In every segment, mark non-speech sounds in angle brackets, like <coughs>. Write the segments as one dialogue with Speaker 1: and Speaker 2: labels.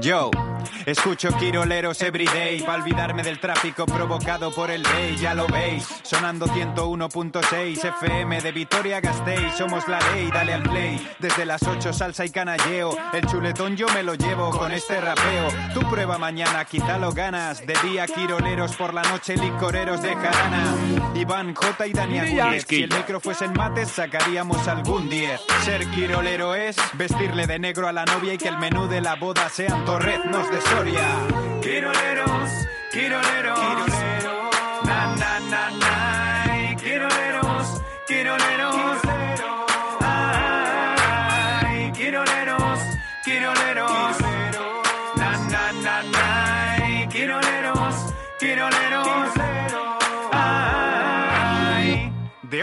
Speaker 1: Yo escucho quiroleros everyday para olvidarme del tráfico provocado por el rey, ya lo veis. Sonando 101.6 FM de Vitoria Gasteiz, somos la ley, dale al play. Desde las 8 salsa y canalleo, el chuletón yo me lo llevo con este rapeo. Tu prueba mañana, quizá lo ganas. De día quiroleros, por la noche licoreros de jarana. Iván J y Dani Agúndez. Si el micro fuese en mates, sacaríamos algún 10. Ser quirolero es vestirle de negro a la novia y que el menú de la boda sean torreznos de Soria. Quiroleros, quiroleros, quiroleros, na na na na. Quiroleros, quiroleros, ay, quiroleros, quiroleros, na na na na. Quiroleros, quiroleros, ay. De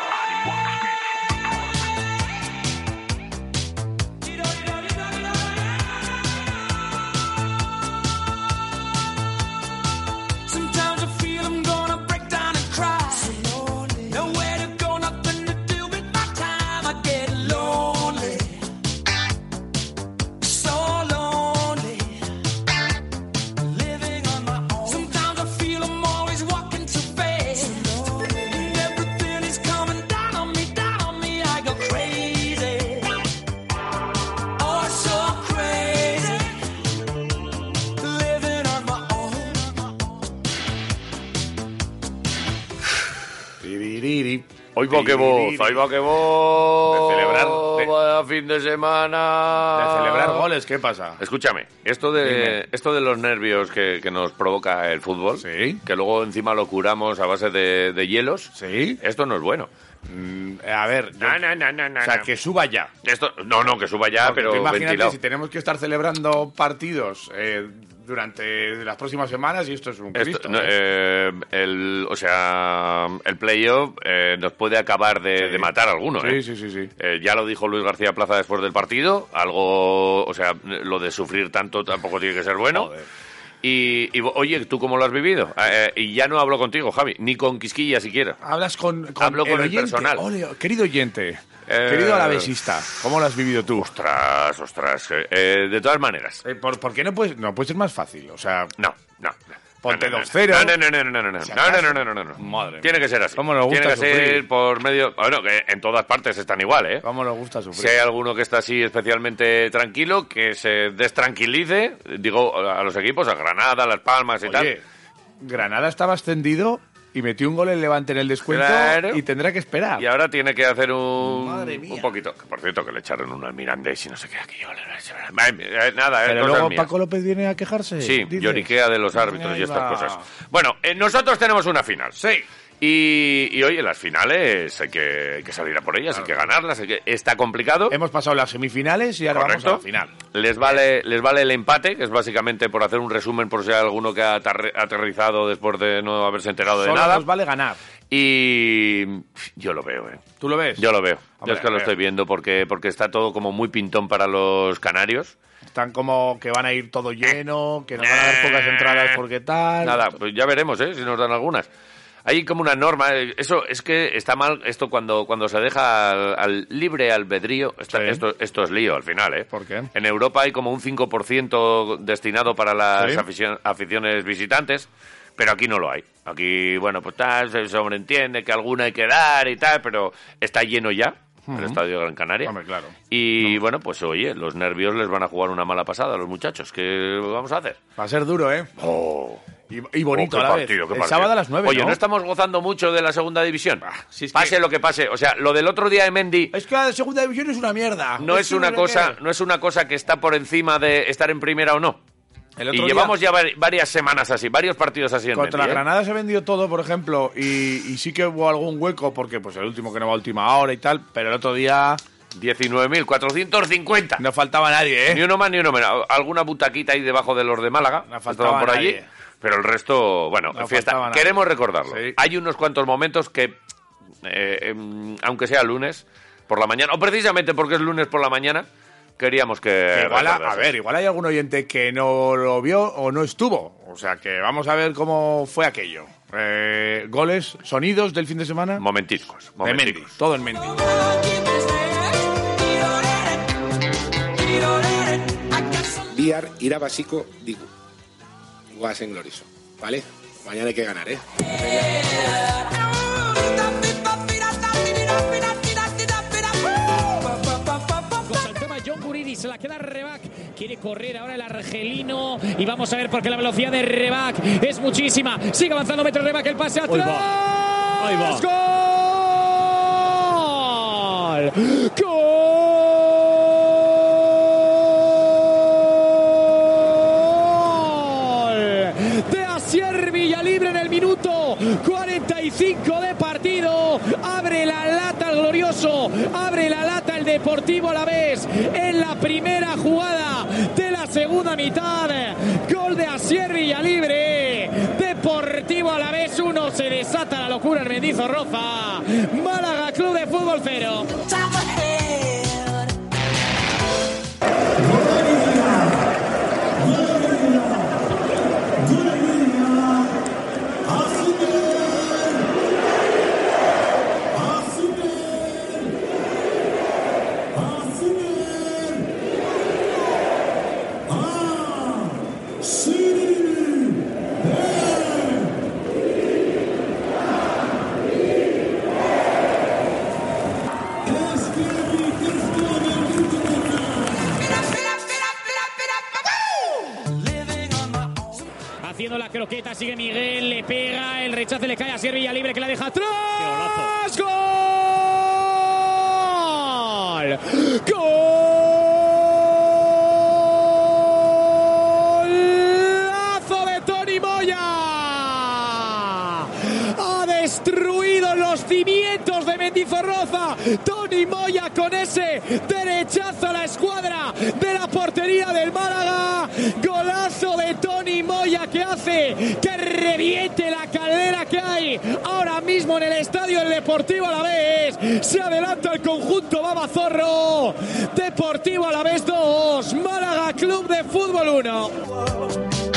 Speaker 2: Sometimes I feel I'm gonna break down and cry. Nowhere to go, nothing to do with my time. I get lonely, so lonely, living on my own. Sometimes I feel I'm always walking too fast, and everything is coming down on me, down on me. I go crazy, oh so crazy, living on my own.
Speaker 3: Hoy va que voz, hoy va que voz.
Speaker 4: De celebrar, de-
Speaker 3: Vaya fin de semana.
Speaker 4: De celebrar goles, ¿qué pasa?
Speaker 3: Escúchame, esto de,
Speaker 4: Dime.
Speaker 3: esto de los nervios que, que nos provoca el fútbol,
Speaker 4: Sí.
Speaker 3: que luego encima lo curamos a base de, de hielos,
Speaker 4: Sí. Mm,
Speaker 3: esto no es bueno.
Speaker 4: A ver, yo-
Speaker 3: No, no, no, no, no,
Speaker 4: o sea,
Speaker 3: no.
Speaker 4: que suba ya.
Speaker 3: Esto, no, no, que suba ya,
Speaker 4: Porque tú
Speaker 3: pero
Speaker 4: imagínate
Speaker 3: ventilado.
Speaker 4: si tenemos que estar celebrando partidos eh, durante las próximas semanas y esto es un
Speaker 3: Esto-
Speaker 4: Cristo.
Speaker 3: no,
Speaker 4: ¿eh?
Speaker 3: eh, el, o sea, el playoff eh, nos puede acabar de, de matar a alguno.
Speaker 4: sí,
Speaker 3: ¿eh?
Speaker 4: sí, sí, sí.
Speaker 3: Eh, ya lo dijo Luis García Plaza después del partido, algo, o sea, lo de sufrir tanto tampoco tiene que ser bueno.
Speaker 4: Joder.
Speaker 3: Y, y, oye, ¿tú cómo lo has vivido? Eh, eh, y ya no hablo contigo, Javi, ni con Quisquilla siquiera.
Speaker 4: Hablas con, con
Speaker 3: Hablo con el
Speaker 4: oyente.
Speaker 3: personal.
Speaker 4: Ole, querido oyente,
Speaker 3: Eh,
Speaker 4: querido alavesista, ¿cómo lo has vivido tú?
Speaker 3: Ostras, ostras. eh, eh, de todas maneras,
Speaker 4: Eh, ¿por, por qué no puedes, no puede ser más fácil? O sea,
Speaker 3: no, no. no.
Speaker 4: Ponte
Speaker 3: No, no, no.
Speaker 4: 2-0.
Speaker 3: No, no, no, no, no, no, no,
Speaker 4: Si
Speaker 3: no, no,
Speaker 4: acaso.
Speaker 3: no, no, no, no.
Speaker 4: Madre
Speaker 3: Tiene que ser así.
Speaker 4: Cómo nos gusta
Speaker 3: Tiene que ser
Speaker 4: sufrir.
Speaker 3: por medio. Bueno, que en todas partes están igual, ¿eh?
Speaker 4: ¿cómo nos gusta sufrir?
Speaker 3: Si hay alguno que está así especialmente tranquilo, que se destranquilice, digo, a los equipos, a Granada, a Las Palmas y
Speaker 4: Oye, Granada estaba ascendido y metió un gol en Levante en el descuento
Speaker 3: Claro.
Speaker 4: y tendrá que esperar.
Speaker 3: tal. Y ahora tiene que hacer un,
Speaker 4: Madre mía.
Speaker 3: un poquito. Que, Por cierto, que le echaron un almirandés y no sé qué. Aquí, ole, ole, ole. Eh, Nada, eh,
Speaker 4: Pero
Speaker 3: cosas
Speaker 4: luego
Speaker 3: mías.
Speaker 4: Paco López viene a quejarse.
Speaker 3: Sí,
Speaker 4: dices.
Speaker 3: lloriquea de los árbitros y
Speaker 4: Ahí
Speaker 3: estas
Speaker 4: va.
Speaker 3: cosas. Bueno, eh, nosotros tenemos una final. Sí. Y, y oye, las finales hay que, hay que salir a por ellas, hay que ganarlas. hay que- está complicado.
Speaker 4: Hemos pasado las semifinales y ahora
Speaker 3: Correcto.
Speaker 4: vamos a la final.
Speaker 3: Les vale, les vale el empate, que es básicamente por hacer un resumen por si hay alguno que ha atarre- aterrizado después de no haberse enterado de
Speaker 4: Solo
Speaker 3: nada.
Speaker 4: nos vale ganar.
Speaker 3: Y yo lo veo, eh.
Speaker 4: ¿Tú lo ves?
Speaker 3: Yo lo veo. yo
Speaker 4: Hombre,
Speaker 3: es que lo
Speaker 4: a ver.
Speaker 3: estoy viendo porque, porque está todo como muy pintón para los canarios.
Speaker 4: Están como que van a ir todo lleno, que nos van a dar pocas entradas porque tal.
Speaker 3: Eh. Nada, pues ya veremos, ¿eh? Si nos dan algunas. Hay como una norma. eh, Eso es que está mal esto cuando, cuando se deja al, al libre albedrío. está-
Speaker 4: Sí.
Speaker 3: esto, esto es lío al final, ¿eh?
Speaker 4: ¿Por qué?
Speaker 3: En Europa hay como un 5% destinado para las
Speaker 4: Sí.
Speaker 3: aficio- aficiones visitantes, pero aquí no lo hay. Aquí, bueno, pues tal, se sobreentiende que alguna hay que dar y tal, pero está lleno ya el Estadio de Gran Canaria.
Speaker 4: Hombre, claro.
Speaker 3: Y bueno, pues oye, los nervios les van a jugar una mala pasada a los muchachos. ¿Qué vamos a hacer?
Speaker 4: Va a ser duro, ¿eh? Y, y bonito
Speaker 3: Oh, qué
Speaker 4: a la vez.
Speaker 3: partido, qué
Speaker 4: el
Speaker 3: partido.
Speaker 4: sábado a las 9.
Speaker 3: Oye,
Speaker 4: ¿no?
Speaker 3: ¿no? estamos gozando mucho de la segunda división.
Speaker 4: si es
Speaker 3: pase
Speaker 4: que-
Speaker 3: lo que pase. O sea, lo del otro día de Mendy
Speaker 4: Es que la segunda división es una mierda.
Speaker 3: no es una cosa, no es una cosa que está por encima de estar en primera o no.
Speaker 4: El
Speaker 3: Y
Speaker 4: otro día-
Speaker 3: llevamos ya vari- varias semanas así, varios partidos así en
Speaker 4: Contra
Speaker 3: Mendy, ¿eh?
Speaker 4: Granada se vendió todo, por ejemplo, y, y sí que hubo algún hueco, porque pues el último que no va a última hora y tal, pero el otro día
Speaker 3: Eh, 19.450.
Speaker 4: no faltaba nadie,
Speaker 3: Ni
Speaker 4: ¿eh?
Speaker 3: uno más ni uno menos. Alguna butaquita ahí debajo de los de Málaga.
Speaker 4: No
Speaker 3: estaban
Speaker 4: faltaba
Speaker 3: por allí.
Speaker 4: nadie.
Speaker 3: Pero el resto, bueno,
Speaker 4: No faltaba
Speaker 3: fiesta.
Speaker 4: nadie.
Speaker 3: Queremos recordarlo.
Speaker 4: Sí.
Speaker 3: Hay unos cuantos momentos que, eh, em, aunque sea lunes por la mañana, o precisamente porque es lunes por la mañana, queríamos que.
Speaker 4: Que igual a, a
Speaker 3: recordases.
Speaker 4: ver, igual hay algún oyente que no lo vio o no estuvo. O sea que vamos a ver cómo fue aquello. Eh, goles, sonidos del fin de semana.
Speaker 3: Momenticos.
Speaker 4: de Mendy,
Speaker 3: momenticos.
Speaker 4: todo en Mendy.
Speaker 5: Biar irá básico, digo. Guas en glorioso. ¿Vale? Mañana hay que ganar, ¿eh?
Speaker 6: Al tema John Guridi se la queda Rebac. Quiere correr ahora el argelino. Y vamos a ver porque la velocidad de Rebac es muchísima. Sigue avanzando metro Rebac el pase atrás.
Speaker 7: Ahí va.
Speaker 6: ¡Gol! ¡Gol! De Asier Villalibre en el minuto 45 de partido. Abre la lata el glorioso. Abre la lata el Deportivo a la vez. En la primera jugada de la segunda mitad. Gol de Asier Villalibre. Deportivo a la vez 1. Se desata la locura en Mendizorroza. Málaga Club de Fútbol 0. Haciendo la croqueta, sigue Miguel, le pega, el rechace le cae a Servilla libre que la deja atrás. ¡Gol! ¡Golazo de Tony Moya! Ha destruido los cimientos de Mendizorroza. Tony Moya con ese derechazo a la escuadra de la portería del Málaga. Golazo de Tony Moya que hace que reviente la caldera que hay ahora mismo en el estadio del Deportivo a la vez. Se adelanta el conjunto Babazorro. Deportivo a la vez 2, Málaga Club de Fútbol 1.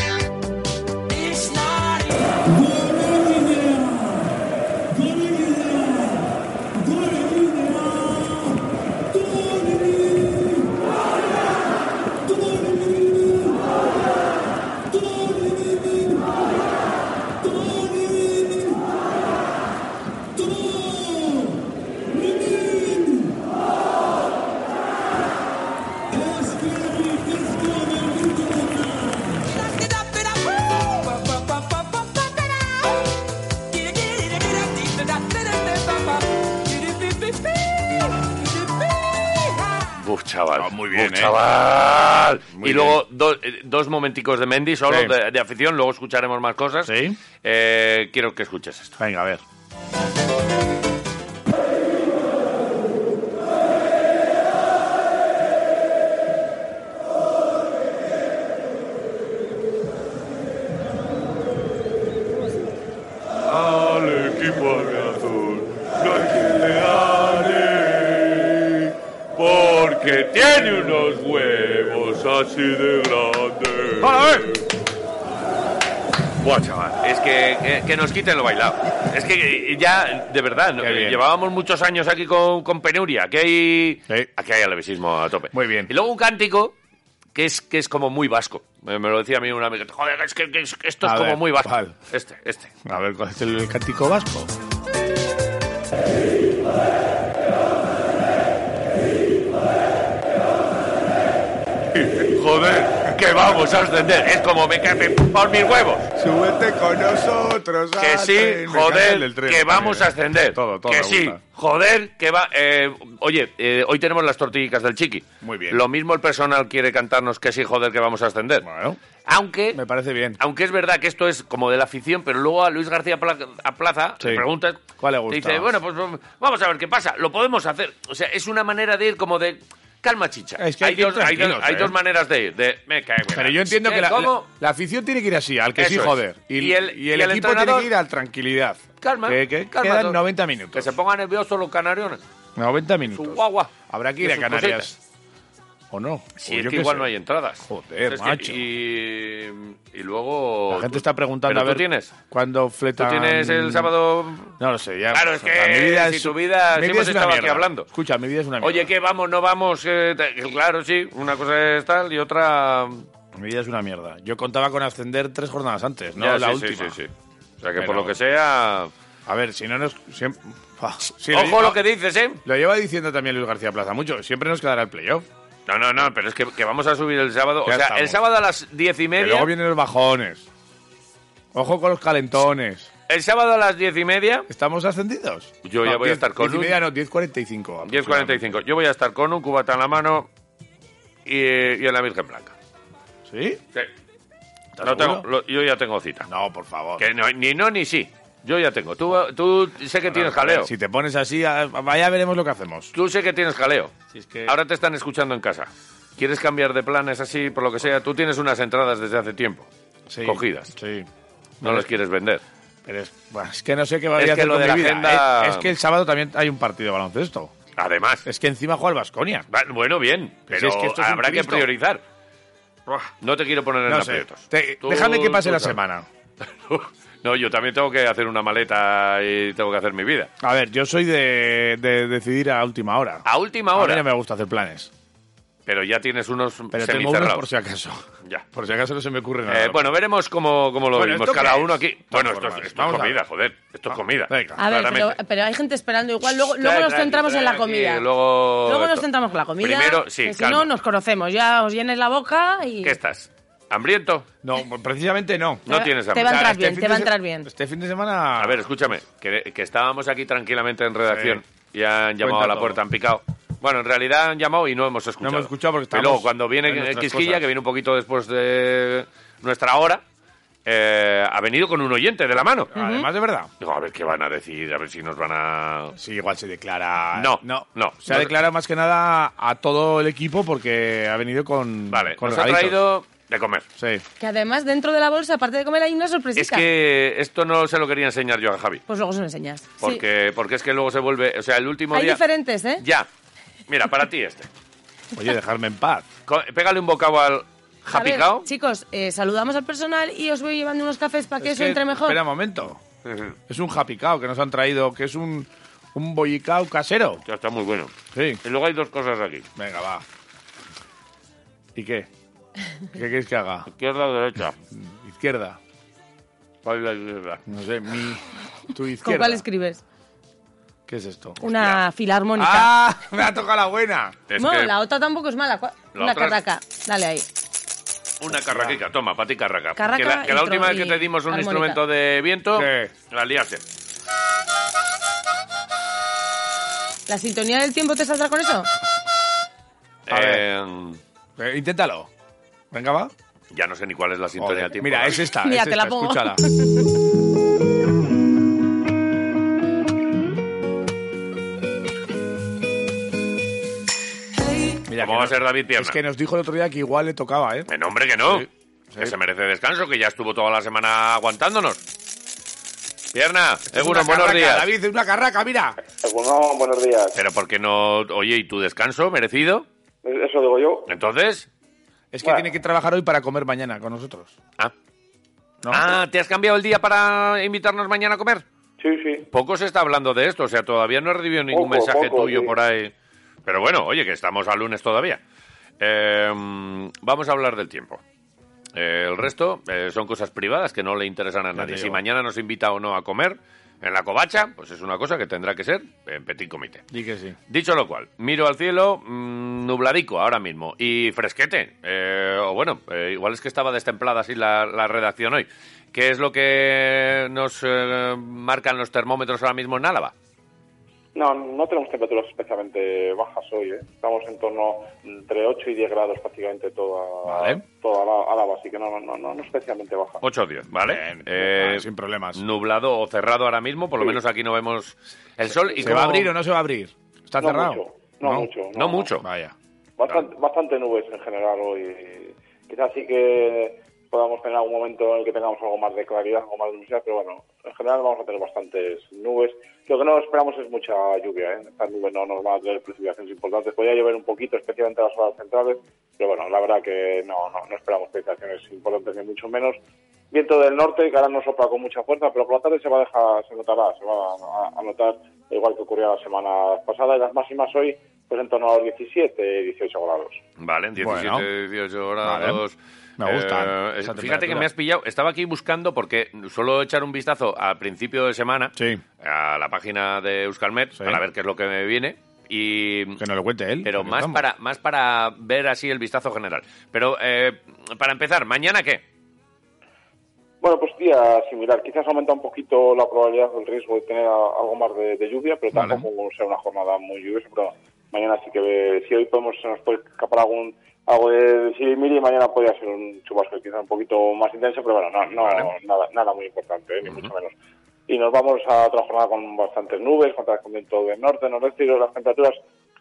Speaker 3: Uf, chaval.
Speaker 4: Ah, muy bien,
Speaker 3: Uf,
Speaker 4: ¿eh?
Speaker 3: chaval.
Speaker 4: Muy
Speaker 3: y luego do- eh, dos momenticos de Mendy solo,
Speaker 4: Sí.
Speaker 3: de, de afición, luego escucharemos más cosas.
Speaker 4: Sí.
Speaker 3: Eh, quiero que escuches esto.
Speaker 4: Venga, a ver. Al equipo azul, no hay quien le gane, porque tiene unos huevos así de grandes. Buah, chaval.
Speaker 3: Es que, que, que nos quiten lo bailado. Es que eh, ya, de verdad, ¿no?
Speaker 4: Qué bien.
Speaker 3: llevábamos muchos años aquí con, con penuria. Aquí hay,
Speaker 4: Sí.
Speaker 3: aquí hay alevesismo a tope.
Speaker 4: Muy bien.
Speaker 3: Y luego un cántico que es, que es como muy vasco. Me, me lo decía a mí una amiga. Joder, es que, que es- que esto
Speaker 4: A
Speaker 3: es como
Speaker 4: ver,
Speaker 3: muy vasco.
Speaker 4: ¿cuál?
Speaker 3: Este, este.
Speaker 4: A ver, ¿cuál es el cántico vasco?
Speaker 3: <laughs> Joder, que vamos a ascender. Es como me cae por mis huevos.
Speaker 4: Súbete con nosotros.
Speaker 3: Que sí, joder, que vamos a ascender.
Speaker 4: Todo, todo.
Speaker 3: Que
Speaker 4: me
Speaker 3: sí,
Speaker 4: gusta.
Speaker 3: joder, que va. eh, oye, eh, hoy tenemos las tortillitas del chiqui.
Speaker 4: Muy bien.
Speaker 3: Lo mismo el personal quiere cantarnos que sí, joder, que vamos a ascender.
Speaker 4: Bueno,
Speaker 3: Aunque,
Speaker 4: me parece bien.
Speaker 3: aunque es verdad que esto es como de la afición, pero luego a Luis García Pla- a Plaza
Speaker 4: Sí.
Speaker 3: le preguntas.
Speaker 4: ¿Cuál le
Speaker 3: te
Speaker 4: gusta
Speaker 3: Dice,
Speaker 4: más?
Speaker 3: bueno, pues vamos a ver qué pasa. Lo podemos hacer. O sea, es una manera de ir como de. Calma, chicha.
Speaker 4: Es que hay que ir
Speaker 3: dos, hay, dos,
Speaker 4: tranquilos,
Speaker 3: hay
Speaker 4: ¿eh?
Speaker 3: dos maneras de ir. De, me cae, Eh,
Speaker 4: Pero yo entiendo que la,
Speaker 3: ¿Cómo?
Speaker 4: la- la afición tiene que ir así, al que sí,
Speaker 3: Eso es.
Speaker 4: joder. Y,
Speaker 3: Y el-
Speaker 4: y el
Speaker 3: y el
Speaker 4: equipo tiene
Speaker 3: entrenador-
Speaker 4: que ir a tranquilidad.
Speaker 3: Calma,
Speaker 4: Que, que
Speaker 3: calma,
Speaker 4: quedan
Speaker 3: todo.
Speaker 4: 90
Speaker 3: Que
Speaker 4: minutos.
Speaker 3: se pongan nerviosos los canariones.
Speaker 4: 90
Speaker 3: Su
Speaker 4: minutos.
Speaker 3: guagua.
Speaker 4: Habrá que
Speaker 3: Y
Speaker 4: ir a
Speaker 3: sus
Speaker 4: Canarias. ¿O no?
Speaker 3: Si
Speaker 4: O
Speaker 3: es
Speaker 4: yo
Speaker 3: que
Speaker 4: qué
Speaker 3: igual
Speaker 4: sé.
Speaker 3: no hay entradas.
Speaker 4: Joder,
Speaker 3: Es que-
Speaker 4: macho.
Speaker 3: y, y luego...
Speaker 4: La gente
Speaker 3: tú-
Speaker 4: está preguntando
Speaker 3: ¿Pero
Speaker 4: a ver
Speaker 3: tú tienes?
Speaker 4: cuándo
Speaker 3: ¿Tú
Speaker 4: fletan...
Speaker 3: tienes el sábado...?
Speaker 4: No lo sé, ya.
Speaker 3: Claro, es que si tu vida- si hemos
Speaker 4: una
Speaker 3: estado aquí
Speaker 4: mierda.
Speaker 3: hablando.
Speaker 4: Escucha, mi vida es una mierda.
Speaker 3: Oye, ¿qué? ¿Vamos? ¿No vamos? eh, te- claro, sí. Una cosa es tal y otra...
Speaker 4: Mi vida es una mierda. Yo contaba con ascender tres jornadas antes, no
Speaker 3: Ya,
Speaker 4: la
Speaker 3: sí, sí,
Speaker 4: última.
Speaker 3: sí, sí. O sea, que
Speaker 4: Pero-
Speaker 3: por lo que sea...
Speaker 4: A ver, si no nos... siempre- Fua, sí, lo
Speaker 3: Ojo
Speaker 4: lleva-
Speaker 3: lo que dices, ¿eh?
Speaker 4: Lo lleva diciendo también Luis García Plaza mucho. Siempre nos quedará el playoff.
Speaker 3: No, no, no, pero es que, que vamos a subir el sábado. O
Speaker 4: Ya
Speaker 3: sea, el
Speaker 4: estamos.
Speaker 3: sábado a las diez y
Speaker 4: Que
Speaker 3: media...
Speaker 4: luego vienen los bajones. Ojo con los calentones.
Speaker 3: El sábado a las diez y media...
Speaker 4: ¿Estamos ascendidos?
Speaker 3: Yo ya voy a estar con
Speaker 4: diez y
Speaker 3: un-
Speaker 4: media, no, 10.45.
Speaker 3: 10.45. Yo voy a estar con un cubata en la mano y, eh, y en la Virgen Blanca.
Speaker 4: ¿Sí?
Speaker 3: Sí.
Speaker 4: ¿Estás
Speaker 3: No tengo-
Speaker 4: seguro?
Speaker 3: lo- yo ya tengo cita.
Speaker 4: No, por favor.
Speaker 3: Que no- ni no ni sí. Yo ya tengo. Tú, tú sé que tienes
Speaker 4: A ver,
Speaker 3: jaleo.
Speaker 4: Si te pones así, a- vaya veremos lo que hacemos.
Speaker 3: Tú sé que tienes jaleo.
Speaker 4: Si es que-
Speaker 3: Ahora te están escuchando en casa. ¿Quieres cambiar de planes así, por lo que sea? Tú tienes unas entradas desde hace tiempo.
Speaker 4: Sí,
Speaker 3: Cogidas.
Speaker 4: Sí.
Speaker 3: No las quieres vender.
Speaker 4: Pero es, buah, es que no sé qué va a
Speaker 3: Es que
Speaker 4: hacer
Speaker 3: lo
Speaker 4: con
Speaker 3: de
Speaker 4: mi
Speaker 3: la
Speaker 4: vida.
Speaker 3: agenda-
Speaker 4: Es, es que el sábado también hay un partido de baloncesto.
Speaker 3: Además.
Speaker 4: Es que encima juega el Vasconia.
Speaker 3: va- Bueno, bien.
Speaker 4: Pues
Speaker 3: Pero
Speaker 4: es que esto es un
Speaker 3: habrá que
Speaker 4: Cristo.
Speaker 3: priorizar. No te quiero poner en
Speaker 4: No sé.
Speaker 3: aprietos.
Speaker 4: Te-
Speaker 3: Tú-
Speaker 4: déjame que pase
Speaker 3: tú
Speaker 4: la
Speaker 3: sabes.
Speaker 4: semana.
Speaker 3: No, yo también tengo que hacer una maleta y tengo que hacer mi vida.
Speaker 4: A ver, yo soy de, de decidir a última hora.
Speaker 3: A última
Speaker 4: A
Speaker 3: hora.
Speaker 4: mí no me gusta hacer planes.
Speaker 3: Pero ya tienes unos
Speaker 4: Pero tengo unos
Speaker 3: semicerrados.
Speaker 4: por si acaso.
Speaker 3: Ya.
Speaker 4: Por si acaso no se me ocurre nada.
Speaker 3: Eh, bueno, veremos cómo, cómo lo
Speaker 4: Bueno,
Speaker 3: vimos
Speaker 4: ¿esto
Speaker 3: cada
Speaker 4: qué es?
Speaker 3: uno aquí.
Speaker 4: Vamos
Speaker 3: Bueno,
Speaker 4: por
Speaker 3: esto, es-
Speaker 4: más.
Speaker 3: esto es
Speaker 4: Vamos a
Speaker 3: comida,
Speaker 4: ver.
Speaker 3: joder. Esto es
Speaker 4: Ah,
Speaker 3: comida.
Speaker 4: venga.
Speaker 7: A ver, pero,
Speaker 3: claramente.
Speaker 7: pero hay gente esperando igual. Luego, luego
Speaker 3: Tranqui,
Speaker 7: nos centramos en la
Speaker 3: tranqui,
Speaker 7: comida.
Speaker 3: luego
Speaker 7: Luego nos
Speaker 3: esto.
Speaker 7: centramos en la comida.
Speaker 3: Primero, sí,
Speaker 7: que si
Speaker 3: calma.
Speaker 7: no, nos conocemos. Ya os llenes la boca y.
Speaker 3: ¿Qué estás? ¿Hambriento?
Speaker 4: No, precisamente no.
Speaker 3: No tienes
Speaker 7: te
Speaker 3: hambre.
Speaker 7: va
Speaker 4: O
Speaker 7: a
Speaker 4: sea,
Speaker 7: entrar
Speaker 4: este
Speaker 7: bien,
Speaker 4: fin
Speaker 7: te va
Speaker 4: de
Speaker 7: a
Speaker 4: se-
Speaker 7: entrar bien.
Speaker 4: Este fin de semana.
Speaker 3: A ver, escúchame, que, que estábamos aquí tranquilamente en redacción y han llamado
Speaker 4: Cuenta
Speaker 3: a la
Speaker 4: todo.
Speaker 3: puerta, han picado. Bueno, en realidad han llamado y no hemos escuchado.
Speaker 4: No hemos escuchado porque
Speaker 3: Y
Speaker 4: estábamos
Speaker 3: luego cuando
Speaker 4: en
Speaker 3: viene
Speaker 4: nuestras
Speaker 3: Quisquilla,
Speaker 4: cosas.
Speaker 3: que viene un poquito después de nuestra hora, eh, ha venido con un oyente de la mano.
Speaker 4: Además de verdad.
Speaker 3: Digo, a ver qué van a decir, a ver si nos van a...
Speaker 4: Sí, igual se declara. eh,
Speaker 3: No,
Speaker 4: no,
Speaker 3: no.
Speaker 4: Se ha
Speaker 3: No.
Speaker 4: declarado más que nada a todo el equipo porque ha venido con.
Speaker 3: Vale,
Speaker 4: con
Speaker 3: nos ha
Speaker 4: regalitos.
Speaker 3: traído de comer.
Speaker 4: Sí.
Speaker 7: Que además, dentro de la bolsa, aparte de comer, hay una sorpresita.
Speaker 3: Es que esto no se lo quería enseñar yo a Javi,
Speaker 7: Pues luego se lo enseñas. Sí.
Speaker 3: porque, porque es que luego se vuelve... O sea, el último
Speaker 7: Hay
Speaker 3: día...
Speaker 7: diferentes, ¿eh?
Speaker 3: Ya. Mira, para ti este.
Speaker 4: Oye, dejarme en paz.
Speaker 3: Co- Pégale un bocado al...
Speaker 7: A ver,
Speaker 3: Japicao.
Speaker 7: chicos, eh, saludamos al personal y os voy llevando unos cafés para que
Speaker 4: Es
Speaker 7: eso
Speaker 4: que-
Speaker 7: entre mejor.
Speaker 4: Espera un momento. Es un japicao que nos han traído, que es un, un bollicao casero.
Speaker 3: Ya está muy bueno.
Speaker 4: Sí.
Speaker 3: Y luego hay dos cosas aquí.
Speaker 4: Venga, va. ¿Y qué? ¿Qué queréis que haga?
Speaker 3: Izquierda o derecha.
Speaker 4: <laughs> Izquierda.
Speaker 3: ¿Cuál es la izquierda?
Speaker 4: No sé, mi. Tu izquierda.
Speaker 7: ¿Con cuál escribes?
Speaker 4: ¿Qué es esto? <laughs>
Speaker 7: Una filarmónica.
Speaker 4: ¡Ah! Me ha tocado la buena.
Speaker 3: Es
Speaker 7: bueno,
Speaker 3: que
Speaker 7: la otra tampoco es mala. Cua-
Speaker 3: La
Speaker 7: Una
Speaker 3: otra-
Speaker 7: carraca. Dale ahí.
Speaker 3: una carraquica. Toma, para ti carraca.
Speaker 7: Carraca
Speaker 3: que la, que la
Speaker 7: y tro-
Speaker 3: última vez que
Speaker 7: y
Speaker 3: te dimos un
Speaker 7: armónica.
Speaker 3: instrumento de viento,
Speaker 4: Sí.
Speaker 3: la liaste.
Speaker 7: ¿La sintonía del tiempo te saldrá con eso?
Speaker 4: A
Speaker 3: Eh,
Speaker 4: Eh, inténtalo. Venga, va.
Speaker 3: ya no sé ni cuál es la sintonía
Speaker 4: Joder,
Speaker 3: del tiempo.
Speaker 4: Mira,
Speaker 3: ¿vale?
Speaker 4: es esta.
Speaker 7: Mira,
Speaker 4: es
Speaker 7: te
Speaker 4: esta,
Speaker 7: la pongo. <laughs>
Speaker 4: Escúchala. Mira, que
Speaker 3: ¿Cómo va a
Speaker 4: no-
Speaker 3: ser David Pierna?
Speaker 4: Es que nos dijo el otro día que igual le tocaba, ¿eh?
Speaker 3: Eh, no, hombre, que no.
Speaker 4: Sí, sí.
Speaker 3: Que se merece descanso, que ya estuvo toda la semana aguantándonos. Pierna, seguro,
Speaker 4: Una
Speaker 3: buenos
Speaker 4: carraca,
Speaker 3: días.
Speaker 4: David, es una carraca, mira.
Speaker 8: Bueno, buenos días.
Speaker 3: Pero ¿por qué no? Oye, ¿y tu descanso merecido?
Speaker 8: Eso digo yo.
Speaker 3: Entonces...
Speaker 4: Es que
Speaker 8: Bueno.
Speaker 4: tiene que trabajar hoy para comer mañana con nosotros.
Speaker 3: Ah,
Speaker 4: ¿no?
Speaker 3: ah, ¿te has cambiado el día para invitarnos mañana a comer?
Speaker 8: Sí, sí.
Speaker 3: Poco se está hablando de esto, o sea, todavía no he recibido ningún
Speaker 8: Poco,
Speaker 3: mensaje
Speaker 8: poco,
Speaker 3: tuyo
Speaker 8: sí.
Speaker 3: por ahí. Pero bueno, oye, que estamos a lunes todavía. Eh, vamos a hablar del tiempo. Eh, el resto eh, son cosas privadas que no le interesan a nadie.
Speaker 4: te
Speaker 3: Si
Speaker 4: digo.
Speaker 3: mañana nos invita o no a comer en la covacha, pues es una cosa que tendrá que ser en petit comité.
Speaker 4: Di que sí.
Speaker 3: Dicho lo cual, miro al cielo mm, nubladico ahora mismo y fresquete. Eh, o bueno, eh, igual es que estaba destemplada así la, la redacción hoy. ¿Qué es lo que nos eh, marcan los termómetros ahora mismo en Álava?
Speaker 8: No, no tenemos temperaturas especialmente bajas hoy. ¿eh? Estamos en torno mm, entre 8 y 10 grados prácticamente toda,
Speaker 3: Vale.
Speaker 8: toda Ala- Álava, así que no, no, no, no especialmente baja.
Speaker 3: 8 o 10, ¿vale?
Speaker 4: Bien,
Speaker 3: Eh,
Speaker 4: ah, sin problemas.
Speaker 3: Nublado o cerrado ahora mismo, por lo
Speaker 8: Sí.
Speaker 3: menos aquí no vemos el sol. ¿Y
Speaker 4: ¿Se
Speaker 3: cómo-
Speaker 4: va a abrir o no se va a abrir? ¿Está
Speaker 8: No
Speaker 4: cerrado?
Speaker 8: mucho, no mucho, no,
Speaker 3: No mucho.
Speaker 4: Vaya.
Speaker 8: Bastante, bastante nubes en general hoy. Quizás sí que podamos tener algún momento en el que tengamos algo más de claridad, algo más de luminosidad, pero bueno, en general vamos a tener bastantes nubes. Lo que no esperamos es mucha lluvia. ¿eh? Estas nubes no nos van a tener precipitaciones importantes. Podría llover un poquito, especialmente en las horas centrales, pero bueno, la verdad que no, no, no esperamos precipitaciones importantes ni mucho menos. Viento del norte, que ahora no sopla con mucha fuerza, pero por la tarde se va a dejar, se notará, se va a, a- a notar, igual que ocurría la semana pasada. Y las máximas hoy, pues en torno a los 17, 18 grados.
Speaker 3: Vale, en 17,
Speaker 4: Bueno.
Speaker 3: 18 grados.
Speaker 4: Me gusta
Speaker 3: Eh,
Speaker 4: esa
Speaker 3: fíjate que
Speaker 4: temperatura.
Speaker 3: me has pillado. Estaba aquí buscando porque suelo echar un vistazo al principio de semana
Speaker 4: Sí.
Speaker 3: a la página de Euskalmet
Speaker 4: Sí.
Speaker 3: para ver qué es lo que me viene. Y
Speaker 4: Que nos lo cuente él.
Speaker 3: pero
Speaker 4: aquí
Speaker 3: más
Speaker 4: estamos.
Speaker 3: para, más para ver así el vistazo general. Pero eh, para empezar, ¿mañana qué?
Speaker 8: Bueno, pues día similar. Quizás aumenta un poquito la probabilidad o el riesgo de tener a- algo más de, de lluvia, pero
Speaker 3: Vale.
Speaker 8: tampoco será una jornada muy lluviosa. Pero mañana sí que, ve- si hoy podemos, se nos puede escapar algún algo de sirimiri, mañana podría ser un chubasco quizás un poquito más intenso, pero bueno, no, no, nada, nada muy importante, ¿eh? ni mucho menos. Y nos vamos a otra jornada con bastantes nubes, contra con viento del norte, noreste y las temperaturas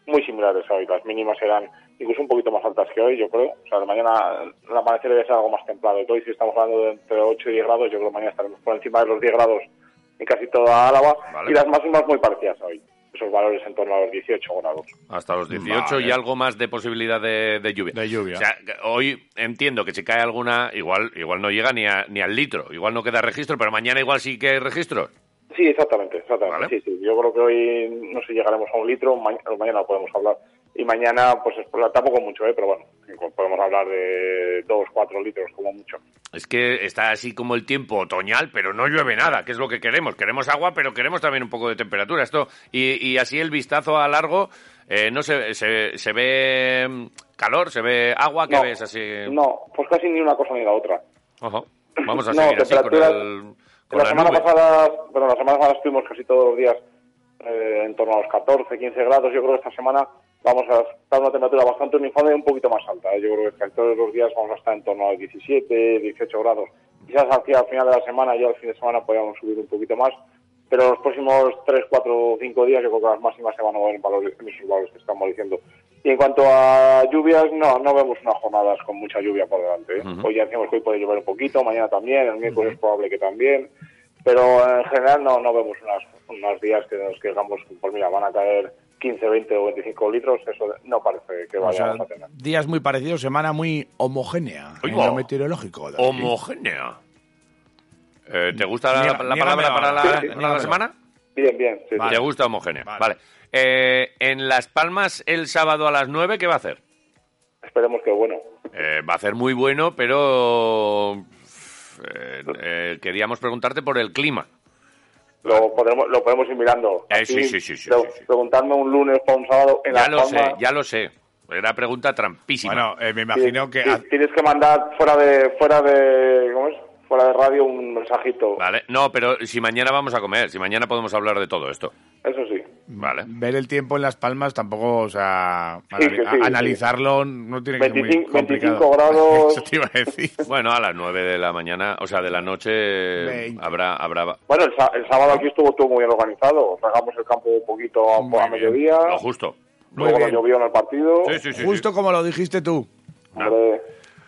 Speaker 8: muy similares a hoy. Las mínimas serán incluso un poquito más altas que hoy, yo creo. O sea, de mañana el amanecer debe ser algo más templado. que Hoy, si estamos hablando de entre 8 y 10 grados, yo creo que mañana estaremos por encima de los 10 grados en casi toda Álava.
Speaker 3: Vale.
Speaker 8: Y las máximas muy parecidas a hoy. Esos valores en torno a los 18 grados.
Speaker 3: Hasta los 18
Speaker 4: Vale.
Speaker 3: y algo más de posibilidad de, de lluvia.
Speaker 4: De lluvia.
Speaker 3: O sea, que hoy entiendo que si cae alguna, igual, igual no llega ni, a- ni al litro, igual no queda registro, pero mañana igual sí que hay registro.
Speaker 8: Sí, exactamente, exactamente.
Speaker 3: Vale.
Speaker 8: Sí, sí. Yo creo que hoy no sé llegaremos a un litro, ma- pues mañana lo podemos hablar. Y mañana, pues es por la- tampoco mucho, ¿eh? pero bueno, podemos hablar de 2, 4 litros como mucho.
Speaker 3: Es que está así como el tiempo otoñal, pero no llueve nada, que es lo que queremos. Queremos agua, pero queremos también un poco de temperatura. Esto y, y así el vistazo a largo, eh, no se, se, se ve mm, calor, se ve agua, que
Speaker 8: No,
Speaker 3: ves así.
Speaker 8: No, pues casi ni una cosa ni la otra.
Speaker 3: Ajá. Vamos a
Speaker 8: No,
Speaker 3: seguir así con,
Speaker 8: temperaturas-
Speaker 3: el, con
Speaker 8: la,
Speaker 3: la
Speaker 8: semana
Speaker 3: nube.
Speaker 8: pasada, bueno, la semana pasada estuvimos casi todos los días eh, en torno a los 14, 15 grados. Yo creo que esta semana vamos a estar en una temperatura bastante uniforme y un poquito más alta. ¿eh? Yo creo que casi todos los días vamos a estar en torno a los 17, 18 grados. Quizás hacia el final de la semana, ya al fin de semana, podríamos subir un poquito más. Pero los próximos 3, 4, 5 días, yo creo que las máximas se van a mover en, valores, en esos valores que estamos diciendo. Y en cuanto a lluvias, no, no vemos unas jornadas con mucha lluvia por delante. ¿eh? Hoy ya decíamos que hoy puede llover un poquito, mañana también, el miércoles es probable que también. Pero en general no, no vemos unas, unos días que nos quejamos, pues mira, van a caer 15, 20 o 25 litros, eso no parece que
Speaker 4: O
Speaker 8: vayamos
Speaker 4: sea,
Speaker 8: a tener.
Speaker 4: días muy parecidos, semana muy homogénea. en
Speaker 3: Oigo.
Speaker 4: lo meteorológico. David.
Speaker 3: Homogénea. Eh, ¿Te gusta la,
Speaker 4: Niega-
Speaker 3: la
Speaker 4: niégamelo
Speaker 3: palabra para la,
Speaker 4: ahora, sí,
Speaker 3: para
Speaker 4: sí,
Speaker 3: la
Speaker 4: niégamelo.
Speaker 3: semana?
Speaker 8: Bien, bien, sí, sí.
Speaker 3: ¿Te gusta homogénea? Vale.
Speaker 4: Vale.
Speaker 3: Eh, en Las Palmas, el sábado a las 9, ¿qué va a hacer?
Speaker 8: esperemos que bueno.
Speaker 3: Eh, va a ser muy bueno, pero eh, eh, queríamos preguntarte por el clima.
Speaker 8: Lo, podremos, lo podemos ir mirando.
Speaker 3: Eh,
Speaker 8: Así,
Speaker 3: sí, sí, sí, sí,
Speaker 8: pre-
Speaker 3: sí, sí.
Speaker 8: Preguntarme un lunes para un sábado en
Speaker 3: Ya
Speaker 8: Las
Speaker 3: lo
Speaker 8: Palmas,
Speaker 3: sé, ya lo sé. Era pregunta trampísima.
Speaker 4: Bueno, eh, me
Speaker 8: ti-
Speaker 4: imagino que.
Speaker 8: ti-
Speaker 4: a-
Speaker 8: Tienes que mandar fuera de, fuera de, ¿cómo es? Fuera de radio un mensajito.
Speaker 3: Vale, no, pero si mañana vamos a comer, si mañana podemos hablar de todo esto.
Speaker 8: Eso sí.
Speaker 3: Vale.
Speaker 4: Ver el tiempo en Las Palmas tampoco, o sea, anali-
Speaker 8: que sí, sí.
Speaker 4: analizarlo no tiene que ser muy
Speaker 8: 25
Speaker 4: complicado.
Speaker 8: 25 grados.
Speaker 4: <laughs> Eso te iba a decir.
Speaker 3: <laughs> Bueno, a las 9 de la mañana, o sea, de la noche,
Speaker 4: Veinte.
Speaker 3: habrá, habrá
Speaker 8: Bueno, el, sa- el sábado aquí estuvo todo muy bien organizado. Regamos el campo un poquito a,
Speaker 4: Muy
Speaker 8: a
Speaker 4: bien.
Speaker 8: mediodía.
Speaker 3: lo justo.
Speaker 4: Muy
Speaker 8: Luego nos
Speaker 4: bien.
Speaker 8: llovió en el partido.
Speaker 3: Sí, sí, sí, sí.
Speaker 4: Justo como lo dijiste tú.
Speaker 8: Hombre,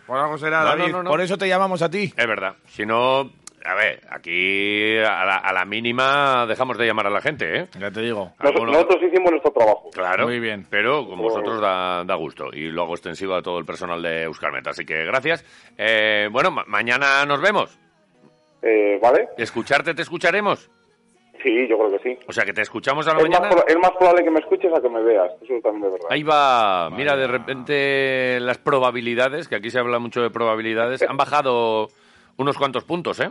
Speaker 4: Por algo será,
Speaker 3: No, no,
Speaker 4: David.
Speaker 3: no, no.
Speaker 4: Por eso te llamamos a ti.
Speaker 3: Es verdad. Si no, a ver, aquí a la, a la mínima dejamos de llamar a la gente, ¿eh?
Speaker 4: Ya te digo.
Speaker 8: nos-
Speaker 3: Alguno-
Speaker 8: nosotros hicimos nuestro trabajo.
Speaker 3: Claro.
Speaker 4: Muy bien.
Speaker 3: Pero con vosotros da, da gusto y lo hago extensivo a todo el personal de Euskalmet. Así que gracias. Eh, bueno, ma- mañana nos vemos.
Speaker 8: Eh, ¿Vale?
Speaker 3: Escucharte te escucharemos.
Speaker 8: Sí, yo creo que sí.
Speaker 3: O sea, que te escuchamos a la
Speaker 8: Es más,
Speaker 3: mañana.
Speaker 8: proba- es más probable que me escuches a que me veas. Eso también es verdad.
Speaker 3: Ahí va. Mira, de repente las probabilidades, que aquí se habla mucho de probabilidades, han bajado unos cuantos puntos, ¿eh?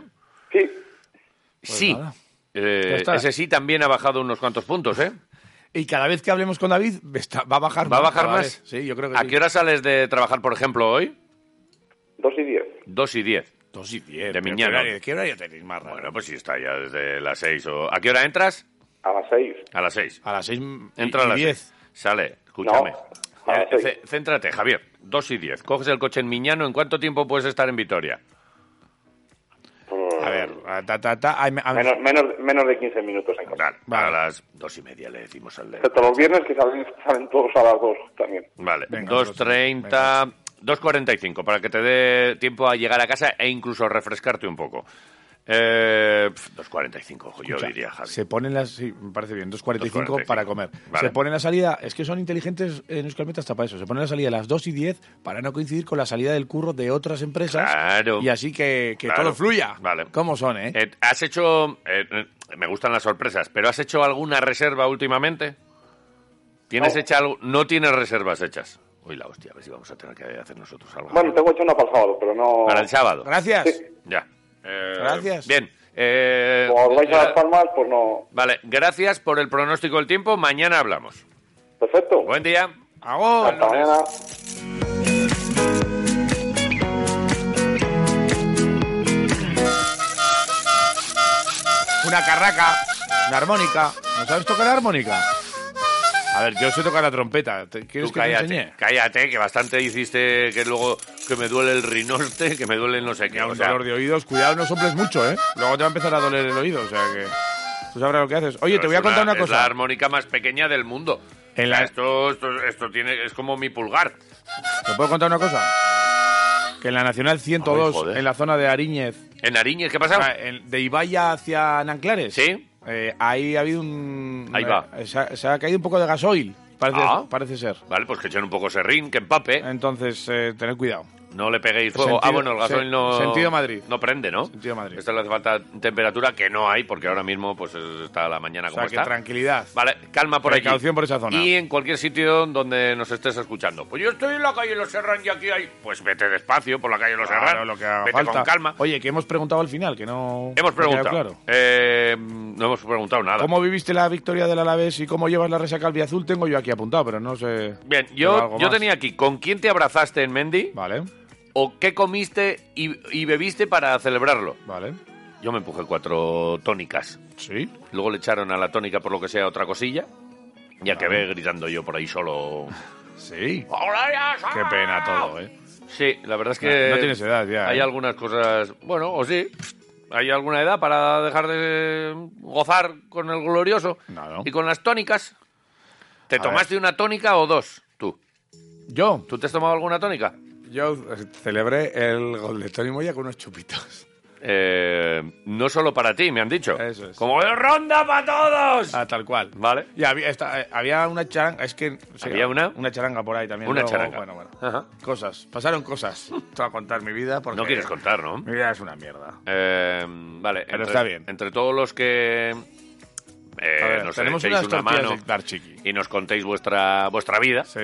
Speaker 8: Sí,
Speaker 3: sí.
Speaker 4: Pues nada.
Speaker 3: Eh,
Speaker 4: Ya está.
Speaker 3: ese sí también ha bajado unos cuantos puntos, ¿eh?
Speaker 4: Y cada vez que hablemos con David, está- va a bajar
Speaker 3: ¿Va a bajar
Speaker 4: cada
Speaker 3: más?
Speaker 4: vez. Sí, yo creo que
Speaker 3: ¿A
Speaker 4: sí.
Speaker 3: qué hora sales de trabajar, por ejemplo, hoy?
Speaker 8: dos y diez.
Speaker 3: Dos y diez.
Speaker 4: Dos y diez.
Speaker 3: De
Speaker 4: pero
Speaker 3: mañana.
Speaker 4: ¿qué horario- ¿Qué horario tenéis más raro?
Speaker 3: Bueno, pues sí, está ya desde las seis o... ¿A qué hora entras?
Speaker 8: A las seis.
Speaker 3: A las seis.
Speaker 4: A las seis
Speaker 3: Entra a las
Speaker 4: diez.
Speaker 3: seis. Sale, escúchame.
Speaker 8: No, a las
Speaker 3: Eh,
Speaker 8: seis.
Speaker 3: ce- céntrate, Javier. Dos y diez. Coges el coche en Miñano. ¿En cuánto tiempo puedes estar en Vitoria?
Speaker 4: A ver, a- ta, ta, ta, a- a-
Speaker 8: Menos, menos, menos de 15 minutos en casa.
Speaker 3: Vale.
Speaker 4: Vale.
Speaker 3: A las dos y media le decimos
Speaker 8: <laughs>
Speaker 3: al de...
Speaker 8: Excepto los viernes que salen, <laughs> salen todos a las dos también.
Speaker 3: Vale.
Speaker 4: Venga,
Speaker 3: Dos treinta... Dos cuarenta y cinco, para que te dé tiempo a llegar a casa e incluso refrescarte un poco. Eh, pf, 2.45, yo
Speaker 4: Escucha,
Speaker 3: diría, Javi.
Speaker 4: Se ponen las. Sí, me parece bien, 2.45
Speaker 3: 2.45,
Speaker 4: para comer.
Speaker 3: vale.
Speaker 4: Se ponen la salida. Es que son inteligentes eh, en Euskal Meta hasta para eso. Se ponen la salida a las 2 y 10 para no coincidir con la salida del curro de otras empresas.
Speaker 3: Claro.
Speaker 4: Y así que, que
Speaker 3: Claro.
Speaker 4: todo fluya.
Speaker 3: Vale.
Speaker 4: ¿Cómo son, eh?
Speaker 3: Eh, ¿Has hecho... eh, eh, me gustan las sorpresas, pero ¿has hecho alguna reserva últimamente? ¿Tienes
Speaker 8: No.
Speaker 3: hecha algo? No tienes reservas hechas. Uy, la hostia, a ver si vamos a tener que hacer nosotros algo.
Speaker 8: Bueno, tengo hecho una para el sábado, pero no...
Speaker 3: Para el sábado.
Speaker 4: Gracias.
Speaker 8: Sí.
Speaker 3: Ya. Eh,
Speaker 4: Gracias.
Speaker 3: Bien. Eh,
Speaker 8: Como os vais a
Speaker 3: gra-
Speaker 8: las palmas, pues no...
Speaker 3: Vale, gracias por el pronóstico del tiempo. Mañana hablamos.
Speaker 8: Perfecto.
Speaker 3: Buen día.
Speaker 4: Agón.
Speaker 8: Hasta mañana.
Speaker 4: Una carraca. Una armónica. ¿No sabes tocar armónica? A ver, yo sé tocar la trompeta. ¿Te- ¿Quieres
Speaker 3: Tú
Speaker 4: que te
Speaker 3: cállate,
Speaker 4: enseñe?
Speaker 3: cállate, que bastante hiciste que luego que me duele el rinoste, que me duele no sé qué.
Speaker 4: Ya,
Speaker 3: o
Speaker 4: un
Speaker 3: sea,
Speaker 4: dolor de oídos, cuidado, no soples mucho, ¿eh? Luego te va a empezar a doler el oído, o sea que tú sabrás lo que haces. Oye,
Speaker 3: pero
Speaker 4: te voy
Speaker 3: es
Speaker 4: a contar una,
Speaker 3: Es la
Speaker 4: cosa.
Speaker 3: armónica más pequeña del mundo.
Speaker 4: En la-
Speaker 3: esto, esto, esto tiene, es como mi pulgar.
Speaker 4: ¿Te puedo contar una cosa? Que en la Nacional 102,
Speaker 3: Ay, joder.
Speaker 4: en la zona de Ariñez,
Speaker 3: En Ariñez, ¿qué pasa?
Speaker 4: ah, en- de Ibaya hacia Nanclares,
Speaker 3: Sí.
Speaker 4: eh, ahí ha habido un...
Speaker 3: Ahí va.
Speaker 4: eh, se, ha, se ha caído un poco de gasoil, parece,
Speaker 3: Ah.
Speaker 4: parece ser.
Speaker 3: Vale, pues que echen un poco serrín, que empape.
Speaker 4: Entonces, eh, tened cuidado.
Speaker 3: No le peguéis fuego.
Speaker 4: Sentido-
Speaker 3: ah, bueno, el gasoil
Speaker 4: sen-
Speaker 3: no.
Speaker 4: sentido Madrid.
Speaker 3: No prende, ¿no?
Speaker 4: Sentido Madrid.
Speaker 3: Esto le hace falta temperatura que no hay, porque ahora mismo pues está la mañana
Speaker 4: O
Speaker 3: como
Speaker 4: sea, que
Speaker 3: está.
Speaker 4: tranquilidad.
Speaker 3: Vale, calma por allí.
Speaker 4: Precaución por esa zona.
Speaker 3: Y en cualquier sitio donde nos estés escuchando. Pues yo estoy en la calle Los Serran y aquí hay. Pues vete despacio por la calle Los
Speaker 4: Claro,
Speaker 3: Serran.
Speaker 4: lo que haga
Speaker 3: vete
Speaker 4: falta.
Speaker 3: con calma.
Speaker 4: Oye, que hemos preguntado al final, que no... no ha
Speaker 3: hemos
Speaker 4: quedado
Speaker 3: preguntado.
Speaker 4: Claro.
Speaker 3: Eh, no hemos preguntado nada.
Speaker 4: ¿Cómo viviste la victoria del Alavés y cómo llevas la resaca al Biazul? Tengo yo aquí apuntado, pero no sé.
Speaker 3: Bien,
Speaker 4: Pero
Speaker 3: yo,
Speaker 4: algo
Speaker 3: yo
Speaker 4: más.
Speaker 3: tenía aquí. ¿Con quién te abrazaste en Mendy?
Speaker 4: Vale,
Speaker 3: ¿O qué comiste y, y bebiste para celebrarlo?
Speaker 4: vale.
Speaker 3: Yo me empujé cuatro tónicas.
Speaker 4: Sí.
Speaker 3: Luego le echaron a la tónica por lo que sea otra cosilla. Y acabé gritando yo por ahí solo.
Speaker 4: Sí.
Speaker 3: ¡Hola, ya sa-!
Speaker 4: Qué pena todo, ¿eh?
Speaker 3: Sí, la verdad es que.
Speaker 4: No, no tienes edad ya,
Speaker 3: Hay
Speaker 4: ¿eh?
Speaker 3: algunas cosas. Bueno, o sí. Hay alguna edad para dejar de gozar con el glorioso.
Speaker 4: No, no.
Speaker 3: Y con las tónicas. ¿Te
Speaker 4: A
Speaker 3: tomaste una tónica o dos? Tú.
Speaker 4: Yo,
Speaker 3: ¿Tú te has tomado alguna tónica?
Speaker 4: yo eh, celebré el gol de Tony Moya con unos chupitos.
Speaker 3: Eh, no solo para ti, me han dicho.
Speaker 4: Eso es.
Speaker 3: Como de ronda para todos.
Speaker 4: Ah, tal cual.
Speaker 3: Vale.
Speaker 4: Y había, esta- eh, había una charanga, es que... sí,
Speaker 3: ¿Había una?
Speaker 4: Una charanga por ahí también.
Speaker 3: Una
Speaker 4: luego,
Speaker 3: charanga.
Speaker 4: Bueno, bueno.
Speaker 3: Ajá.
Speaker 4: Cosas, pasaron cosas. Te voy a contar mi vida porque...
Speaker 3: No quieres contar, ¿no?
Speaker 4: Mi vida es una mierda.
Speaker 3: Eh, vale.
Speaker 4: Pero está bien.
Speaker 3: Entre todos los que eh,
Speaker 4: A ver,
Speaker 3: nos
Speaker 4: tenemos
Speaker 3: echéis
Speaker 4: unas
Speaker 3: una
Speaker 4: tortillas
Speaker 3: mano
Speaker 4: del Bar Chiqui.
Speaker 3: y nos contéis vuestra vuestra vida,
Speaker 4: Sí.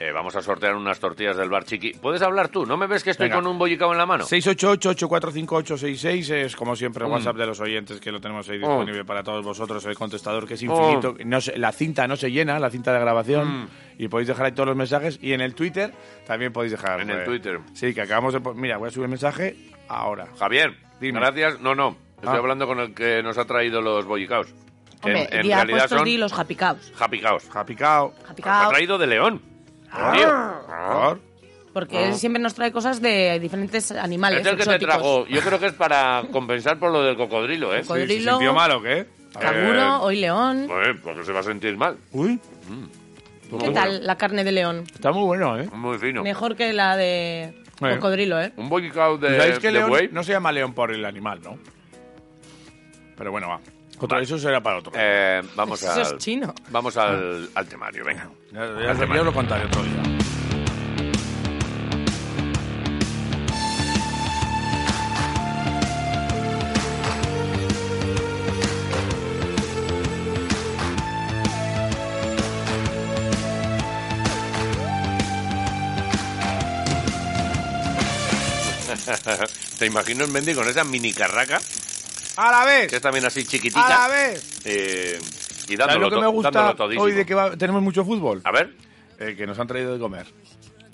Speaker 3: eh, vamos a sortear unas tortillas del bar chiqui. ¿Puedes hablar tú? ¿No me ves que estoy
Speaker 4: Venga.
Speaker 3: con un bollicao en la mano?
Speaker 4: 688-845-866 es como siempre el
Speaker 3: Mm.
Speaker 4: WhatsApp de los oyentes que lo tenemos ahí disponible para todos vosotros, el contestador que es
Speaker 3: Mm.
Speaker 4: infinito, no se- la cinta no se llena, la cinta de grabación y podéis dejar ahí todos los mensajes y en el Twitter también podéis dejar. pues.
Speaker 3: En el Twitter.
Speaker 4: Sí, que acabamos de... po- Mira, voy a subir el mensaje ahora.
Speaker 3: Javier,
Speaker 4: Dime.
Speaker 3: gracias. No, no. Estoy
Speaker 4: Ah.
Speaker 3: hablando con el que nos ha traído los bollicaos. Que
Speaker 7: Hombre,
Speaker 3: en, en
Speaker 7: día
Speaker 3: realidad
Speaker 7: puestos
Speaker 3: son
Speaker 7: di los happy cows.
Speaker 3: happy caos.
Speaker 4: Happy Ah. Cow.
Speaker 7: Happy
Speaker 3: Ha
Speaker 7: cows,
Speaker 3: traído de León.
Speaker 4: Por favor.
Speaker 7: porque él siempre nos trae cosas de diferentes animales
Speaker 3: Este Es el que te
Speaker 7: exóticos.
Speaker 3: trajo. Yo creo que es para compensar por lo del cocodrilo, ¿eh?
Speaker 7: Cocodrilo.
Speaker 4: Sí, ¿Se sintió mal o qué?
Speaker 7: Canguro, hoy león.
Speaker 3: Pues, porque se va a sentir mal. Mm.
Speaker 4: Uy,
Speaker 7: ¿Qué tal la carne de león?
Speaker 4: está muy bueno, ¿eh?
Speaker 3: Muy fino.
Speaker 7: Mejor que la de
Speaker 4: Bueno.
Speaker 7: cocodrilo, ¿eh?
Speaker 3: Un boycott de,
Speaker 4: ¿Sabéis que
Speaker 3: de
Speaker 4: León
Speaker 3: buey.
Speaker 4: no se llama León por el animal, no? Pero bueno, va. Contra
Speaker 3: Vale.
Speaker 4: eso será para otro.
Speaker 3: Eh, vamos
Speaker 7: Eso
Speaker 3: al,
Speaker 7: es chino.
Speaker 3: Vamos al, al temario, venga.
Speaker 4: Ya, ya- ya os lo contaré otro día.
Speaker 3: <laughs> Te imagino en Mendy con esa mini carraca,
Speaker 4: ¡A la
Speaker 3: que es
Speaker 4: vez!
Speaker 3: también así
Speaker 4: ¡A la
Speaker 3: chiquitita.
Speaker 4: vez!
Speaker 3: eh, y
Speaker 4: ¿Sabes
Speaker 3: dándolo,
Speaker 4: lo que
Speaker 3: to-
Speaker 4: me gusta
Speaker 3: dándolo todísimo.
Speaker 4: hoy de que va- tenemos mucho fútbol?
Speaker 3: A ver,
Speaker 4: Eh, que nos han traído de comer.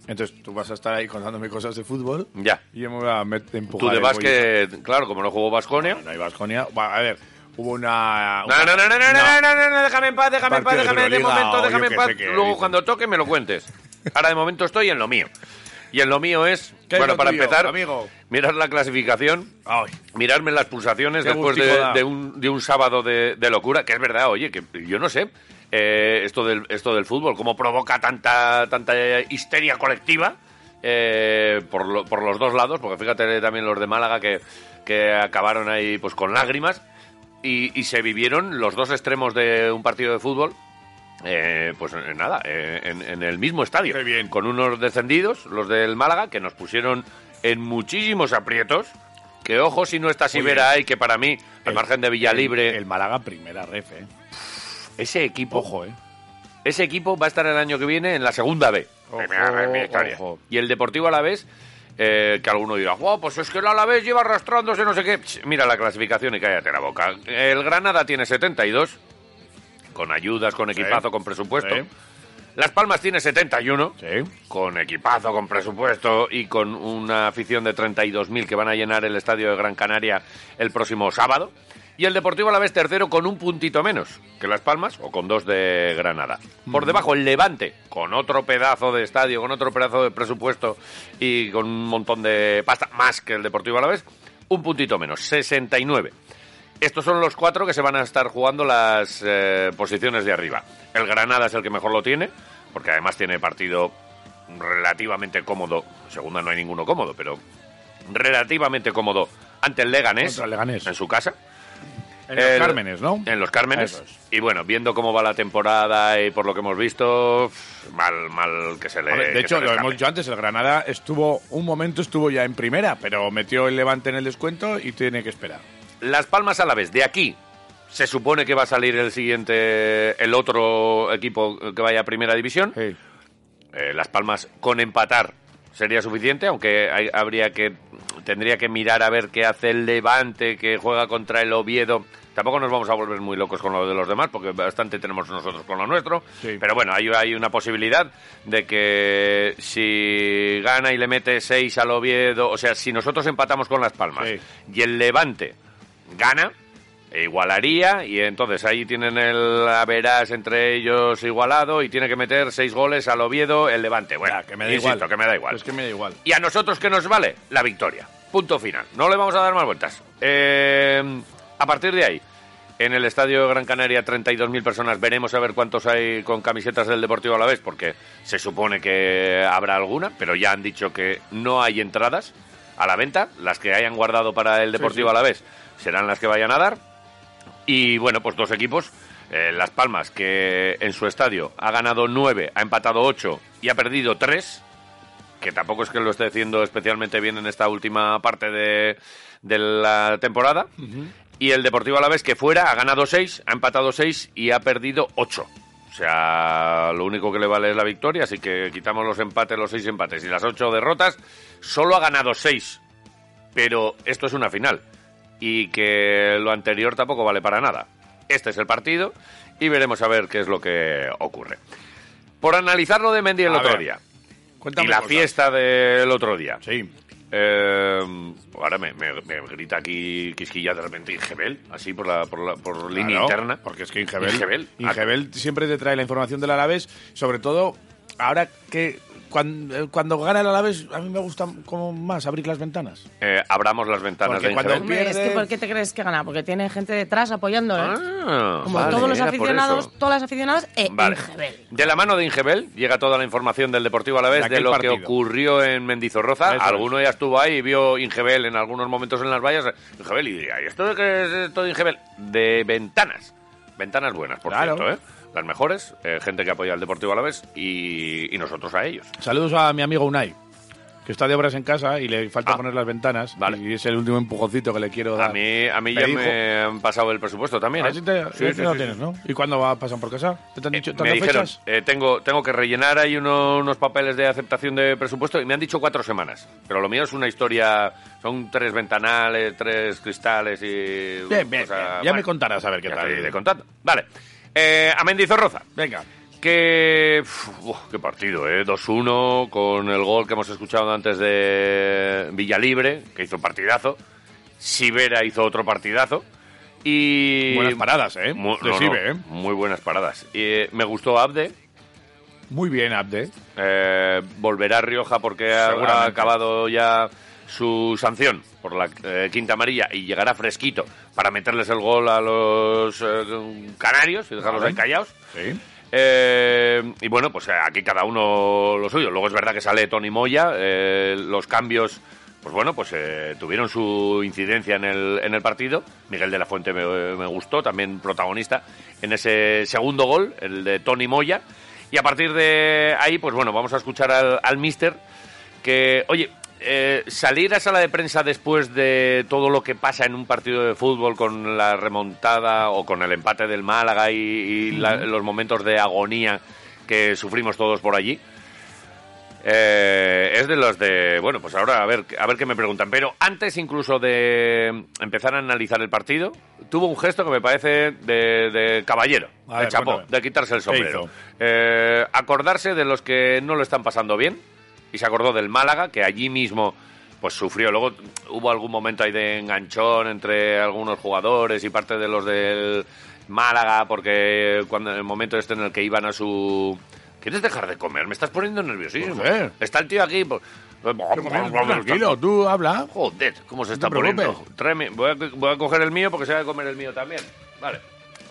Speaker 4: Entonces tú vas a estar ahí contándome cosas de fútbol
Speaker 3: ya.
Speaker 4: y yo me voy a met- empujar.
Speaker 3: Tú de
Speaker 4: el
Speaker 3: básquet, claro, como no jugó Basconia.
Speaker 4: bollito. No hay Vasconia. A ver, hubo una.
Speaker 3: No, no, no, no, no, no, no, no, no, no, déjame en paz, déjame en paz,
Speaker 4: Partido de
Speaker 3: déjame de
Speaker 4: Euroliga o
Speaker 3: momento,
Speaker 4: yo
Speaker 3: déjame en
Speaker 4: qué
Speaker 3: paz.
Speaker 4: sé qué
Speaker 3: Luego
Speaker 4: dicen.
Speaker 3: cuando toque me lo cuentes. Ahora de momento estoy en lo mío. Y en lo mío es,
Speaker 4: ¿Qué es
Speaker 3: bueno,
Speaker 4: lo
Speaker 3: para
Speaker 4: tuyo,
Speaker 3: empezar,
Speaker 4: amigo?
Speaker 3: mirar la clasificación.
Speaker 4: Ay,
Speaker 3: mirarme las pulsaciones
Speaker 4: Qué
Speaker 3: después
Speaker 4: gustico
Speaker 3: de,
Speaker 4: da.
Speaker 3: de un, de un sábado de, de locura, que es verdad, oye, que yo no sé eh, esto, del, esto del fútbol, cómo provoca tanta, tanta histeria colectiva eh, por, lo- por los dos lados, porque fíjate también los de Málaga que, que acabaron ahí pues con lágrimas y, y se vivieron los dos extremos de un partido de fútbol. eh, pues eh, nada, eh, en, en el mismo estadio. Con unos descendidos, los del Málaga, que nos pusieron en muchísimos aprietos. Que ojo si no está Sibera ahí, que para mí, al margen de Villalibre.
Speaker 4: El, el Málaga primera ref, ¿eh?
Speaker 3: Ese equipo.
Speaker 4: Ojo, ¿eh?
Speaker 3: Ese equipo va a estar el año que viene en la segunda B.
Speaker 4: Ojo,
Speaker 3: Primera B, mi historia.
Speaker 4: ojo.
Speaker 3: Y el Deportivo Alavés, eh, que alguno dirá, wow, pues es que el Alavés lleva arrastrándose no sé qué. Ch, Mira la clasificación y cállate la boca. El Granada tiene 72, con ayudas, con equipazo, con presupuesto.
Speaker 4: sí.
Speaker 3: Las Palmas tiene 71,
Speaker 4: Sí.
Speaker 3: con equipazo, con presupuesto y con una afición de 32.000 que van a llenar el estadio de Gran Canaria el próximo sábado. Y el Deportivo Alavés tercero con un puntito menos que Las Palmas o con dos de Granada.
Speaker 4: Mm.
Speaker 3: Por debajo el Levante con otro pedazo de estadio, con otro pedazo de presupuesto y con un montón de pasta más que el Deportivo Alavés, un puntito menos, 69. Estos son los cuatro que se van a estar jugando las eh, posiciones de arriba. El Granada es el que mejor lo tiene, porque además tiene partido relativamente cómodo. Segunda no hay ninguno cómodo, pero relativamente cómodo ante el Leganés,
Speaker 4: Contra el Leganés.
Speaker 3: en su casa.
Speaker 4: En los
Speaker 3: El-
Speaker 4: Cármenes, ¿no?
Speaker 3: En los Cármenes.
Speaker 4: Eso es.
Speaker 3: Y bueno, viendo cómo va la temporada y por lo que hemos visto, pff, mal, mal que se le.
Speaker 4: A ver,
Speaker 3: que
Speaker 4: de
Speaker 3: se
Speaker 4: hecho,
Speaker 3: le
Speaker 4: lo
Speaker 3: escape.
Speaker 4: hemos dicho antes, el Granada estuvo, un momento estuvo ya en primera, pero metió el Levante en el descuento y tiene que esperar.
Speaker 3: Las Palmas a la vez, de aquí se supone que va a salir el siguiente, el otro equipo que vaya a primera división.
Speaker 4: Sí.
Speaker 3: Eh, Las Palmas con empatar sería suficiente, aunque hay- habría que tendría que mirar a ver qué hace el Levante, que juega contra el Oviedo. Tampoco nos vamos a volver muy locos con lo de los demás, porque bastante tenemos nosotros con lo nuestro.
Speaker 4: Sí.
Speaker 3: Pero bueno, hay, hay una posibilidad de que si gana y le mete 6 al Oviedo, o sea, si nosotros empatamos con Las Palmas
Speaker 4: Sí.
Speaker 3: y el Levante gana, e igualaría y entonces ahí tienen el verás entre ellos igualado y tiene que meter seis goles al Oviedo el Levante. Bueno,
Speaker 4: Ya, que me da
Speaker 3: insisto,
Speaker 4: igual.
Speaker 3: que me da igual.
Speaker 4: Es que me da igual.
Speaker 3: ¿Y a nosotros qué nos vale? La victoria. Punto final. No le vamos a dar más vueltas. Eh, a partir de ahí, en el Estadio Gran Canaria, 32.000 personas. Veremos a ver cuántos hay con camisetas del Deportivo a la vez, porque se supone que habrá alguna, pero ya han dicho que no hay entradas a la venta. Las que hayan guardado para el Deportivo a la vez serán las que vayan a dar. Y bueno, pues dos equipos. eh, Las Palmas, que en su estadio ha ganado 9, ha empatado 8 y ha perdido 3 que tampoco es que lo esté haciendo especialmente bien en esta última parte de, de la temporada. Y el Deportivo Alavés, que fuera, ha ganado 6, ha empatado 6 y ha perdido 8. O sea, lo único que le vale es la victoria, así que quitamos los empates, los 6 empates y las 8 derrotas. Solo ha ganado 6, pero esto es una final y que lo anterior tampoco vale para nada. Este es el partido y veremos a ver qué es lo que ocurre. Por analizar lo de Mendy el
Speaker 4: A
Speaker 3: otro
Speaker 4: ver.
Speaker 3: día.
Speaker 4: Cuéntame
Speaker 3: Y la
Speaker 4: cosas.
Speaker 3: fiesta del otro día.
Speaker 4: Sí.
Speaker 3: Eh, ahora me, me- me grita aquí Quisquilla de repente Ingebel, así por la, por la- por línea
Speaker 4: Claro,
Speaker 3: interna.
Speaker 4: Porque es que Ingebel,
Speaker 3: Ingebel.
Speaker 4: Ingebel, siempre te trae la información del Alavés, sobre todo ahora que cuan- eh, cuando, gana el Alavés, a mí me gusta como más abrir las ventanas.
Speaker 3: Eh, abramos las ventanas
Speaker 4: Porque
Speaker 3: de
Speaker 4: cuando-
Speaker 3: Ingebel.
Speaker 7: Hombre, es que
Speaker 4: pierde-
Speaker 7: ¿por qué te crees que gana? Porque tiene gente detrás apoyándolo. ¿eh?
Speaker 3: Ah,
Speaker 7: Como
Speaker 3: vale,
Speaker 7: todos los
Speaker 3: era por
Speaker 7: aficionados,
Speaker 3: eso.
Speaker 7: todas las aficionadas, eh,
Speaker 3: Vale.
Speaker 7: Ingebel.
Speaker 3: De la mano de Ingebel llega toda la información del Deportivo a la vez
Speaker 4: De
Speaker 3: de,
Speaker 4: aquel
Speaker 3: lo que
Speaker 4: partido.
Speaker 3: ocurrió en Mendizorroza.
Speaker 4: Eso es.
Speaker 3: Alguno ya estuvo ahí y vio Ingebel en algunos momentos en las vallas. Ingebel y diría, ¿y esto de qué es esto de Ingebel? De ventanas. Ventanas buenas, por
Speaker 4: Claro.
Speaker 3: cierto, ¿eh? Las mejores, eh, gente que apoya al Deportivo a la vez y, y nosotros a ellos.
Speaker 4: Saludos a mi amigo Unai, que está de obras en casa y le falta
Speaker 3: Ah.
Speaker 4: poner las ventanas.
Speaker 3: Vale.
Speaker 4: Y es el último empujoncito que le quiero dar.
Speaker 3: A mí, a mí
Speaker 4: Me
Speaker 3: ya
Speaker 4: dijo-
Speaker 3: me han pasado el presupuesto también. ¿eh?
Speaker 4: Ah, sí te-
Speaker 3: Sí,
Speaker 4: sí,
Speaker 3: sí,
Speaker 4: lo
Speaker 3: sí,
Speaker 4: tienes,
Speaker 3: sí.
Speaker 4: ¿no? ¿Y cuándo va, pasan por casa? ¿Te han
Speaker 3: Eh,
Speaker 4: dicho te
Speaker 3: me
Speaker 4: han dado
Speaker 3: dijeron,
Speaker 4: fechas?
Speaker 3: eh, tengo, tengo que rellenar ahí uno- unos papeles de aceptación de presupuesto y me han dicho cuatro semanas. Pero lo mío es una historia, son tres ventanales, tres cristales y...
Speaker 4: Bien, bien,
Speaker 3: cosa-
Speaker 4: bien. Ya
Speaker 3: bueno,
Speaker 4: me contarás a ver qué
Speaker 3: ya
Speaker 4: tal.
Speaker 3: te iré contando. Vale. Eh, a Mendizorroza.
Speaker 4: Venga.
Speaker 3: Que. uf, uf, qué partido, ¿eh? 2-1 con el gol que hemos escuchado antes de Villalibre, que hizo un partidazo. Sibera hizo otro partidazo. Y.
Speaker 4: Buenas paradas, ¿eh?
Speaker 3: Mu-
Speaker 4: De
Speaker 3: no, no,
Speaker 4: Sibe, ¿eh?
Speaker 3: Muy buenas paradas. Y, eh, me gustó Abde.
Speaker 4: Muy bien, Abde.
Speaker 3: eh, volverá a Rioja porque ha- ha
Speaker 4: Seguramente.
Speaker 3: acabado ya su sanción por la eh, quinta amarilla y llegará fresquito para meterles el gol a los eh, canarios y dejarlos
Speaker 4: Vale.
Speaker 3: ahí callados.
Speaker 4: Sí.
Speaker 3: Eh, y bueno, pues eh, aquí cada uno lo suyo. Luego es verdad que sale Tony Moya, eh, los cambios. pues, pues bueno, pues eh, tuvieron su incidencia en el, en el partido. Miguel de la Fuente me, me gustó, también protagonista en ese segundo gol, el de Tony Moya. Y a partir de ahí, pues bueno, vamos a escuchar al, al mister que, oye, eh, salir a sala de prensa después de todo lo que pasa en un partido de fútbol con la remontada o con el empate del Málaga y, y la- los momentos de agonía que sufrimos todos por allí. Eh, es de los de. Bueno, pues ahora a ver, a ver qué me preguntan. Pero antes incluso de empezar a analizar el partido, tuvo un gesto que me parece de, de caballero,
Speaker 4: A
Speaker 3: de
Speaker 4: ver,
Speaker 3: chapó,
Speaker 4: cuéntame.
Speaker 3: de quitarse el
Speaker 4: ¿Qué
Speaker 3: sombrero.
Speaker 4: hizo?
Speaker 3: Eh, acordarse de los que no lo están pasando bien. Y se acordó del Málaga, que allí mismo pues sufrió. Luego hubo algún momento ahí de enganchón entre algunos jugadores y parte de los del Málaga, porque cuando en el momento este en el que iban a su. ¿Quieres dejar de comer? Me estás poniendo nerviosísimo.
Speaker 4: ¿Por qué?
Speaker 3: Está el tío aquí. Pues...
Speaker 4: Tranquilo, tú habla.
Speaker 3: Joder, ¿cómo se
Speaker 4: No
Speaker 3: está
Speaker 4: te
Speaker 3: poniendo?
Speaker 4: preocupes.
Speaker 3: Tráeme- voy, a, voy a coger el mío porque se va a comer el mío también. Vale.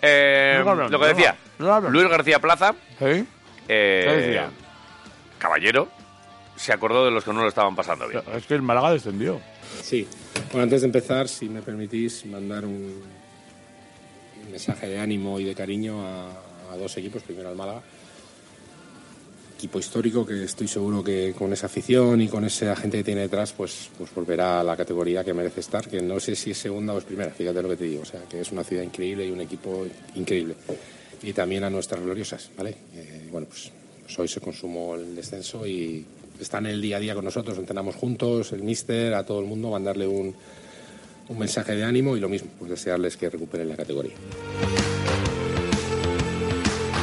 Speaker 3: Eh,
Speaker 4: No hablan,
Speaker 3: lo que
Speaker 4: no
Speaker 3: decía,
Speaker 4: hablan, no hablan.
Speaker 3: Luis García Plaza,
Speaker 4: ¿Sí?
Speaker 3: eh,
Speaker 4: ¿Qué decía?
Speaker 3: caballero, se acordó de los que no lo estaban pasando bien.
Speaker 4: Es que el Málaga descendió.
Speaker 5: Sí. Bueno, antes de empezar, si me permitís, mandar un, un mensaje de ánimo y de cariño a, a dos equipos. Primero al Málaga, equipo histórico que estoy seguro que con esa afición y con esa gente que tiene detrás, pues, pues volverá a la categoría que merece estar, que no sé si es segunda o es primera, fíjate lo que te digo. O sea, que es una ciudad increíble y un equipo increíble. Y también a nuestras gloriosas, ¿vale? Eh, bueno, pues, pues hoy se consumó el descenso y están el día a día con nosotros, entrenamos juntos, el míster, a todo el mundo, mandarle un, un mensaje de ánimo y lo mismo, pues desearles que recuperen la categoría.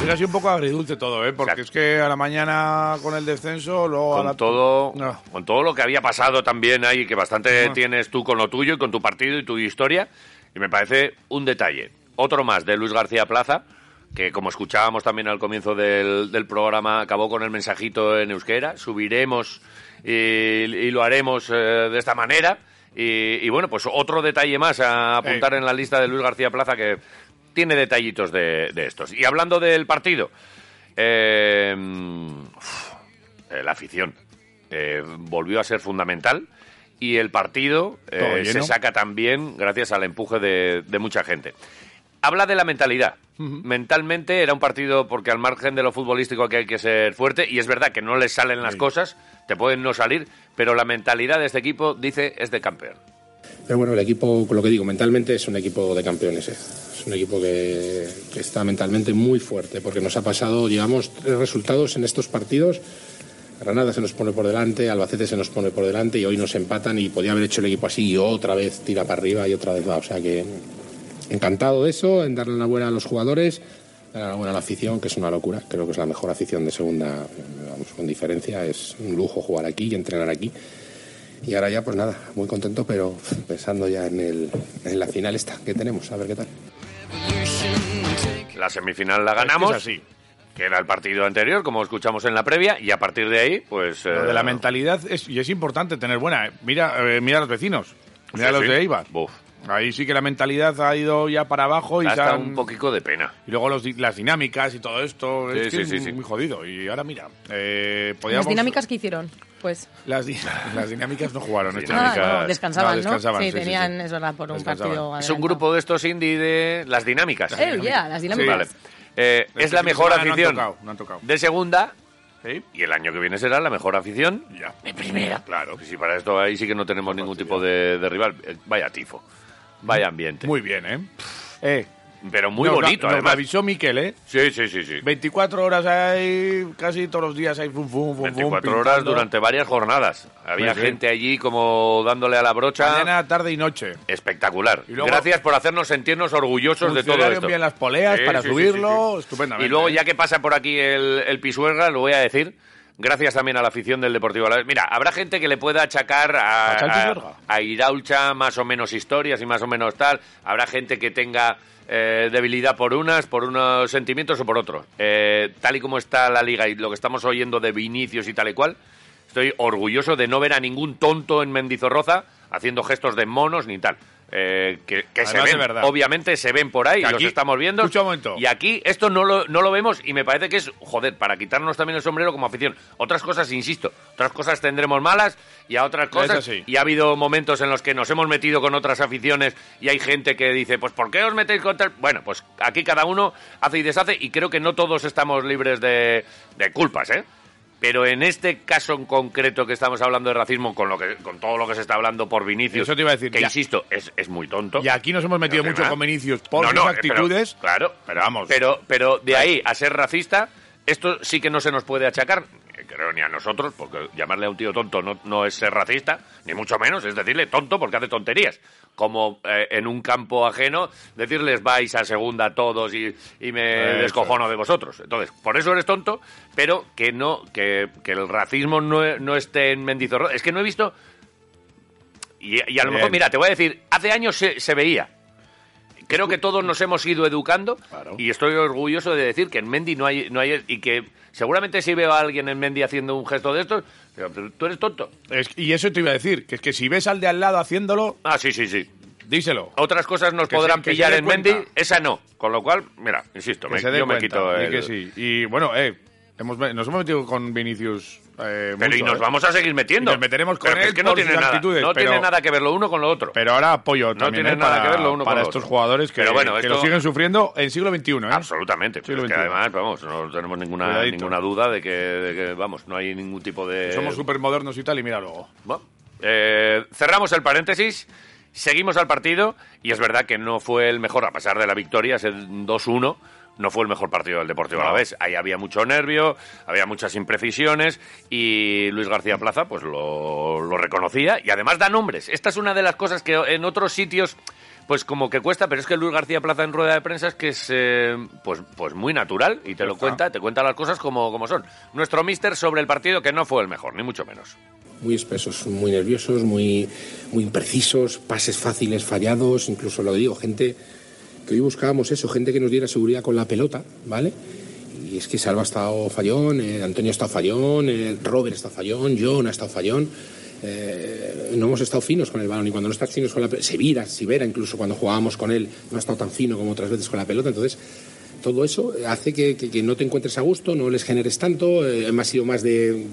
Speaker 4: Es así un poco agridulce todo, ¿eh? Porque
Speaker 3: Exacto.
Speaker 4: es que a la mañana con el descenso, luego a
Speaker 3: Con
Speaker 4: la...
Speaker 3: todo,
Speaker 4: No.
Speaker 3: con todo lo que había pasado también ahí, que bastante tienes tú con lo tuyo y con tu partido y tu historia, y me parece un detalle. Otro más de Luis García Plaza, que como escuchábamos también al comienzo del, del programa, acabó con el mensajito en euskera, subiremos y, y lo haremos eh, de esta manera. Y, y bueno, pues otro detalle más a apuntar en la lista de Luis García Plaza que tiene detallitos de, de estos. Y hablando del partido, eh, eh, la afición eh, volvió a ser fundamental y el partido eh,
Speaker 4: Todo lleno.
Speaker 3: se saca también gracias al empuje de, de mucha gente. Habla de la mentalidad. Mentalmente era un partido porque al margen de lo futbolístico que hay que ser fuerte y es verdad que no les salen las cosas, te pueden no salir, pero la mentalidad de este equipo dice es de campeón.
Speaker 5: Pero bueno, el equipo, con lo que digo, mentalmente es un equipo de campeones. ¿eh? Es un equipo que, que está mentalmente muy fuerte, porque nos ha pasado, llevamos tres resultados en estos partidos. Granada se nos pone por delante, Albacete se nos pone por delante y hoy nos empatan y podía haber hecho el equipo así y otra vez tira para arriba y otra vez va. O sea que encantado de eso, en darle una buena a los jugadores, darle una buena a la afición, que es una locura. Creo que es la mejor afición de segunda, vamos, con diferencia. Es un lujo jugar aquí y entrenar aquí. Y ahora ya, pues nada, muy contento, pero pensando ya en, el, en la final esta que tenemos, a ver qué tal.
Speaker 3: La semifinal la ganamos.
Speaker 4: Es así.
Speaker 3: que era el partido anterior, como escuchamos en la previa, y a partir de ahí, pues...
Speaker 4: Lo
Speaker 3: eh,
Speaker 4: de la mentalidad es, y es importante tener buena. eh. Mira, eh, mira a los vecinos. Mira a
Speaker 3: Sí,
Speaker 4: los
Speaker 3: sí.
Speaker 4: de Eibar.
Speaker 3: Buf.
Speaker 4: Ahí sí que la mentalidad ha ido ya para abajo y,
Speaker 3: da
Speaker 4: se
Speaker 3: hasta
Speaker 4: han-
Speaker 3: un poquito de pena.
Speaker 4: y luego los di- las dinámicas y todo esto. es
Speaker 3: Sí,
Speaker 4: que
Speaker 3: sí,
Speaker 4: es
Speaker 3: sí, sí.
Speaker 4: muy jodido. Y ahora mira, eh,
Speaker 7: Las
Speaker 4: podíamos-
Speaker 7: dinámicas que hicieron, pues.
Speaker 4: Las, di- <laughs> las dinámicas no jugaron. estas
Speaker 7: Ah,
Speaker 4: dinámicas-
Speaker 7: no, descansaban, ¿no?
Speaker 4: descansaban,
Speaker 7: sí,
Speaker 4: sí, sí, sí.
Speaker 7: tenían, es verdad, por un
Speaker 4: Descansaban.
Speaker 7: partido.
Speaker 3: Es un
Speaker 7: adelantado.
Speaker 3: grupo de estos indie de las dinámicas.
Speaker 7: Eh, ya, las dinámicas.
Speaker 3: Vale. Eh,
Speaker 4: Este
Speaker 3: es la
Speaker 4: fin de
Speaker 3: mejor
Speaker 4: semana no han
Speaker 3: afición
Speaker 4: tocado, no han tocado.
Speaker 3: de segunda
Speaker 4: Sí.
Speaker 3: y el año que viene será la mejor afición
Speaker 4: Ya.
Speaker 3: de primera. Claro. Si para esto ahí sí que no tenemos ningún tipo de, de rival. Eh, Vaya tifo, vaya ambiente.
Speaker 4: Muy bien, ¿eh? Eh,
Speaker 3: pero muy
Speaker 4: nos la-
Speaker 3: bonito,
Speaker 4: nos la
Speaker 3: además.
Speaker 4: avisó Miquel, ¿eh?
Speaker 3: Sí, sí, sí, sí.
Speaker 4: 24 horas hay, casi todos los días hay fum fum fum
Speaker 3: 24 horas durante varias jornadas. Había
Speaker 4: Sí, sí.
Speaker 3: gente allí como dándole a la brocha.
Speaker 4: mañana, tarde y noche.
Speaker 3: Espectacular.
Speaker 4: Y luego-
Speaker 3: Gracias por hacernos sentirnos orgullosos de todo
Speaker 4: Funcionario
Speaker 3: esto.
Speaker 4: envía las poleas para subirlo, estupendamente,
Speaker 3: Y luego,
Speaker 4: ¿eh?
Speaker 3: ya que pasa por aquí el, el Pisuerga, lo voy a decir. Gracias también a la afición del Deportivo Alavés. Mira, habrá gente que le pueda achacar a,
Speaker 4: ¿Achaca el
Speaker 3: a-
Speaker 4: Pisuerga?
Speaker 3: a Iraucha más o menos historias y más o menos tal. Habrá gente que tenga eh, debilidad por unas, por unos sentimientos o por otros. Eh, tal y como está la liga y lo que estamos oyendo de Vinicius y tal y cual, estoy orgulloso de no ver a ningún tonto en Mendizorroza haciendo gestos de monos ni tal. Eh, eh, que, que se
Speaker 4: Además de
Speaker 3: ven,
Speaker 4: verdad.
Speaker 3: obviamente se ven por ahí,
Speaker 4: Que
Speaker 3: los
Speaker 4: aquí-
Speaker 3: estamos viendo.
Speaker 4: escucha un momento.
Speaker 3: Y aquí esto no lo, no lo vemos y me parece que es, joder, para quitarnos también el sombrero como afición. Otras cosas, insisto, otras cosas tendremos malas y a otras cosas.
Speaker 4: Eso sí.
Speaker 3: Y ha habido momentos en los que nos hemos metido con otras aficiones y hay gente que dice, pues ¿por qué os metéis con tal? Bueno, pues aquí cada uno hace y deshace y creo que no todos estamos libres de, de culpas, ¿eh? Pero en este caso en concreto que estamos hablando de racismo, con lo que, con todo lo que se está hablando por Vinicius,
Speaker 4: Eso te iba a decir,
Speaker 3: que
Speaker 4: ya.
Speaker 3: insisto, es, es muy tonto.
Speaker 4: Y aquí nos hemos metido
Speaker 3: No,
Speaker 4: mucho
Speaker 3: ¿verdad?
Speaker 4: con Vinicius por
Speaker 3: No,
Speaker 4: sus
Speaker 3: no, pero-
Speaker 4: actitudes.
Speaker 3: claro,
Speaker 4: pero vamos.
Speaker 3: pero, pero de ahí a ser racista, esto sí que no se nos puede achacar, eh, creo ni a nosotros, porque llamarle a un tío tonto no, no es ser racista, ni mucho menos, es decirle tonto porque hace tonterías. Como eh, en un campo ajeno, decirles vais a segunda todos y, y me
Speaker 4: Eso
Speaker 3: descojono de vosotros. Entonces, por eso eres tonto, pero que no, que, que el racismo no, no esté en Mendizorroza. Es que no he visto. Y, y a lo
Speaker 4: Bien.
Speaker 3: mejor, mira, te voy a decir, hace años se- se veía, Creo que todos nos hemos ido educando
Speaker 4: Claro.
Speaker 3: y estoy orgulloso de decir que en Mendy no hay, no hay y que seguramente si veo a alguien en Mendy haciendo un gesto de estos, digo, "Pero tú eres tonto.
Speaker 4: Es- y eso te iba a decir, que es que si ves al de al lado haciéndolo,
Speaker 3: Ah, sí, sí, sí.
Speaker 4: díselo.
Speaker 3: Otras cosas nos
Speaker 4: Que
Speaker 3: podrán
Speaker 4: se- que se
Speaker 3: pillar
Speaker 4: dé
Speaker 3: en
Speaker 4: cuenta.
Speaker 3: Mendy, esa no. Con lo cual, mira, insisto,
Speaker 4: Que
Speaker 3: me-
Speaker 4: se dé
Speaker 3: yo me
Speaker 4: cuenta,
Speaker 3: quito
Speaker 4: y
Speaker 3: el-
Speaker 4: que sí. Y bueno, eh, hemos- nos hemos metido con Vinicius. eh,
Speaker 3: Pero y
Speaker 4: mucho,
Speaker 3: nos
Speaker 4: eh.
Speaker 3: vamos a seguir metiendo.
Speaker 4: Y nos meteremos con
Speaker 3: Pero es
Speaker 4: él
Speaker 3: que no
Speaker 4: por
Speaker 3: tiene
Speaker 4: sus
Speaker 3: nada,
Speaker 4: actitudes,
Speaker 3: no tiene
Speaker 4: pero-
Speaker 3: nada que ver lo uno con lo otro.
Speaker 4: Pero ahora apoyo
Speaker 3: No
Speaker 4: también,
Speaker 3: tiene
Speaker 4: eh,
Speaker 3: nada
Speaker 4: para,
Speaker 3: que ver lo uno con
Speaker 4: para
Speaker 3: lo
Speaker 4: estos
Speaker 3: otro.
Speaker 4: jugadores que,
Speaker 3: Pero bueno,
Speaker 4: que lo
Speaker 3: esto-
Speaker 4: siguen sufriendo en siglo XXI. ¿eh?
Speaker 3: Absolutamente.
Speaker 4: Siglo
Speaker 3: Pero es que
Speaker 4: XXI.
Speaker 3: además, vamos, no tenemos ninguna
Speaker 4: Cuidadito.
Speaker 3: ninguna duda de que, de que, vamos, no hay ningún tipo de
Speaker 4: Somos súper modernos y tal, y mira luego.
Speaker 3: Bueno, eh, cerramos el paréntesis, seguimos al partido y es verdad que no fue el mejor, a pesar de la victoria, ese 2-1. No fue el mejor partido del Deportivo a la vez. Ahí había mucho nervio, había muchas imprecisiones y Luis García Plaza pues lo, lo reconocía y además da nombres. Esta es una de las cosas que en otros sitios pues como que cuesta, pero es que Luis García Plaza en rueda de prensa es que es eh, pues, pues muy natural y te lo cuenta, te cuenta las cosas como, como son. Nuestro mister sobre el partido que no fue el mejor, ni mucho menos.
Speaker 5: muy espesos, muy nerviosos, muy, muy imprecisos, pases fáciles fallados, incluso lo digo, gente que hoy buscábamos eso, gente que nos diera seguridad con la pelota, ¿vale? Y es que Salva ha estado fallón, eh, Antonio ha estado fallón, eh, Robert ha estado fallón, John ha estado fallón. eh, no hemos estado finos con el balón y cuando no estás finos con la pelota, Severa, Sivera incluso cuando jugábamos con él no ha estado tan fino como otras veces con la pelota, entonces todo eso hace que, que- que no te encuentres a gusto, no les generes tanto. eh, hemos sido más de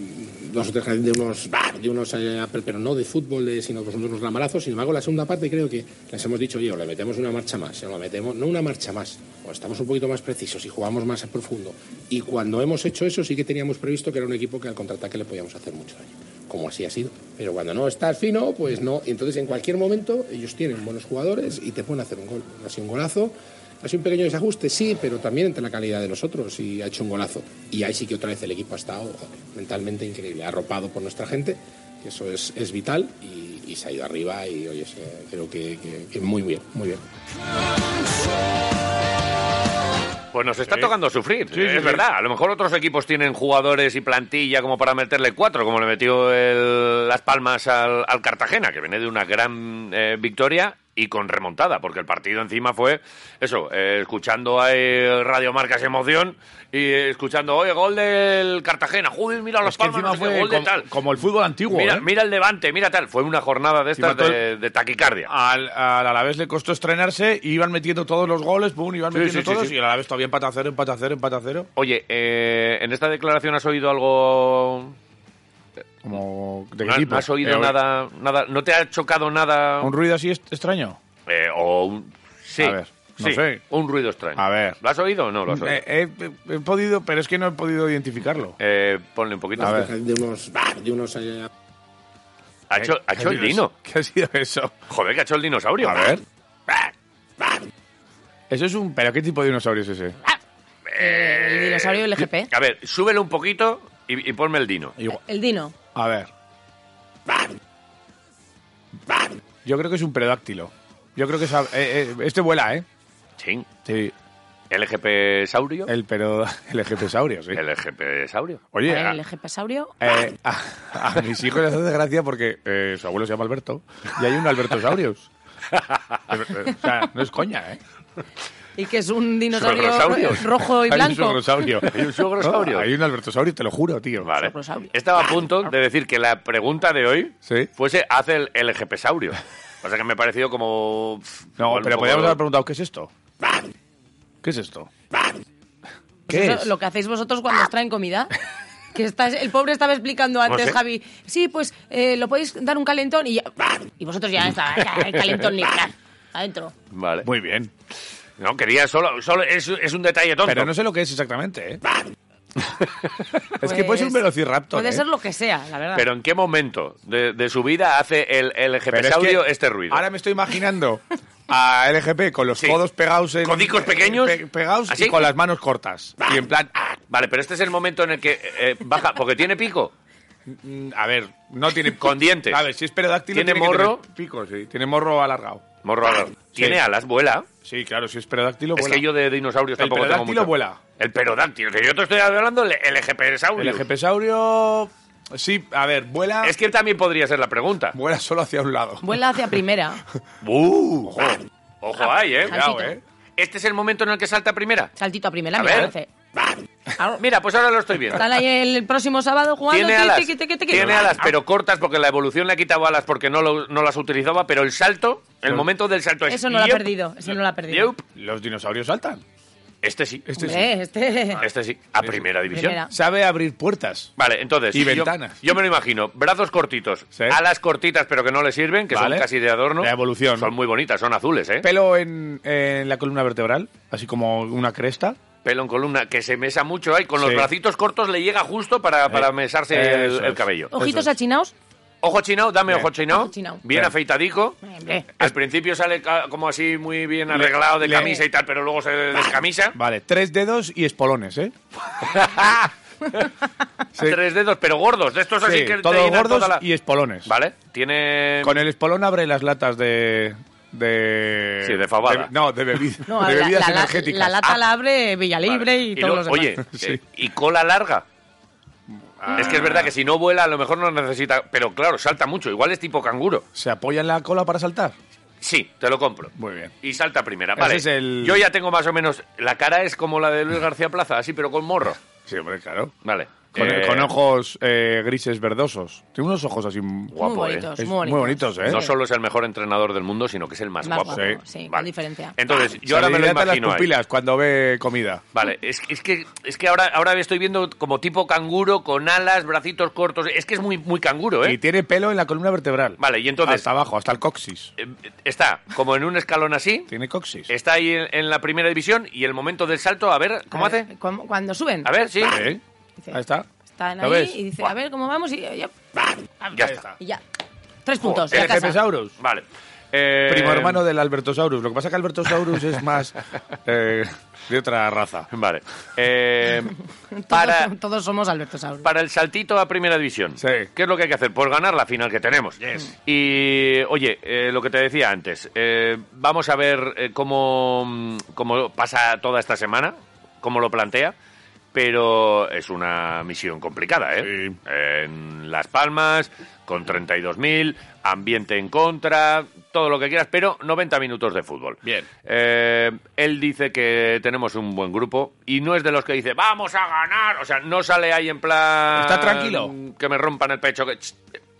Speaker 5: dos o tres de unos, bah, de unos eh, pero no de fútbol, de- sino pues, unos ramalazos. Sin embargo, la segunda parte creo que les hemos dicho, oye, o le metemos una marcha más, o le metemos, no una marcha más, o estamos un poquito más precisos y jugamos más a profundo. Y cuando hemos hecho eso, sí que teníamos previsto que era un equipo que al contraataque le podíamos hacer mucho daño, como así ha sido. Pero cuando no estás fino, pues no. Entonces, en cualquier momento, ellos tienen buenos jugadores y te pueden hacer un gol. Ha sido un golazo. Ha sido un pequeño desajuste, sí, pero también entre la calidad de los otros y ha hecho un golazo. Y ahí sí que otra vez el equipo ha estado joder, mentalmente increíble, arropado por nuestra gente, que eso es, es vital, y, y se ha ido arriba y oye, se- creo que, que- que muy bien, muy bien.
Speaker 3: Pues nos está tocando sufrir,
Speaker 4: Sí, sí,
Speaker 3: es
Speaker 4: sí.
Speaker 3: verdad. A lo mejor otros equipos tienen jugadores y plantilla como para meterle cuatro, como le metió el- Las Palmas al, al Cartagena, que viene de una gran eh, victoria y con remontada, porque el partido encima fue eso, eh, escuchando a Radio Marcas Emoción y eh, escuchando, oye, gol del Cartagena, joder, mira Las
Speaker 4: Es que
Speaker 3: Palmas,
Speaker 4: encima
Speaker 3: no sé qué,
Speaker 4: fue
Speaker 3: gol de
Speaker 4: como,
Speaker 3: tal.
Speaker 4: como el fútbol antiguo.
Speaker 3: mira,
Speaker 4: ¿eh?
Speaker 3: mira el Levante, mira tal. Fue una jornada de estas
Speaker 4: Encima todo
Speaker 3: de, de taquicardia.
Speaker 4: Al, al Alavés le costó estrenarse y iban metiendo todos los goles, pum, iban
Speaker 3: Sí,
Speaker 4: metiendo
Speaker 3: sí, sí,
Speaker 4: todos
Speaker 3: sí.
Speaker 4: y el Alavés todavía empate a cero, empate a cero, empate a cero.
Speaker 3: Oye, eh, ¿en esta declaración has oído algo
Speaker 4: Como de
Speaker 3: ¿No,
Speaker 4: equipo.
Speaker 3: no has oído
Speaker 4: Eh,
Speaker 3: nada, nada? ¿No te ha chocado nada?
Speaker 4: ¿Un ruido así est- extraño?
Speaker 3: Eh, o un... Sí.
Speaker 4: A ver, no
Speaker 3: sí,
Speaker 4: sé.
Speaker 3: Un ruido extraño.
Speaker 4: A ver.
Speaker 3: ¿Lo has oído o no lo has oído?
Speaker 4: Eh, eh, he, he podido, pero es que no he podido identificarlo.
Speaker 3: Eh, ponle un poquito.
Speaker 4: A ver.
Speaker 5: De unos, bah, de unos eh,
Speaker 3: Ha hecho, ha
Speaker 4: ¿Qué
Speaker 3: hecho el
Speaker 4: sido
Speaker 3: dino.
Speaker 4: eso? ¿Qué ha sido eso?
Speaker 3: Joder, que ha hecho el dinosaurio.
Speaker 4: A ver. Eso es un... ¿Pero qué tipo de dinosaurio es ese?
Speaker 7: eh,
Speaker 3: eh.
Speaker 7: El dinosaurio del EGP.
Speaker 3: A ver, súbelo un poquito y, y ponme el dino.
Speaker 4: Igual-
Speaker 7: El dino.
Speaker 4: A ver. Yo creo que es un perodáctilo. Yo creo que es... a- eh, eh, este vuela, ¿eh?
Speaker 3: Ching.
Speaker 4: Sí.
Speaker 3: LGP saurio.
Speaker 4: El pero... <laughs> El ejepisaurio, sí.
Speaker 3: LGP saurio.
Speaker 4: Oye,
Speaker 7: ¿Vale?
Speaker 4: a-
Speaker 7: El EGP saurio.
Speaker 4: eh, a, a mis hijos les hace gracia porque eh, su abuelo se llama Alberto y hay un
Speaker 3: <laughs>
Speaker 4: Albertosaurius. o sea, no es coña, ¿eh?
Speaker 7: Y que es un dinosaurio
Speaker 3: Suegrosaurio.
Speaker 7: ro-
Speaker 4: <laughs>
Speaker 7: rojo y
Speaker 4: Hay un
Speaker 7: blanco.
Speaker 4: suegrosaurio.
Speaker 3: Hay un suegrosaurio.
Speaker 4: No, Ah, hay un Albertosaurio, te lo juro, tío.
Speaker 3: Vale.
Speaker 7: Sobrosaurio.
Speaker 3: Estaba a punto de decir que la pregunta de hoy
Speaker 4: Sí.
Speaker 3: fuese hace el LGP saurio. O sea que me ha parecido como.
Speaker 4: No,
Speaker 3: igual un
Speaker 4: pero
Speaker 3: poco-
Speaker 4: podríamos haber preguntado, ¿qué es esto? ¿Qué es esto? ¿Qué
Speaker 7: Pues Eso,
Speaker 4: es?
Speaker 7: Lo que hacéis vosotros cuando os traen comida. Que estás, el pobre estaba explicando antes,
Speaker 3: sé.
Speaker 7: Javi. Sí, pues eh, lo podéis dar un calentón y ya. Y vosotros ya está, ya, el calentón ni adentro.
Speaker 3: Vale.
Speaker 4: Muy bien.
Speaker 3: No, quería solo. solo es, es un detalle tonto.
Speaker 4: Pero no sé lo que es exactamente, ¿eh? es que puede
Speaker 7: Pues,
Speaker 4: ser un velociraptor.
Speaker 7: Puede
Speaker 4: ¿eh?
Speaker 7: ser lo que sea, la verdad.
Speaker 3: Pero en qué momento de, de su vida hace el, el
Speaker 4: Pero es
Speaker 3: GPS
Speaker 4: que
Speaker 3: audio este ruido.
Speaker 4: Ahora me estoy imaginando a LGP con los
Speaker 3: Sí.
Speaker 4: codos pegados en.
Speaker 3: ¿Codicos pequeños?
Speaker 4: pe- pegados
Speaker 3: ¿Así?
Speaker 4: y con las manos cortas. Y en plan. ah,
Speaker 3: Vale, pero este es el momento en el que eh, baja, porque tiene pico.
Speaker 4: mm, A ver, no tiene.
Speaker 3: Con dientes.
Speaker 4: A ver, si es pterodáctilo.
Speaker 3: Tiene
Speaker 4: que
Speaker 3: morro.
Speaker 4: tener Pico, sí. Tiene morro alargado.
Speaker 3: Morro alas. Tiene alas, vuela.
Speaker 4: Sí, claro, si es pterodáctilo.
Speaker 3: Es
Speaker 4: vuela.
Speaker 3: que yo de dinosaurios
Speaker 4: El
Speaker 3: tampoco tengo
Speaker 4: pterodáctilo
Speaker 3: mucho.
Speaker 4: vuela.
Speaker 3: El perodáctilo. Que yo te estoy hablando el, el
Speaker 4: El
Speaker 3: saurio.
Speaker 4: ejepisaurio. Sí, a ver, vuela.
Speaker 3: Es que también podría ser la pregunta.
Speaker 4: Vuela solo hacia un lado.
Speaker 7: Vuela hacia primera.
Speaker 3: ¡Uh! Ojo, Ojo ahí, ¿eh?
Speaker 7: Saltito.
Speaker 3: Cuidado, ¿eh? Este es el momento en el que salta primera.
Speaker 7: Saltito a primera,
Speaker 3: A
Speaker 7: me
Speaker 3: ver.
Speaker 7: parece.
Speaker 3: Mira, pues ahora lo estoy viendo.
Speaker 7: Están ahí el próximo sábado Ah. jugando.
Speaker 3: Tiene
Speaker 7: tiqui,
Speaker 3: alas,
Speaker 7: tiqui, tiqui, tiqui.
Speaker 4: Ah,
Speaker 3: tiene alas, pero cortas porque la evolución le ha quitado alas porque no, lo- no las utilizaba, pero el salto, el momento del salto es...
Speaker 7: Ah, Eso no lo ha
Speaker 3: yup,
Speaker 7: perdido, eso no lo ha perdido.
Speaker 3: yup.
Speaker 4: Los dinosaurios saltan.
Speaker 3: Este sí, este,
Speaker 7: Hombre, este-
Speaker 3: sí, a primera división.
Speaker 7: Primera.
Speaker 4: Sabe abrir puertas.
Speaker 3: Vale, entonces...
Speaker 4: Y
Speaker 3: yo-
Speaker 4: ventanas.
Speaker 3: Yo, me lo imagino, brazos cortitos,
Speaker 4: Sí.
Speaker 3: alas cortitas pero que no le sirven, que
Speaker 4: Vale.
Speaker 3: son casi de adorno.
Speaker 4: La evolución.
Speaker 3: Son muy bonitas, son azules, ¿eh?
Speaker 4: Pelo en, en la columna vertebral, así como una cresta.
Speaker 3: Pelo en columna, que se mesa mucho ahí, con los
Speaker 4: Sí. Eh,
Speaker 3: bracitos cortos le llega justo para, para mesarse
Speaker 4: Eso
Speaker 3: el, el
Speaker 4: es.
Speaker 3: cabello.
Speaker 7: Ojitos achinaos.
Speaker 3: Ojo chino, dame
Speaker 4: Bien.
Speaker 3: ojo chino.
Speaker 7: Ojo chinao.
Speaker 3: Bien
Speaker 4: Bien.
Speaker 3: afeitadico.
Speaker 7: Hombre.
Speaker 3: Al principio sale ca- como así muy bien arreglado de
Speaker 4: le-
Speaker 3: camisa y tal, pero luego se descamisa.
Speaker 4: Vale, tres dedos y espolones, ¿eh? Sí.
Speaker 3: Tres dedos, pero gordos. De estos así
Speaker 4: Sí,
Speaker 3: que te
Speaker 4: todos
Speaker 3: llenan
Speaker 4: gordos
Speaker 3: toda la-
Speaker 4: y espolones.
Speaker 3: Vale, tiene...
Speaker 4: Con el espolón abre las latas de. de
Speaker 3: Sí, de fabada.
Speaker 4: no, de, bebi-
Speaker 7: <laughs> No,
Speaker 4: de
Speaker 7: la,
Speaker 4: bebidas
Speaker 7: la- la-
Speaker 4: energéticas.
Speaker 7: la lata
Speaker 3: Ah.
Speaker 7: la abre Villalibre
Speaker 3: Vale.
Speaker 7: y, todos
Speaker 3: lo-
Speaker 7: los demás.
Speaker 3: Oye,
Speaker 4: <laughs> Sí.
Speaker 3: eh, y cola larga.
Speaker 4: Ah.
Speaker 3: Es que es verdad que si no vuela a lo mejor no necesita... Pero claro, salta mucho. Igual es tipo canguro.
Speaker 4: ¿Se apoya en la cola para saltar?
Speaker 3: Sí, te lo compro.
Speaker 4: Muy bien.
Speaker 3: Y salta primera.
Speaker 4: Ese
Speaker 3: Vale.
Speaker 4: es el-
Speaker 3: Yo ya tengo más o menos... La cara es como la
Speaker 4: <laughs>
Speaker 3: de Luis García Plaza, así, pero con morro.
Speaker 4: Sí, hombre, claro.
Speaker 3: Vale.
Speaker 4: Con,
Speaker 3: Eh,
Speaker 4: con ojos eh, grises verdosos. Tiene unos ojos así.
Speaker 3: guapo,
Speaker 7: muy
Speaker 3: ¿eh?
Speaker 7: bonitos,
Speaker 4: Es
Speaker 7: muy bonitos.
Speaker 4: muy bonitos, ¿eh?
Speaker 3: No solo es el mejor entrenador del mundo, sino que es el más,
Speaker 7: Más
Speaker 3: guapo.
Speaker 7: guapo, Sí. sí, con diferencia.
Speaker 3: Entonces, yo
Speaker 4: Se
Speaker 3: ahora
Speaker 4: le
Speaker 3: me lo
Speaker 4: dilatan
Speaker 3: imagino
Speaker 4: las
Speaker 3: ahí.
Speaker 4: pupilas cuando ve comida.
Speaker 3: Vale, es, es que, es que ahora, ahora estoy viendo como tipo canguro, con alas, bracitos cortos. Es que es muy, muy canguro,
Speaker 4: Y
Speaker 3: ¿eh?
Speaker 4: tiene pelo en la columna vertebral.
Speaker 3: Vale, y entonces-
Speaker 4: Hasta abajo, hasta el coxis.
Speaker 3: Eh, Está como en un escalón así,
Speaker 4: Tiene coxis.
Speaker 3: está ahí en, en la primera división y el momento del salto, a ver, ¿cómo
Speaker 7: A ver,
Speaker 3: hace?
Speaker 7: cuando- Cuando suben.
Speaker 3: A ver, sí.
Speaker 4: Sí.
Speaker 7: Dice,
Speaker 4: Ahí está.
Speaker 7: Están
Speaker 4: ¿Lo
Speaker 7: ahí
Speaker 4: ves?
Speaker 7: y dice,
Speaker 3: Buah.
Speaker 7: a ver cómo vamos y ya.
Speaker 3: Ya está.
Speaker 7: y ya. Tres puntos.
Speaker 3: Joder,
Speaker 7: ya casa.
Speaker 4: Saurus.
Speaker 3: Vale. Eh,
Speaker 4: Eh, Primo hermano del Albertosaurus. Lo que pasa es que Albertosaurus es
Speaker 3: <laughs>
Speaker 4: más eh, de otra raza.
Speaker 3: Vale.
Speaker 4: <laughs>
Speaker 3: Eh,
Speaker 7: Todos,
Speaker 3: para,
Speaker 7: todos somos Alberto Sauro.
Speaker 3: para el saltito a primera división.
Speaker 4: Sí.
Speaker 3: ¿Qué es lo que hay que hacer? Pues ganar la final que tenemos. Y, oye, eh, lo que te decía antes, eh, vamos a ver eh, cómo, mm, cómo pasa toda esta semana, cómo lo plantea, pero es una misión complicada, ¿eh?
Speaker 4: Sí.
Speaker 3: En Las Palmas, con 32.000, ambiente en contra, todo lo que quieras, pero 90 minutos de fútbol.
Speaker 4: Bien.
Speaker 3: Eh, él dice que tenemos un buen grupo y no es de los que dice, vamos a ganar. O sea, no sale ahí en plan.
Speaker 4: Está tranquilo.
Speaker 3: Que me rompan el pecho. Que, ch-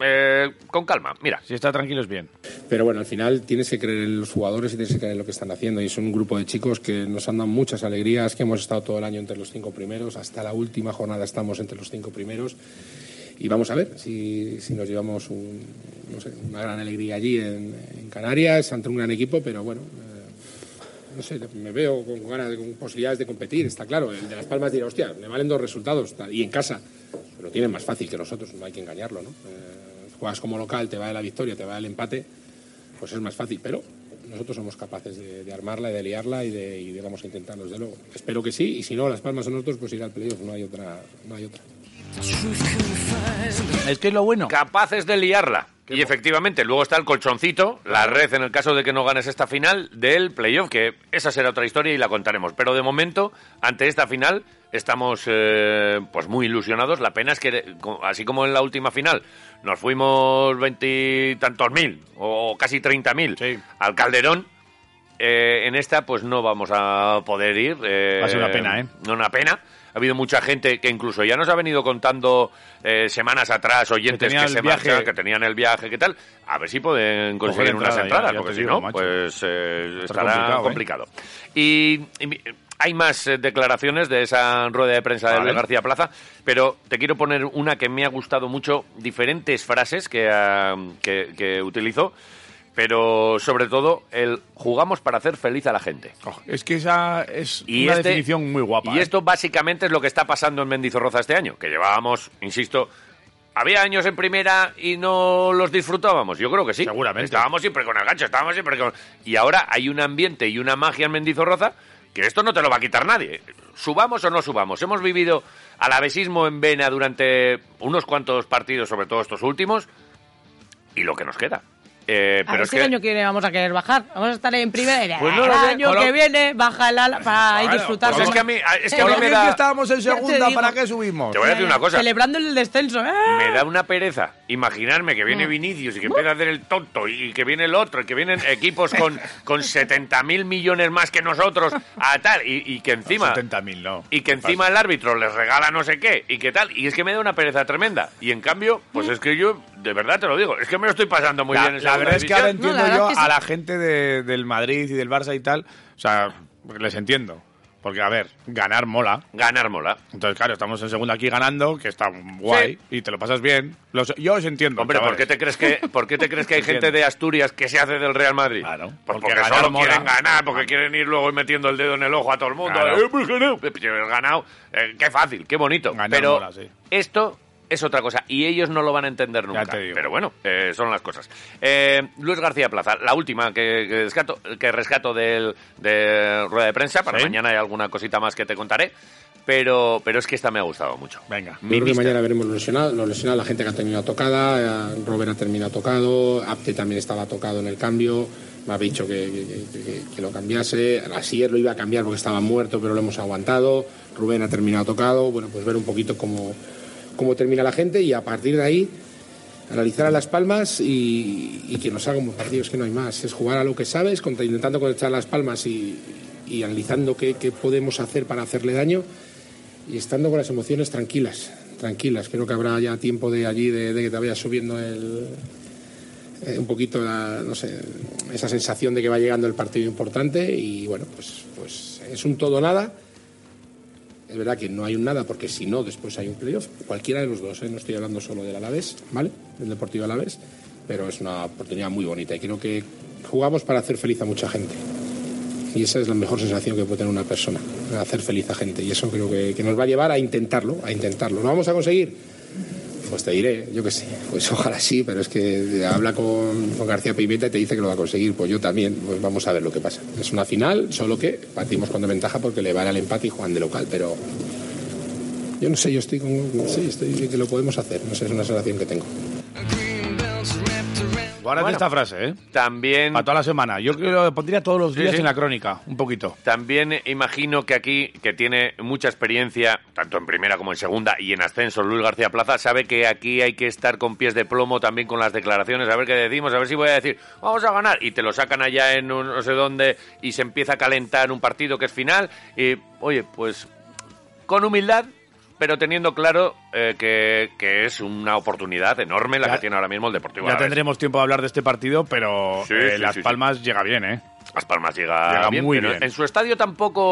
Speaker 3: eh, con calma, mira.
Speaker 4: Si está tranquilo es bien.
Speaker 5: Pero bueno, al final tienes que creer en los jugadores y tienes que creer en lo que están haciendo. Y son un grupo de chicos que nos han dado muchas alegrías, que hemos estado todo el año entre los cinco primeros. Hasta la última jornada estamos entre los cinco primeros. Y vamos a ver si, si nos llevamos un- no sé, una gran alegría allí en, en Canarias, ante un gran equipo, pero bueno. eh, No sé, me veo con ganas, de- con posibilidades de competir, está claro. El de Las Palmas dirá, hostia, me valen dos resultados, tal, y en casa. Pero tienen más fácil que nosotros, no hay que engañarlo, ¿no? Eh, juegas como local, te va de la victoria, te va del empate, pues es más fácil, pero nosotros somos capaces de, de armarla y de liarla y de, y de vamos a intentarlo, desde luego. Espero que sí, y si no, Las Palmas son nosotros, pues irá al playoff, no hay otra. No hay otra.
Speaker 4: Es que es lo bueno.
Speaker 3: Capaces de liarla. Y efectivamente, luego está el colchoncito, la red en el caso de que no ganes esta final del playoff, que esa será otra historia y la contaremos. Pero de momento, ante esta final, estamos eh, pues muy ilusionados. La pena es que, eh, co- así como en la última final, nos fuimos veintitantos mil o casi treinta mil
Speaker 4: Sí.
Speaker 3: al Calderón, Eh, en esta, pues no vamos a poder ir. eh,
Speaker 4: Va a ser una pena, ¿eh?
Speaker 3: No, una pena. Ha habido mucha gente que incluso ya nos ha venido contando eh, semanas atrás, oyentes que,
Speaker 4: tenía el
Speaker 3: se
Speaker 4: viaje.
Speaker 3: marchan, que tenían el viaje, ¿qué tal? A ver si pueden conseguir
Speaker 4: entrada
Speaker 3: unas
Speaker 4: ya,
Speaker 3: entradas,
Speaker 4: ya
Speaker 3: porque
Speaker 4: te
Speaker 3: si
Speaker 4: digo,
Speaker 3: no,
Speaker 4: macho.
Speaker 3: pues eh, estará
Speaker 4: complicado, ¿eh?
Speaker 3: complicado. Y, y mi- hay más eh, declaraciones de esa rueda de prensa de
Speaker 4: Vale.
Speaker 3: Luis García Plaza, pero te quiero poner una que me ha gustado mucho, diferentes frases que, ah, que, que utilizo, pero sobre todo el jugamos para hacer feliz a la gente.
Speaker 4: Oh, es que esa es
Speaker 3: Y
Speaker 4: una
Speaker 3: este-
Speaker 4: definición muy guapa.
Speaker 3: Y
Speaker 4: ¿eh?
Speaker 3: esto básicamente es lo que está pasando en Mendizorroza este año, que llevábamos, insisto, había años en primera y no los disfrutábamos. Yo creo que sí.
Speaker 4: Seguramente.
Speaker 3: Estábamos siempre con el gancho, estábamos siempre con. Y ahora hay un ambiente y una magia en Mendizorroza que esto no te lo va a quitar nadie. Subamos o no subamos. Hemos vivido alavesismo en Vena durante unos cuantos partidos, sobre todo estos últimos, y lo que nos queda. Eh,
Speaker 7: A
Speaker 3: pero
Speaker 7: ver
Speaker 3: es
Speaker 7: si
Speaker 3: que.
Speaker 7: el año que viene vamos a querer bajar. Vamos a estar en primera. "Ah,
Speaker 3: Pues no
Speaker 7: el
Speaker 3: lo sé,
Speaker 7: año
Speaker 3: Colo-
Speaker 7: que viene baja el ala para Eh, ir
Speaker 4: Bueno,
Speaker 7: disfrutando.
Speaker 3: pues es que a mí- es que a
Speaker 4: Con
Speaker 3: mí
Speaker 4: lo
Speaker 3: me
Speaker 4: bien
Speaker 3: da-
Speaker 4: que estábamos en
Speaker 7: Ya te
Speaker 4: segunda,
Speaker 7: digo.
Speaker 4: ¿para qué subimos?
Speaker 3: Te voy a decir una cosa.
Speaker 7: Celebrando el descenso. ¿eh?
Speaker 3: Me da una pereza imaginarme que
Speaker 7: Mm.
Speaker 3: viene Vinicius y que empieza a hacer el tonto y que viene el otro y que vienen equipos con, con
Speaker 7: <laughs>
Speaker 3: 70.000 millones más que nosotros a tal y, y que
Speaker 4: No,
Speaker 3: encima...
Speaker 4: 70.000, no.
Speaker 3: Y que encima el árbitro les regala no sé qué y qué tal. Y es que me da una pereza tremenda. Y en cambio, pues
Speaker 7: Mm.
Speaker 3: es que yo, de verdad te lo digo, es que me lo estoy pasando muy
Speaker 4: la,
Speaker 3: bien. en
Speaker 4: la
Speaker 3: segunda
Speaker 4: verdad es que ahora
Speaker 3: división.
Speaker 4: entiendo
Speaker 7: No, la verdad
Speaker 4: yo
Speaker 7: es que
Speaker 4: a
Speaker 7: sí.
Speaker 4: la gente de- del Madrid y del Barça y tal. O sea, les entiendo. Porque, a ver, ganar mola.
Speaker 3: Ganar mola.
Speaker 4: Entonces, claro, estamos en segunda aquí ganando, que está guay, y te lo pasas bien. Los- yo os entiendo.
Speaker 3: Hombre, ¿por
Speaker 4: chavales.
Speaker 3: qué, te crees
Speaker 4: <laughs>
Speaker 3: que, ¿por qué te crees que hay gente de Asturias que se hace del Real Madrid?
Speaker 4: Claro,
Speaker 3: Pues
Speaker 4: porque
Speaker 3: porque,
Speaker 4: ganar
Speaker 3: solo
Speaker 4: mola.
Speaker 3: quieren ganar, porque quieren ir luego metiendo el dedo en el ojo a todo el mundo.
Speaker 4: Claro.
Speaker 3: Eh, pues ganado. Eh, pues el ganado, eh, qué fácil, qué bonito.
Speaker 4: Ganar
Speaker 3: Pero
Speaker 4: mola, sí.
Speaker 3: esto es otra cosa y ellos no lo van a entender nunca.
Speaker 4: te digo.
Speaker 3: Pero bueno, eh, son las cosas. Eh, Luis García Plaza, la última que, que rescato, que rescato del, de rueda de prensa. Para
Speaker 4: Sí.
Speaker 3: mañana hay alguna cosita más que te contaré. Pero, pero es que esta me ha gustado mucho.
Speaker 4: Venga.
Speaker 5: Yo
Speaker 3: Mi
Speaker 5: creo que
Speaker 3: mister.
Speaker 5: mañana veremos los lesionados, los lesionados, la gente que ha terminado tocada, eh, Robert ha terminado tocado, Apte también estaba tocado en el cambio, me ha dicho que, que- que- que- que lo cambiase, Asier lo iba a cambiar porque estaba muerto, pero lo hemos aguantado, Rubén ha terminado tocado, bueno, pues ver un poquito cómo, cómo termina la gente y a partir de ahí analizar a Las Palmas y, y que nos haga un buen partido, es que no hay más, es jugar a lo que sabes, contra- intentando conectar Las Palmas y, y analizando qué- qué podemos hacer para hacerle daño y estando con las emociones tranquilas, tranquilas. Creo que habrá ya tiempo de allí, de, de que te vaya subiendo el, eh, un poquito, la, no sé, esa sensación de que va llegando el partido importante y bueno, pues, pues es un todo o nada. Es verdad que no hay un nada porque si no, después hay un playoff. Cualquiera de los dos, ¿eh? no estoy hablando solo del Alavés, ¿vale? Del Deportivo Alavés, pero es una oportunidad muy bonita y creo que jugamos para hacer feliz a mucha gente. Y esa es la mejor sensación que puede tener una persona, hacer feliz a gente. Y eso creo que, que nos va a llevar a intentarlo, a intentarlo. ¿Lo vamos a conseguir? Pues te diré, yo qué sé, pues ojalá sí, pero es que habla con, con García Pimenta y te dice que lo va a conseguir, pues yo también, pues vamos a ver lo que pasa. Es una final, solo que partimos con desventaja porque le vale al empate y Juan de local, pero yo no sé, yo estoy con, no sé, estoy de que lo podemos hacer, no sé, es una sensación que tengo.
Speaker 4: Guárdate
Speaker 3: Bueno.
Speaker 4: esta frase, ¿eh?
Speaker 3: También
Speaker 4: Para toda la semana. Yo creo que lo pondría todos los
Speaker 3: Sí,
Speaker 4: días
Speaker 3: sí.
Speaker 4: en la crónica, un poquito.
Speaker 3: También imagino que aquí, que tiene mucha experiencia, tanto en primera como en segunda y en ascenso, Luis García Plaza, sabe que aquí hay que estar con pies de plomo también con las declaraciones, a ver qué decimos, a ver si voy a decir, vamos a ganar, y te lo sacan allá en un no sé dónde y se empieza a calentar un partido que es final, y oye, pues con humildad, pero teniendo claro eh, que, que es una oportunidad enorme la
Speaker 4: Ya-
Speaker 3: que tiene ahora mismo el Deportivo.
Speaker 4: ya
Speaker 3: Alavés.
Speaker 4: tendremos tiempo de hablar de este partido, pero
Speaker 3: Sí,
Speaker 4: eh,
Speaker 3: sí,
Speaker 4: Las
Speaker 3: sí, sí.
Speaker 4: Palmas llega bien, ¿eh?
Speaker 3: Las Palmas llega,
Speaker 4: Llega
Speaker 3: bien,
Speaker 4: muy
Speaker 3: pero
Speaker 4: bien.
Speaker 3: En su estadio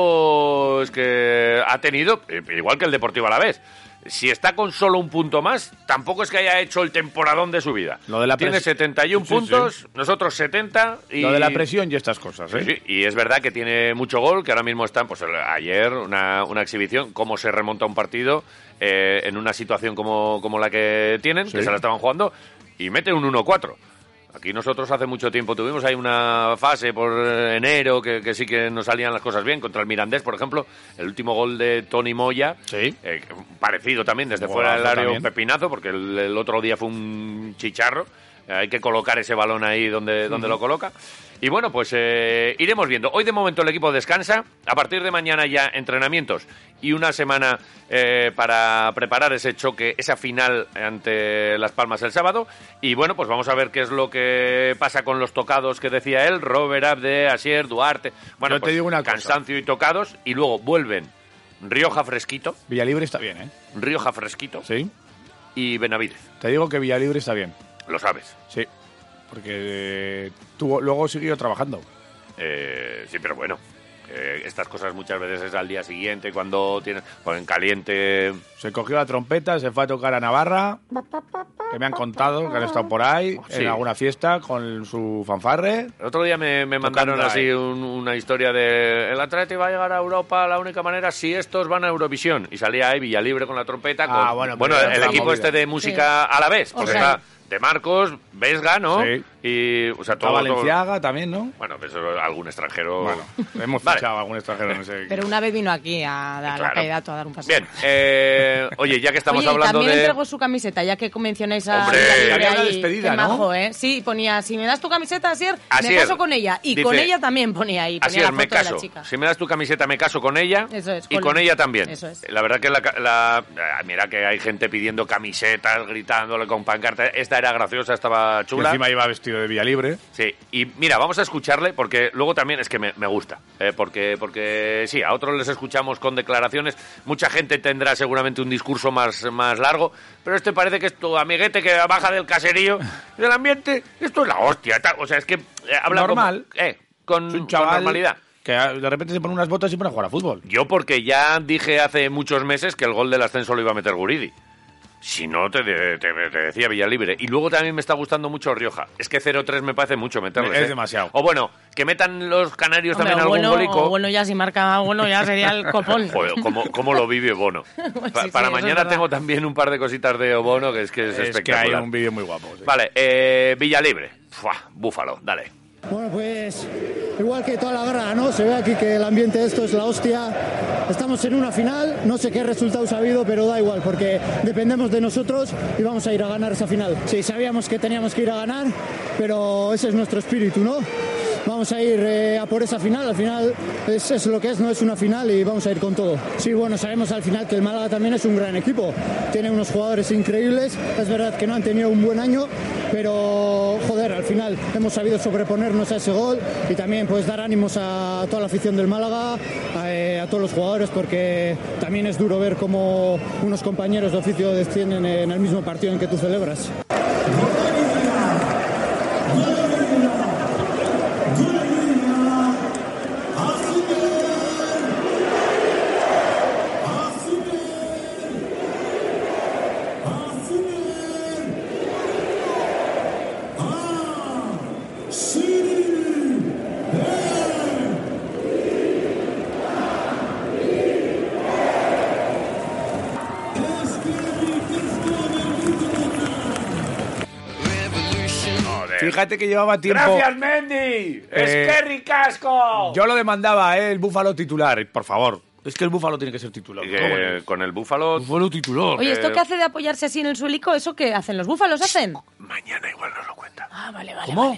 Speaker 3: tampoco es que ha tenido, eh, igual que el Deportivo Alavés. Si está con solo un punto más, tampoco es que haya hecho el temporadón de su vida.
Speaker 4: Lo de la
Speaker 3: Tiene
Speaker 4: pres-
Speaker 3: 71
Speaker 4: Sí, sí.
Speaker 3: puntos, nosotros 70 y...
Speaker 4: Lo de la presión y estas cosas, ¿eh?
Speaker 3: Sí, sí, y es verdad que tiene mucho gol, que ahora mismo están, pues el- ayer, una, una exhibición, cómo se remonta un partido eh, en una situación como, como la que tienen, que
Speaker 4: Sí.
Speaker 3: se la estaban jugando, y mete un 1-4. Aquí nosotros hace mucho tiempo tuvimos ahí una fase por eh, enero que, que sí que nos salían las cosas bien, contra el Mirandés, por ejemplo, el último gol de Tony Moya,
Speaker 4: Sí.
Speaker 3: eh, parecido también desde
Speaker 4: Un
Speaker 3: fuera del
Speaker 4: golazo
Speaker 3: área, un
Speaker 4: también.
Speaker 3: pepinazo, porque el, el otro día fue un chicharro. Eh, Hay que colocar ese balón ahí donde, donde lo coloca. Y bueno, pues eh, iremos viendo. Hoy de momento el equipo descansa. A partir de mañana ya entrenamientos y una semana eh, para preparar ese choque, esa final ante Las Palmas el sábado. Y bueno, pues vamos a ver qué es lo que pasa con los tocados que decía él. Robert Abde, Asier, Duarte. Bueno,
Speaker 4: Yo te
Speaker 3: pues,
Speaker 4: digo una cosa.
Speaker 3: cansancio y tocados. Y luego vuelven Rioja Fresquito.
Speaker 4: Villalibre está bien, ¿eh?
Speaker 3: Rioja Fresquito
Speaker 4: Sí.
Speaker 3: y Benavides.
Speaker 4: Te digo que Villalibre está bien.
Speaker 3: Lo sabes.
Speaker 4: Sí. Porque eh, tuvo, luego siguió trabajando.
Speaker 3: Eh, sí, pero bueno. eh, estas cosas muchas veces es al día siguiente, cuando tienes. Ponen caliente.
Speaker 4: Se cogió la trompeta, se fue a tocar a Navarra, que me han contado que han estado por ahí
Speaker 3: Sí.
Speaker 4: en alguna fiesta con su fanfarre.
Speaker 3: El otro día me, me
Speaker 4: Tocando
Speaker 3: mandaron así
Speaker 4: ahí.
Speaker 3: un- una historia de. El Atleti va a llegar a Europa la única manera si estos van a Eurovisión. Y salía ahí Villalibre con la trompeta.
Speaker 4: Ah,
Speaker 3: con-
Speaker 4: bueno, pero
Speaker 3: bueno,
Speaker 4: era
Speaker 3: el
Speaker 4: otra
Speaker 3: equipo
Speaker 4: movida.
Speaker 3: este de música a la vez.
Speaker 7: O
Speaker 3: Porque
Speaker 7: sea-
Speaker 3: está de Marcos, Vesga, ¿no?
Speaker 4: Sí.
Speaker 3: Y. O sea,
Speaker 4: A
Speaker 3: todo. todo-
Speaker 4: Valenciaga también, ¿no?
Speaker 3: Bueno, eso, algún extranjero.
Speaker 4: Bueno, hemos
Speaker 3: Vale.
Speaker 4: fichado a algún extranjero en ese
Speaker 7: Pero una vez vino aquí a dar
Speaker 3: Claro.
Speaker 7: la candidata a dar un paseo.
Speaker 3: Bien, eh, oye, ya que estamos
Speaker 7: Oye, y
Speaker 3: hablando
Speaker 7: también
Speaker 3: de.
Speaker 7: entregó su camiseta, ya que mencionáis a...
Speaker 3: Hombre,
Speaker 7: Villalibre
Speaker 4: había una
Speaker 7: ahí.
Speaker 4: despedida,
Speaker 7: Qué
Speaker 4: ¿no?
Speaker 7: majo, ¿eh? Sí, ponía, si me das tu camiseta, Asier, me
Speaker 3: Asier,
Speaker 7: caso con ella. Y con
Speaker 3: dice,
Speaker 7: ella también ponía ahí, ponía
Speaker 3: Así es,
Speaker 7: la
Speaker 3: me
Speaker 7: foto de
Speaker 3: caso.
Speaker 7: la chica.
Speaker 3: Si me das tu camiseta, me caso con ella.
Speaker 7: Eso es,
Speaker 3: y
Speaker 7: con-
Speaker 3: con ella también.
Speaker 7: Eso es.
Speaker 3: La verdad que la, ca- la- ah, mira que hay gente pidiendo camisetas, gritándole con pancarta. Esta era graciosa, estaba
Speaker 4: Que
Speaker 3: chula.
Speaker 4: encima iba vestido de Villalibre.
Speaker 3: Sí, y mira, vamos a escucharle porque luego también es que me, me gusta. eh, porque, porque sí, a otros les escuchamos con declaraciones. Mucha gente tendrá seguramente un discurso más, más largo, pero este parece que es tu amiguete que baja del caserío, del ambiente. Esto es la hostia. tal. O sea, es que eh, habla como-
Speaker 4: Normal.
Speaker 3: eh, con,
Speaker 4: Es un
Speaker 3: con
Speaker 4: chaval
Speaker 3: normalidad.
Speaker 4: que ah, de repente se pone unas botas y pone a jugar a fútbol.
Speaker 3: Yo porque ya dije hace muchos meses que el gol del ascenso lo iba a meter Guridi. Si no, te, de- te- te decía Villalibre. Y luego también me está gustando mucho Rioja. Es que 0-3 me parece mucho meterles.
Speaker 4: Es
Speaker 3: ¿eh?
Speaker 4: demasiado.
Speaker 3: O bueno, que metan los canarios
Speaker 7: Hombre,
Speaker 3: también
Speaker 7: o
Speaker 3: algún
Speaker 7: bueno,
Speaker 3: golico.
Speaker 7: o bueno ya si marca bueno ya sería el copón.
Speaker 4: <laughs>
Speaker 3: Joder, ¿cómo, cómo lo vive Bono? Pa-
Speaker 7: <laughs> sí,
Speaker 3: para
Speaker 7: eso es
Speaker 3: mañana
Speaker 7: verdad.
Speaker 3: tengo también un par de cositas de Obono que es que es,
Speaker 4: Es, que
Speaker 3: espectacular.
Speaker 4: hay un vídeo muy guapo. sí.
Speaker 3: Vale, eh, Villalibre. Fua, Búfalo, dale.
Speaker 9: Bueno, pues igual que toda la guerra, ¿no? Se ve aquí que el ambiente de esto es la hostia. Estamos en una final, no sé qué resultados ha habido, pero da igual, porque dependemos de nosotros y vamos a ir a ganar esa final. Sí, sabíamos que teníamos que ir a ganar, pero ese es nuestro espíritu, ¿no? Vamos a ir eh, a por esa final, al final es, es lo que es, no es una final y vamos a ir con todo. Sí, bueno, sabemos al final que el Málaga también es un gran equipo, tiene unos jugadores increíbles, es verdad que no han tenido un buen año, pero joder, al final hemos sabido sobreponernos a ese gol y también pues dar ánimos a toda la afición del Málaga, a, eh, a todos los jugadores, porque también es duro ver cómo unos compañeros de oficio descienden en el mismo partido en que tú celebras.
Speaker 4: Fíjate que llevaba tiempo.
Speaker 3: Mendy!
Speaker 4: ¡Es que
Speaker 3: ricasco!
Speaker 4: Yo lo demandaba, ¿eh? El Búfalo titular, por favor. Es que el Búfalo tiene que ser titular. ¿Cómo no?
Speaker 3: con el Búfalo
Speaker 4: Búfalo titular.
Speaker 7: Oye, esto que hace de apoyarse así en el suelico, ¿eso qué hacen? ¿Los búfalos hacen?
Speaker 3: Mañana igual nos lo cuenta.
Speaker 7: Ah, vale, vale.
Speaker 4: ¿Cómo?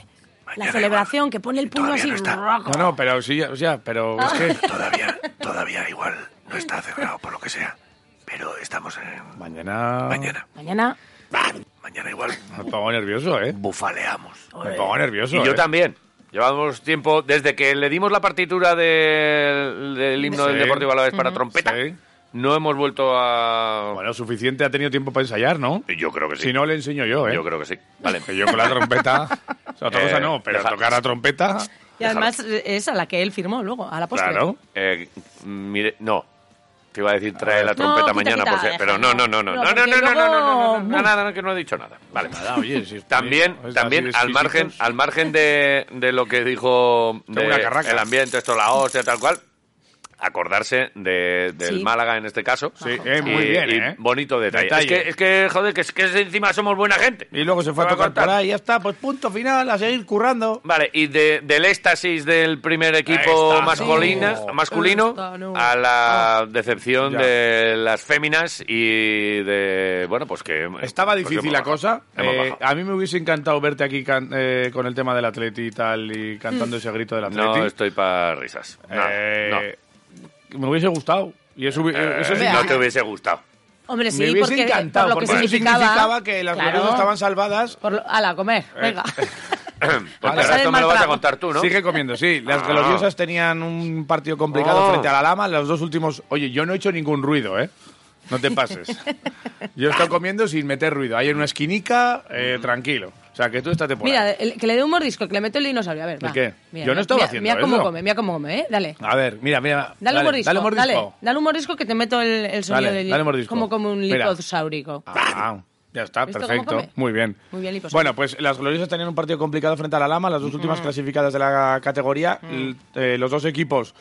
Speaker 7: vale. La celebración que pone el puño así. roco.
Speaker 4: No, no, pero sí, o sea, pero es que
Speaker 3: Todavía, todavía igual no está cerrado por lo que sea. Pero estamos en
Speaker 4: mañana
Speaker 7: Mañana.
Speaker 3: Mañana igual
Speaker 4: me pongo nervioso, ¿eh?
Speaker 3: bufaleamos.
Speaker 4: Me pongo nervioso.
Speaker 3: Y yo
Speaker 4: ¿eh?
Speaker 3: también. Llevamos tiempo desde que le dimos la partitura del, del himno del
Speaker 4: Sí.
Speaker 3: Deportivo Alavés para trompeta.
Speaker 4: Sí.
Speaker 3: No hemos vuelto a.
Speaker 4: Bueno, suficiente ha tenido tiempo para ensayar, ¿no?
Speaker 3: yo creo que sí.
Speaker 4: Si no le enseño yo, ¿eh?
Speaker 3: Yo creo que sí. Vale.
Speaker 4: Que yo con la
Speaker 3: <laughs>
Speaker 4: trompeta, o sea, otra
Speaker 3: Eh,
Speaker 4: cosa no, pero
Speaker 3: deja-
Speaker 4: tocar la trompeta,
Speaker 7: Y además eh, es a la que él firmó luego, a la postre.
Speaker 4: claro.
Speaker 3: Eh, mire, no. Te iba a decir trae la
Speaker 7: No,
Speaker 3: trompeta
Speaker 7: quita,
Speaker 3: mañana,
Speaker 7: quita,
Speaker 3: por si-
Speaker 7: deja,
Speaker 3: pero no, no, no, no, no,
Speaker 7: no,
Speaker 3: no, no,
Speaker 7: porque
Speaker 3: no, no, no,
Speaker 7: luego-
Speaker 3: no, no, no, nada, no, que no he dicho nada. Vale.
Speaker 4: Nada, Ah, oye, si es-
Speaker 3: También,
Speaker 4: es así de
Speaker 3: también al margen,
Speaker 4: exquisitos.
Speaker 3: al margen de, de lo que dijo de
Speaker 4: una carraca.
Speaker 3: el ambiente, esto, la hostia, tal cual, acordarse de- del
Speaker 7: Sí.
Speaker 3: Málaga en este caso.
Speaker 7: Sí,
Speaker 4: eh, muy
Speaker 3: Y-
Speaker 4: bien,
Speaker 3: y
Speaker 4: ¿eh?
Speaker 3: Bonito detalle.
Speaker 4: Detalle.
Speaker 3: Es, que, es que, joder, que, es- que es- encima somos buena gente.
Speaker 4: Y luego se fue a
Speaker 3: Me va a
Speaker 4: tocar por
Speaker 3: contar.
Speaker 4: ahí, ya está, pues punto final, a seguir currando.
Speaker 3: Vale, y de- del éxtasis del primer
Speaker 4: Ahí
Speaker 3: equipo
Speaker 4: está,
Speaker 3: masculina,
Speaker 4: no.
Speaker 3: masculino
Speaker 7: Está, no. Ah.
Speaker 3: a la decepción
Speaker 4: Ya.
Speaker 3: de las féminas y de. Bueno, pues que.
Speaker 4: Estaba
Speaker 3: pues que
Speaker 4: difícil
Speaker 3: hemos
Speaker 4: la
Speaker 3: bajado.
Speaker 4: cosa.
Speaker 3: Hemos
Speaker 4: Eh,
Speaker 3: bajado.
Speaker 4: a mí me hubiese encantado verte aquí can- eh, con el tema del atleti y tal, y
Speaker 7: Mm.
Speaker 4: cantando ese grito del atleti.
Speaker 3: no estoy para risas. No,
Speaker 4: Eh, Me hubiese gustado. Y eso, hubi-
Speaker 3: no.
Speaker 4: eso
Speaker 3: Eh,
Speaker 4: sí,
Speaker 7: Vea.
Speaker 3: no te
Speaker 4: <coughs>
Speaker 3: hubiese gustado.
Speaker 7: Hombre, sí,
Speaker 4: me hubiese
Speaker 7: porque
Speaker 4: encantado,
Speaker 7: por lo
Speaker 4: porque,
Speaker 7: que
Speaker 4: eso
Speaker 7: significaba,
Speaker 4: significaba que las
Speaker 7: Claro.
Speaker 4: mujeres estaban salvadas. Eh,
Speaker 7: Por lo- ala, a comer, venga.
Speaker 3: Porque
Speaker 7: pasar
Speaker 3: ahora
Speaker 7: el
Speaker 3: esto Pues me
Speaker 7: mal
Speaker 3: lo vas a
Speaker 7: trago.
Speaker 3: contar tú, ¿no?
Speaker 4: Sigue comiendo, sí. Las
Speaker 3: Ah.
Speaker 4: gloriosas tenían un partido complicado
Speaker 3: Oh.
Speaker 4: frente a la lama. Los dos últimos. Oye, yo no he hecho ningún ruido, ¿eh? No te
Speaker 3: <laughs>
Speaker 4: pases. yo he estado comiendo sin meter ruido. Ahí en una esquinica,
Speaker 3: Mm.
Speaker 4: eh, tranquilo. O sea, que tú estate por
Speaker 7: Mira,
Speaker 4: ahí.
Speaker 7: el- que le dé un mordisco, que le meto el dinosaurio. A ver,
Speaker 4: ¿El
Speaker 7: va.
Speaker 4: qué?
Speaker 7: Mira,
Speaker 4: Yo no estaba
Speaker 7: mira,
Speaker 4: haciendo
Speaker 7: Mira cómo
Speaker 4: eso.
Speaker 7: come, mira cómo come, ¿eh? Dale.
Speaker 4: A ver, mira, mira.
Speaker 7: Dale, un mordisco.
Speaker 4: Dale un mordisco.
Speaker 7: Dale, dale un mordisco que te meto el, el sonido
Speaker 4: Dale,
Speaker 7: del.
Speaker 4: dale un mordisco.
Speaker 7: Como come un
Speaker 4: Mira.
Speaker 7: liposáurico.
Speaker 4: Ah, ya está,
Speaker 7: ¿Visto cómo
Speaker 4: perfecto.
Speaker 7: come?
Speaker 4: Muy bien.
Speaker 7: Muy bien, liposaurio.
Speaker 4: Bueno, pues las gloriosas tenían un partido complicado frente a la Lama, las dos últimas clasificadas de la categoría. L- eh, los dos equipos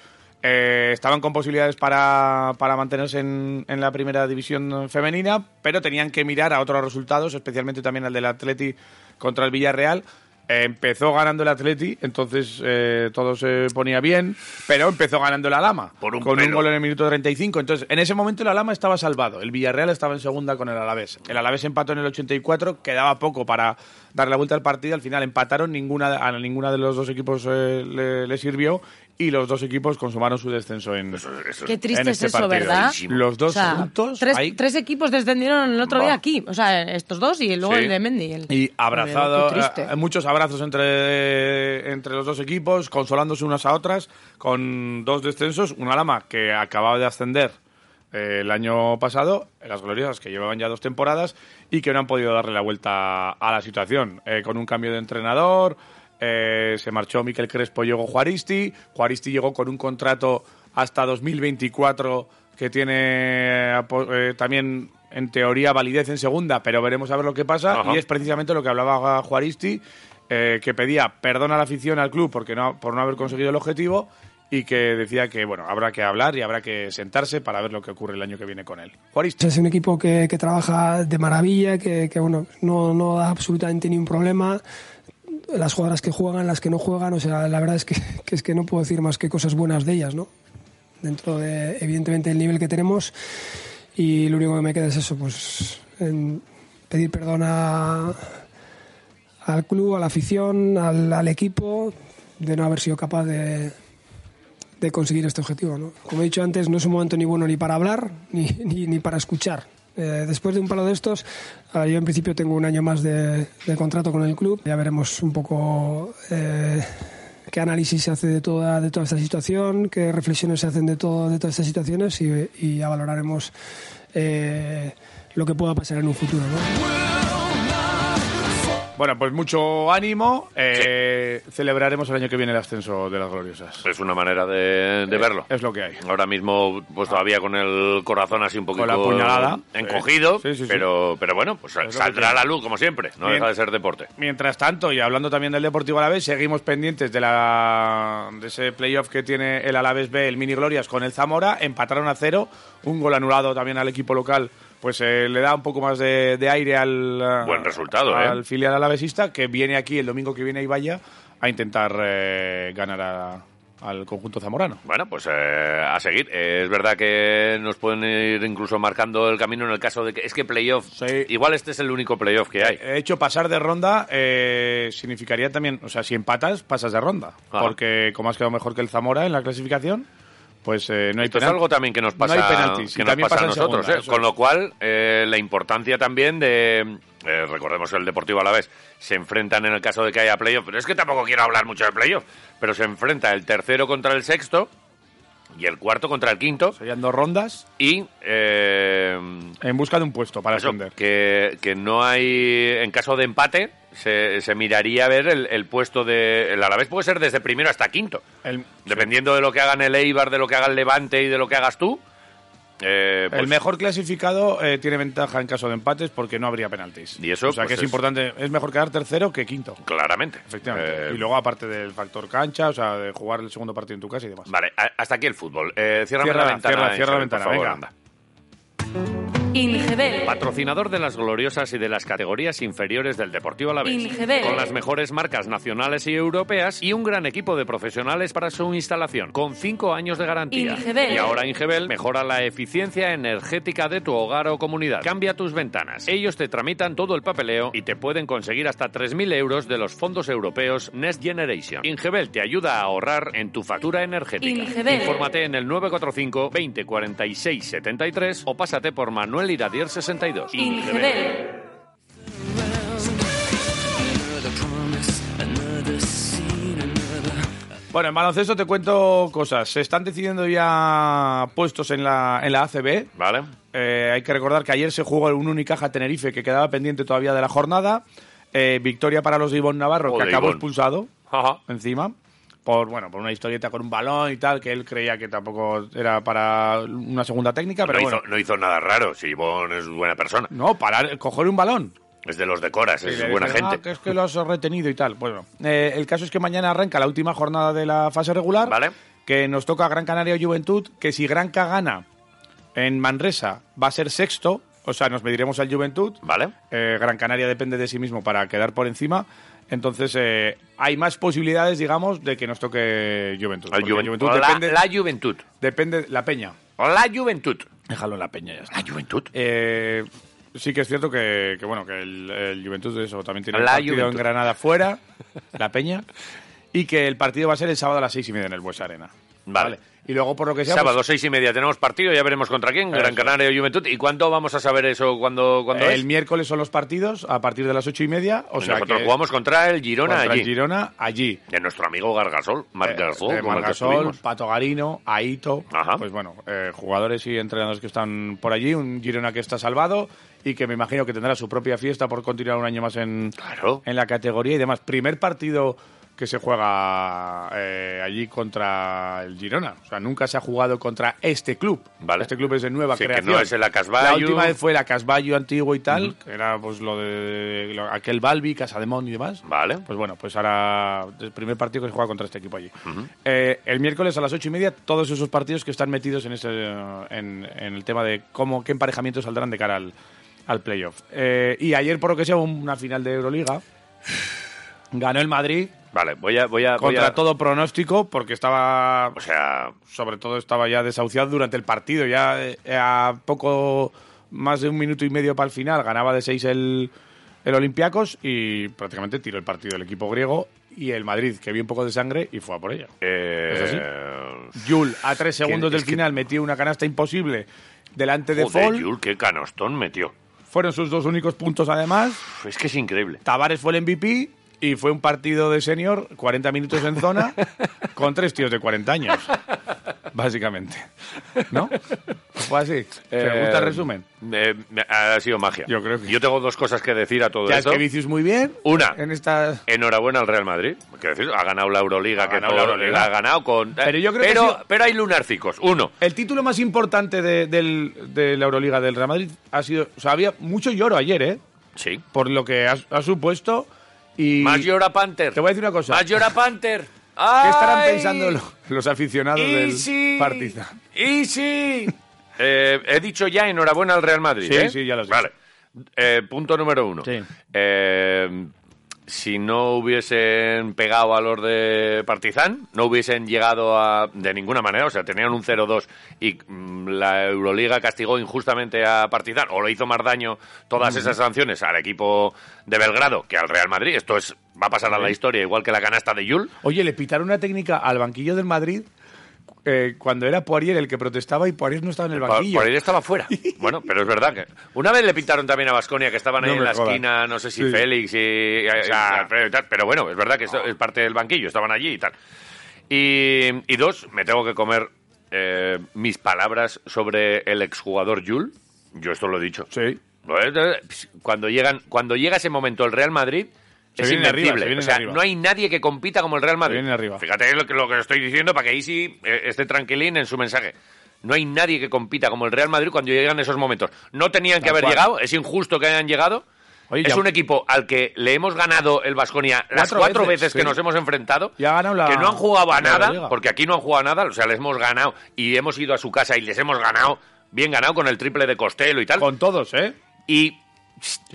Speaker 4: eh, estaban con posibilidades para, para mantenerse en, en la primera división femenina, pero tenían que mirar a otros resultados, especialmente también al del Atleti contra el Villarreal. Eh, Empezó ganando el Atleti, entonces eh, todo se ponía bien, pero empezó ganando la Lama
Speaker 3: Por un
Speaker 4: con un
Speaker 3: pelo.
Speaker 4: gol en el minuto 35. Entonces, en ese momento el Alama estaba salvado. El Villarreal estaba en segunda con el Alavés. El Alavés empató en el 84, quedaba poco para dar la vuelta al partido. Al final empataron, ninguna, a ninguna de los dos equipos eh, le, le sirvió y los dos equipos consumaron su descenso en.
Speaker 3: Eso-
Speaker 7: Qué
Speaker 4: en
Speaker 7: triste
Speaker 4: este
Speaker 7: es eso,
Speaker 4: partido.
Speaker 7: ¿verdad?
Speaker 4: Los dos
Speaker 7: O sea,
Speaker 4: juntos
Speaker 7: Tres,
Speaker 4: ahí,
Speaker 7: tres equipos descendieron el otro
Speaker 3: Va.
Speaker 7: día aquí. O sea, estos dos y luego
Speaker 3: Sí.
Speaker 7: el de Mendy. el-
Speaker 4: y abrazado,
Speaker 7: Qué triste.
Speaker 4: eh, muchos abrazos entre, entre los dos equipos, consolándose unas a otras, con dos descensos, un Alama que acababa de ascender eh, el año pasado, las gloriosas que llevaban ya dos temporadas y que no han podido darle la vuelta a la situación, eh, con un cambio de entrenador, eh, se marchó Miquel Crespo, llegó Juaristi, Juaristi llegó con un contrato hasta 2024 que tiene apo- eh, también en teoría validez en segunda, pero veremos a ver lo que pasa
Speaker 3: Ajá.
Speaker 4: y este es precisamente lo que hablaba Juaristi, eh, que pedía perdón a la afición, al club, porque no, por no haber conseguido el objetivo y que decía que bueno habrá que hablar y habrá que sentarse para ver lo que ocurre el año que viene con él. Juaristi.
Speaker 10: Es un equipo que, que trabaja de maravilla, que, que, bueno, no, no da absolutamente ningún problema. Las jugadoras que juegan, las que no juegan, o sea, la verdad es que, <laughs> que es que no puedo decir más que cosas buenas de ellas, ¿no? Dentro de, evidentemente, el nivel que tenemos. Y lo único que me queda es eso, pues en pedir perdón a- al club, a la afición, al, al equipo, de no haber sido capaz de, de conseguir este objetivo. ¿no? Como he dicho antes, no es un momento ni bueno ni para hablar <laughs> ni, ni, ni para escuchar. Eh, después de un palo de estos, ah, yo en principio tengo un año más de, de contrato con el club. Ya veremos un poco eh, qué análisis se hace de toda, de toda esta situación, qué reflexiones se hacen de, todo, de todas estas situaciones y, y ya valoraremos eh, lo que pueda pasar en un futuro. ¿no?
Speaker 4: Bueno, pues mucho ánimo. eh, Celebraremos el año que viene el ascenso de las gloriosas.
Speaker 3: Es una manera de,
Speaker 4: Eh,
Speaker 3: de verlo.
Speaker 4: Es lo que hay.
Speaker 3: Ahora mismo, pues todavía con el corazón así un poquito
Speaker 4: la puñalada.
Speaker 3: encogido,
Speaker 4: Sí, sí, sí.
Speaker 3: pero pero bueno, pues
Speaker 4: que
Speaker 3: saldrá a
Speaker 4: tiene.
Speaker 3: la luz como siempre, no
Speaker 4: Bien.
Speaker 3: deja de ser deporte.
Speaker 4: Mientras tanto, y hablando también del Deportivo Alavés, seguimos pendientes de, la, de ese playoff que tiene el Alavés B, el Mini Glorias con el Zamora. Empataron a cero, un gol anulado también al equipo local, pues eh, le da un poco más de, de aire al, eh,
Speaker 3: Buen resultado, ¿eh?
Speaker 4: al filial alavesista que viene aquí el domingo que viene a Ibaya a intentar eh, ganar a- al conjunto zamorano.
Speaker 3: Bueno, pues eh, a seguir. Eh, es verdad que nos pueden ir incluso marcando el camino en el caso de que es que playoff,
Speaker 4: Sí.
Speaker 3: igual este es el único playoff que hay.
Speaker 4: De hecho, pasar de ronda eh, significaría también, o sea, si empatas, pasas de ronda.
Speaker 3: Ajá.
Speaker 4: Porque como has quedado mejor que el Zamora en la clasificación, pues eh, no hay
Speaker 3: Esto es
Speaker 4: penal-
Speaker 3: algo también que nos pasa,
Speaker 4: no hay penaltis,
Speaker 3: que
Speaker 4: y
Speaker 3: nos
Speaker 4: también
Speaker 3: pasa a
Speaker 4: pasa en
Speaker 3: nosotros.
Speaker 4: segunda,
Speaker 3: ¿eh?
Speaker 4: eso
Speaker 3: Con
Speaker 4: es.
Speaker 3: lo cual, eh, la importancia también de. eh, recordemos el Deportivo a la vez. Se enfrentan en el caso de que haya playoff. Pero es que tampoco quiero hablar mucho de playoff. Pero se enfrenta el tercero contra el sexto y el cuarto contra el quinto.
Speaker 4: Serían dos rondas
Speaker 3: Y. eh,
Speaker 4: en busca de un puesto para
Speaker 3: eso, eh,
Speaker 4: ascender.
Speaker 3: que, que no hay. En caso de empate, se, se miraría a ver el, el puesto de. El Alavés puede ser desde primero hasta quinto.
Speaker 4: El-
Speaker 3: Dependiendo de lo que hagan el Eibar, de lo que haga el Levante y de lo que hagas tú, eh, pues-
Speaker 4: El mejor clasificado eh, tiene ventaja en caso de empates porque no habría penaltis.
Speaker 3: Y eso,
Speaker 4: o sea
Speaker 3: pues,
Speaker 4: que es,
Speaker 3: es-
Speaker 4: importante, es mejor quedar tercero que quinto.
Speaker 3: Claramente.
Speaker 4: Efectivamente.
Speaker 3: Eh,
Speaker 4: y luego aparte del factor cancha, o sea, de jugar el segundo partido en tu casa y demás.
Speaker 3: Vale, a- hasta aquí el fútbol. Eh, ciérrame
Speaker 4: Cierra-
Speaker 3: la ventana.
Speaker 4: cierra- cierra la
Speaker 3: Isabel, por
Speaker 4: ventana,
Speaker 3: favor,
Speaker 4: venga.
Speaker 3: anda.
Speaker 11: Ingebel.
Speaker 3: Patrocinador de las gloriosas y de las categorías inferiores del Deportivo Alavés.
Speaker 11: Ingebel.
Speaker 3: Con las mejores marcas nacionales y europeas y un gran equipo de profesionales para su instalación, con cinco años de garantía.
Speaker 11: Ingebel.
Speaker 3: Y ahora Ingebel mejora la eficiencia energética de tu hogar o comunidad. Cambia tus ventanas. Ellos te tramitan todo el papeleo y te pueden conseguir hasta 3.000 euros de los fondos europeos Next Generation. Ingebel te ayuda a ahorrar en tu factura energética.
Speaker 11: Ingebel.
Speaker 3: Infórmate en el 945 20 46 73 o pásate por Manuel Iradier 62.
Speaker 11: Ingebel.
Speaker 4: Bueno, en baloncesto te cuento cosas. Se están decidiendo ya puestos en la, en la ACB.
Speaker 3: Vale.
Speaker 4: Eh, hay que recordar que ayer se jugó un Unicaja Tenerife que quedaba pendiente todavía de la jornada. Eh, victoria para los de Ivonne Navarro,
Speaker 3: Joder,
Speaker 4: que acabó
Speaker 3: Ivonne.
Speaker 4: expulsado
Speaker 3: Ajá.
Speaker 4: encima. Por, bueno, por una historieta con un balón y tal, que él creía que tampoco era para una segunda técnica, Ah, pero
Speaker 3: no,
Speaker 4: bueno.
Speaker 3: hizo, no hizo nada raro, si Ivonne es buena persona.
Speaker 4: No, parar, coger un balón.
Speaker 3: Es de los decoras,
Speaker 4: Y
Speaker 3: es
Speaker 4: le
Speaker 3: buena
Speaker 4: dicen, "Ah,
Speaker 3: gente.
Speaker 4: que es que lo has retenido y tal. Bueno, eh, el caso es que mañana arranca la última jornada de la fase regular.
Speaker 3: Vale.
Speaker 4: Que nos toca Gran Canaria o Juventud. Que si Granca gana en Manresa, va a ser sexto. O sea, nos mediremos al Juventud.
Speaker 3: Vale.
Speaker 4: Eh, Gran Canaria depende de sí mismo para quedar por encima. Entonces, eh, hay más posibilidades, digamos, de que nos toque Juventud.
Speaker 3: Al
Speaker 4: Porque
Speaker 3: Juventud.
Speaker 4: Juventud
Speaker 3: La,
Speaker 4: depende,
Speaker 3: la juventud.
Speaker 4: depende la peña.
Speaker 3: La juventud.
Speaker 4: Déjalo en la peña ya está.
Speaker 3: La juventud.
Speaker 4: Eh, sí que es cierto que, que, bueno, que el, el Juventud de eso también tiene
Speaker 3: La
Speaker 4: un partido
Speaker 3: Juventud.
Speaker 4: en Granada
Speaker 3: <laughs>
Speaker 4: fuera, la Peña, y que el partido va a ser el sábado a las seis y media en el Bues Arena.
Speaker 3: Vale.
Speaker 4: Y luego por lo que sea. pues,
Speaker 3: Sábado, seis y media, tenemos partido, ya veremos contra quién, Gran
Speaker 4: Eso.
Speaker 3: Canaria o Juventud. ¿Y cuándo vamos a saber eso? ¿Cuándo, cuándo
Speaker 4: el
Speaker 3: es?
Speaker 4: miércoles son los partidos a partir de las ocho y media. O sea
Speaker 3: Nosotros
Speaker 4: que
Speaker 3: jugamos contra el Girona
Speaker 4: contra el
Speaker 3: allí.
Speaker 4: Girona allí.
Speaker 3: De nuestro amigo Gargasol, Marc
Speaker 4: Eh, eh,
Speaker 3: Gasol, con el que
Speaker 4: Margasol,
Speaker 3: estuvimos.
Speaker 4: Pato Garino, Aito.
Speaker 3: Ajá.
Speaker 4: Pues bueno, eh, jugadores y entrenadores que están por allí. Un Girona que está salvado y que me imagino que tendrá su propia fiesta por continuar un año más en,
Speaker 3: Claro.
Speaker 4: en la categoría y demás. Primer partido que se juega eh, allí contra el Girona. O sea, nunca se ha jugado contra este club.
Speaker 3: Vale.
Speaker 4: Este club es de nueva
Speaker 3: Sí, que
Speaker 4: creación.
Speaker 3: no es el Acasballo.
Speaker 4: La última vez fue el Acasballo antiguo y tal, que era pues lo de lo- aquel Balbi, Casademón y demás.
Speaker 3: Vale.
Speaker 4: Pues bueno, pues ahora el primer partido que se juega contra este equipo allí. Eh, el miércoles a las ocho y media, todos esos partidos que están metidos en, ese, eh, en, en el tema de cómo qué emparejamientos saldrán de cara al, al playoff. Eh, y ayer, por lo que sea, hubo una final de Euroliga. Ganó el Madrid
Speaker 3: Vale, voy a... Voy a Ah, voy
Speaker 4: contra
Speaker 3: a-
Speaker 4: todo pronóstico porque estaba
Speaker 3: O sea,
Speaker 4: sobre todo estaba ya desahuciado durante el partido, ya eh, a poco más de un minuto y medio para el final, ganaba de seis el, el Olympiacos y prácticamente tiró el partido del equipo griego y el Madrid, que vio un poco de sangre y fue a por ella.
Speaker 3: eh,
Speaker 4: ¿Es así? Yul, a tres segundos del
Speaker 3: es que-
Speaker 4: final, metió una canasta imposible delante de
Speaker 3: Joder,
Speaker 4: Fall.
Speaker 3: Jul, qué canostón metió.
Speaker 4: Fueron sus dos únicos puntos además.
Speaker 3: Uf, Es que es increíble.
Speaker 4: Tavares fue el MVP y fue un partido de senior, 40 minutos en
Speaker 3: <laughs>
Speaker 4: zona, con tres tíos de 40 años, básicamente. ¿No? Fue así. ¿Te
Speaker 3: Eh,
Speaker 4: gusta el resumen?
Speaker 3: eh, me- ha sido magia.
Speaker 4: Yo creo que-
Speaker 3: Yo tengo dos cosas que decir a todo
Speaker 4: Ya es
Speaker 3: esto.
Speaker 4: que Vicius muy bien.
Speaker 3: Una.
Speaker 4: En esta...
Speaker 3: Enhorabuena al Real Madrid. Quiero decir, ha ganado la Euroliga,
Speaker 4: Ha
Speaker 3: que
Speaker 4: ganado
Speaker 3: todo-
Speaker 4: la Euroliga.
Speaker 3: ha ganado con. eh,
Speaker 4: Pero yo creo que
Speaker 3: pero,
Speaker 4: ha sido-
Speaker 3: pero hay lunárcicos. Uno.
Speaker 4: El título más importante de, del- de la Euroliga del Real Madrid ha sido... O sea, había mucho lloro ayer, ¿eh?
Speaker 3: Sí.
Speaker 4: Por lo que ha, ha supuesto. Y
Speaker 3: Más llora Panther.
Speaker 4: Te voy a decir una cosa.
Speaker 3: Más llora Panther.
Speaker 4: ¿Qué estarán
Speaker 3: ¡Ay!
Speaker 4: pensando lo- los aficionados del
Speaker 3: Easy.
Speaker 4: Partizan?
Speaker 3: Easy. Eh, he dicho ya enhorabuena al Real Madrid.
Speaker 4: Sí,
Speaker 3: ¿eh?
Speaker 4: sí, ya lo sé.
Speaker 3: Vale. Eh, punto número uno.
Speaker 4: Sí.
Speaker 3: Eh, si no hubiesen pegado a los de Partizan, no hubiesen llegado a, de ninguna manera. O sea, tenían un 0-2 y mm, la Euroliga castigó injustamente a Partizan o le hizo más daño todas esas sanciones al equipo de Belgrado que al Real Madrid. Esto es va a pasar a la historia, igual que la canasta de Yul.
Speaker 4: Oye, le pitaron una técnica al banquillo del Madrid eh, cuando era Poirier el que protestaba y Poirier no estaba en el
Speaker 3: Pa-
Speaker 4: banquillo.
Speaker 3: Por ahí estaba
Speaker 4: <laughs>
Speaker 3: fuera. Bueno, pero es verdad que. Una vez le pintaron también a Vasconia que estaban ahí
Speaker 4: No
Speaker 3: en
Speaker 4: me
Speaker 3: la
Speaker 4: jodas.
Speaker 3: esquina, no sé si
Speaker 4: Sí.
Speaker 3: Félix y, y Alfredo y tal, Pero bueno, es verdad que esto es parte del banquillo, estaban allí y tal. Y, y dos, me tengo que comer eh, mis palabras sobre el exjugador Yul. Yo esto lo he dicho. Pues, eh,
Speaker 4: Sí.
Speaker 3: Cuando, llegan, cuando llega ese momento el Real Madrid,
Speaker 4: Se
Speaker 3: es
Speaker 4: vienen arriba,
Speaker 3: invencible.
Speaker 4: se vienen
Speaker 3: o sea,
Speaker 4: arriba.
Speaker 3: no hay nadie que compita como el Real Madrid.
Speaker 4: vienen arriba.
Speaker 3: Fíjate lo que, lo que estoy diciendo para que Isi eh, esté tranquilín en su mensaje. No hay nadie que compita como el Real Madrid cuando llegan esos momentos. No tenían
Speaker 4: Tal
Speaker 3: que haber
Speaker 4: cual.
Speaker 3: llegado, es injusto que hayan llegado.
Speaker 4: Oye,
Speaker 3: es
Speaker 4: ya-
Speaker 3: un equipo al que le hemos ganado el Vasconia las
Speaker 4: Cuatro
Speaker 3: cuatro
Speaker 4: veces,
Speaker 3: veces, que
Speaker 4: sí.
Speaker 3: nos hemos enfrentado.
Speaker 4: Ya ha ganado la-
Speaker 3: Que no han jugado
Speaker 4: la
Speaker 3: a nada,
Speaker 4: Liga.
Speaker 3: porque aquí no han jugado a nada, o sea, les hemos ganado y hemos ido a su casa y les hemos ganado, bien ganado con el triple de Costello y tal.
Speaker 4: Con todos, ¿eh?
Speaker 3: Y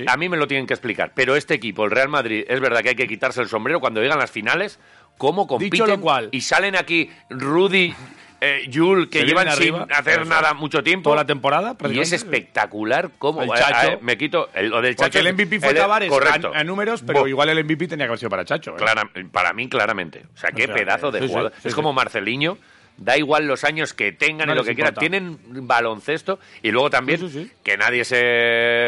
Speaker 3: a mí me lo tienen que explicar. Pero este equipo, el Real Madrid, es verdad que hay que quitarse el sombrero cuando llegan las finales, cómo compiten
Speaker 4: lo cual.
Speaker 3: y salen aquí Rudy, eh, Jul, que
Speaker 4: Se
Speaker 3: llevan
Speaker 4: vienen
Speaker 3: sin
Speaker 4: arriba.
Speaker 3: hacer
Speaker 4: Eso es.
Speaker 3: nada mucho tiempo.
Speaker 4: Toda la temporada,
Speaker 3: Y es
Speaker 4: prácticamente.
Speaker 3: espectacular cómo...
Speaker 4: El
Speaker 3: eh,
Speaker 4: Chacho.
Speaker 3: eh, me quito el- lo del Chacho.
Speaker 4: Porque el MVP fue
Speaker 3: el- e-
Speaker 4: Tavares
Speaker 3: Correcto.
Speaker 4: a, a números, pero
Speaker 3: Bo-
Speaker 4: igual el MVP tenía que haber sido para Chacho. ¿eh?
Speaker 3: Clara- para mí, claramente. O sea, qué
Speaker 4: O sea,
Speaker 3: pedazo de
Speaker 4: sí, sí,
Speaker 3: jugador.
Speaker 4: sí,
Speaker 3: es
Speaker 4: sí.
Speaker 3: como Marceliño. Da igual los años que tengan
Speaker 4: No
Speaker 3: y lo
Speaker 4: les
Speaker 3: que quieran.
Speaker 4: importa.
Speaker 3: Tienen baloncesto y luego también
Speaker 4: Sí, sí, sí.
Speaker 3: que nadie se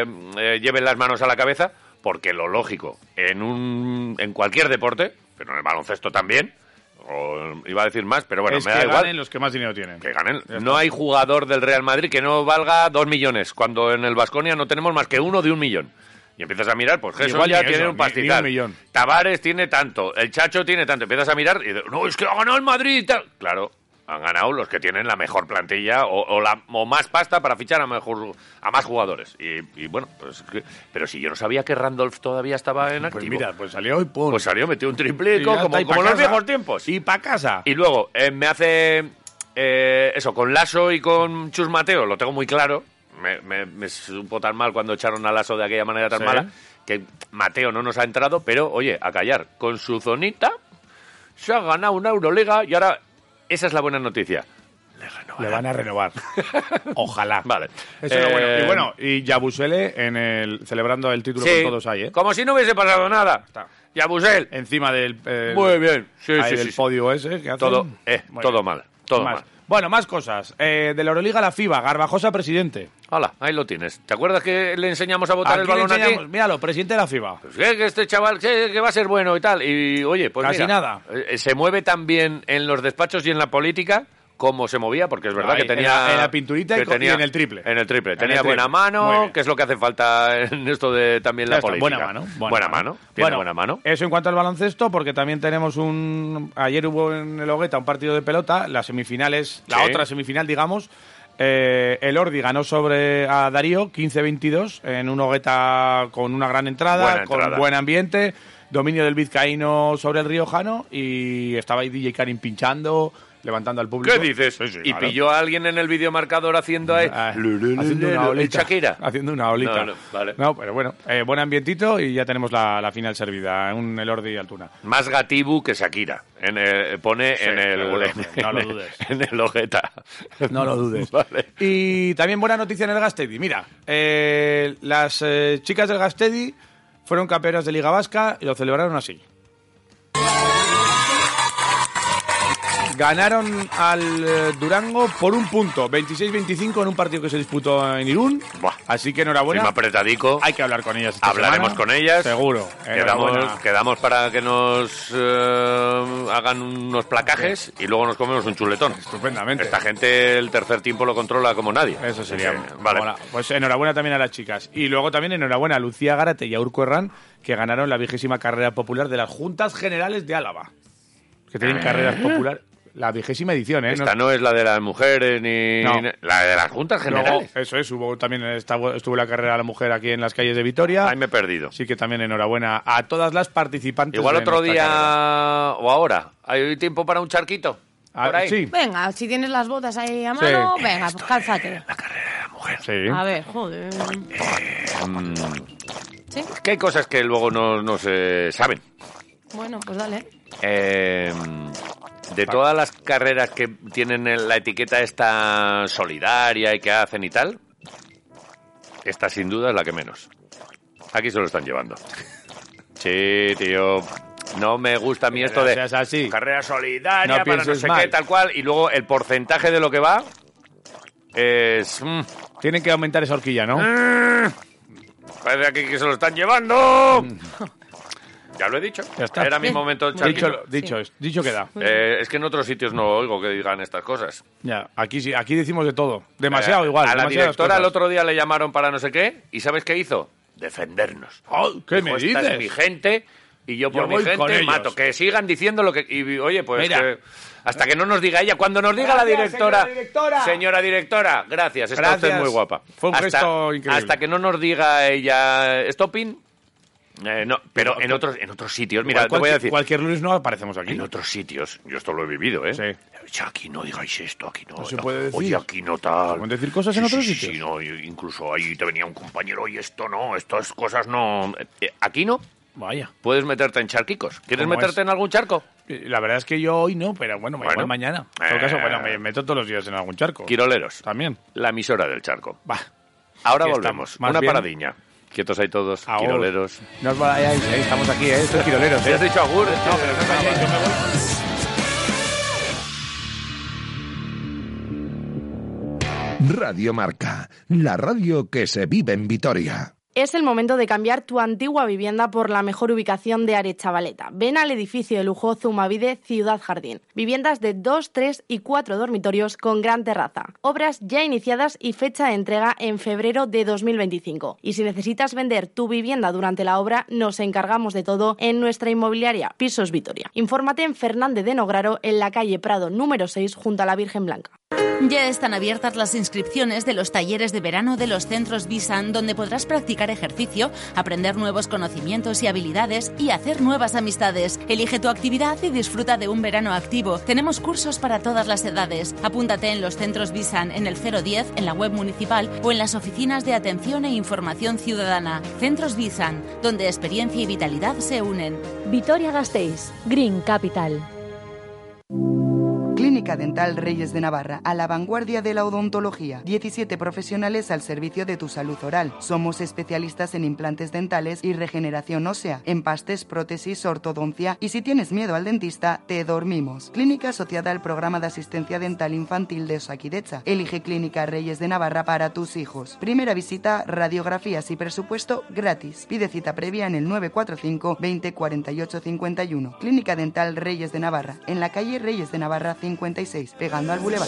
Speaker 3: eh, lleve las manos a la cabeza, porque lo lógico en, un, en cualquier deporte, pero en el baloncesto también, o iba a decir más, pero bueno,
Speaker 4: es
Speaker 3: me
Speaker 4: que
Speaker 3: da igual.
Speaker 4: ganen los que más dinero tienen.
Speaker 3: Que ganen. No hay jugador del Real Madrid que no valga dos millones, cuando en el Vasconia no tenemos más que uno de un millón. Y empiezas a mirar, pues Jesús
Speaker 4: Igual ni
Speaker 3: ya
Speaker 4: eso,
Speaker 3: tiene
Speaker 4: ni-
Speaker 3: un
Speaker 4: ni
Speaker 3: pastizal.
Speaker 4: un millón.
Speaker 3: Tavares tiene tanto, el Chacho tiene tanto. Empiezas a mirar y dices, no, es que ha ganado el Madrid y tal. Claro, han ganado los que tienen la mejor plantilla o, o la, o más pasta para fichar a, mejor, a más jugadores. Y, y bueno, pues. que- pero si yo no sabía que Randolph todavía estaba en
Speaker 4: Pues
Speaker 3: activo.
Speaker 4: mira, pues salió y pum.
Speaker 3: pues salió, metió un
Speaker 4: Y ya
Speaker 3: triplico,
Speaker 4: está,
Speaker 3: como,
Speaker 4: y pa'
Speaker 3: como en los
Speaker 4: casa.
Speaker 3: viejos tiempos.
Speaker 4: Y para casa.
Speaker 3: Y luego eh, me hace eh, eso con Lasso y con Chus Mateo, lo tengo muy claro. Me, me- me supo tan mal cuando echaron a Lasso de aquella manera tan
Speaker 4: Sí.
Speaker 3: mala que Mateo no nos ha entrado, pero oye, a callar. Con su zonita se ha ganado una Euroliga y ahora esa es la buena noticia.
Speaker 4: Le van a
Speaker 3: <laughs>
Speaker 4: renovar. Ojalá.
Speaker 3: Vale.
Speaker 4: Eso es lo bueno.
Speaker 3: Eh,
Speaker 4: Y bueno, y Yabusele en el, celebrando el título
Speaker 3: sí,
Speaker 4: con todos ahí, ¿eh?
Speaker 3: Como si no hubiese pasado nada.
Speaker 4: Está.
Speaker 3: Y Abusel,
Speaker 4: Encima del, eh,
Speaker 3: Muy bien. Sí,
Speaker 4: ahí
Speaker 3: sí,
Speaker 4: del
Speaker 3: sí, sí.
Speaker 4: podio ese. que hacen.
Speaker 3: Todo, eh,
Speaker 4: Muy
Speaker 3: todo
Speaker 4: bien.
Speaker 3: mal, todo
Speaker 4: Más.
Speaker 3: mal.
Speaker 4: Bueno, más cosas. Eh, de la Euroliga a la FIBA, Garbajosa presidente.
Speaker 3: Hala, ahí lo tienes. ¿Te acuerdas que le enseñamos a botar
Speaker 4: Aquí
Speaker 3: el
Speaker 4: le
Speaker 3: balón aquí?
Speaker 4: enseñamos- Míralo, presidente de la FIBA.
Speaker 3: Pues, eh, que este chaval eh, que va a ser bueno y tal. Y oye, pues
Speaker 4: Casi
Speaker 3: mira,
Speaker 4: nada.
Speaker 3: eh, Se mueve tan bien en los despachos y en la política como se movía, porque es verdad
Speaker 4: Ahí,
Speaker 3: que tenía.
Speaker 4: en la- en la pinturita y co- y en el triple.
Speaker 3: En el triple.
Speaker 4: En
Speaker 3: tenía
Speaker 4: el triple.
Speaker 3: buena
Speaker 4: Muy
Speaker 3: mano,
Speaker 4: bien.
Speaker 3: que es lo que hace falta en esto de también
Speaker 4: Ya
Speaker 3: la
Speaker 4: está,
Speaker 3: política.
Speaker 4: buena mano.
Speaker 3: Buena, mano. Tiene
Speaker 4: Bueno,
Speaker 3: buena mano.
Speaker 4: Eso en cuanto al baloncesto, porque también tenemos un. Ayer hubo en el Hogueta un partido de pelota, las semifinales, la
Speaker 3: Sí.
Speaker 4: otra semifinal, digamos. Eh, el Ordi ganó sobre a Darío 15-22 en un Hogueta con una gran entrada,
Speaker 3: Buena
Speaker 4: con
Speaker 3: entrada.
Speaker 4: buen ambiente, dominio del vizcaíno sobre el riojano y estaba ahí DJ Karim pinchando, levantando al público.
Speaker 3: ¿Qué dices?
Speaker 4: Sí, sí,
Speaker 3: y
Speaker 4: claro.
Speaker 3: pilló a alguien en el videomarcador haciendo ahí.
Speaker 4: Ah,
Speaker 3: Haciendo
Speaker 4: haciendo una olita.
Speaker 3: Shakira.
Speaker 4: Haciendo una olita.
Speaker 3: No, no, vale.
Speaker 4: No, pero bueno, eh, buen ambientito y ya tenemos la, la final servida. Un Elordi y Altuna.
Speaker 3: Más Gatibu que Shakira. En el- pone en el.
Speaker 4: seguro,
Speaker 3: en-
Speaker 4: no lo
Speaker 3: en-
Speaker 4: dudes.
Speaker 3: En el ojeta.
Speaker 4: <laughs> No lo dudes.
Speaker 3: <laughs> Vale.
Speaker 4: Y también buena noticia en el Gastedi. Mira, eh, las eh, chicas del Gastedi fueron campeonas de Liga Vasca y lo celebraron así. Ganaron al eh, Durango por un punto, 26-25 en un partido que se disputó en Irún.
Speaker 3: Buah.
Speaker 4: Así que enhorabuena.
Speaker 3: Encima apretadico.
Speaker 4: Hay que hablar con ellas. esta
Speaker 3: Hablaremos
Speaker 4: semana.
Speaker 3: con ellas.
Speaker 4: Seguro. Enhorabuena.
Speaker 3: Quedamos, quedamos para que nos eh, hagan unos placajes y luego nos comemos un chuletón.
Speaker 4: Estupendamente.
Speaker 3: Esta gente el tercer tiempo lo controla como nadie.
Speaker 4: Eso sería.
Speaker 3: Sí, Vale.
Speaker 4: Mola. Pues enhorabuena también a las chicas. Y luego también enhorabuena a Lucía Gárate y a Urco Herrán, que ganaron la vigésima carrera popular de las Juntas Generales de Álava. Que tienen carreras populares. La vigésima edición, ¿eh?
Speaker 3: Ah. Esta no es la de las mujeres ni
Speaker 4: No.
Speaker 3: ni- la de las juntas
Speaker 4: Luego,
Speaker 3: generales.
Speaker 4: eso es, hubo también esta- estuvo la carrera de la mujer aquí en las calles de Vitoria.
Speaker 3: Ahí me he perdido.
Speaker 4: Así que también enhorabuena a todas las participantes.
Speaker 3: Igual
Speaker 4: de
Speaker 3: otro
Speaker 4: nuestra
Speaker 3: día
Speaker 4: carrera.
Speaker 3: o ahora. ¿Hay tiempo para un charquito?
Speaker 4: Ah,
Speaker 3: Por ahí.
Speaker 4: Sí,
Speaker 7: Venga, si tienes las botas ahí a mano, venga, pues cálzate.
Speaker 4: sí.
Speaker 7: A ver, joder. Sí,
Speaker 3: Mm, Que hay cosas que luego no, no se saben.
Speaker 7: bueno, pues dale.
Speaker 3: Eh, de todas las carreras que tienen el- la etiqueta esta solidaria y que hacen y tal, esta sin duda es la que menos. Aquí se lo
Speaker 4: <laughs>
Speaker 3: están llevando. Sí, tío. No me gusta a mí esto de
Speaker 4: seas así.
Speaker 3: carrera solidaria
Speaker 4: No
Speaker 3: para no
Speaker 4: pienses
Speaker 3: sé qué,
Speaker 4: mal.
Speaker 3: tal cual, y luego el porcentaje de lo que va es... mm,
Speaker 4: Tienen que aumentar esa horquilla, ¿no?
Speaker 3: parece aquí que se lo están llevando. ya lo he dicho.
Speaker 4: Ya está.
Speaker 3: Era mi
Speaker 7: Bien.
Speaker 3: momento
Speaker 4: Dicho,
Speaker 3: charquito.
Speaker 4: dicho, es- dicho queda.
Speaker 3: Eh, es que en otros sitios no oigo que digan estas cosas.
Speaker 4: Ya, aquí sí, aquí decimos de todo. Demasiado
Speaker 3: Eh,
Speaker 4: igual.
Speaker 3: A la
Speaker 4: demasiadas
Speaker 3: directora
Speaker 4: cosas.
Speaker 3: el otro día le llamaron para no sé qué y ¿sabes qué hizo? Defendernos.
Speaker 4: Oh, ¿Qué me
Speaker 3: Dijo, "Esta es
Speaker 4: dices?
Speaker 3: mi gente y yo por
Speaker 12: Yo
Speaker 3: mi
Speaker 12: voy con
Speaker 3: gente
Speaker 12: ellos.
Speaker 3: mato. Que sigan diciendo lo que... Y oye, pues
Speaker 12: Mira.
Speaker 3: que- hasta que no nos diga ella, cuando nos diga la
Speaker 12: Gracias,
Speaker 3: directora...
Speaker 12: señora directora.
Speaker 3: Señora directora, gracias, está
Speaker 12: Gracias.
Speaker 3: usted muy guapa.
Speaker 12: Fue un
Speaker 3: hasta,
Speaker 12: gesto increíble.
Speaker 3: Hasta que no nos diga ella, stopping... eh, no, pero en otros, en otros sitios, mira, te
Speaker 12: Cual-
Speaker 3: voy a decir...
Speaker 12: Cualquier lunes no aparecemos aquí.
Speaker 3: En otros sitios, yo esto lo he vivido, ¿eh?
Speaker 12: Sí.
Speaker 3: Ya, Aquí no digáis esto, aquí no.
Speaker 12: No se
Speaker 3: no.
Speaker 12: puede decir.
Speaker 3: Oye, aquí no tal.
Speaker 12: ¿Se pueden decir cosas
Speaker 3: Sí,
Speaker 12: en
Speaker 3: sí,
Speaker 12: otros
Speaker 3: sí,
Speaker 12: sitios?
Speaker 3: sí, no, y- incluso ahí te venía un compañero, oye, esto no, estas cosas no. Eh, aquí no,
Speaker 12: Vaya.
Speaker 3: puedes meterte en charquicos. ¿Quieres
Speaker 12: ¿Cómo
Speaker 3: meterte
Speaker 12: es?
Speaker 3: en algún charco?
Speaker 12: Eh, La verdad es que yo hoy no, pero bueno,
Speaker 3: Bueno.
Speaker 12: igual mañana. En todo caso,
Speaker 3: Eh.
Speaker 12: bueno, me meto todos los días en algún charco.
Speaker 3: Quiroleros,
Speaker 12: También.
Speaker 3: la emisora del charco.
Speaker 12: Va.
Speaker 3: Ahora
Speaker 12: Aquí
Speaker 3: volvemos,
Speaker 12: estamos. Más
Speaker 3: una
Speaker 12: bien-
Speaker 3: paradiña. Quietos ahí todos,
Speaker 12: Ahora.
Speaker 3: quiroleros.
Speaker 12: No os vayáis, eh, estamos aquí, ¿eh? Estos quiroleros,
Speaker 3: ¿Has
Speaker 12: ¿eh?
Speaker 3: dicho agur?
Speaker 12: No, pero no os vayáis, yo me voy.
Speaker 13: Radio Marca, la radio que se vive en Vitoria.
Speaker 14: Es el momento de cambiar tu antigua vivienda por la mejor ubicación de Arechavaleta. Ven al edificio de lujo Zumavide Ciudad Jardín. Viviendas de 2, 3 y 4 dormitorios con gran terraza. Obras ya iniciadas y fecha de entrega en febrero de 2025. Y si necesitas vender tu vivienda durante la obra, nos encargamos de todo en nuestra inmobiliaria Pisos Vitoria. Infórmate en Fernández de Nograro en la calle Prado número 6 junto a la Virgen Blanca.
Speaker 15: Ya están abiertas las inscripciones de los talleres de verano de los centros Visan, donde podrás practicar ejercicio, aprender nuevos conocimientos y habilidades y hacer nuevas amistades. Elige tu actividad y disfruta de un verano activo. Tenemos cursos para todas las edades. Apúntate en los centros Visan, en el 010, en la web municipal o en las oficinas de atención e información ciudadana. Centros Visan, donde experiencia y vitalidad se unen.
Speaker 16: Vitoria Gasteiz, Green Capital.
Speaker 17: Clínica Dental Reyes de Navarra, a la vanguardia de la odontología. 17 profesionales al servicio de tu salud oral. Somos especialistas en implantes dentales y regeneración ósea, empastes, prótesis, ortodoncia y si tienes miedo al dentista, te dormimos. Clínica asociada al programa de asistencia dental infantil de Osakidecha. Elige Clínica Reyes de Navarra para tus hijos. Primera visita, radiografías y presupuesto gratis. Pide cita previa en el 945 20 48 51. Clínica Dental Reyes de Navarra, en la calle Reyes de Navarra 56, pegando al bulevar.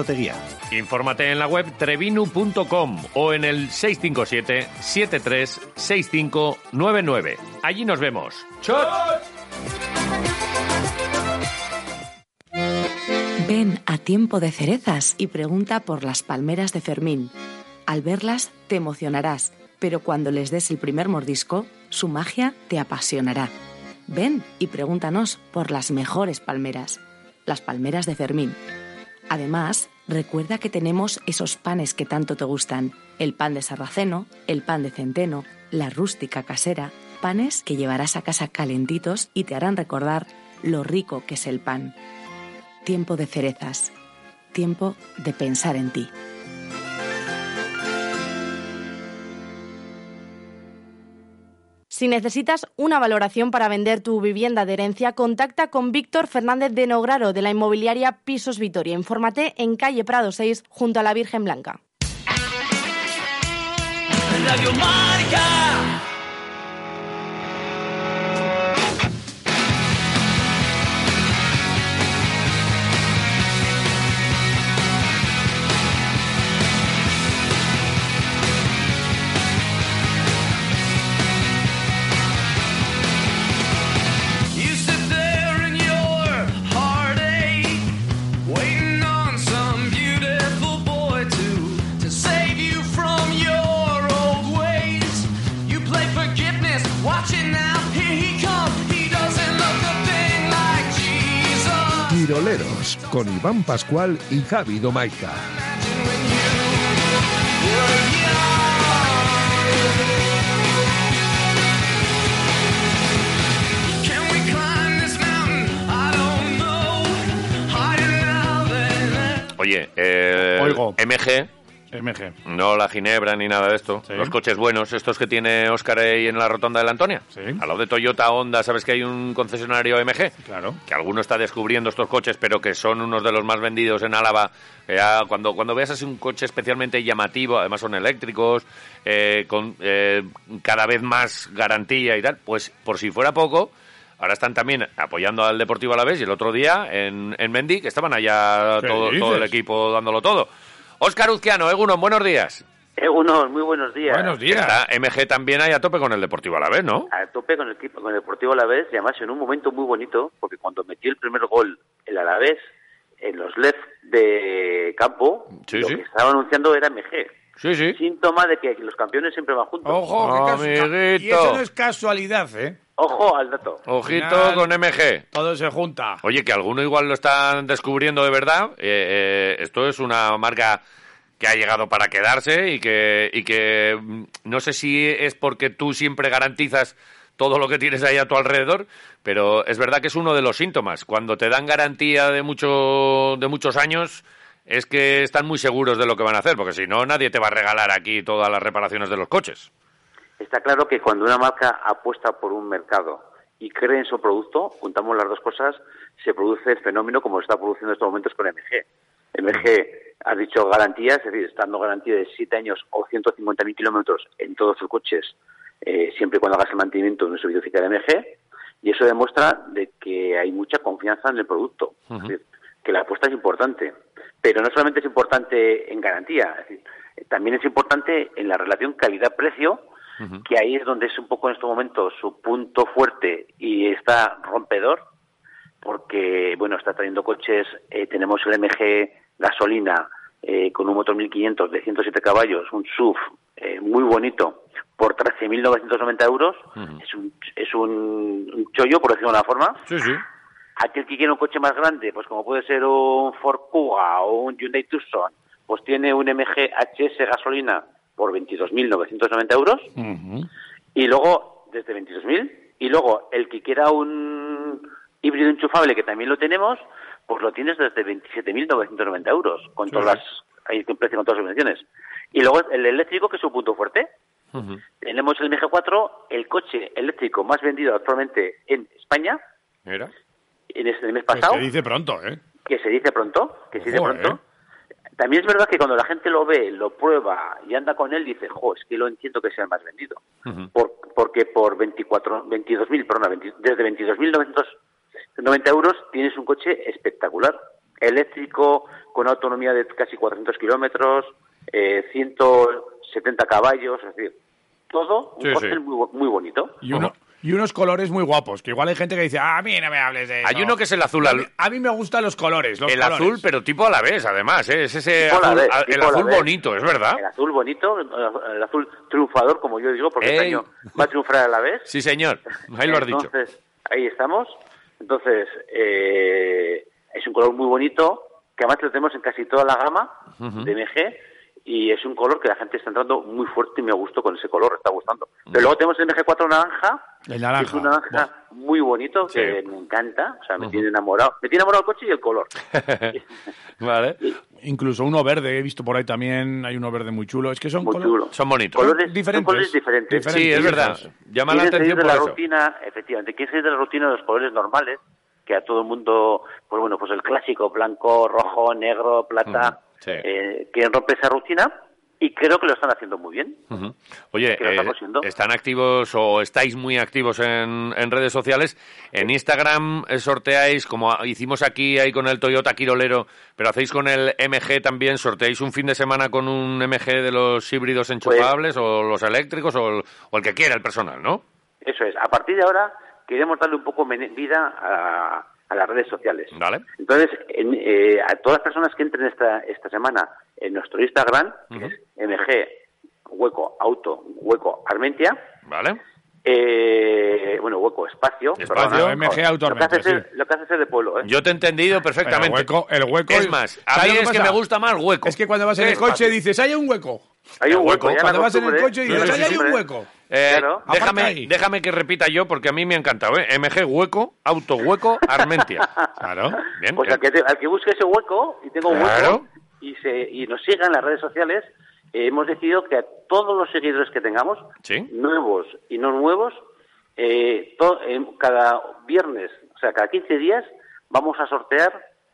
Speaker 18: te guía.
Speaker 3: Infórmate en la web trevinu.com o en el 657-736599. Allí nos vemos. ¡Chot!
Speaker 7: Ven a tiempo de cerezas y pregunta por las palmeras de Fermín. Al verlas te emocionarás, pero cuando les des el primer mordisco, su magia te apasionará. Ven y pregúntanos por las mejores palmeras, las palmeras de Fermín. Además, recuerda que tenemos esos panes que tanto te gustan, el pan de sarraceno, el pan de centeno, la rústica casera, panes que llevarás a casa calentitos y te harán recordar lo rico que es el pan. Tiempo de cerezas. Tiempo de pensar en ti.
Speaker 14: Si necesitas una valoración para vender tu vivienda de herencia, contacta con Víctor Fernández de Nograro de la inmobiliaria Pisos Vitoria. Infórmate en calle Prado 6 junto a la Virgen Blanca.
Speaker 2: Radio Marca. You sit there in your heartache, waiting on some beautiful boy to to save you from your old ways. You play forgiveness, watch it now. Here he comes. He doesn't look a thing like Jesus.
Speaker 13: Quiroleros, con Iván Pascual y Javi Domaica.
Speaker 2: Can we climb this mountain? I don't know. Higher now than
Speaker 3: Oye, eh,
Speaker 12: Oigo.
Speaker 3: MG
Speaker 4: MG.
Speaker 3: No la Ginebra ni nada de esto. Los coches buenos, estos que tiene Óscar ahí en la rotonda de la Antonia. Al lado de Toyota, Honda, ¿sabes que hay un concesionario MG?
Speaker 4: Claro.
Speaker 3: Que alguno está descubriendo estos coches, pero que son unos de los más vendidos en Álava. Eh, ah, cuando, cuando veas así un coche especialmente llamativo, además son eléctricos, eh, con eh, cada vez más garantía y tal, pues por si fuera poco... Ahora están también apoyando al Deportivo Alavés y el otro día en, en Mendy, que estaban allá
Speaker 19: ¿Qué
Speaker 3: todo, todo el
Speaker 19: dices?
Speaker 3: equipo dándolo todo. Óscar Uzquiano, Egunon, buenos días.
Speaker 19: Egunon, Eh, muy buenos días.
Speaker 3: Está MG también ahí a tope con el Deportivo a la vez, ¿no?
Speaker 19: A tope con el equipo, con el Deportivo Alavés y además en un momento muy bonito, porque cuando metió el primer gol el Alavés en los left de campo,
Speaker 3: Sí,
Speaker 19: lo
Speaker 3: sí.
Speaker 19: que estaba anunciando era MG.
Speaker 3: Sí, sí.
Speaker 19: Síntoma de que los campeones siempre van juntos.
Speaker 4: Ojo, que casu-
Speaker 3: Amiguito.
Speaker 4: Y eso no es casualidad, ¿eh?
Speaker 19: Ojo al dato.
Speaker 3: Ojito
Speaker 4: Final.
Speaker 3: con MG.
Speaker 4: Todo se junta.
Speaker 3: Oye, que alguno igual lo están descubriendo de verdad. Eh, eh, esto es una marca que ha llegado para quedarse y que, y que mm, no sé si es porque tú siempre garantizas todo lo que tienes ahí a tu alrededor, pero es verdad que es uno de los síntomas. Cuando te dan garantía de, mucho, de muchos años es que están muy seguros de lo que van a hacer, porque si no, nadie te va a regalar aquí todas las reparaciones de los coches.
Speaker 19: Está claro que cuando una marca apuesta por un mercado y cree en su producto, juntamos las dos cosas, se produce el fenómeno como se está produciendo en estos momentos con MG. MG, has dicho garantías, es decir, estando garantía de 7 años o 150.000 kilómetros en todos sus coches, eh, siempre y cuando hagas el mantenimiento de un servicio oficial de MG, y eso demuestra de que hay mucha confianza en el producto, Es decir, que la apuesta es importante. Pero no solamente es importante en garantía, es decir, también es importante en la relación calidad-precio, que ahí es donde es un poco en este momento su punto fuerte y está rompedor, porque bueno, está trayendo coches, eh, tenemos el MG gasolina eh, con un motor 1500 de 107 caballos, un SUV eh, muy bonito por 13.990 euros, es un, es un, un chollo, por decirlo de una forma.
Speaker 3: Sí, sí.
Speaker 19: Aquel que quiere un coche más grande, pues como puede ser un Ford Kuga o un Hyundai Tucson, pues tiene un MG HS gasolina por 22.990 euros y luego desde 26.000 y luego el que quiera un híbrido enchufable que también lo tenemos pues lo tienes desde 27.990 euros con
Speaker 20: Sí,
Speaker 19: todas
Speaker 20: sí.
Speaker 19: las hay un precio con todas las subvenciones y luego el eléctrico que es su punto fuerte tenemos el MG4 el coche eléctrico más vendido actualmente en España
Speaker 3: Mira.
Speaker 19: en este el mes
Speaker 4: Pues
Speaker 19: pasado
Speaker 4: se dice pronto, ¿eh?
Speaker 19: que se dice pronto, que se dice
Speaker 4: Ojo, eh.
Speaker 19: pronto. También es verdad que cuando la gente lo ve, lo prueba y anda con él, dice, jo, es que lo entiendo que sea el más vendido. Por- porque por 24, 22.000, perdona, 20 desde 22.990 euros tienes un coche espectacular. Eléctrico, con autonomía de casi 400 kilómetros, eh, 170 caballos, es decir, todo un
Speaker 4: Sí,
Speaker 19: coche
Speaker 4: sí.
Speaker 19: muy, bo- muy bonito.
Speaker 4: Y, uno- y unos colores muy guapos, que igual hay gente que dice, "Ah, a mí no me hables de eso.
Speaker 3: Hay uno que es el azul
Speaker 4: A
Speaker 3: al-
Speaker 4: mí, a mí me gustan los colores, los
Speaker 3: el
Speaker 4: colores.
Speaker 3: azul, pero tipo a la vez, además. ¿eh? Es ese
Speaker 4: Tipo
Speaker 3: azul,
Speaker 4: a la vez,
Speaker 3: a- el
Speaker 4: tipo a la
Speaker 3: azul
Speaker 4: vez.
Speaker 3: bonito, es verdad.
Speaker 19: El azul bonito, el azul triunfador, como yo digo, porque este
Speaker 3: Ey.
Speaker 19: año va a triunfar a la vez.
Speaker 3: Sí, señor. Ahí lo has dicho.
Speaker 19: Entonces, ahí estamos. Entonces, eh, es un color muy bonito, que además lo tenemos en casi toda la gama
Speaker 3: Mm.
Speaker 19: de MG, y es un color que la gente está entrando muy fuerte y me gustó con ese color, está gustando.
Speaker 3: Mm.
Speaker 19: Pero luego tenemos el MG4 naranja,
Speaker 4: El
Speaker 19: que es
Speaker 4: naranja.
Speaker 19: un naranja muy bonito, que me encanta, o sea, me tiene enamorado. Me tiene enamorado el coche y el color.
Speaker 3: vale.
Speaker 4: Incluso uno verde, he visto por ahí también, hay uno verde muy chulo. Es que son, colo-
Speaker 3: Son bonitos.
Speaker 4: Colores
Speaker 19: Son
Speaker 4: diferentes.
Speaker 19: colores diferentes.
Speaker 4: Diferentes,
Speaker 3: verdad. Llama la
Speaker 19: Quieren
Speaker 3: atención
Speaker 19: salir de
Speaker 3: por
Speaker 19: la
Speaker 3: eso.
Speaker 19: rutina, efectivamente, quieren salir de la rutina de los colores normales, que a todo el mundo, pues bueno, pues el clásico, blanco, rojo, negro,
Speaker 3: Mm.
Speaker 19: plata, eh, quieren romper esa rutina y creo que lo están haciendo muy bien.
Speaker 3: Ujú. Oye,
Speaker 19: Que lo
Speaker 3: eh,
Speaker 19: estamos siendo.
Speaker 3: están activos o estáis muy activos en, en redes sociales. En Instagram eh, sorteáis, como a- hicimos aquí ahí con el Toyota Quirolero, pero hacéis con el MG también, sorteáis un fin de semana con un MG de los híbridos
Speaker 19: Pues
Speaker 3: enchufables o los eléctricos o el, o el que quiera el personal, ¿no?
Speaker 19: Eso es, a partir de ahora queremos darle un poco mene- vida a, a las redes sociales.
Speaker 3: Vale.
Speaker 19: Entonces, en, eh, a todas las personas que entren esta, esta semana en nuestro Instagram, MG, hueco, auto, hueco, Armentia.
Speaker 3: Vale.
Speaker 19: Eh, bueno, hueco, espacio. perdona.
Speaker 3: MG
Speaker 4: Auto
Speaker 19: Lo que hace
Speaker 4: Armentia,
Speaker 19: es- Lo que hace es de pueblo, ¿eh?
Speaker 3: Yo te he entendido perfectamente.
Speaker 4: El hueco, el hueco.
Speaker 3: Es más, a
Speaker 4: ¿Sabes
Speaker 3: mí
Speaker 4: lo
Speaker 3: es que
Speaker 4: pasa?
Speaker 3: me gusta más hueco.
Speaker 4: Es que cuando vas en el
Speaker 3: Espacio.
Speaker 4: coche dices, hay un hueco.
Speaker 19: Hay un hueco, ya la
Speaker 4: Cuando vas en el
Speaker 19: costumbre,
Speaker 4: coche
Speaker 19: ¿eh?
Speaker 4: dices,
Speaker 19: Sí,
Speaker 4: "Ay,
Speaker 19: sí,
Speaker 4: hay un
Speaker 19: sí.
Speaker 4: hueco.
Speaker 3: Eh,
Speaker 19: Claro.
Speaker 4: Aparta
Speaker 3: déjame,
Speaker 4: ahí.
Speaker 3: déjame que repita yo porque a mí me ha encantado. ¿eh? MG hueco,
Speaker 4: <laughs>
Speaker 3: auto hueco, Armentia. Claro, bien.
Speaker 19: Pues al que, te- al que busque ese hueco y tenga un
Speaker 3: Claro.
Speaker 19: hueco, y, se, y nos sigan en las redes sociales, eh, hemos decidido que a todos los seguidores que tengamos,
Speaker 3: ¿Sí?
Speaker 19: nuevos y no nuevos, eh, to- em, cada viernes, o sea, cada 15 días, vamos a sortear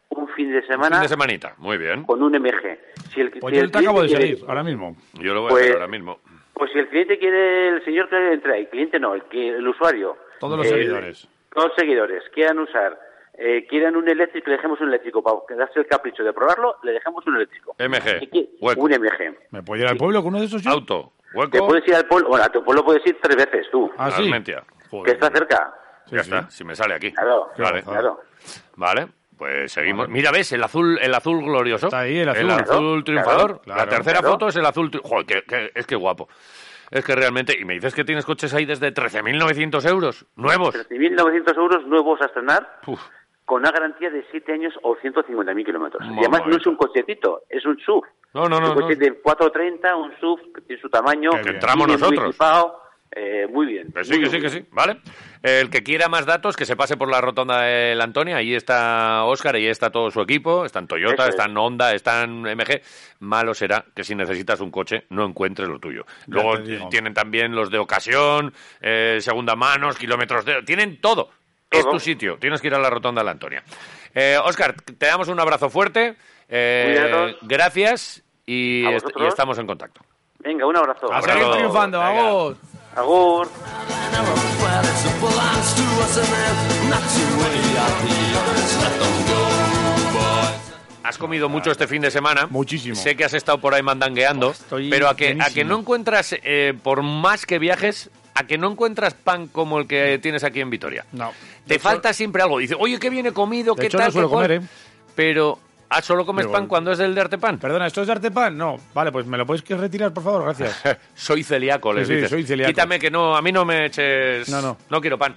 Speaker 19: un fin de semana
Speaker 3: Fin de semanita. Muy bien.
Speaker 19: con un MG. Si el,
Speaker 4: Pues
Speaker 19: si
Speaker 4: yo
Speaker 19: el
Speaker 4: te acabo de
Speaker 19: cliente quiere-
Speaker 4: seguir, ahora mismo.
Speaker 3: Yo lo voy
Speaker 19: Pues-
Speaker 3: a hacer ahora mismo.
Speaker 19: Pues si el cliente quiere, el señor que entra, el cliente no, el, que- el usuario.
Speaker 3: Todos los
Speaker 19: eh,
Speaker 3: seguidores.
Speaker 19: Todos los seguidores quieran usar, eh, quieran un eléctrico, le dejemos un eléctrico para quedarse el capricho de probarlo, le dejamos un eléctrico.
Speaker 3: MG.
Speaker 19: Aquí,
Speaker 3: Hueco.
Speaker 19: Un MG.
Speaker 4: ¿Me puedo ir al pueblo con uno de esos yo?
Speaker 3: Auto. Hueco.
Speaker 19: Te puedes ir al pueblo, bueno, a tu pueblo puedes ir tres veces tú.
Speaker 3: Ah, sí. Armentia.
Speaker 19: Que está cerca.
Speaker 3: ya está, si me sale aquí.
Speaker 19: Claro,
Speaker 3: vale.
Speaker 19: claro.
Speaker 3: Vale, pues seguimos. Mira, ves, el azul, el azul glorioso. Está ahí, el
Speaker 4: azul.
Speaker 3: El
Speaker 4: Claro,
Speaker 3: azul triunfador.
Speaker 4: claro,
Speaker 3: La tercera
Speaker 4: claro.
Speaker 3: foto es el azul tri- Joder, que- que- es que guapo. Es que realmente, y me dices que tienes coches ahí desde 13.900 euros, nuevos.
Speaker 19: 13.900 euros nuevos a estrenar. Con una garantía de 7 años o 150.000 kilómetros. Y
Speaker 3: Mamá
Speaker 19: además no
Speaker 3: mía.
Speaker 19: es un cochecito, es un SUV.
Speaker 3: No, no,
Speaker 19: Es
Speaker 3: no.
Speaker 19: un
Speaker 3: no.
Speaker 19: coche de 430, un SUV que tiene su tamaño.
Speaker 3: Que entramos
Speaker 19: muy bien, muy
Speaker 3: nosotros.
Speaker 19: equipado, eh, muy bien.
Speaker 3: Que sí,
Speaker 19: muy
Speaker 3: que sí,
Speaker 19: bien.
Speaker 3: que sí. Vale. El que quiera más datos, que se pase por la rotonda del Antonia. Ahí está Óscar, ahí está todo su equipo. Están Toyota,
Speaker 19: Eso es.
Speaker 3: están Honda, están MG. Malo será que si necesitas un coche, no encuentres lo tuyo.
Speaker 4: te
Speaker 3: Luego
Speaker 4: digo.
Speaker 3: tienen también los de ocasión, eh, segunda manos, kilómetros de... Tienen todo. Es tu sitio. Tienes que ir a la rotonda del Antonia. Eh, Óscar, te damos un abrazo fuerte. Eh,
Speaker 19: Cuidaros.
Speaker 3: gracias y,
Speaker 19: A
Speaker 3: est- y
Speaker 19: vosotros.
Speaker 3: estamos en contacto.
Speaker 19: Venga, un abrazo.
Speaker 3: A seguir Abrazo. triunfando, Venga. agur.
Speaker 19: Agur.
Speaker 3: Has comido mucho este fin de semana.
Speaker 4: Muchísimo.
Speaker 3: Sé que has estado por ahí mandangueando, pero a que, a que
Speaker 4: llenísimo.
Speaker 3: no encuentras, eh, por más que viajes, a que no encuentras pan como el que tienes aquí en Vitoria.
Speaker 4: No.
Speaker 3: Te falta siempre algo. Dice, oye, ¿qué viene comido?
Speaker 4: De
Speaker 3: ¿Qué
Speaker 4: hecho,
Speaker 3: tal?
Speaker 4: no suelo
Speaker 3: qué cual?".
Speaker 4: comer, ¿eh?
Speaker 3: Pero, ¿ah, solo comes
Speaker 4: Digo,
Speaker 3: pan cuando es del de Artepan?
Speaker 4: Perdona, ¿esto es de Artepan? No. Vale, pues me lo podéis que retirar, por favor, gracias.
Speaker 3: soy celíaco, les
Speaker 4: Sí, sí,
Speaker 3: dices.
Speaker 4: soy celíaco.
Speaker 3: Quítame que no, <laughs> a mí no me eches...
Speaker 4: No, no.
Speaker 3: No quiero pan.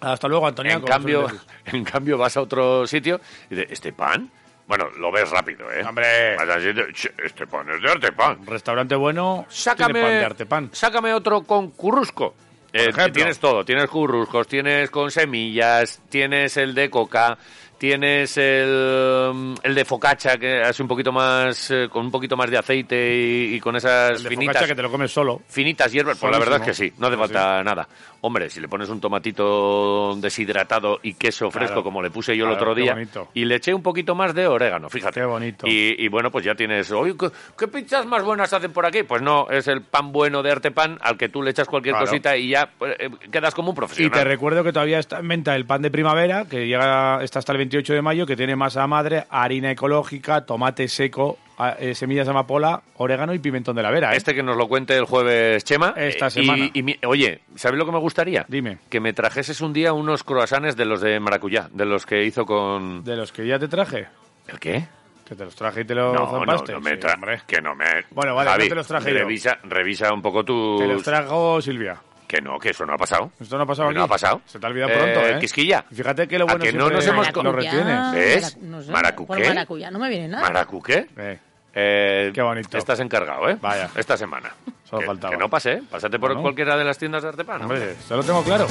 Speaker 4: Hasta luego, Antonio.
Speaker 3: En cambio, <laughs> en cambio vas a otro sitio y dices, ¿este pan? Bueno, lo ves rápido, ¿eh? Hombre. Este pan es de Artepan.
Speaker 4: Restaurante bueno,
Speaker 3: Sácame-
Speaker 4: tiene pan de Artepan.
Speaker 3: Sácame otro con currusco. Eh,
Speaker 4: ejemplo.
Speaker 3: tienes todo, tienes curruscos, tienes con semillas, tienes el de coca, tienes el, mm, el de focacha que hace un poquito más eh, con un poquito más de aceite y, y con esas
Speaker 4: El de
Speaker 3: finitas
Speaker 4: focaccia que te lo comes solo.
Speaker 3: finitas hierbas, pues la
Speaker 4: Buenísimo.
Speaker 3: verdad es que sí, no hace falta nada. Hombre, si le pones un tomatito deshidratado y queso fresco
Speaker 4: Claro.
Speaker 3: como le puse yo el
Speaker 4: Claro,
Speaker 3: otro
Speaker 4: qué
Speaker 3: día
Speaker 4: bonito.
Speaker 3: y le eché un poquito más de orégano, fíjate. Qué bonito. Y, y bueno, pues ya tienes, oye, ¿qué, qué pizzas más buenas hacen por aquí? Pues no, es el pan bueno de Artepan al que tú le echas cualquier
Speaker 4: Claro.
Speaker 3: cosita y ya pues, eh, quedas como
Speaker 4: Y
Speaker 3: un
Speaker 4: te
Speaker 3: profesional.
Speaker 4: recuerdo que todavía está en venta el pan de primavera, que llega está hasta el 28 de mayo, que tiene masa madre, harina ecológica, tomate seco, a- eh, semillas de amapola, orégano y pimentón de la vera. ¿eh?
Speaker 3: Este que nos lo cuente el jueves, Chema.
Speaker 4: Esta
Speaker 3: Eh, y-
Speaker 4: semana.
Speaker 3: y mi- oye, ¿sabes lo que me gustaría?
Speaker 4: Dime.
Speaker 3: Que me trajeses un día unos croissants de los de maracuyá, de los que hizo con...
Speaker 4: De los que ya te traje,
Speaker 3: ¿El qué?
Speaker 4: que te los traje y te los
Speaker 3: No, no,
Speaker 4: zampaste.
Speaker 3: no me
Speaker 4: Sí,
Speaker 3: tra-
Speaker 4: hombre.
Speaker 3: que no me...
Speaker 4: Bueno, vale,
Speaker 3: Javi,
Speaker 4: no te los traje yo.
Speaker 3: revisa, revisa un poco tu...
Speaker 4: Te los trajo Silvia.
Speaker 3: Que no, que eso no ha pasado.
Speaker 4: Esto no ha pasado
Speaker 3: Que no
Speaker 4: aquí.
Speaker 3: ha pasado.
Speaker 4: Se te ha olvidado pronto, ¿eh?
Speaker 3: Quisquilla.
Speaker 4: Fíjate que lo bueno
Speaker 3: ¿A que no
Speaker 4: siempre
Speaker 3: nos hemos...
Speaker 4: lo Maracuyá, retienes.
Speaker 3: ¿Ves?
Speaker 7: maracu- no sé, por
Speaker 3: ¿Maracuqué?
Speaker 7: maracuyá, no me viene nada.
Speaker 3: ¿Maracuqué? Eh, Qué bonito. Estás encargado, ¿eh? Vaya. Esta semana. que, que no pase, ¿eh? Pásate por
Speaker 4: No.
Speaker 3: cualquiera de las tiendas de Artepan.
Speaker 4: Hombre, se lo tengo claro.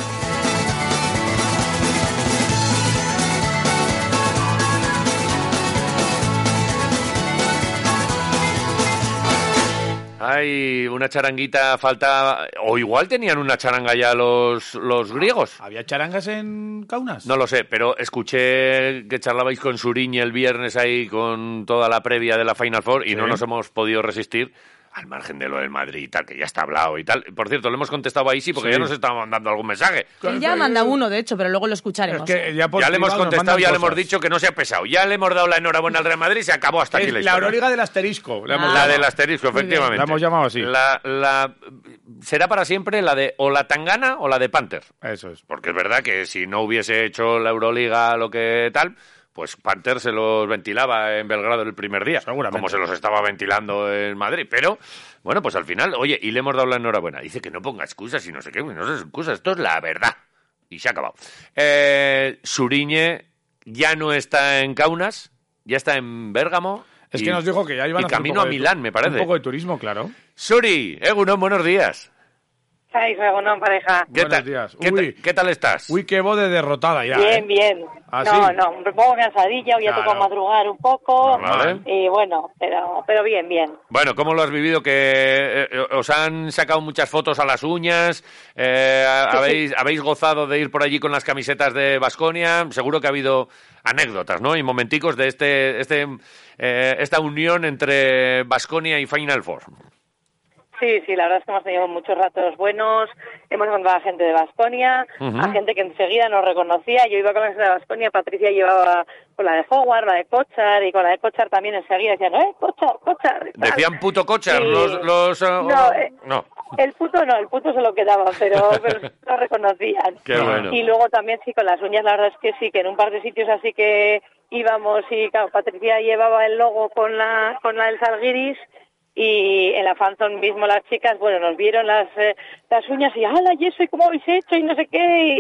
Speaker 3: Hay una charanguita falta... O igual tenían una charanga ya los, los griegos.
Speaker 4: ¿Había charangas en Kaunas?
Speaker 3: Pues No lo sé, pero escuché que charlabais con Suriñi el viernes ahí con toda la previa de la Final Four y no
Speaker 4: Sí.
Speaker 3: nos hemos podido resistir, al margen de lo del Madrid y tal, que ya está hablado y tal. Por cierto, le hemos contestado ahí sí porque
Speaker 4: Sí.
Speaker 3: ya nos estaba mandando algún mensaje.
Speaker 7: Él ya manda uno, de hecho, pero luego lo
Speaker 4: por
Speaker 7: escucharemos.
Speaker 3: ya le hemos
Speaker 4: privado nos
Speaker 3: contestado,
Speaker 4: mandan
Speaker 3: ya le hemos
Speaker 4: cosas.
Speaker 3: dicho que no se ha pesado. Ya le hemos dado la enhorabuena al Real Madrid y se acabó hasta aquí
Speaker 4: Es
Speaker 3: la
Speaker 4: la
Speaker 3: historia. Ah.
Speaker 4: Euroliga del asterisco. la hemos
Speaker 3: la
Speaker 4: llamado.
Speaker 3: del asterisco,
Speaker 4: Muy bien.
Speaker 3: efectivamente.
Speaker 4: La hemos llamado así.
Speaker 3: La, la- será para siempre la de o la Tangana o la de Panther.
Speaker 4: Eso es.
Speaker 3: Porque es verdad que si no hubiese hecho la Euroliga lo que tal, pues Panther se los ventilaba en Belgrado el primer día. Como se los estaba ventilando en Madrid. Pero, bueno, pues al final, oye, y le hemos dado la enhorabuena. Dice que no ponga excusas y no sé qué, pues no es excusas, esto es la verdad. Y se ha acabado. Eh, Suriñe ya no está en Kaunas, ya está en Bérgamo.
Speaker 4: Es
Speaker 3: y-
Speaker 4: que nos dijo que ya iban
Speaker 3: y
Speaker 4: a hacer un
Speaker 3: camino
Speaker 4: poco
Speaker 3: a
Speaker 4: de tu-
Speaker 3: Milán, me parece.
Speaker 4: Un poco de turismo, claro.
Speaker 3: Suri, Egunon, buenos días.
Speaker 20: Ay, no, pareja.
Speaker 3: ¿Qué tal, ¿qué, ta- qué tal estás?
Speaker 4: Uy, qué bode derrotada ya.
Speaker 20: bien,
Speaker 4: ¿eh?
Speaker 20: bien.
Speaker 4: ¿Ah,
Speaker 20: no,
Speaker 4: sí?
Speaker 20: no, un poco cansadilla, hoy ya
Speaker 3: Claro.
Speaker 20: tocó madrugar un poco.
Speaker 3: Normal, ¿eh?
Speaker 20: Y bueno, pero, pero bien, bien.
Speaker 3: Bueno, ¿cómo lo has vivido? Que eh, eh, os han sacado muchas fotos a las uñas, eh,
Speaker 20: Sí, sí.
Speaker 3: habéis, habéis gozado de ir por allí con las camisetas de Basconia. Seguro que ha habido anécdotas, ¿no? Y momenticos de este, este, eh, esta unión entre Basconia y Final Four.
Speaker 20: Sí, sí, la verdad es que hemos tenido muchos ratos buenos. Hemos encontrado a gente de Basconia,
Speaker 3: Ujú.
Speaker 20: a gente que enseguida nos reconocía. Yo iba con la gente de Basconia, Patricia llevaba con la de Howard, la de Cochar, y con la de Cochar también enseguida decían, ¡eh, Cochar, Cochar! y tal.
Speaker 3: Decían puto cochar
Speaker 20: Sí.
Speaker 3: los... los eh,
Speaker 20: No, eh,
Speaker 3: no.
Speaker 20: El puto no, el puto se lo quedaba,
Speaker 3: <laughs>
Speaker 20: pero, pero sí lo reconocían.
Speaker 3: Qué bueno.
Speaker 20: Y luego también sí, con las uñas, la verdad es que sí, que en un par de sitios así que íbamos y claro, Patricia llevaba el logo con la, con la del Salguiris y en la fanzón mismo las chicas, bueno, nos vieron las, eh, las uñas y ¡hala, y eso! ¿Y cómo habéis hecho? Y no sé qué.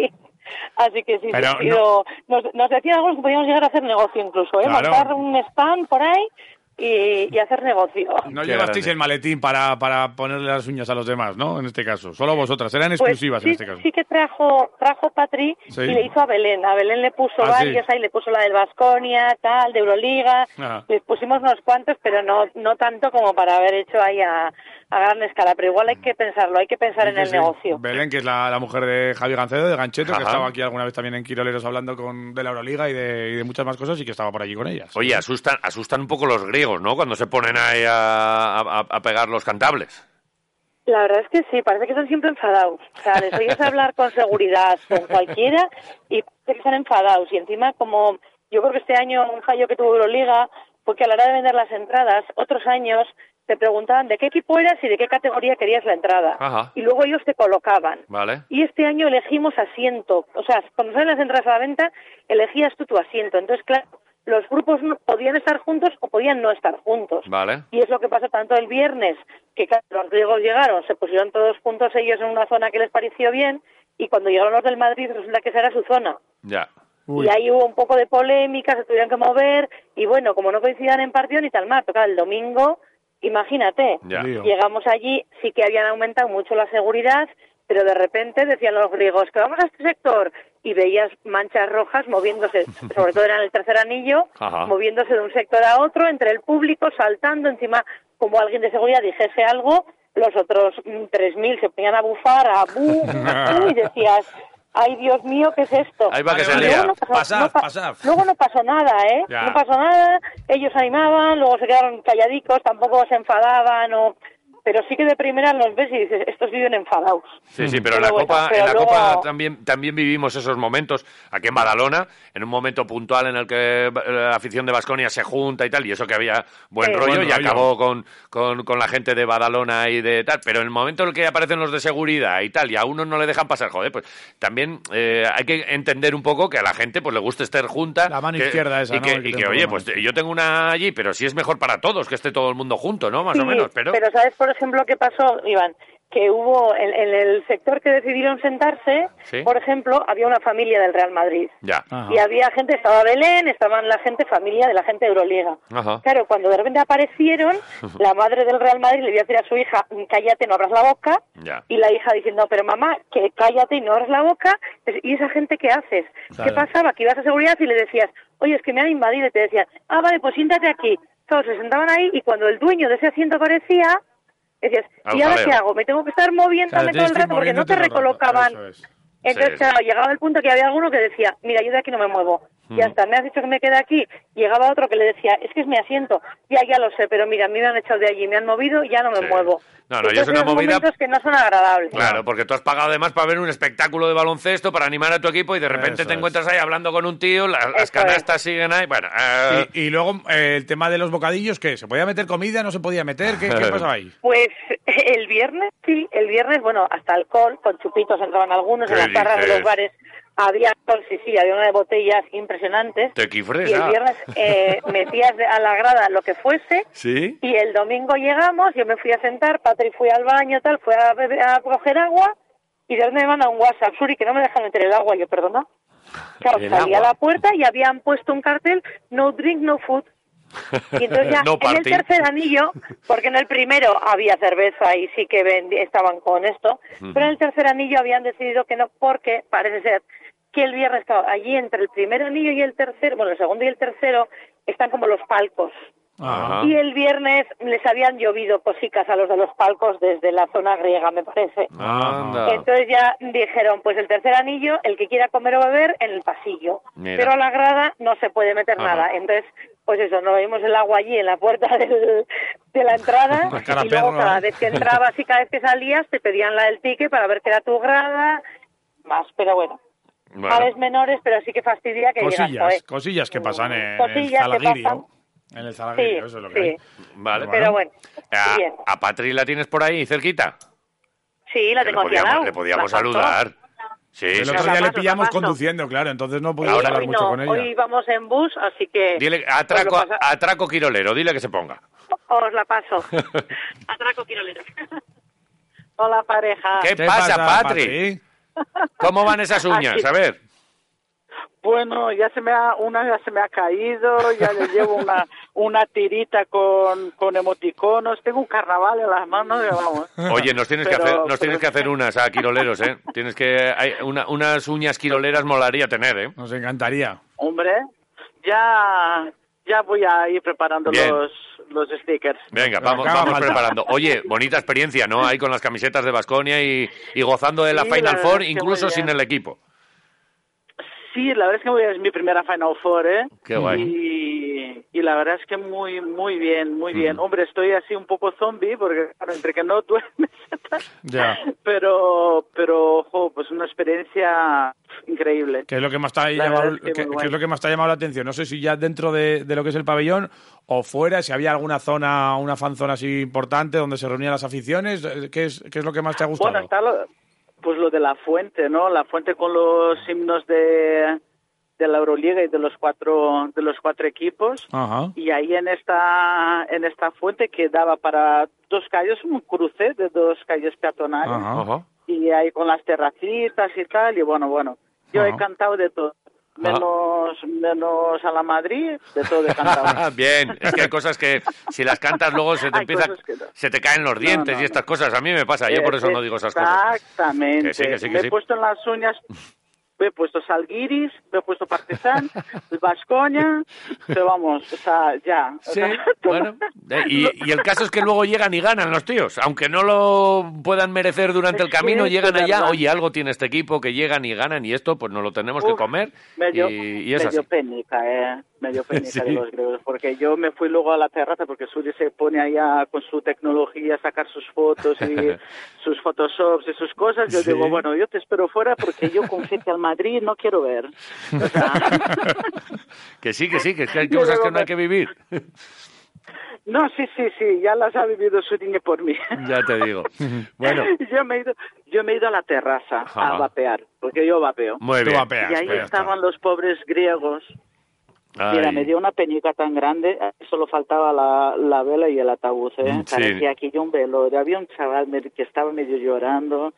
Speaker 20: y- <laughs> Así que sí, sí,
Speaker 2: Pero
Speaker 20: ha sido- nos, nos decían algunos que podíamos llegar a hacer negocio incluso, ¿eh?
Speaker 4: Claro.
Speaker 20: montar un stand por ahí y, y hacer negocio.
Speaker 4: No
Speaker 3: Qué
Speaker 4: llevasteis
Speaker 3: grande.
Speaker 4: el maletín para, para ponerle las uñas a los demás, ¿no? En este caso. Solo vosotras. Serán
Speaker 20: Pues
Speaker 4: exclusivas
Speaker 20: sí,
Speaker 4: en este caso.
Speaker 20: Sí que trajo, trajo Patri
Speaker 4: Sí.
Speaker 20: y le hizo a Belén. A Belén le puso
Speaker 4: Ah, sí.
Speaker 20: varios, ahí le puso la del Vasconia, tal, de Euroliga.
Speaker 4: Ajá.
Speaker 20: Les pusimos unos cuantos, pero no, no tanto como para haber hecho ahí a, a gran escala. Pero igual hay que pensarlo, hay que pensar en
Speaker 4: Sí,
Speaker 20: el
Speaker 4: sí.
Speaker 20: negocio.
Speaker 4: Belén, que es la, la mujer de Javi Gancedo, de Gancheto, que
Speaker 3: Ajá.
Speaker 4: estaba aquí alguna vez también en Quiroleros hablando con, de la Euroliga y de, y de muchas más cosas y que estaba por allí con ellas.
Speaker 3: Oye, asustan, asustan un poco los griegos, ¿no? Cuando se ponen ahí a, a- a pegar los cantables.
Speaker 20: La verdad es que sí, parece que están siempre enfadados. O sea, les oyes hablar con seguridad con cualquiera y parece que están enfadados. Y encima, como yo creo que este año un fallo que tuvo Euroliga fue que a la hora de vender las entradas, otros años te preguntaban de qué equipo eras y de qué categoría querías la entrada.
Speaker 3: Ajá.
Speaker 20: Y luego ellos te colocaban.
Speaker 3: ¿Vale?
Speaker 20: Y este año elegimos asiento. O sea, cuando salen las entradas a la venta, elegías tú tu asiento. Entonces, claro, los grupos no- podían estar juntos o podían no estar juntos.
Speaker 3: ¿Vale?
Speaker 20: Y es lo que pasó tanto el viernes, que claro, los griegos llegaron, se pusieron todos juntos ellos en una zona que les pareció bien, y cuando llegaron los del Madrid resulta que esa era su zona.
Speaker 3: Ya.
Speaker 20: Y ahí hubo un poco de polémica, se tuvieron que mover, y bueno, como no coincidían en partido ni tal más, pero claro, el domingo, imagínate,
Speaker 2: Ya. Lío.
Speaker 20: llegamos allí, sí que habían aumentado mucho la seguridad, pero de repente decían los griegos que vamos a este sector, y veías manchas rojas
Speaker 2: <laughs>
Speaker 20: moviéndose, sobre todo era en el tercer anillo,
Speaker 2: Ajá.
Speaker 20: moviéndose de un sector a otro, entre el público, saltando encima, como alguien de seguridad dijese algo, los otros mm, 3.000 se ponían a bufar, a bu,
Speaker 2: <laughs>
Speaker 20: bu, y decías, ay Dios mío, ¿qué es esto?
Speaker 3: Ahí va que
Speaker 20: Y
Speaker 3: se
Speaker 20: luego
Speaker 3: lía.
Speaker 20: no pasó-
Speaker 3: Pasad,
Speaker 20: no pa-
Speaker 3: pasad.
Speaker 20: Luego no pasó nada, ¿eh?
Speaker 3: Ya.
Speaker 20: No pasó nada, ellos animaban, luego se quedaron calladicos, tampoco se enfadaban, o... pero sí que de primera los ves y dices, estos viven enfadados.
Speaker 3: Sí,
Speaker 4: Mm.
Speaker 3: sí, pero en
Speaker 20: Pero
Speaker 3: la
Speaker 20: bueno,
Speaker 3: Copa,
Speaker 20: pero
Speaker 3: en la
Speaker 20: luego-
Speaker 3: Copa también, también vivimos esos momentos aquí en Badalona, en un momento puntual en el que eh, la afición de Vasconia se junta y tal, y eso que había buen
Speaker 4: Sí.
Speaker 3: rollo
Speaker 4: Buen
Speaker 3: y
Speaker 4: rollo.
Speaker 3: acabó con, con, con la gente de Badalona y de tal, pero en el momento en el que aparecen los de seguridad y tal, y a uno no le dejan pasar, joder, pues también eh, hay que entender un poco que a la gente pues le gusta estar junta.
Speaker 4: La mano
Speaker 3: que-
Speaker 4: izquierda esa,
Speaker 3: Y
Speaker 4: ¿no?
Speaker 3: que,
Speaker 4: El que
Speaker 3: y
Speaker 4: te
Speaker 3: que,
Speaker 4: da un
Speaker 3: oye,
Speaker 4: poco
Speaker 3: pues yo tengo una allí, pero sí es mejor para todos que esté todo el mundo junto, ¿no? Más o
Speaker 20: Sí,
Speaker 3: menos, pero...
Speaker 20: ¿sabes, por ejemplo, qué pasó, Iván? Que hubo, en, en el sector que decidieron sentarse,
Speaker 3: Sí.
Speaker 20: por ejemplo, había una familia del Real Madrid.
Speaker 3: Ya.
Speaker 20: Y había gente, estaba Belén, estaban la gente, familia de la gente de Euroliga.
Speaker 3: Ajá.
Speaker 20: Claro, cuando de repente aparecieron, la madre del Real Madrid le dio a decir a su hija, cállate, no abras la boca,
Speaker 3: Ya.
Speaker 20: y la hija diciendo, pero mamá, que cállate y no abras la boca, y esa gente, ¿qué haces?
Speaker 2: Claro.
Speaker 20: ¿Qué pasaba? Que ibas a seguridad y le decías, oye, es que me han invadido, y te decían, ah, vale, pues siéntate aquí. Todos se sentaban ahí, y cuando el dueño de ese asiento aparecía, decías,
Speaker 2: Al
Speaker 20: ¿y ahora
Speaker 2: jaleo.
Speaker 20: qué hago? Me tengo que estar moviéndome todo
Speaker 2: Claro, tienes
Speaker 20: el
Speaker 2: que ir
Speaker 20: rato porque no te
Speaker 2: moviéndote todo el rato,
Speaker 20: recolocaban.
Speaker 2: eso es.
Speaker 20: Entonces,
Speaker 2: Sí.
Speaker 20: claro, llegaba el punto que había alguno que decía, mira, yo de aquí no me muevo. Ya
Speaker 2: Mm.
Speaker 20: está, me has dicho que me quede aquí. Llegaba otro que le decía, es que es mi asiento. Ya, ya lo sé, pero mira, a mí me han echado de allí, me han movido y ya no me
Speaker 3: Sí.
Speaker 20: muevo.
Speaker 3: No, no, yo
Speaker 20: Entonces,
Speaker 3: es una
Speaker 20: esos
Speaker 3: movida
Speaker 20: momentos que no son agradables.
Speaker 3: Claro, porque tú has pagado además para ver un espectáculo de baloncesto, para animar a tu equipo y de repente
Speaker 4: Eso
Speaker 3: te
Speaker 4: es.
Speaker 3: encuentras ahí hablando con un tío, la- las canastas siguen ahí. Bueno, eh,
Speaker 4: Y, y luego eh, el tema de los bocadillos, ¿qué? ¿Se podía meter comida? ¿No se podía meter? ¿Qué, qué
Speaker 3: <laughs>
Speaker 4: pasaba ahí?
Speaker 20: Pues <laughs> el viernes, sí, el viernes, bueno, hasta alcohol, con chupitos entraban algunos,
Speaker 4: ¿Qué
Speaker 20: en las barras de
Speaker 4: dices?
Speaker 20: los bares había alcohol, sí, sí, había una de botellas impresionantes.
Speaker 3: te
Speaker 20: Y el
Speaker 3: quifresa.
Speaker 20: viernes
Speaker 3: <laughs>
Speaker 20: eh, metías de- a la grada lo que fuese
Speaker 3: ¿Sí?
Speaker 20: Y el domingo llegamos, yo me fui a sentar, Patri fui al baño, tal, fue a, bebe- a coger agua y de repente me manda un WhatsApp, Suri, que no me dejan meter el agua, yo, perdona. Claro,
Speaker 2: El
Speaker 20: salí a
Speaker 2: agua.
Speaker 20: la puerta y habían puesto un cartel, no drink, no food. Y
Speaker 3: <laughs>
Speaker 20: entonces ya
Speaker 3: No
Speaker 20: en el
Speaker 3: party.
Speaker 20: tercer anillo, porque en el primero había cerveza y sí que vendi- estaban con esto,
Speaker 3: Ujú.
Speaker 20: pero en el tercer anillo habían decidido que no, porque parece ser que el viernes, claro, allí entre el primer anillo y el tercero, bueno, el segundo y el tercero, están como los palcos.
Speaker 2: Ajá.
Speaker 20: Y el viernes les habían llovido cosicas a los de los palcos desde la zona griega, me parece.
Speaker 3: Anda.
Speaker 20: Entonces ya dijeron, pues el tercer anillo, el que quiera comer o beber, en el pasillo.
Speaker 3: Mira.
Speaker 20: Pero a la grada no se puede meter
Speaker 3: Ajá.
Speaker 20: nada. Entonces, pues eso, nos bebimos el agua allí en la puerta <laughs> del- de la entrada.
Speaker 2: La cara
Speaker 20: y luego
Speaker 2: perro,
Speaker 20: cada
Speaker 2: ¿eh?
Speaker 20: vez que entrabas y cada vez que salías, te pedían la del ticket para ver qué era tu grada. Más, pero bueno.
Speaker 4: Bueno.
Speaker 20: Males menores, pero sí que fastidia que digas,
Speaker 4: Cosillas,
Speaker 20: "Joder".
Speaker 4: cosillas que pasan en el
Speaker 20: Cosillas que pasan.
Speaker 4: Zalaguirio. En el Zalaguirio,
Speaker 20: Sí,
Speaker 4: eso es lo que
Speaker 20: sí.
Speaker 4: hay.
Speaker 3: Vale. Eh,
Speaker 20: Pero bueno,
Speaker 3: A,
Speaker 20: bien.
Speaker 3: a Patri la tienes por ahí, cerquita.
Speaker 20: Sí, la
Speaker 3: Que le
Speaker 20: tengo aquí al
Speaker 3: podíamos,
Speaker 20: lado.
Speaker 3: le podíamos
Speaker 20: La paso.
Speaker 3: saludar. Sí, sí,
Speaker 4: El otro
Speaker 3: sí.
Speaker 4: día le
Speaker 20: paso, la
Speaker 4: pillamos
Speaker 20: paso.
Speaker 4: conduciendo, claro, entonces no
Speaker 20: Hoy,
Speaker 4: podíamos hablar
Speaker 20: hoy
Speaker 4: mucho
Speaker 20: no,
Speaker 4: con ella.
Speaker 20: hoy vamos en bus, así que
Speaker 3: Dile, atraco,
Speaker 20: Pues lo pasa- Ah.
Speaker 3: atraco quirolero, dile que se ponga.
Speaker 20: os la
Speaker 4: <laughs>
Speaker 20: paso. Atraco quirolero. <laughs> Hola, pareja.
Speaker 3: ¿Qué, pasa, Patri? ¿Cómo van esas uñas?
Speaker 21: Aquí.
Speaker 3: A ver.
Speaker 21: Bueno, ya se me ha, una ya se me ha caído, ya le llevo una, una tirita con, con emoticonos, tengo un carnaval en las manos, que vamos.
Speaker 3: Oye, nos tienes que
Speaker 21: Pero-
Speaker 3: hacer, nos tienes que hacer unas a quiroleros, ¿eh? Tienes que hay una- unas uñas quiroleras molaría tener, ¿eh?
Speaker 4: Nos encantaría.
Speaker 21: Hombre, ya, ya voy a ir preparando
Speaker 3: Bien.
Speaker 21: los, los stickers.
Speaker 3: Venga, vamos,
Speaker 21: acaba
Speaker 3: vamos
Speaker 21: falta.
Speaker 3: preparando. Oye, bonita experiencia, ¿no? Ahí con las camisetas de Basconia y, y gozando de la
Speaker 21: Sí, la
Speaker 3: Final
Speaker 21: verdad
Speaker 3: Four,
Speaker 21: es que
Speaker 3: incluso
Speaker 21: muy bien.
Speaker 3: sin el equipo.
Speaker 21: Sí, la verdad es que es mi primera Final Four, ¿eh?
Speaker 3: Qué guay.
Speaker 21: Y, y la verdad es que muy, muy bien, muy bien. Hombre, estoy así un poco zombie, porque claro, entre que no duermes,
Speaker 4: Ya.
Speaker 21: <laughs> pero, pero, ojo, pues una experiencia increíble.
Speaker 4: Que es lo que más te ha
Speaker 21: La
Speaker 4: llamado,
Speaker 21: verdad es que
Speaker 4: que- que
Speaker 21: muy guay.
Speaker 4: es lo que más te ha llamado la atención. No sé si ya dentro de, de lo que es el pabellón o fuera, si había alguna zona, una fanzona así importante donde se reunían las aficiones. eh, ¿Qué es, qué es lo que más te ha gustado?
Speaker 21: Bueno, está lo, pues lo de la fuente, ¿no? La fuente con los himnos de, de la Euroliga y de los cuatro, de los cuatro equipos.
Speaker 4: Ajá.
Speaker 21: Y ahí en esta, en esta fuente que daba para dos calles, un cruce de dos calles
Speaker 2: Ah.
Speaker 21: peatonales.
Speaker 4: Ajá.
Speaker 21: Y ahí con las terracitas y tal, y bueno, bueno. Yo he
Speaker 2: Ah.
Speaker 3: Ajá.
Speaker 21: cantado de todo. Menos, menos a la Madrid, de todo
Speaker 3: <laughs>
Speaker 21: he cantado.
Speaker 3: Bien, es que hay cosas que si las cantas luego se te
Speaker 21: Hay
Speaker 3: empieza,
Speaker 21: cosas que no.
Speaker 3: se te caen los dientes y estas cosas. A mí me pasa, yo por eso no digo esas cosas.
Speaker 21: Exactamente.
Speaker 3: Que sí, que sí, que
Speaker 21: me
Speaker 3: sí.
Speaker 21: he puesto en las uñas, me he puesto Salguiris, me he
Speaker 3: <laughs>
Speaker 21: puesto Partizan, Vascoña, pero vamos, o sea, ya. o
Speaker 3: Sí,
Speaker 21: sea, <laughs> pues
Speaker 3: bueno. Eh, Y, y el caso es que luego llegan y ganan los tíos, aunque no lo puedan merecer durante el
Speaker 21: Sí,
Speaker 3: camino,
Speaker 21: es
Speaker 3: llegan allá,
Speaker 21: verdad.
Speaker 3: oye, algo tiene este equipo que llegan y ganan y esto, pues nos lo tenemos que
Speaker 21: Uf,
Speaker 3: comer.
Speaker 21: medio,
Speaker 3: y, y es
Speaker 21: medio
Speaker 3: así.
Speaker 21: penica, eh,
Speaker 3: <laughs>
Speaker 21: medio penica
Speaker 3: Sí.
Speaker 21: de los griegos, porque yo me fui luego a la terraza porque Suri se pone allá con su tecnología a sacar sus fotos
Speaker 3: <laughs>
Speaker 21: y sus photoshops y sus cosas, yo
Speaker 2: Sí.
Speaker 21: digo, bueno, yo te espero fuera porque yo confete al Madrid no quiero ver. O sea,
Speaker 3: <laughs> Que sí, que sí, que, es
Speaker 21: <laughs>
Speaker 3: que hay
Speaker 21: Yo
Speaker 3: cosas
Speaker 21: digo,
Speaker 3: que no hay que vivir. <laughs>
Speaker 21: No, sí, sí, sí, ya las ha vivido su niño por mí.
Speaker 3: Ya te
Speaker 21: <laughs>
Speaker 3: digo. Bueno,
Speaker 21: Yo me he ido, yo me he ido a la terraza
Speaker 3: Ajá.
Speaker 21: a vapear, porque yo vapeo.
Speaker 3: Muy Tú bien. vapeas,
Speaker 21: y ahí
Speaker 3: pues ya
Speaker 21: estaban los pobres griegos. Mira,
Speaker 3: ay,
Speaker 21: me dio una penica tan grande, solo faltaba la, la vela y el ataúd, ¿eh?
Speaker 3: Mm, sí.
Speaker 21: Parecía aquí un velorio. Había un chaval medio- que estaba medio llorando.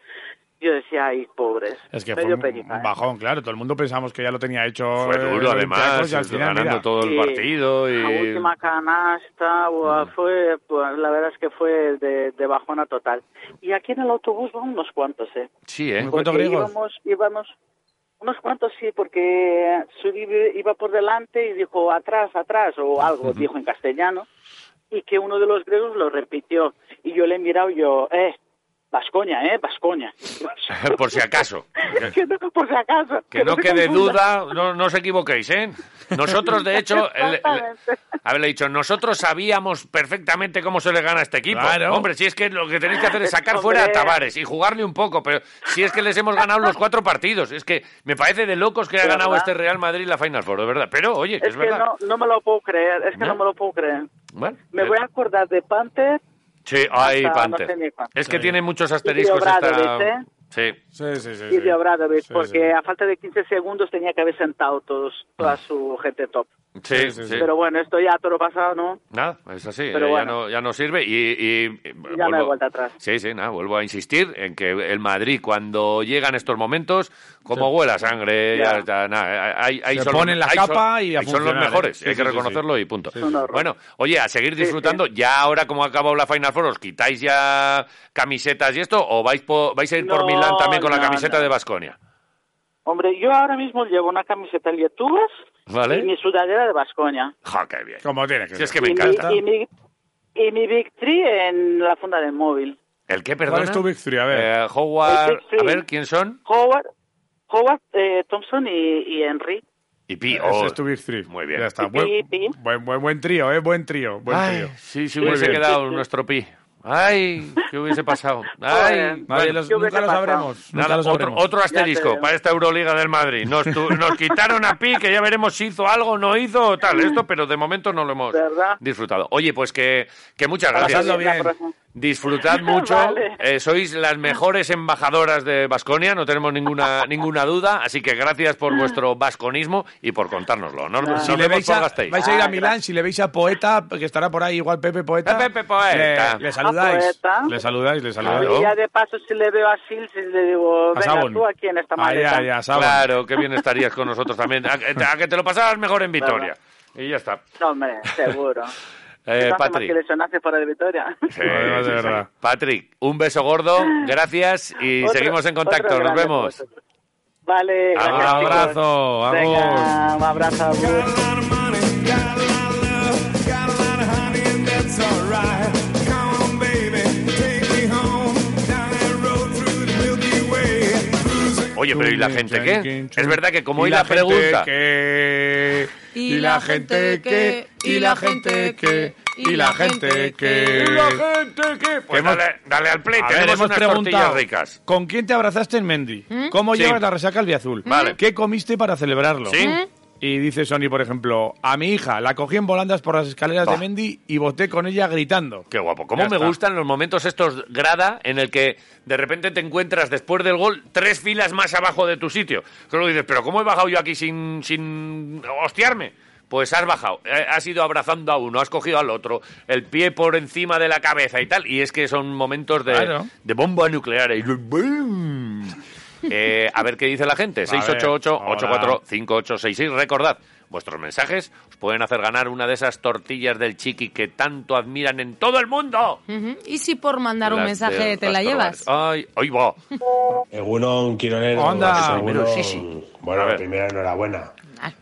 Speaker 21: Yo decía, ay, pobres.
Speaker 4: Es que fue
Speaker 21: medio
Speaker 4: un
Speaker 21: penica, ¿eh?
Speaker 4: bajón, claro. Todo el mundo pensamos que ya lo tenía hecho.
Speaker 3: fue
Speaker 4: eh, 20
Speaker 3: duro además,
Speaker 4: años y al final,
Speaker 3: ganando
Speaker 4: mira.
Speaker 3: todo el
Speaker 21: Sí.
Speaker 3: partido
Speaker 21: La
Speaker 3: y... Mm.
Speaker 21: última canasta buah, fue, pues, la verdad es que fue de, de bajona total. Y aquí en el autobús van unos cuantos, ¿eh?
Speaker 3: Sí, ¿eh?
Speaker 21: Porque íbamos, íbamos, unos cuantos sí, porque Suri iba por delante y dijo atrás, atrás, o algo,
Speaker 3: Ujú.
Speaker 21: dijo en castellano, y que uno de los griegos lo repitió. Y yo le he mirado y yo, eh, Vascoña, eh, Vascoña. <laughs>
Speaker 3: <laughs> Por si acaso.
Speaker 21: que no, por si acaso.
Speaker 3: <laughs> Que no
Speaker 21: se
Speaker 3: quede
Speaker 21: confunda.
Speaker 3: duda, no, no os equivoquéis, ¿eh? Nosotros, de
Speaker 21: <laughs>
Speaker 3: hecho, el- el-
Speaker 21: Exactamente.
Speaker 3: a ver, le he dicho, nosotros sabíamos perfectamente cómo se le gana a este equipo.
Speaker 4: Claro.
Speaker 3: Hombre, si es que lo que tenéis que hacer es
Speaker 21: <laughs>
Speaker 3: sacar
Speaker 4: Hombre.
Speaker 3: fuera a Tavares y jugarle un poco, pero si es que les hemos ganado los cuatro partidos, es que me parece de locos que ha
Speaker 21: De
Speaker 3: ganado
Speaker 21: verdad.
Speaker 3: este Real Madrid la Final Four, de verdad. Pero, oye, que
Speaker 21: Es
Speaker 3: es,
Speaker 21: que
Speaker 3: verdad.
Speaker 21: no, no me lo puedo creer, es que no,
Speaker 3: No.
Speaker 21: me lo puedo creer.
Speaker 3: Bueno,
Speaker 21: Me
Speaker 3: eh,
Speaker 21: voy a acordar de Panther.
Speaker 3: Sí, ay,
Speaker 21: hasta no
Speaker 3: Panther.
Speaker 21: sé ni cuándo.
Speaker 3: es que
Speaker 21: Sí.
Speaker 3: tiene muchos
Speaker 21: Y
Speaker 3: asteriscos esta...
Speaker 21: Obradovic, ¿eh?
Speaker 3: Sí.
Speaker 4: Sí, sí, sí.
Speaker 21: y de Obradovic,
Speaker 4: Sí,
Speaker 21: porque a falta de 15 segundos tenía que haber sentado todos, toda su gente top.
Speaker 3: Ah. Sí, sí, sí.
Speaker 21: Pero bueno, esto ya todo lo pasado, ¿no?
Speaker 3: Nada, es así,
Speaker 21: Pero
Speaker 3: eh, ya,
Speaker 21: bueno.
Speaker 3: no, ya no sirve y... y- y, eh,
Speaker 21: Y ya no hay vuelta atrás.
Speaker 3: Sí, sí, nada, vuelvo a insistir en que el Madrid cuando llegan estos momentos, como
Speaker 4: Sí.
Speaker 3: huele a sangre, ya,
Speaker 4: Ya.
Speaker 3: está, nada, eh, ahí, ahí
Speaker 4: Se
Speaker 3: son
Speaker 4: ponen la
Speaker 3: ahí son-
Speaker 4: capa y a
Speaker 3: ahí son los
Speaker 4: funcionar, ¿eh?
Speaker 3: mejores,
Speaker 4: Sí,
Speaker 3: hay que
Speaker 4: sí, sí, sí.
Speaker 3: reconocerlo y punto.
Speaker 4: Sí, sí. Un horror.
Speaker 3: Bueno, oye, a seguir disfrutando, ya ahora como ha acabado la Final Four, ¿os quitáis ya camisetas y esto o vais, po- vais a ir por
Speaker 21: No,
Speaker 3: Milán también con la
Speaker 21: no,
Speaker 3: camiseta
Speaker 21: no.
Speaker 3: de Basconia?
Speaker 21: Hombre, yo ahora mismo llevo una camiseta Lietuvas
Speaker 3: ¿Vale?
Speaker 21: y mi sudadera de Vascoña.
Speaker 3: Ja, qué bien.
Speaker 4: Como tiene que
Speaker 3: Si es
Speaker 4: ser.
Speaker 3: que me
Speaker 4: Y mi-
Speaker 3: encanta.
Speaker 21: Y mi, y mi Big Tree en la funda del móvil.
Speaker 3: ¿El qué, perdona?
Speaker 4: ¿Cuál es tu Big Three? A ver.
Speaker 3: Eh, Howard,
Speaker 21: El Big Three.
Speaker 3: a ver, ¿quién son?
Speaker 21: Howard, Howard eh, Thompson y, y Henry.
Speaker 3: Y Pi.
Speaker 4: Ese
Speaker 3: oh,
Speaker 4: es tu Big Three. Muy bien. Ya
Speaker 3: Ah,
Speaker 4: está.
Speaker 21: Y
Speaker 4: Buen,
Speaker 21: Pi, Pi.
Speaker 4: buen, buen, buen trío, ¿eh? Buen trío. Buen
Speaker 3: Ay,
Speaker 4: trío.
Speaker 3: sí, si
Speaker 4: Muy
Speaker 3: hubiese
Speaker 4: bien.
Speaker 3: quedado nuestro pi. Ay, ¿qué hubiese
Speaker 21: <laughs>
Speaker 3: pasado? Ay,
Speaker 4: Joder, Nadie los- ¿qué hubiese nunca lo pasado? sabremos, nunca
Speaker 3: Nada,
Speaker 4: lo
Speaker 3: otro-
Speaker 4: sabremos.
Speaker 3: Otro,
Speaker 4: Ya te
Speaker 3: asterisco
Speaker 4: digo.
Speaker 3: para esta Euroliga del Madrid. Nos, tu- nos quitaron a Pi, que ya veremos si hizo algo o no hizo o tal. Esto, pero de momento no lo hemos
Speaker 21: Mm. ¿Verdad?
Speaker 3: disfrutado. Oye, pues que, que muchas gracias.
Speaker 21: Pasadlo bien. La próxima. <laughs>
Speaker 3: Disfrutad mucho.
Speaker 21: Vale.
Speaker 3: Eh, sois las mejores embajadoras de Vasconia, no tenemos
Speaker 21: <laughs>
Speaker 3: ninguna, ninguna duda. Así que gracias por vuestro vasconismo y por contárnoslo. Nos, nos
Speaker 4: Si le
Speaker 3: vemos
Speaker 4: veis
Speaker 3: por
Speaker 4: a,
Speaker 3: Gasteiz.
Speaker 4: vais a ir a Milán, si le veis a Poeta, que estará por ahí igual Pepe Poeta.
Speaker 3: Pepe Ah, Poeta.
Speaker 4: eh. Le, le saludáis.
Speaker 21: A Poeta.
Speaker 4: Le saludáis, le
Speaker 21: Y
Speaker 4: saludáis.
Speaker 21: ya de paso, si le veo a Sils, le digo,
Speaker 4: A
Speaker 21: venga
Speaker 4: Sabon.
Speaker 21: tú aquí en esta maleta.
Speaker 3: Claro, qué bien estarías con nosotros también. A, que- a que te lo pasabas mejor en Vitoria. Y ya está.
Speaker 21: No, hombre,
Speaker 3: <laughs>
Speaker 21: seguro.
Speaker 3: Eh,
Speaker 21: Entonces, más
Speaker 3: Patrick.
Speaker 21: que lesionarse fuera de Victoria.
Speaker 3: Sí,
Speaker 4: Además, de
Speaker 3: sí, sí.
Speaker 4: verdad.
Speaker 3: Patrick, un beso gordo, gracias y
Speaker 21: Otro-
Speaker 3: seguimos en contacto.
Speaker 21: otro
Speaker 3: Nos
Speaker 21: grande
Speaker 3: vemos.
Speaker 21: Vale,
Speaker 3: Ah,
Speaker 21: gracias,
Speaker 3: un
Speaker 21: chicos.
Speaker 3: abrazo, vamos.
Speaker 21: Venga, un abrazo.
Speaker 2: That's alright. Come on, baby, take me home. Down that road through the Milky Way.
Speaker 3: Oye, pero ¿y la gente qué? Es verdad que como hoy la pregunta...
Speaker 4: Que... Y la gente que. Y la gente que. Y la gente que.
Speaker 3: Y la gente que... Eh, Pues
Speaker 4: hemos-
Speaker 3: dale, dale al play,
Speaker 4: A ver,
Speaker 3: tenemos
Speaker 4: hemos
Speaker 3: unas
Speaker 4: preguntado,
Speaker 3: tortillas ricas.
Speaker 4: ¿Con quién te abrazaste en Mendy?
Speaker 3: ¿Mm?
Speaker 4: ¿Cómo
Speaker 3: Sí. Mm.
Speaker 4: llevas la resaca al Biazul?
Speaker 3: Vale.
Speaker 4: ¿Qué comiste para celebrarlo?
Speaker 3: Sí. ¿Mm?
Speaker 4: Y dice Sony, por ejemplo, a mi hija la cogí en volandas por las escaleras
Speaker 3: Bah.
Speaker 4: de Mendy y boté con ella gritando.
Speaker 3: Qué guapo. ¿Cómo
Speaker 4: Ya
Speaker 3: me
Speaker 4: está.
Speaker 3: gustan los momentos estos grada en el que de repente te encuentras después del gol tres filas más abajo de tu sitio? Que luego dices, ¿pero cómo he bajado yo aquí sin, sin hostiarme? Pues has bajado, eh, has ido abrazando a uno, has cogido al otro, el pie por encima de la cabeza y tal. Y es que son momentos de,
Speaker 4: Claro.
Speaker 3: de bomba nuclear. y ¡boom! Eh, a ver qué dice la gente.
Speaker 4: A
Speaker 3: 688-845866. Recordad, vuestros mensajes os pueden hacer ganar una de esas tortillas del chiqui que tanto admiran en todo el mundo.
Speaker 7: Ujú. ¿Y si por mandar un
Speaker 3: Las
Speaker 7: mensaje
Speaker 3: de
Speaker 7: te la
Speaker 3: Rastrobales. Ay,
Speaker 7: llevas?
Speaker 3: hoy va.
Speaker 11: Egunon, Quironero.
Speaker 4: Onda.
Speaker 11: Egunon.
Speaker 4: Primero, sí, sí. Ah.
Speaker 11: Bueno, primero enhorabuena.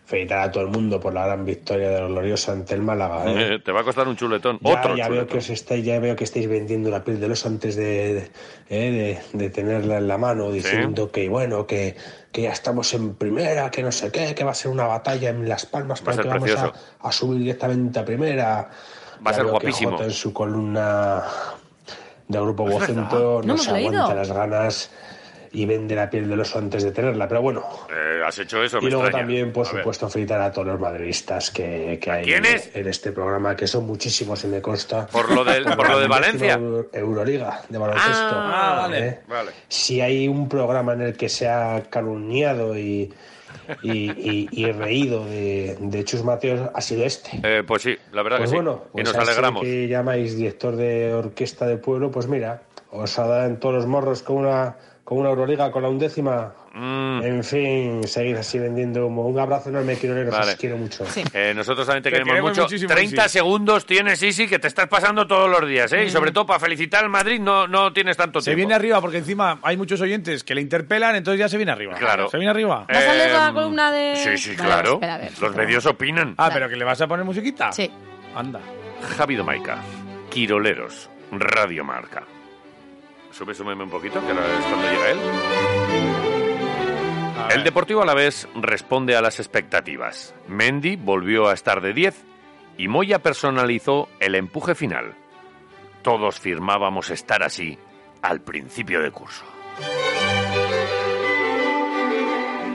Speaker 11: Felicitar a todo el mundo por la gran victoria de los gloriosos ante el Málaga. ¿eh?
Speaker 3: Eh, te va a costar un chuletón.
Speaker 11: Ya,
Speaker 3: Otro
Speaker 11: ya veo
Speaker 3: chuletón.
Speaker 11: que os estáis, ya veo que estáis vendiendo la piel del oso antes de, de- eh, de- de tenerla en la mano, diciendo que bueno, que, que ya estamos en primera, que no sé qué, que va a ser una batalla en Las Palmas,
Speaker 3: Va a
Speaker 11: pero
Speaker 3: ser
Speaker 11: que vamos a,
Speaker 3: precioso.
Speaker 11: a subir directamente a primera.
Speaker 3: Va a
Speaker 11: Ya
Speaker 3: ser
Speaker 11: veo que
Speaker 3: guapísimo.
Speaker 11: Jota en su columna de Grupo
Speaker 3: Es verdad.
Speaker 11: Vocento
Speaker 3: No
Speaker 11: no
Speaker 3: hemos
Speaker 11: se
Speaker 3: leído.
Speaker 11: aguanta las ganas y vende la piel del oso antes de tenerla, pero bueno.
Speaker 3: Eh, has hecho eso,
Speaker 11: Y
Speaker 3: me
Speaker 11: luego
Speaker 3: extraña.
Speaker 11: también, por
Speaker 3: A ver.
Speaker 11: supuesto, felicitar a todos los madridistas que, que hay
Speaker 3: quiénes?
Speaker 11: en este programa, que son muchísimos, y me consta.
Speaker 3: Por lo del- por lo de
Speaker 11: La
Speaker 3: Valencia.
Speaker 11: décima Euroliga de baloncesto.
Speaker 3: Ah, vale,
Speaker 11: ¿eh?
Speaker 3: vale.
Speaker 11: Si hay un programa en el que se ha calumniado y, y, y- y reído de, de Chus Mateos, ha sido este.
Speaker 3: Eh, pues sí, la verdad
Speaker 11: Pues
Speaker 3: que sí.
Speaker 11: bueno,
Speaker 3: y
Speaker 11: pues
Speaker 3: nos
Speaker 11: a ese
Speaker 3: alegramos.
Speaker 11: que llamáis director de orquesta de pueblo, pues mira, os ha dado en todos los morros con una, con una Euroliga, con la undécima.
Speaker 3: Mm.
Speaker 11: En fin, seguid así vendiendo humo. Un abrazo enorme, quiero
Speaker 3: Vale.
Speaker 11: os quiero mucho.
Speaker 3: Eh, nosotros también te,
Speaker 11: Te
Speaker 3: queremos,
Speaker 11: queremos
Speaker 3: mucho.
Speaker 11: muchísimo,
Speaker 3: 30
Speaker 11: Isi.
Speaker 3: segundos tienes, Isi, que te estás pasando todos los días, ¿eh? Y
Speaker 4: Mm.
Speaker 3: sobre todo para felicitar al Madrid no, no tienes tanto
Speaker 4: Se
Speaker 3: tiempo.
Speaker 4: viene arriba porque encima hay muchos oyentes que le interpelan, entonces ya se viene arriba.
Speaker 3: Claro.
Speaker 4: Se viene arriba.
Speaker 3: ¿Vas a leer la Eh,
Speaker 7: columna de-
Speaker 3: Sí, sí,
Speaker 7: Vale,
Speaker 3: claro.
Speaker 7: espera, a ver.
Speaker 3: Los medios opinan.
Speaker 4: Ah, pero que le vas a poner musiquita.
Speaker 7: Sí.
Speaker 4: Anda.
Speaker 3: Javi Domaica, Quiroleros, Radio Marca. Sube, súbeme un poquito, que ahora es cuando llega él. El Deportivo Alavés responde a las expectativas. Mendy volvió a estar de 10 y Moya personalizó el empuje final. Todos firmábamos estar así al principio de curso.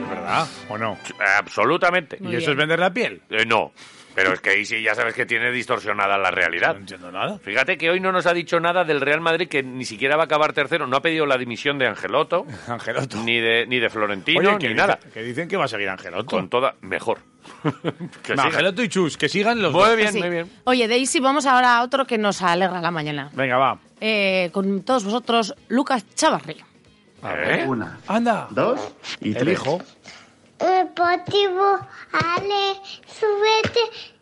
Speaker 4: ¿Verdad? ¿O no?
Speaker 3: Absolutamente.
Speaker 4: ¿Y eso es vender la piel?
Speaker 3: Eh, no. Pero es que ahí sí ya sabes que tiene distorsionada la realidad. No
Speaker 4: entiendo nada.
Speaker 3: Fíjate que hoy no nos ha dicho nada del Real Madrid que ni siquiera va a acabar tercero. No ha pedido la dimisión de
Speaker 4: <laughs>
Speaker 3: Angelotto.
Speaker 4: Angelotto.
Speaker 3: Ni de, ni de Florentino,
Speaker 4: Oye, que
Speaker 3: ni
Speaker 4: dicen-
Speaker 3: nada.
Speaker 4: Que dicen que va a seguir Angelotto.
Speaker 3: Con toda... Mejor. Que
Speaker 4: No,
Speaker 3: siga.
Speaker 4: Angelotto y Chus, que sigan los
Speaker 3: Muy
Speaker 4: dos.
Speaker 3: bien,
Speaker 7: Sí.
Speaker 3: muy bien.
Speaker 7: Oye, Daisy, vamos ahora a otro que nos alegra la mañana.
Speaker 4: Venga, va.
Speaker 7: Eh, con todos vosotros, Lucas Chavarri.
Speaker 3: ¿Eh?
Speaker 4: Una. Anda. Dos. Y El hijo.
Speaker 2: Deportivo, Ale, súbete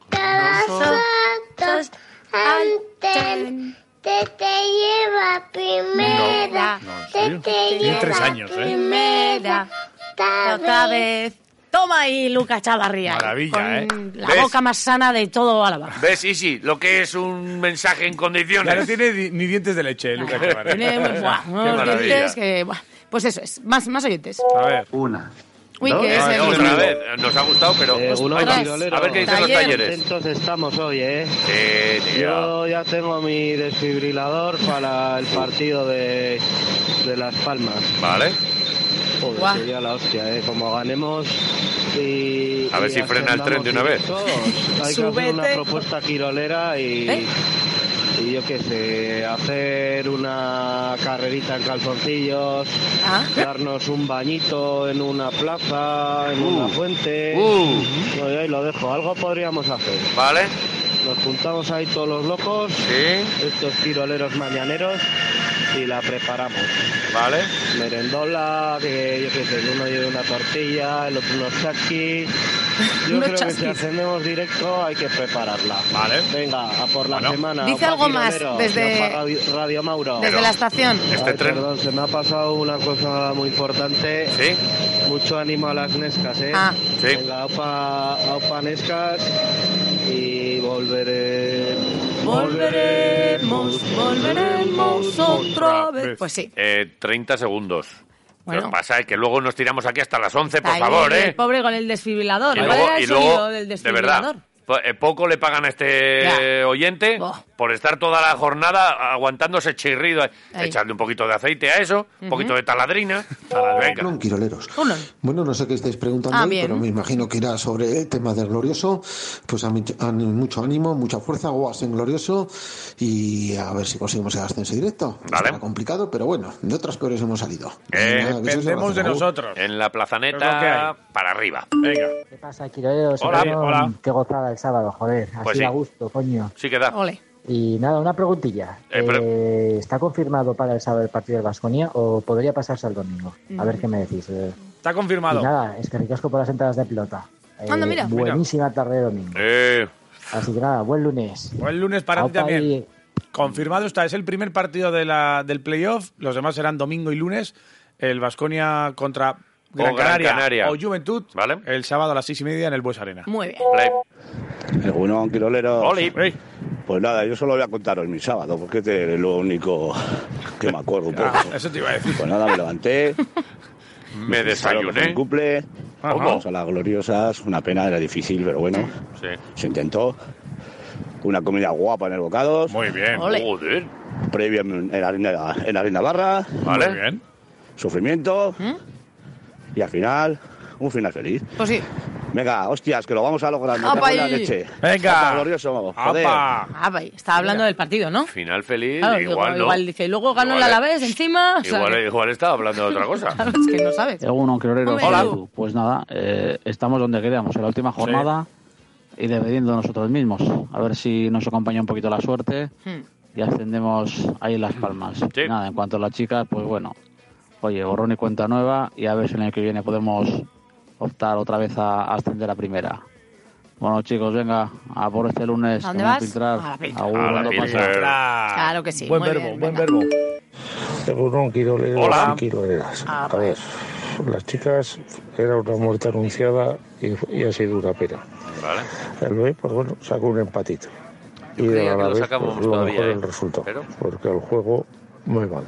Speaker 2: todos antes. Te te lleva primera. Te te
Speaker 7: Tiene
Speaker 2: lleva
Speaker 7: tres años, ¿eh?
Speaker 2: primera. Tal
Speaker 7: Otra
Speaker 2: vez.
Speaker 7: vez. Toma ahí, Lucas Chavarría.
Speaker 3: Maravilla, ¿eh?
Speaker 7: La
Speaker 3: ¿Ves?
Speaker 7: boca más sana de todo Álava.
Speaker 3: ¿Ves, Isi? Lo que es un mensaje en condiciones.
Speaker 4: Ya no tiene di- ni dientes de leche, Lucas Chavarría.
Speaker 3: <laughs>
Speaker 4: <laughs>
Speaker 7: Tiene buah,
Speaker 4: Qué
Speaker 7: unos
Speaker 4: maravilla.
Speaker 7: dientes que. buah. Pues eso es, más, más oyentes.
Speaker 4: A ver. Una.
Speaker 7: Uy, que es
Speaker 3: Eh,
Speaker 7: el-
Speaker 3: Otra vez, nos ha gustado, pero...
Speaker 7: Pues
Speaker 22: Eh, Gulón
Speaker 3: Ay,
Speaker 22: Tirolero.
Speaker 3: a ver qué dicen los talleres.
Speaker 22: Contentos estamos hoy, ¿eh?
Speaker 3: Sí, tío.
Speaker 22: Yo ya tengo mi desfibrilador para el partido de, de Las Palmas.
Speaker 3: Vale.
Speaker 22: Joder,
Speaker 7: Guau.
Speaker 22: sería la hostia, ¿eh? Como ganemos y...
Speaker 3: A ver
Speaker 22: y
Speaker 3: si frena el tren de una vez.
Speaker 22: ascendamos directos, Hay que hacer una
Speaker 7: <laughs> Súbete.
Speaker 22: propuesta quirolera y...
Speaker 7: ¿Eh?
Speaker 22: Y yo qué sé, hacer una carrerita en calzoncillos,
Speaker 7: Ah.
Speaker 22: darnos un bañito en una plaza, en
Speaker 3: Uh.
Speaker 22: una fuente. No, yo ahí lo dejo, algo podríamos hacer.
Speaker 3: Vale.
Speaker 22: Nos juntamos ahí todos los locos, estos tiroleros mañaneros, y la preparamos.
Speaker 3: Vale.
Speaker 22: Merendola, que yo qué sé, el uno lleva una tortilla, el otro unos
Speaker 7: <laughs>
Speaker 22: chasquis. Yo
Speaker 7: Unos
Speaker 22: creo que si
Speaker 7: chasquis.
Speaker 22: hacemos directo hay que prepararla. Vale. Venga, a por la semana.
Speaker 7: Dice
Speaker 22: opa,
Speaker 7: algo más
Speaker 22: tiroleros,
Speaker 7: desde-
Speaker 22: y opa, Radio, Radio Mauro.
Speaker 7: Desde la estación.
Speaker 3: Este
Speaker 22: Ay, Perdón, se me ha pasado una cosa muy importante.
Speaker 3: Sí.
Speaker 22: Mucho ánimo a las Nescas, ¿eh?
Speaker 7: Ah.
Speaker 3: Sí.
Speaker 22: Venga, opa, opa Nescas y volveré.
Speaker 7: Volveremos, volveremos otra vez. Pues sí.
Speaker 3: Eh, 30 segundos.
Speaker 7: Bueno.
Speaker 3: Lo que pasa es que luego nos tiramos aquí hasta las 11, por
Speaker 7: Ahí,
Speaker 3: favor,
Speaker 7: el
Speaker 3: ¿eh?
Speaker 7: pobre con el desfibrilador.
Speaker 3: Y
Speaker 7: ¿Cuál
Speaker 3: luego,
Speaker 7: era el
Speaker 3: y luego,
Speaker 7: sonido del
Speaker 3: de verdad,
Speaker 7: desfibrilador?
Speaker 3: po- eh, poco le pagan a este oyente por estar toda la jornada aguantando ese chirrido.
Speaker 7: Ahí.
Speaker 3: Echarle un poquito de aceite a eso, un
Speaker 7: Ujú.
Speaker 3: poquito de
Speaker 7: <laughs>
Speaker 3: taladrina. Taladrina.
Speaker 23: Blon, Quiroleros.
Speaker 7: Uno.
Speaker 23: Bueno, no sé qué estáis preguntando,
Speaker 7: Ah,
Speaker 23: hoy,
Speaker 7: bien.
Speaker 23: pero me imagino que irá sobre el tema del glorioso. Pues a mi- a mi- mucho ánimo, mucha fuerza, guas en glorioso y a ver si conseguimos el ascenso directo. Estará complicado, pero bueno, de otras peores hemos salido.
Speaker 7: Oh.
Speaker 3: Eh,
Speaker 23: Nada, que sois abrazos, agur.
Speaker 3: En la
Speaker 23: Es lo que hay.
Speaker 3: plazaneta, para arriba.
Speaker 4: Venga.
Speaker 24: ¿Qué pasa, Quiroleros?
Speaker 3: Hola,
Speaker 24: Perdón,
Speaker 3: hola.
Speaker 24: Qué gozada el sábado, joder. Así
Speaker 3: Pues sí.
Speaker 24: a gusto, coño.
Speaker 3: Sí que da.
Speaker 24: Y nada, una preguntilla.
Speaker 3: Eh, pero-
Speaker 24: Eh, ¿Está confirmado para el sábado el partido del Vasconia o podría pasarse al domingo? A ver
Speaker 4: Mm.
Speaker 24: qué me decís. eh.
Speaker 4: Está confirmado.
Speaker 24: Y nada, es que ricasco por las entradas de pelota. Eh,
Speaker 4: Anda, mira.
Speaker 24: Buenísima tarde de domingo.
Speaker 3: Eh,
Speaker 24: Así que nada, buen lunes.
Speaker 4: Buen lunes para ti
Speaker 24: Aupa
Speaker 4: también. Confirmado está, es el primer partido de la, del playoff. Los demás serán domingo y lunes. El Vasconia contra Gran,
Speaker 3: Gran
Speaker 4: Canaria,
Speaker 3: Canaria.
Speaker 4: o Juventud. El sábado a las seis y media en el Bues Arena.
Speaker 7: Muy bien.
Speaker 25: Egunon, quiroleros.
Speaker 3: Oli.
Speaker 25: Pues nada, yo solo voy a contaros mi sábado, porque este es lo único que me acuerdo <laughs> un poco.
Speaker 4: eso te iba a decir.
Speaker 25: Pues nada, me levanté.
Speaker 3: <laughs> Me
Speaker 25: felicitaron por
Speaker 3: desayuné.
Speaker 25: mi cumple.
Speaker 3: Ajá.
Speaker 25: Vamos a las gloriosas. Una pena, era difícil, pero bueno,
Speaker 3: Sí.
Speaker 25: se intentó. Una comida guapa en el bocados. Muy
Speaker 3: bien. Ole. Joder.
Speaker 25: Previa en en harina, en harina barra.
Speaker 3: Vale.
Speaker 25: Muy bien. Sufrimiento. Y al final, un final feliz.
Speaker 7: ¿Mm? Pues sí.
Speaker 25: Venga, hostias, que lo vamos a lograr. me
Speaker 7: Apa
Speaker 25: cago en la
Speaker 7: ahí.
Speaker 25: leche.
Speaker 7: Venga.
Speaker 25: Apa, glorioso. Joder.
Speaker 7: Ah, vay, estaba hablando del partido, ¿no?
Speaker 3: Final feliz,
Speaker 7: Claro, digo,
Speaker 3: igual, ¿no?
Speaker 7: Ah, igual dice, luego ganó
Speaker 3: Igual,
Speaker 7: el Alavés encima. <laughs> o sea
Speaker 3: Igual,
Speaker 7: que-
Speaker 3: igual estaba hablando de otra cosa.
Speaker 7: <laughs> Claro, es que no sabes.
Speaker 24: Egunon, Quiroleros.
Speaker 7: Hombre. Hola.
Speaker 24: Edu. Pues nada, eh, estamos donde quedamos, en la última jornada y dependiendo de nosotros mismos. A ver si nos acompaña un poquito la suerte y ascendemos ahí en Las Palmas. Nada, en cuanto a las chicas, pues bueno, oye, borrón y cuenta nueva y a ver si en el que viene podemos optar otra vez a, a ascender a primera. Bueno, chicos, venga, a por este lunes.
Speaker 7: ¿A dónde
Speaker 24: que me voy
Speaker 7: vas?
Speaker 24: Filtrar.
Speaker 7: A la Filtrar.
Speaker 24: Agur,
Speaker 7: A la
Speaker 24: cuando pase.
Speaker 7: Filtrar.
Speaker 26: Ah,
Speaker 7: Claro que sí.
Speaker 24: Buen
Speaker 7: muy
Speaker 24: verbo,
Speaker 7: bien,
Speaker 24: buen
Speaker 7: venga.
Speaker 24: verbo.
Speaker 11: Seguro, quiroleros
Speaker 7: Hola.
Speaker 11: y quiroleras. A ver, las chicas era una muerte anunciada y, y ha sido una pena.
Speaker 3: Vale.
Speaker 11: El B, pues bueno, sacó un empatito.
Speaker 3: Yo creía que
Speaker 11: a la
Speaker 3: lo
Speaker 11: vez,
Speaker 3: sacábamos
Speaker 11: pues, lo
Speaker 3: todavía,
Speaker 11: mejor
Speaker 3: ¿eh?
Speaker 11: el resultado, porque el juego muy mal.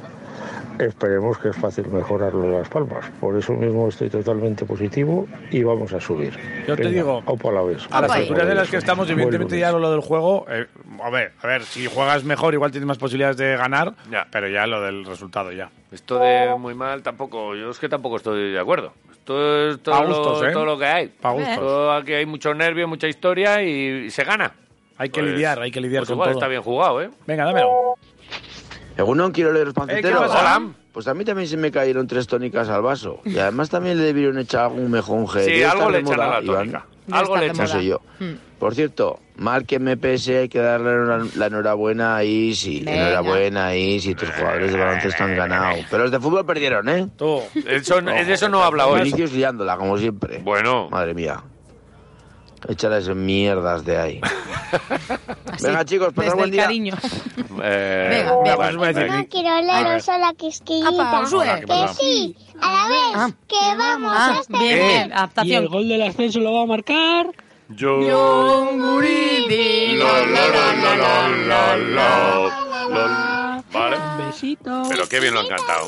Speaker 27: Esperemos que es fácil mejorarlo en Las Palmas. Por eso mismo estoy totalmente positivo y vamos a subir.
Speaker 4: Yo te digo,
Speaker 27: opa a la vez.
Speaker 4: A las
Speaker 27: Opa.
Speaker 4: alturas de las que estamos,
Speaker 27: Vuelvo.
Speaker 4: evidentemente ya lo del juego, eh, a ver, a ver, si juegas mejor igual tienes más posibilidades de ganar, pero ya lo del resultado ya.
Speaker 3: Esto de muy mal tampoco, yo es que tampoco estoy de acuerdo. Esto es todo,
Speaker 4: Pa' gustos,
Speaker 3: lo,
Speaker 4: ¿eh?
Speaker 3: todo lo que hay.
Speaker 4: Pa' gustos.
Speaker 3: Todo aquí hay mucho nervio, mucha historia y, se gana.
Speaker 4: Hay que lidiar, hay que lidiar
Speaker 3: pues
Speaker 4: con
Speaker 3: igual
Speaker 4: todo.
Speaker 3: está bien jugado, ¿eh?
Speaker 4: Venga, dámelo.
Speaker 28: Egunon, quiero leer los
Speaker 4: Eh, ¿qué
Speaker 28: panceteros.
Speaker 4: pasa? Hola.
Speaker 28: Pues a mí también se me cayeron tres tónicas al vaso. Y además también le debieron echar algún mejonje.
Speaker 3: Sí,
Speaker 28: Debe estar
Speaker 3: algo
Speaker 28: de
Speaker 3: le echan
Speaker 28: moda,
Speaker 3: a la
Speaker 28: Iván.
Speaker 3: tónica. Algo le echan.
Speaker 28: No soy yo. Por cierto, mal que MPS hay que darle la, la enhorabuena a Isi.
Speaker 3: Venga.
Speaker 28: Enhorabuena a Isi, tus jugadores de baloncesto han ganado. Pero los de fútbol perdieron, ¿eh?
Speaker 4: Tú.
Speaker 3: Eso, de eso no habla hoy.
Speaker 28: Vinicius liándola, como siempre.
Speaker 3: Bueno.
Speaker 28: Madre mía. Echar esas mierdas
Speaker 3: <laughs>
Speaker 28: de ahí. Venga, chicos, pasad
Speaker 7: Desde
Speaker 28: buen
Speaker 7: el
Speaker 28: día.
Speaker 7: cariño.
Speaker 26: <laughs>
Speaker 3: Eh,
Speaker 28: Venga,
Speaker 2: No quiero leeros a la
Speaker 7: Apa,
Speaker 2: quisquillita.
Speaker 7: sube. Hola, ¿qué
Speaker 2: Que
Speaker 7: pasa?
Speaker 2: sí, a la vez, que vamos a
Speaker 7: Ah, bien,
Speaker 2: ascender.
Speaker 7: bien, adaptación.
Speaker 26: gol del ascenso lo va a marcar.
Speaker 3: Yo. Vale. Pero qué bien lo han cantado.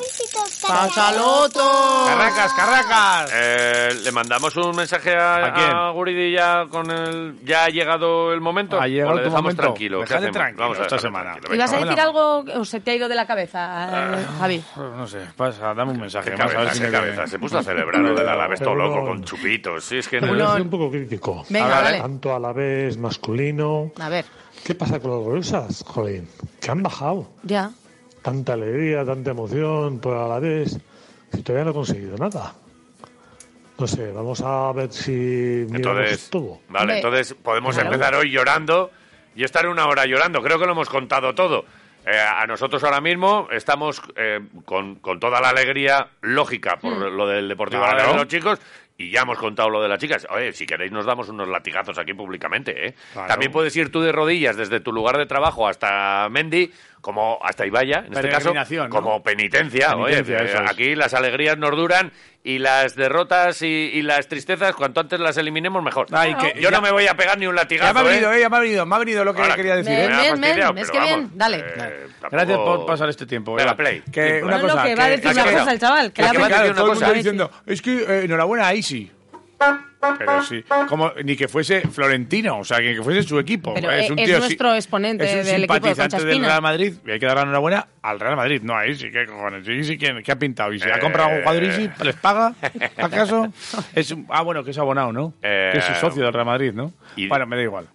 Speaker 7: ¡Pasaloto!
Speaker 4: ¡Carracas, carracas!
Speaker 3: Eh, le mandamos un mensaje a,
Speaker 4: ¿A quién?
Speaker 3: a Guridi ya con el. Ya ha llegado el momento.
Speaker 4: Ha llegado
Speaker 3: o le
Speaker 4: tu
Speaker 3: dejamos
Speaker 4: momento.
Speaker 3: tranquilo. ¿Qué
Speaker 4: Dejadle
Speaker 3: hacemos?
Speaker 4: tranquilo
Speaker 3: Vamos a
Speaker 4: esta
Speaker 3: dejarle
Speaker 4: semana.
Speaker 3: tranquilo,
Speaker 7: ¿Y vas a
Speaker 3: venga. Ah.
Speaker 7: decir algo o se te ha ido de la cabeza, eh, Javi?
Speaker 4: No sé, pasa, dame un mensaje.
Speaker 3: Qué
Speaker 4: vamos a ver
Speaker 3: cabeza,
Speaker 4: si
Speaker 3: qué
Speaker 4: me-
Speaker 3: cabeza. Se puso a celebrar lo del Alavés todo loco con chupitos. Sí, es que
Speaker 11: Pero yo soy un
Speaker 3: no.
Speaker 11: poco crítico.
Speaker 3: Venga, A ver. dale.
Speaker 11: Tanto a la vez masculino.
Speaker 7: A ver.
Speaker 11: ¿Qué pasa con los gloriosas, Jolín? Que han bajado.
Speaker 7: Ya.
Speaker 11: Tanta alegría, tanta emoción por a la vez. Si todavía no ha conseguido nada. No sé, vamos a ver si miramos
Speaker 3: Entonces,
Speaker 11: todo.
Speaker 3: vale, entonces podemos
Speaker 11: Claro.
Speaker 3: empezar hoy llorando y estar una hora llorando. Creo que lo hemos contado todo. Eh, a nosotros ahora mismo estamos eh, con, con toda la alegría lógica por lo del Deportivo
Speaker 4: Claro.
Speaker 3: Alavés de los chicos y ya hemos contado lo de las chicas. Oye, si queréis nos damos unos latigazos aquí públicamente. ¿eh?
Speaker 4: Claro.
Speaker 3: También puedes ir tú de rodillas desde tu lugar de trabajo hasta Mendy, como hasta Ibaya, en este caso,
Speaker 4: Peregrinación, ¿no?
Speaker 3: como penitencia. Oye,
Speaker 4: Penitencia, eso
Speaker 3: eh,
Speaker 4: es.
Speaker 3: aquí las alegrías nos duran y las derrotas y, y las tristezas, cuanto antes las eliminemos, mejor.
Speaker 4: Ay, que- ya-
Speaker 3: Yo no me voy a pegar ni un latigazo.
Speaker 4: Ya me ha venido,
Speaker 3: ¿eh?
Speaker 4: eh, ya me ha venido, me ha venido lo que
Speaker 3: Ahora,
Speaker 4: quería decir.
Speaker 3: me
Speaker 4: eh.
Speaker 3: ha
Speaker 7: Bien, bien,
Speaker 3: fastidiado,
Speaker 7: es
Speaker 3: pero
Speaker 7: que bien,
Speaker 3: vamos,
Speaker 7: dale.
Speaker 3: tampoco-
Speaker 4: Gracias por pasar este tiempo.
Speaker 3: Venga,
Speaker 4: venga.
Speaker 3: play.
Speaker 4: Que
Speaker 3: Sí,
Speaker 4: una
Speaker 3: no, no,
Speaker 4: cosa,
Speaker 3: que va a decir una
Speaker 4: que-
Speaker 3: cosa el chaval, que la
Speaker 4: que
Speaker 3: va a
Speaker 4: claro,
Speaker 3: decir una
Speaker 4: todo el mundo
Speaker 3: cosa.
Speaker 4: diciendo, es que eh, enhorabuena a Isi. Pero sí, como ni que fuese Florentino, o sea, que, que fuese su equipo.
Speaker 7: Pero
Speaker 4: es
Speaker 7: eh,
Speaker 4: un
Speaker 7: es
Speaker 4: tío si-
Speaker 7: nuestro exponente
Speaker 4: es un
Speaker 7: del equipo de
Speaker 4: simpatizante del
Speaker 7: Conchaspina.
Speaker 4: Real Madrid y hay que dar la enhorabuena al Real Madrid, no a Isi, ¿qué cojones? Isi, ¿quién, ¿qué ha pintado? ¿Isi?
Speaker 3: Eh.
Speaker 4: ¿Ha comprado algún jugador Isi? ¿Les paga? ¿Acaso? <laughs> Es, un- ah, bueno, que es abonado, ¿no?
Speaker 3: Eh.
Speaker 4: que es su socio del Real Madrid, ¿no?
Speaker 3: Y-
Speaker 4: bueno, me da igual.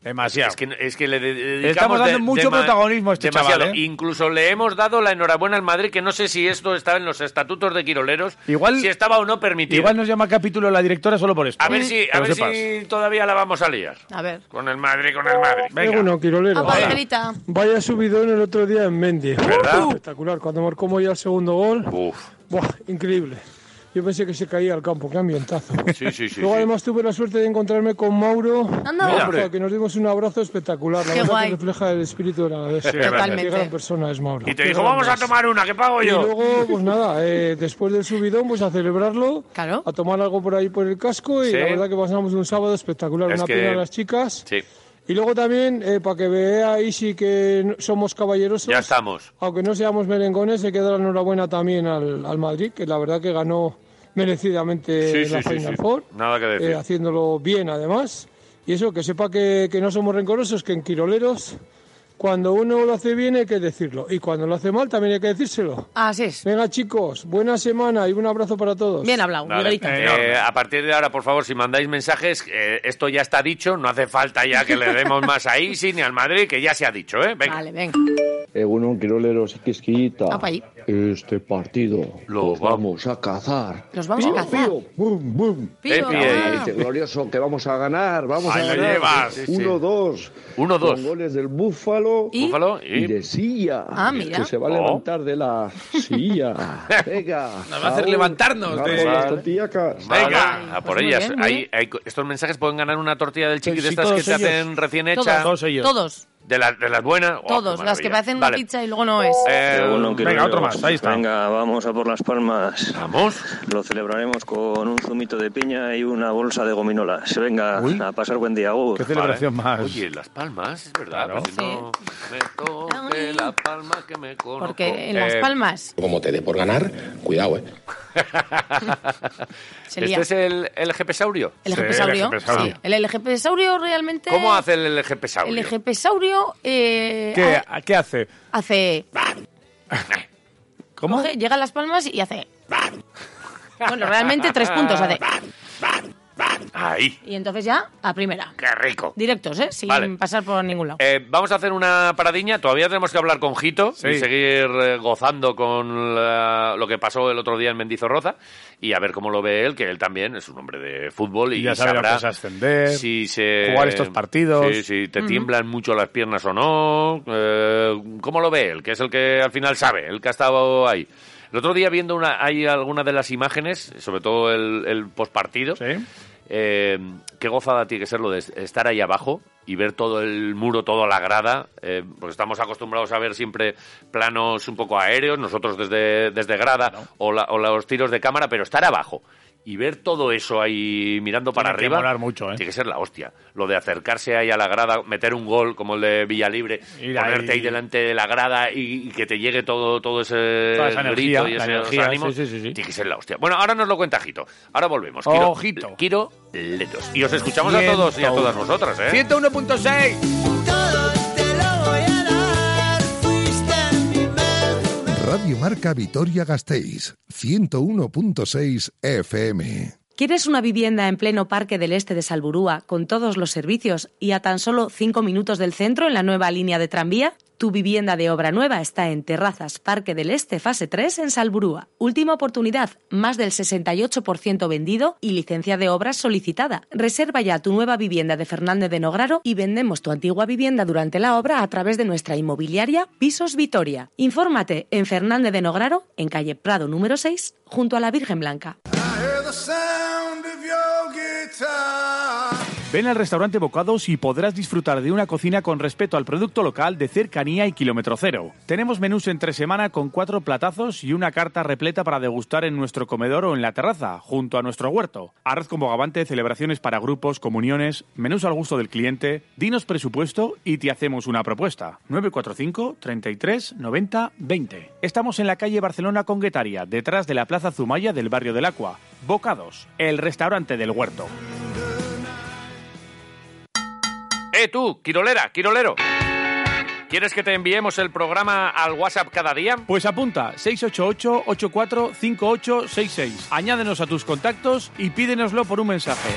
Speaker 4: Demasiado.
Speaker 3: Es que, es que le de- dedicamos
Speaker 4: Estamos dando
Speaker 3: de-
Speaker 4: mucho
Speaker 3: dema-
Speaker 4: protagonismo a este
Speaker 3: demasiado.
Speaker 4: chaval, ¿eh?
Speaker 3: Incluso le hemos dado la enhorabuena al Madrid, que no sé si esto estaba en los estatutos de Quiroleros,
Speaker 4: Igual-
Speaker 3: si estaba o no permitido.
Speaker 4: Igual nos llama capítulo la directora solo por esto.
Speaker 3: a ver si,
Speaker 4: Que
Speaker 3: a
Speaker 4: lo
Speaker 3: ver
Speaker 4: sepas.
Speaker 3: si todavía la vamos a liar.
Speaker 7: A ver.
Speaker 3: Con el Madrid, con el Madrid. Venga.
Speaker 10: Egunon, Quirolero.
Speaker 3: Apa, Hola.
Speaker 10: Vaya subidón el otro día en Mendy.
Speaker 3: ¿Verdad?
Speaker 10: Espectacular. Cuando marcó Moya el segundo gol. Buah, increíble. Yo pensé que se caía al campo. Qué ambientazo.
Speaker 3: Sí, sí, sí.
Speaker 10: Luego,
Speaker 3: sí.
Speaker 10: además, tuve la suerte de encontrarme con Mauro.
Speaker 3: Anda. Mira. Hombre.
Speaker 10: que nos dimos un abrazo espectacular. La
Speaker 3: Qué
Speaker 10: verdad
Speaker 3: guay.
Speaker 10: que refleja el espíritu de la vez.
Speaker 3: Sí, Totalmente.
Speaker 10: Qué gran persona es Mauro.
Speaker 3: Y te
Speaker 10: Qué
Speaker 3: dijo,
Speaker 10: gran
Speaker 3: vamos a
Speaker 10: es.
Speaker 3: tomar una, que pago
Speaker 10: Y
Speaker 3: yo.
Speaker 10: luego, pues nada, eh, después del subidón, pues a celebrarlo, a tomar algo por ahí por el casco y
Speaker 3: Sí.
Speaker 10: la verdad que pasamos un sábado espectacular,
Speaker 3: Es
Speaker 10: una
Speaker 3: que-
Speaker 10: pena a las chicas.
Speaker 3: Sí.
Speaker 10: Y luego también, eh, para que veáis sí que no- somos caballerosos,
Speaker 3: Ya estamos.
Speaker 10: aunque no seamos merengones, hay que dar la enhorabuena también al, al Madrid, que la verdad que ganó merecidamente
Speaker 3: Sí, sí,
Speaker 10: la
Speaker 3: sí,
Speaker 10: Final
Speaker 3: sí.
Speaker 10: Four,
Speaker 3: Nada que
Speaker 10: eh,
Speaker 3: decir.
Speaker 10: haciéndolo bien además. Y eso, que sepa que, que no somos rencorosos, que en Quiroleros, cuando uno lo hace bien hay que decirlo, y cuando lo hace mal también hay que decírselo.
Speaker 7: Así es.
Speaker 10: Venga chicos, buena semana y un abrazo para todos.
Speaker 7: Bien hablado,
Speaker 3: Vale.
Speaker 7: Miguelito.
Speaker 3: Eh, a partir de ahora, por favor, si mandáis mensajes, eh, esto ya está dicho, no hace falta ya que le demos más a Isi ni al Madrid, que ya se ha dicho, ¿eh? Venga.
Speaker 7: Vale, venga.
Speaker 6: Egunon, Quiroleros y Quisquillita.
Speaker 7: Apa ahí.
Speaker 6: Este partido lo vamos a cazar.
Speaker 7: Los vamos a cazar.
Speaker 6: ¡Bum, bum!
Speaker 7: Pío. Epi.
Speaker 6: Este glorioso que vamos a ganar, vamos
Speaker 3: Ahí
Speaker 6: a
Speaker 3: lo
Speaker 6: ganar.
Speaker 3: llevas. Sí, sí.
Speaker 6: 1-2.
Speaker 3: 1-2.
Speaker 6: Con goles del Búfalo.
Speaker 7: ¿Y?
Speaker 3: Búfalo y-
Speaker 6: de Silla.
Speaker 7: Ah, mira.
Speaker 6: Que se va a
Speaker 3: Oh.
Speaker 6: levantar de la
Speaker 3: <laughs>
Speaker 6: silla. Venga.
Speaker 4: Nos va a hacer levantarnos
Speaker 6: vamos
Speaker 4: de-
Speaker 6: las tortillacas.
Speaker 3: Venga, a por
Speaker 6: Pues muy
Speaker 3: ellas.
Speaker 6: bien, muy
Speaker 3: Ahí- ahí- estos mensajes pueden ganar una tortilla del chiqui
Speaker 6: Pues
Speaker 3: de
Speaker 6: sí,
Speaker 3: estas que
Speaker 6: todos
Speaker 3: te
Speaker 6: ellos.
Speaker 3: hacen recién
Speaker 6: Todos,
Speaker 3: hecha.
Speaker 6: todos ellos.
Speaker 7: Todos.
Speaker 3: De, las de las buenas. ¡Oh,
Speaker 20: Todos,
Speaker 3: qué
Speaker 20: las que
Speaker 3: maravilla!
Speaker 20: parecen
Speaker 3: Vale.
Speaker 20: una pizza y luego no es.
Speaker 3: Eh, venga, otro
Speaker 22: Uno, Quiroleros.
Speaker 3: más, ahí está.
Speaker 22: Venga, vamos a por las palmas.
Speaker 3: Vamos.
Speaker 22: Lo celebraremos con un zumito de piña y una bolsa de gominolas. Venga, a pasar buen día. agur.
Speaker 3: Vale. Oye, Las Palmas, es Oh, verdad.
Speaker 22: Claro.
Speaker 3: pues no me toque la palma que me conozco.
Speaker 20: Porque en Las
Speaker 3: Eh,
Speaker 20: Palmas.
Speaker 5: Como te dé por ganar, cuidado, eh.
Speaker 20: Se lía.
Speaker 3: ¿Este es el, el GPSaurio?
Speaker 20: El LGPsaurio.
Speaker 3: saurio
Speaker 20: Sí, el LGPsaurio realmente.
Speaker 3: ¿Cómo hace el LGPSaurio?
Speaker 20: El LGPsaurio eh,
Speaker 2: ¿Qué,
Speaker 20: ha-
Speaker 2: a- qué hace?
Speaker 20: hace.
Speaker 2: ¿Cómo?
Speaker 20: coge, llega a Las Palmas y hace. bueno, realmente tres puntos hace.
Speaker 3: Ahí.
Speaker 20: Y entonces ya, a primera.
Speaker 3: ¡Qué rico!
Speaker 20: Directos, ¿eh? Sin
Speaker 3: Vale.
Speaker 20: pasar por ningún lado.
Speaker 3: Eh, vamos a hacer una paradiña. Todavía tenemos que hablar con Jito
Speaker 2: Sí.
Speaker 3: y seguir eh, gozando con la- lo que pasó el otro día en Mendizorroza y a ver cómo lo ve él, que él también es un hombre de fútbol y,
Speaker 2: Y ya sabe
Speaker 3: sabrá
Speaker 2: la cosa ascender,
Speaker 3: si se-
Speaker 2: jugar estos partidos.
Speaker 3: Sí, si te
Speaker 2: Ujú.
Speaker 3: tiemblan mucho las piernas o no. eh, ¿Cómo lo ve él? Que es el que al final sabe, el que ha estado ahí. El otro día viendo una, hay alguna de las imágenes, sobre todo el, el postpartido. Eh, qué gozada tiene que ser lo de estar ahí abajo y ver todo el muro, toda la grada, eh, porque estamos acostumbrados a ver siempre planos un poco aéreos, nosotros desde, desde grada o, la- o los tiros de cámara, pero estar abajo y ver todo eso ahí mirando para
Speaker 2: que
Speaker 3: arriba.
Speaker 2: molar mucho, ¿eh?
Speaker 3: Tiene que ser la hostia. Lo de acercarse ahí a la grada, meter un gol como el de Villalibre,
Speaker 2: Ir
Speaker 3: ponerte ahí
Speaker 2: ahí.
Speaker 3: delante de la grada y, y que te llegue todo, todo ese
Speaker 2: Toda esa energía,
Speaker 3: grito y
Speaker 2: la
Speaker 3: ese
Speaker 2: energía,
Speaker 3: ánimo.
Speaker 2: sí, sí, sí, sí.
Speaker 3: Tiene que ser la hostia. Bueno, ahora nos lo cuenta Jito. Ahora volvemos.
Speaker 2: Ojito.
Speaker 3: Quiro Letos. Y os escuchamos a todos y a todas vosotras, ¿eh?
Speaker 2: 101.6.
Speaker 13: Radio Marca Vitoria Gasteiz, 101.6 FM.
Speaker 7: ¿Quieres una vivienda en pleno Parque del Este de Salburúa con todos los servicios y a tan solo 5 minutos del centro en la nueva línea de tranvía? Tu vivienda de obra nueva está en Terrazas Parque del Este Fase 3 en Salburúa. Última oportunidad, más del 68% vendido y licencia de obras solicitada. Reserva ya tu nueva vivienda de Fernández de Nograro y vendemos tu antigua vivienda durante la obra a través de nuestra inmobiliaria Pisos Vitoria. Infórmate en Fernández de Nograro, en calle Prado número 6, junto a la Virgen Blanca.
Speaker 4: Ven al restaurante Bocados y podrás disfrutar de una cocina con respeto al producto local de cercanía y kilómetro cero. Tenemos menús entre semana con cuatro platazos y una carta repleta para degustar en nuestro comedor o en la terraza, junto a nuestro huerto. Arroz con bogavante, celebraciones para grupos, comuniones, menús al gusto del cliente, dinos presupuesto y te hacemos una propuesta. 945 33 90 20. Estamos en la calle Barcelona con Guetaria, detrás de la Plaza Zumaya del barrio del Acua. Bocados, el restaurante del huerto.
Speaker 3: Eh, tú, Quirolera, Quirolero. ¿Quieres que te enviemos el programa al WhatsApp cada día?
Speaker 4: Pues apunta 688-845866. Añádenos a tus contactos y pídenoslo por un mensaje.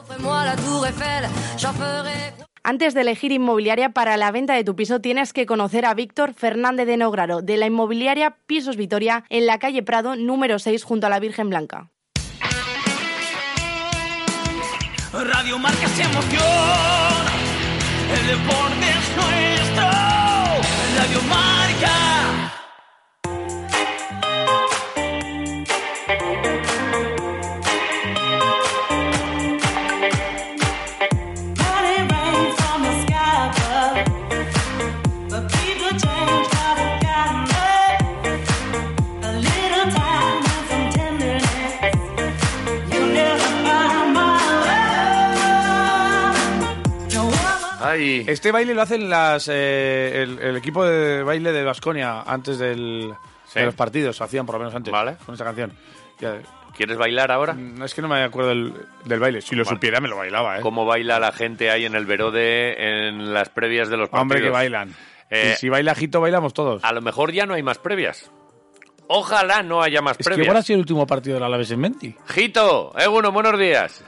Speaker 14: Antes de elegir inmobiliaria para la venta de tu piso, tienes que conocer a Víctor Fernández de Nograro, de la inmobiliaria Pisos Vitoria, en la calle Prado, número 6, junto a la Virgen Blanca.
Speaker 29: Radio Marca se emoción. El deporte es nuestro. Radio Marca.
Speaker 2: Este baile lo hacen las eh, el, el equipo de baile de Vasconia antes del, de los partidos. Lo hacían por lo menos antes con esta canción.
Speaker 3: ¿Quieres bailar ahora?
Speaker 2: Mm, No es que no me acuerdo del, del baile. Si lo
Speaker 3: Vale.
Speaker 2: supiera me lo bailaba, ¿eh?
Speaker 3: ¿Cómo baila la gente ahí en el Verode en las previas de los partidos?
Speaker 2: Hombre, que bailan.
Speaker 3: Eh,
Speaker 2: y si baila Jito, bailamos todos.
Speaker 3: A lo mejor ya no hay más previas. Ojalá no haya más
Speaker 2: Es que
Speaker 3: previas.
Speaker 2: igual ha sido el último partido del Alaves en Menti.
Speaker 3: Jito, Eguno, buenos días.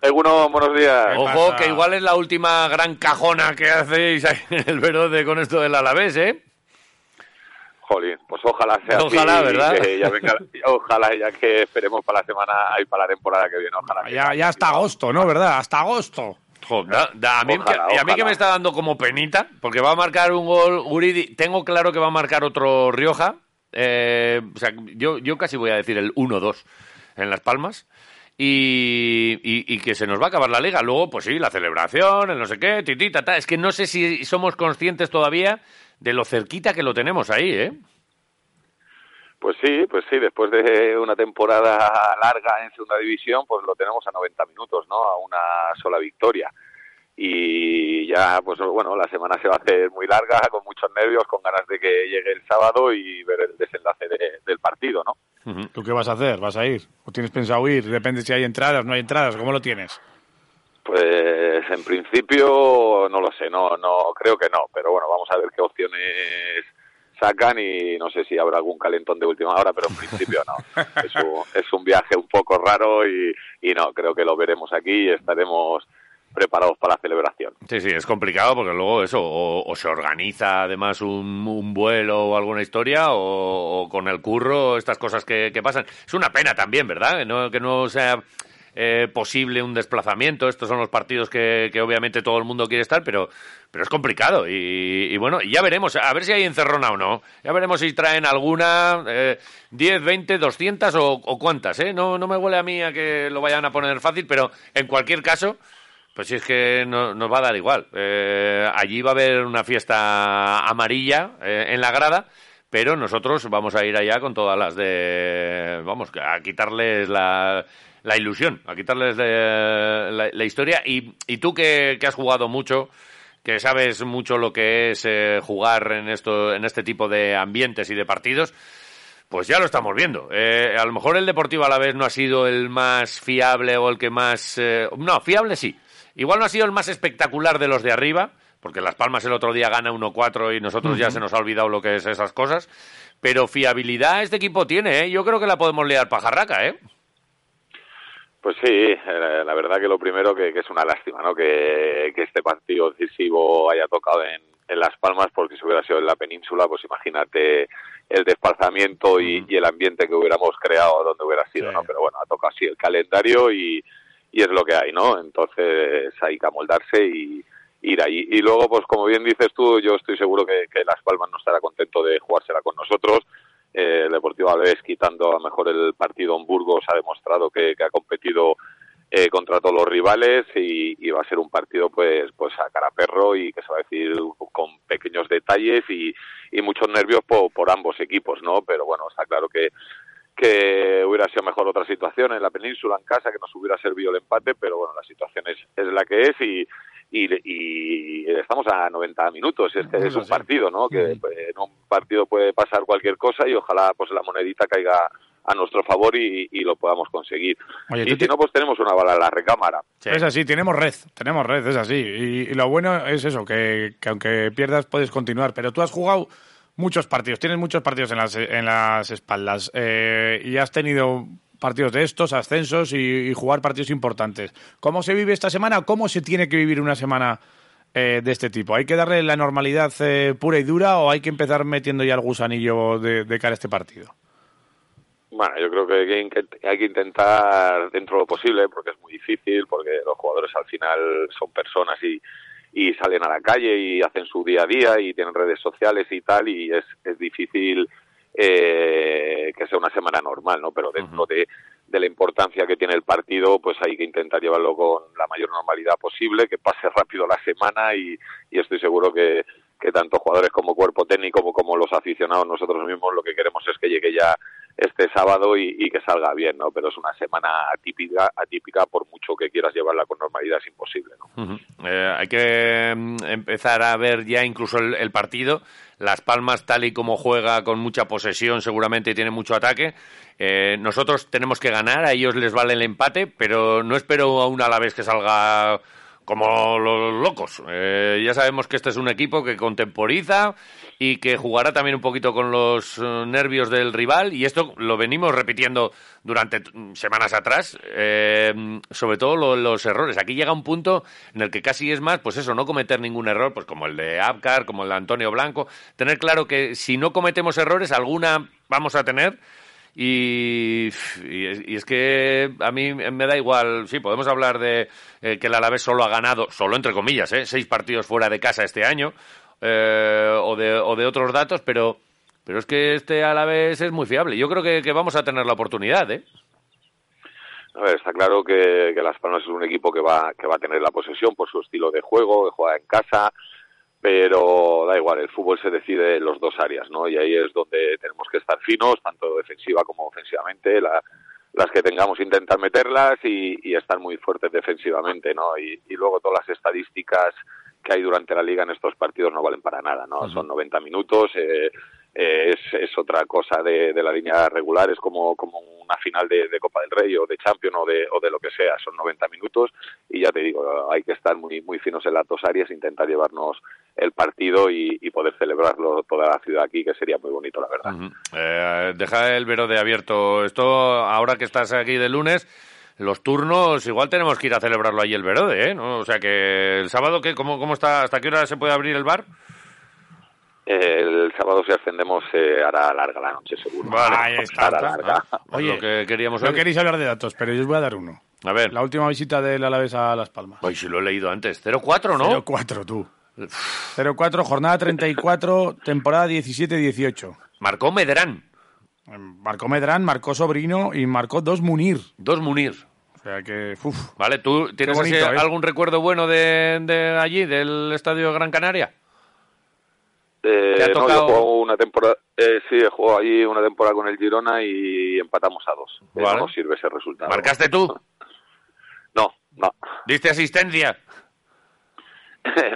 Speaker 30: Eguno, buenos días.
Speaker 3: Ojo, que igual es la última gran cajona que hacéis ahí en el Verode con esto del Alavés, ¿eh?
Speaker 30: Jolín, pues ojalá sea así
Speaker 3: Ojalá,
Speaker 30: y
Speaker 3: ¿verdad?
Speaker 30: que ya
Speaker 3: <laughs>
Speaker 30: venga- ojalá, ya que esperemos para la semana y para la temporada que viene, ojalá. que-
Speaker 4: Ya, ya hasta agosto, ¿no? ¿Verdad? Hasta agosto.
Speaker 3: Jo, da- da- a mí,
Speaker 30: Ojalá,
Speaker 3: que, y a mí que
Speaker 30: ojalá.
Speaker 3: me está dando como penita, porque va a marcar un gol Uridi. Tengo claro que va a marcar otro Rioja. Eh, o sea, yo, yo casi voy a decir el 1-2 en Las Palmas. Y, y- y que se nos va a acabar la liga. Luego, pues sí, la celebración, el no sé qué, titita, ta. Es que no sé si somos conscientes todavía de lo cerquita que lo tenemos ahí, ¿eh?
Speaker 30: Pues sí, pues sí, después de una temporada larga en segunda división, pues lo tenemos a 90 minutos, ¿no? A una sola victoria. Y ya, pues bueno, la semana se va a hacer muy larga, con muchos nervios, con ganas de que llegue el sábado y ver el desenlace de- del partido, ¿no?
Speaker 4: ¿Tú qué vas a hacer? ¿Vas a ir? ¿O tienes pensado ir? Depende si hay entradas, no hay entradas. ¿Cómo lo tienes?
Speaker 30: Pues en principio no lo sé, no, no creo que no, pero bueno, vamos a ver qué opciones sacan y no sé si habrá algún calentón de última hora, pero en principio no. Es un, es un viaje un poco raro y, y no, creo que lo veremos aquí y estaremos preparados para la celebración.
Speaker 3: Sí, sí, es complicado porque luego eso, o, o se organiza además un, un vuelo o alguna historia, o, o con el curro, estas cosas que, que pasan. Es una pena también, ¿verdad? Que no, que no sea eh, posible un desplazamiento. Estos son los partidos que, que obviamente todo el mundo quiere estar, pero, pero es complicado. Y, y bueno, y ya veremos, a ver si hay encerrona o no. Ya veremos si traen alguna, eh, 10, 20, 200 o, o cuántas, ¿eh? No, no me huele a mí a que lo vayan a poner fácil, pero en cualquier caso... Pues si es que no- nos va a dar igual. Eh, allí va a haber una fiesta amarilla eh, en la grada, pero nosotros vamos a ir allá con todas las de... Vamos, a quitarles la, la ilusión, a quitarles de- la, la historia. Y, y tú que, que has jugado mucho, que sabes mucho lo que es eh, jugar en, esto, en este tipo de ambientes y de partidos, pues ya lo estamos viendo. Eh, a lo mejor el Deportivo a la vez no ha sido el más fiable o el que más... eh, no, fiable sí. Igual no ha sido el más espectacular de los de arriba, porque Las Palmas el otro día gana 1-4 y nosotros ya
Speaker 4: Ujú.
Speaker 3: se nos ha olvidado lo que es esas cosas. Pero fiabilidad este equipo tiene, ¿eh? Yo creo que la podemos liar pajarraca, ¿eh?
Speaker 30: Pues sí, eh, la verdad que lo primero que, que es una lástima, ¿no? Que, que este partido decisivo haya tocado en, en Las Palmas, porque si hubiera sido en la península, pues imagínate el desplazamiento y, y el ambiente que hubiéramos creado donde hubiera sido, ¿no? Pero bueno, ha tocado así el calendario y, y es lo que hay, ¿no? Entonces hay que amoldarse y ir ahí. Y luego, pues como bien dices tú, yo estoy seguro que, que Las Palmas no estará contento de jugársela con nosotros. Eh, el Deportivo Alavés, quitando a lo mejor el partido en Burgos, ha demostrado que, que ha competido eh, contra todos los rivales y, y va a ser un partido pues pues a cara perro y que se va a decidir con pequeños detalles y, y muchos nervios po- por ambos equipos, ¿no? Pero bueno, está claro que que hubiera sido mejor otra situación en la península, en casa, que nos hubiera servido el empate, pero bueno, la situación es, es la que es y, y, y estamos a 90 minutos. Es, que es un partido, ¿no? Que pues, en un partido puede pasar cualquier cosa y ojalá pues la monedita caiga a nuestro favor y, y lo podamos conseguir.
Speaker 4: Oye,
Speaker 30: y
Speaker 4: tú
Speaker 30: si no, pues tenemos una bala en la recámara.
Speaker 4: Es así, tenemos red, tenemos red, es así. Y, y lo bueno es eso, que, que aunque pierdas puedes continuar. Pero tú has jugado muchos partidos, tienes muchos partidos en las, en las espaldas eh, y has tenido partidos de estos, ascensos y, y jugar partidos importantes. ¿Cómo se vive esta semana? ¿Cómo se tiene que vivir una semana eh, de este tipo? ¿Hay que darle la normalidad eh, pura y dura o hay que empezar metiendo ya el gusanillo de, de cara a este partido?
Speaker 30: Bueno, yo creo que hay que intent- hay que intentar dentro de lo posible, porque es muy difícil, porque los jugadores al final son personas y, y salen a la calle y hacen su día a día y tienen redes sociales y tal, y es, es difícil eh, que sea una semana normal, ¿no? Pero dentro de, de la importancia que tiene el partido, pues hay que intentar llevarlo con la mayor normalidad posible, que pase rápido la semana y, y estoy seguro que, que tanto jugadores como cuerpo técnico como, como los aficionados nosotros mismos lo que queremos es que llegue ya este sábado y, y que salga bien, ¿no? Pero es una semana atípica, atípica por mucho que quieras llevarla con normalidad es imposible, ¿no?
Speaker 3: Ujú. Eh, hay que mm, empezar a ver ya incluso el, el partido. Las Palmas, tal y como juega, con mucha posesión, seguramente y tiene mucho ataque. Eh, nosotros tenemos que ganar, a ellos les vale el empate, pero no espero a una a la vez que salga como los locos. Eh, ya sabemos que este es un equipo que contemporiza y que jugará también un poquito con los eh, nervios del rival y esto lo venimos repitiendo durante t- semanas atrás, eh, sobre todo lo- los errores. Aquí llega un punto en el que casi es más, pues eso, no cometer ningún error, pues como el de Abkar, como el de Antonio Blanco, tener claro que si no cometemos errores, alguna vamos a tener. Y, y es, y es que a mí me da igual, sí, podemos hablar de eh, que el Alavés solo ha ganado, solo entre comillas, eh, seis partidos fuera de casa este año, eh, o, de, o de otros datos, pero, pero es que este Alavés es muy fiable. Yo creo que, que vamos a tener la oportunidad, ¿eh?
Speaker 30: A ver, está claro que, que Las Palmas es un equipo que va, que va a tener la posesión por su estilo de juego, que juega en casa, pero da igual, el fútbol se decide en las dos áreas, ¿no? Y ahí es donde tenemos que estar finos, tanto defensiva como ofensivamente, la- las que tengamos intentar meterlas y, y estar muy fuertes defensivamente, ¿no? Y, y luego todas las estadísticas que hay durante la liga en estos partidos no valen para nada, ¿no? Son 90 minutos, eh, eh, es, es otra cosa de, de la línea regular, es como, como una final de, de Copa del Rey o de Champions o de, o de lo que sea, son 90 minutos y ya te digo, hay que estar muy, muy finos en las dos áreas, intentar llevarnos el partido y, y poder celebrarlo toda la ciudad aquí, que sería muy bonito, la verdad.
Speaker 3: Ujú. Eh, deja el vero de abierto. Esto, ahora que estás aquí de lunes, los turnos, igual tenemos que ir a celebrarlo ahí el Verode, ¿eh? ¿No? O sea que el sábado, ¿qué? ¿Cómo, ¿cómo está? ¿Hasta qué hora se puede abrir el bar?
Speaker 30: El sábado si ascendemos eh, hará larga la noche, seguro.
Speaker 4: Ahí está.
Speaker 30: Hará larga.
Speaker 4: Oye,
Speaker 3: que queríamos
Speaker 4: no
Speaker 3: oír.
Speaker 4: queréis hablar de datos, pero yo os voy a dar uno.
Speaker 3: A ver.
Speaker 4: La última visita del Alavés a Las Palmas.
Speaker 3: Ay, si lo he leído antes. 04, ¿no?
Speaker 4: 04, tú. 0-4, jornada 34, temporada 17-18.
Speaker 3: Marcó Medrán.
Speaker 4: Em, Marcó Medrán, marcó Sobrino y marcó dos Munir.
Speaker 3: Dos Munir.
Speaker 4: O sea que, uf.
Speaker 3: Vale, ¿tú tienes
Speaker 4: bonito,
Speaker 3: ese-
Speaker 4: ¿eh?
Speaker 3: algún recuerdo bueno de, de allí, del Estadio Gran Canaria?
Speaker 30: Eh,
Speaker 3: ¿Te ha
Speaker 30: no, yo
Speaker 3: tocado?
Speaker 30: he jugado una temporada, eh, sí, he jugado allí una temporada con el Girona y empatamos a dos. Eh,
Speaker 3: Vale.
Speaker 30: no nos sirve ese resultado.
Speaker 3: ¿Marcaste tú?
Speaker 30: No, no.
Speaker 3: ¿Diste asistencia?
Speaker 30: <laughs>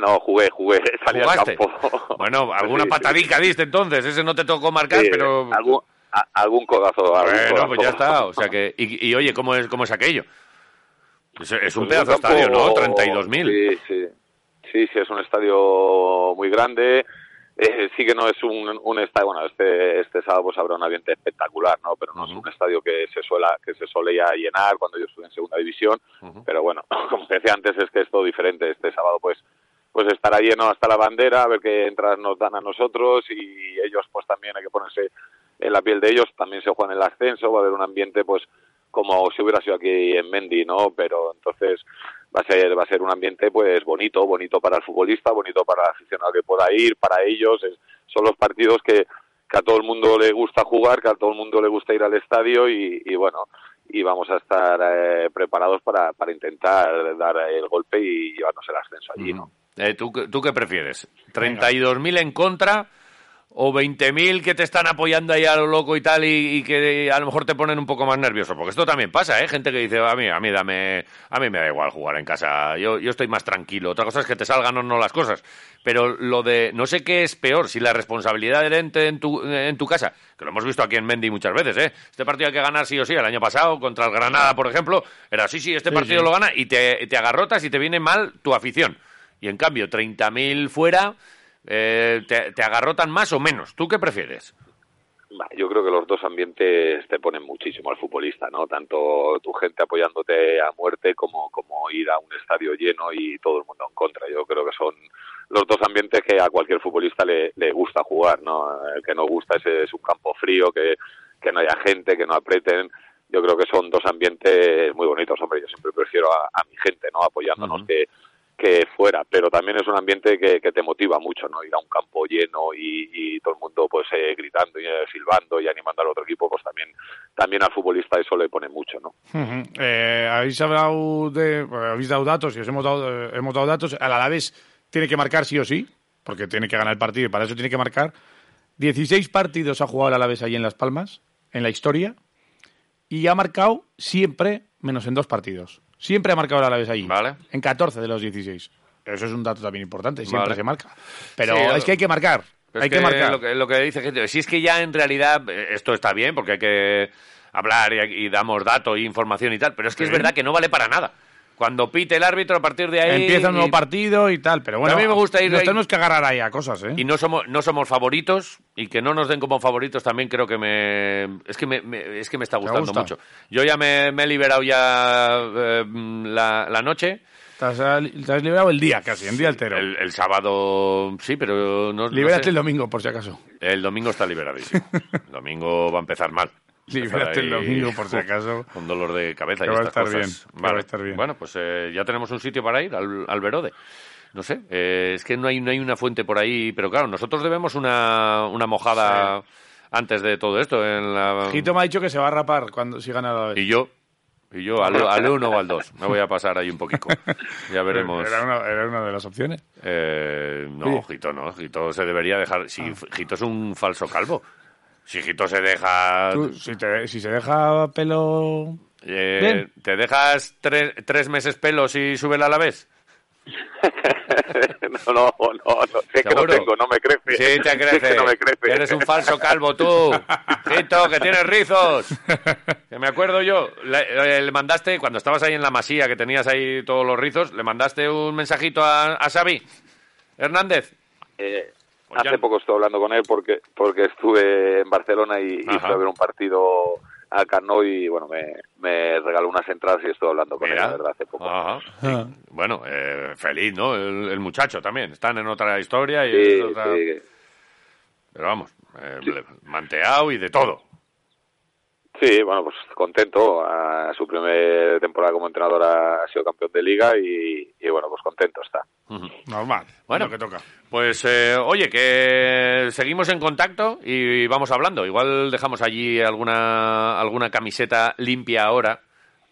Speaker 30: no, jugué, jugué. Salí
Speaker 3: ¿Jugaste?
Speaker 30: al campo.
Speaker 3: <laughs> Bueno, alguna
Speaker 30: Sí, sí.
Speaker 3: patadica diste entonces, ese no te tocó marcar,
Speaker 30: Sí,
Speaker 3: pero...
Speaker 30: Algún, a- algún codazo. algún
Speaker 3: Bueno,
Speaker 30: codazo.
Speaker 3: pues ya está. O sea que, y, y oye, ¿cómo es, cómo es aquello? Es, es un
Speaker 30: Pues
Speaker 3: pedazo de
Speaker 30: un campo-
Speaker 3: estadio, ¿no? 32.000.
Speaker 30: Sí, sí. Sí, sí, es un estadio muy grande. Eh, sí que no es un, un estadio, bueno, este, este sábado pues habrá un ambiente espectacular, ¿no? Pero no es un estadio que se suela, que se solía llenar cuando yo estuve en segunda división. Pero bueno, <laughs> como te decía antes, es que es todo diferente. Este sábado pues pues estará lleno hasta la bandera, a ver qué entradas nos dan a nosotros y ellos pues también hay que ponerse en la piel de ellos, también se juegan el ascenso, va a haber un ambiente pues como si hubiera sido aquí en Mendy, ¿no? Pero entonces va a ser va a ser un ambiente pues bonito, bonito para el futbolista, bonito para el aficionado que pueda ir, para ellos es- son los partidos que que a todo el mundo le gusta jugar, que a todo el mundo le gusta ir al estadio y, y bueno, y vamos a estar eh, preparados para, para intentar dar el golpe y llevarnos el ascenso allí, ¿no?
Speaker 3: Eh, ¿tú, qué- ¿Tú qué prefieres? ¿32.000 en contra o 20.000 que te están apoyando ahí a lo loco y tal y, y que a lo mejor te ponen un poco más nervioso? Porque esto también pasa, ¿eh? Gente que dice, a mí, a mí, dame, a mí me da igual jugar en casa, yo, yo estoy más tranquilo. Otra cosa es que te salgan o no las cosas. Pero lo de, no sé qué es peor, si la responsabilidad del ente en tu, en tu casa, que lo hemos visto aquí en Mendy muchas veces, ¿eh? Este partido hay que ganar sí o sí. El año pasado, contra el Granada, por ejemplo, era sí, sí, este
Speaker 4: Sí,
Speaker 3: partido
Speaker 4: sí.
Speaker 3: lo gana y te, te agarrotas y te viene mal tu afición. Y en cambio, 30.000 fuera, eh, te, te agarrotan más o menos. ¿Tú qué prefieres?
Speaker 30: Bah, Yo creo que los dos ambientes te ponen muchísimo al futbolista, ¿no? Tanto tu gente apoyándote a muerte como, como ir a un estadio lleno y todo el mundo en contra. Yo creo que son los dos ambientes que a cualquier futbolista le, le gusta jugar, ¿no? El que no gusta es, es un campo frío, que, que no haya gente, que no aprieten. Yo creo que son dos ambientes muy bonitos, hombre. Yo siempre prefiero a, a mi gente, ¿no? Apoyándonos que, que fuera, pero también es un ambiente que, que te motiva mucho, ¿no? Ir a un campo lleno y, y todo el mundo pues eh, gritando y eh, silbando y animando al otro equipo, pues también también al futbolista eso le pone mucho, ¿no? <laughs>
Speaker 4: Ujú. Eh, habéis hablado de bueno, habéis dado datos y os hemos dado eh, hemos dado datos al Alavés tiene que marcar sí o sí porque tiene que ganar el partido y para eso tiene que marcar 16 partidos ha jugado el Alavés allí en Las Palmas en la historia y ha marcado siempre menos en dos partidos siempre ha marcado el Alavés allí en 14 de los 16 eso es un dato también importante siempre
Speaker 3: Vale.
Speaker 4: se marca pero
Speaker 3: Sí,
Speaker 4: es que hay que marcar
Speaker 3: Pero
Speaker 4: hay
Speaker 3: es
Speaker 4: que, marcar
Speaker 3: Lo que, lo que dice gente, si es que ya en realidad eh, esto está bien, porque hay que hablar y, y damos datos y información y tal, pero es que es verdad que no vale para nada. Cuando pite el árbitro, a partir de ahí...
Speaker 4: Empieza un nuevo
Speaker 3: y-
Speaker 4: partido y tal, pero bueno.
Speaker 3: a mí me gusta ir
Speaker 4: Nos
Speaker 3: ahí.
Speaker 4: tenemos que agarrar ahí a cosas, ¿eh?
Speaker 3: Y no somos, no somos favoritos y que no nos den como favoritos también creo que me es que me, me- es que me está gustando
Speaker 4: gusta?
Speaker 3: mucho. Yo ya me, me he liberado ya eh, la, la noche.
Speaker 4: Te has, te has liberado el día casi, el día entero.
Speaker 3: El, el sábado sí, pero Pues no. no
Speaker 4: Libérate
Speaker 3: sé.
Speaker 4: el domingo, por si acaso.
Speaker 3: El domingo está
Speaker 4: <laughs>
Speaker 3: liberadísimo. El domingo va a empezar mal.
Speaker 4: Libérate el
Speaker 3: Estar ahí
Speaker 4: domingo, por si acaso.
Speaker 3: Con dolor de cabeza
Speaker 4: Que
Speaker 3: y
Speaker 4: va a
Speaker 3: estas
Speaker 4: estar
Speaker 3: cosas.
Speaker 4: bien, que va a estar bien.
Speaker 3: Bueno, pues eh, ya tenemos un sitio para ir, al, al Verode. No sé, eh, es que no hay, no hay una fuente por ahí, pero claro, nosotros debemos una, una mojada antes de todo esto. En la,
Speaker 4: Gito me ha dicho que se va a rapar cuando si gana la vez.
Speaker 3: y yo, y
Speaker 4: <laughs>
Speaker 3: yo al, al uno o al dos. Me voy a pasar ahí un poquito.
Speaker 4: Pues
Speaker 3: Ya veremos.
Speaker 4: Era una, era una de las opciones.
Speaker 3: Eh, no,
Speaker 4: Oye.
Speaker 3: Jito no. Jito se debería dejar. Si Jito es un falso calvo. Si Jito se deja.
Speaker 4: Tú, si, te- si se deja pelo...
Speaker 3: Eh,
Speaker 4: Bien.
Speaker 3: ¿Te dejas tre- tres meses pelos y sube a la vez?
Speaker 30: no, no, no, no, si es que no
Speaker 3: ¿Seguro?
Speaker 30: tengo, no me crece.
Speaker 3: Sí, te
Speaker 30: Si <laughs> es
Speaker 3: crece.
Speaker 30: que no me crece.
Speaker 3: Eres un falso calvo tú. Jito, que tienes rizos. Que me acuerdo yo. La- eh, Le, mandaste, cuando estabas ahí en la masía, que tenías ahí todos los rizos, le mandaste un mensajito a, a Xavi Hernández.
Speaker 30: <laughs> Eh, hace poco estuve hablando con él porque porque estuve en Barcelona y, y
Speaker 3: Ajá.
Speaker 30: fui a ver un partido a Cano y bueno me, me regaló unas entradas y estuve hablando con él la verdad hace poco
Speaker 3: Ajá. Bueno, eh, feliz, ¿no? El, el muchacho también. Están en otra historia y
Speaker 30: Sí,
Speaker 3: es otra-
Speaker 30: sí.
Speaker 3: Pero vamos, eh, le- manteado y de todo.
Speaker 30: Sí, bueno, pues contento. A su primera temporada como entrenador ha sido campeón de liga y, y, bueno, pues contento está.
Speaker 4: Normal.
Speaker 3: Bueno.
Speaker 4: Lo que toca.
Speaker 3: Pues eh, oye, que seguimos en contacto y vamos hablando. Igual dejamos allí alguna, alguna camiseta limpia ahora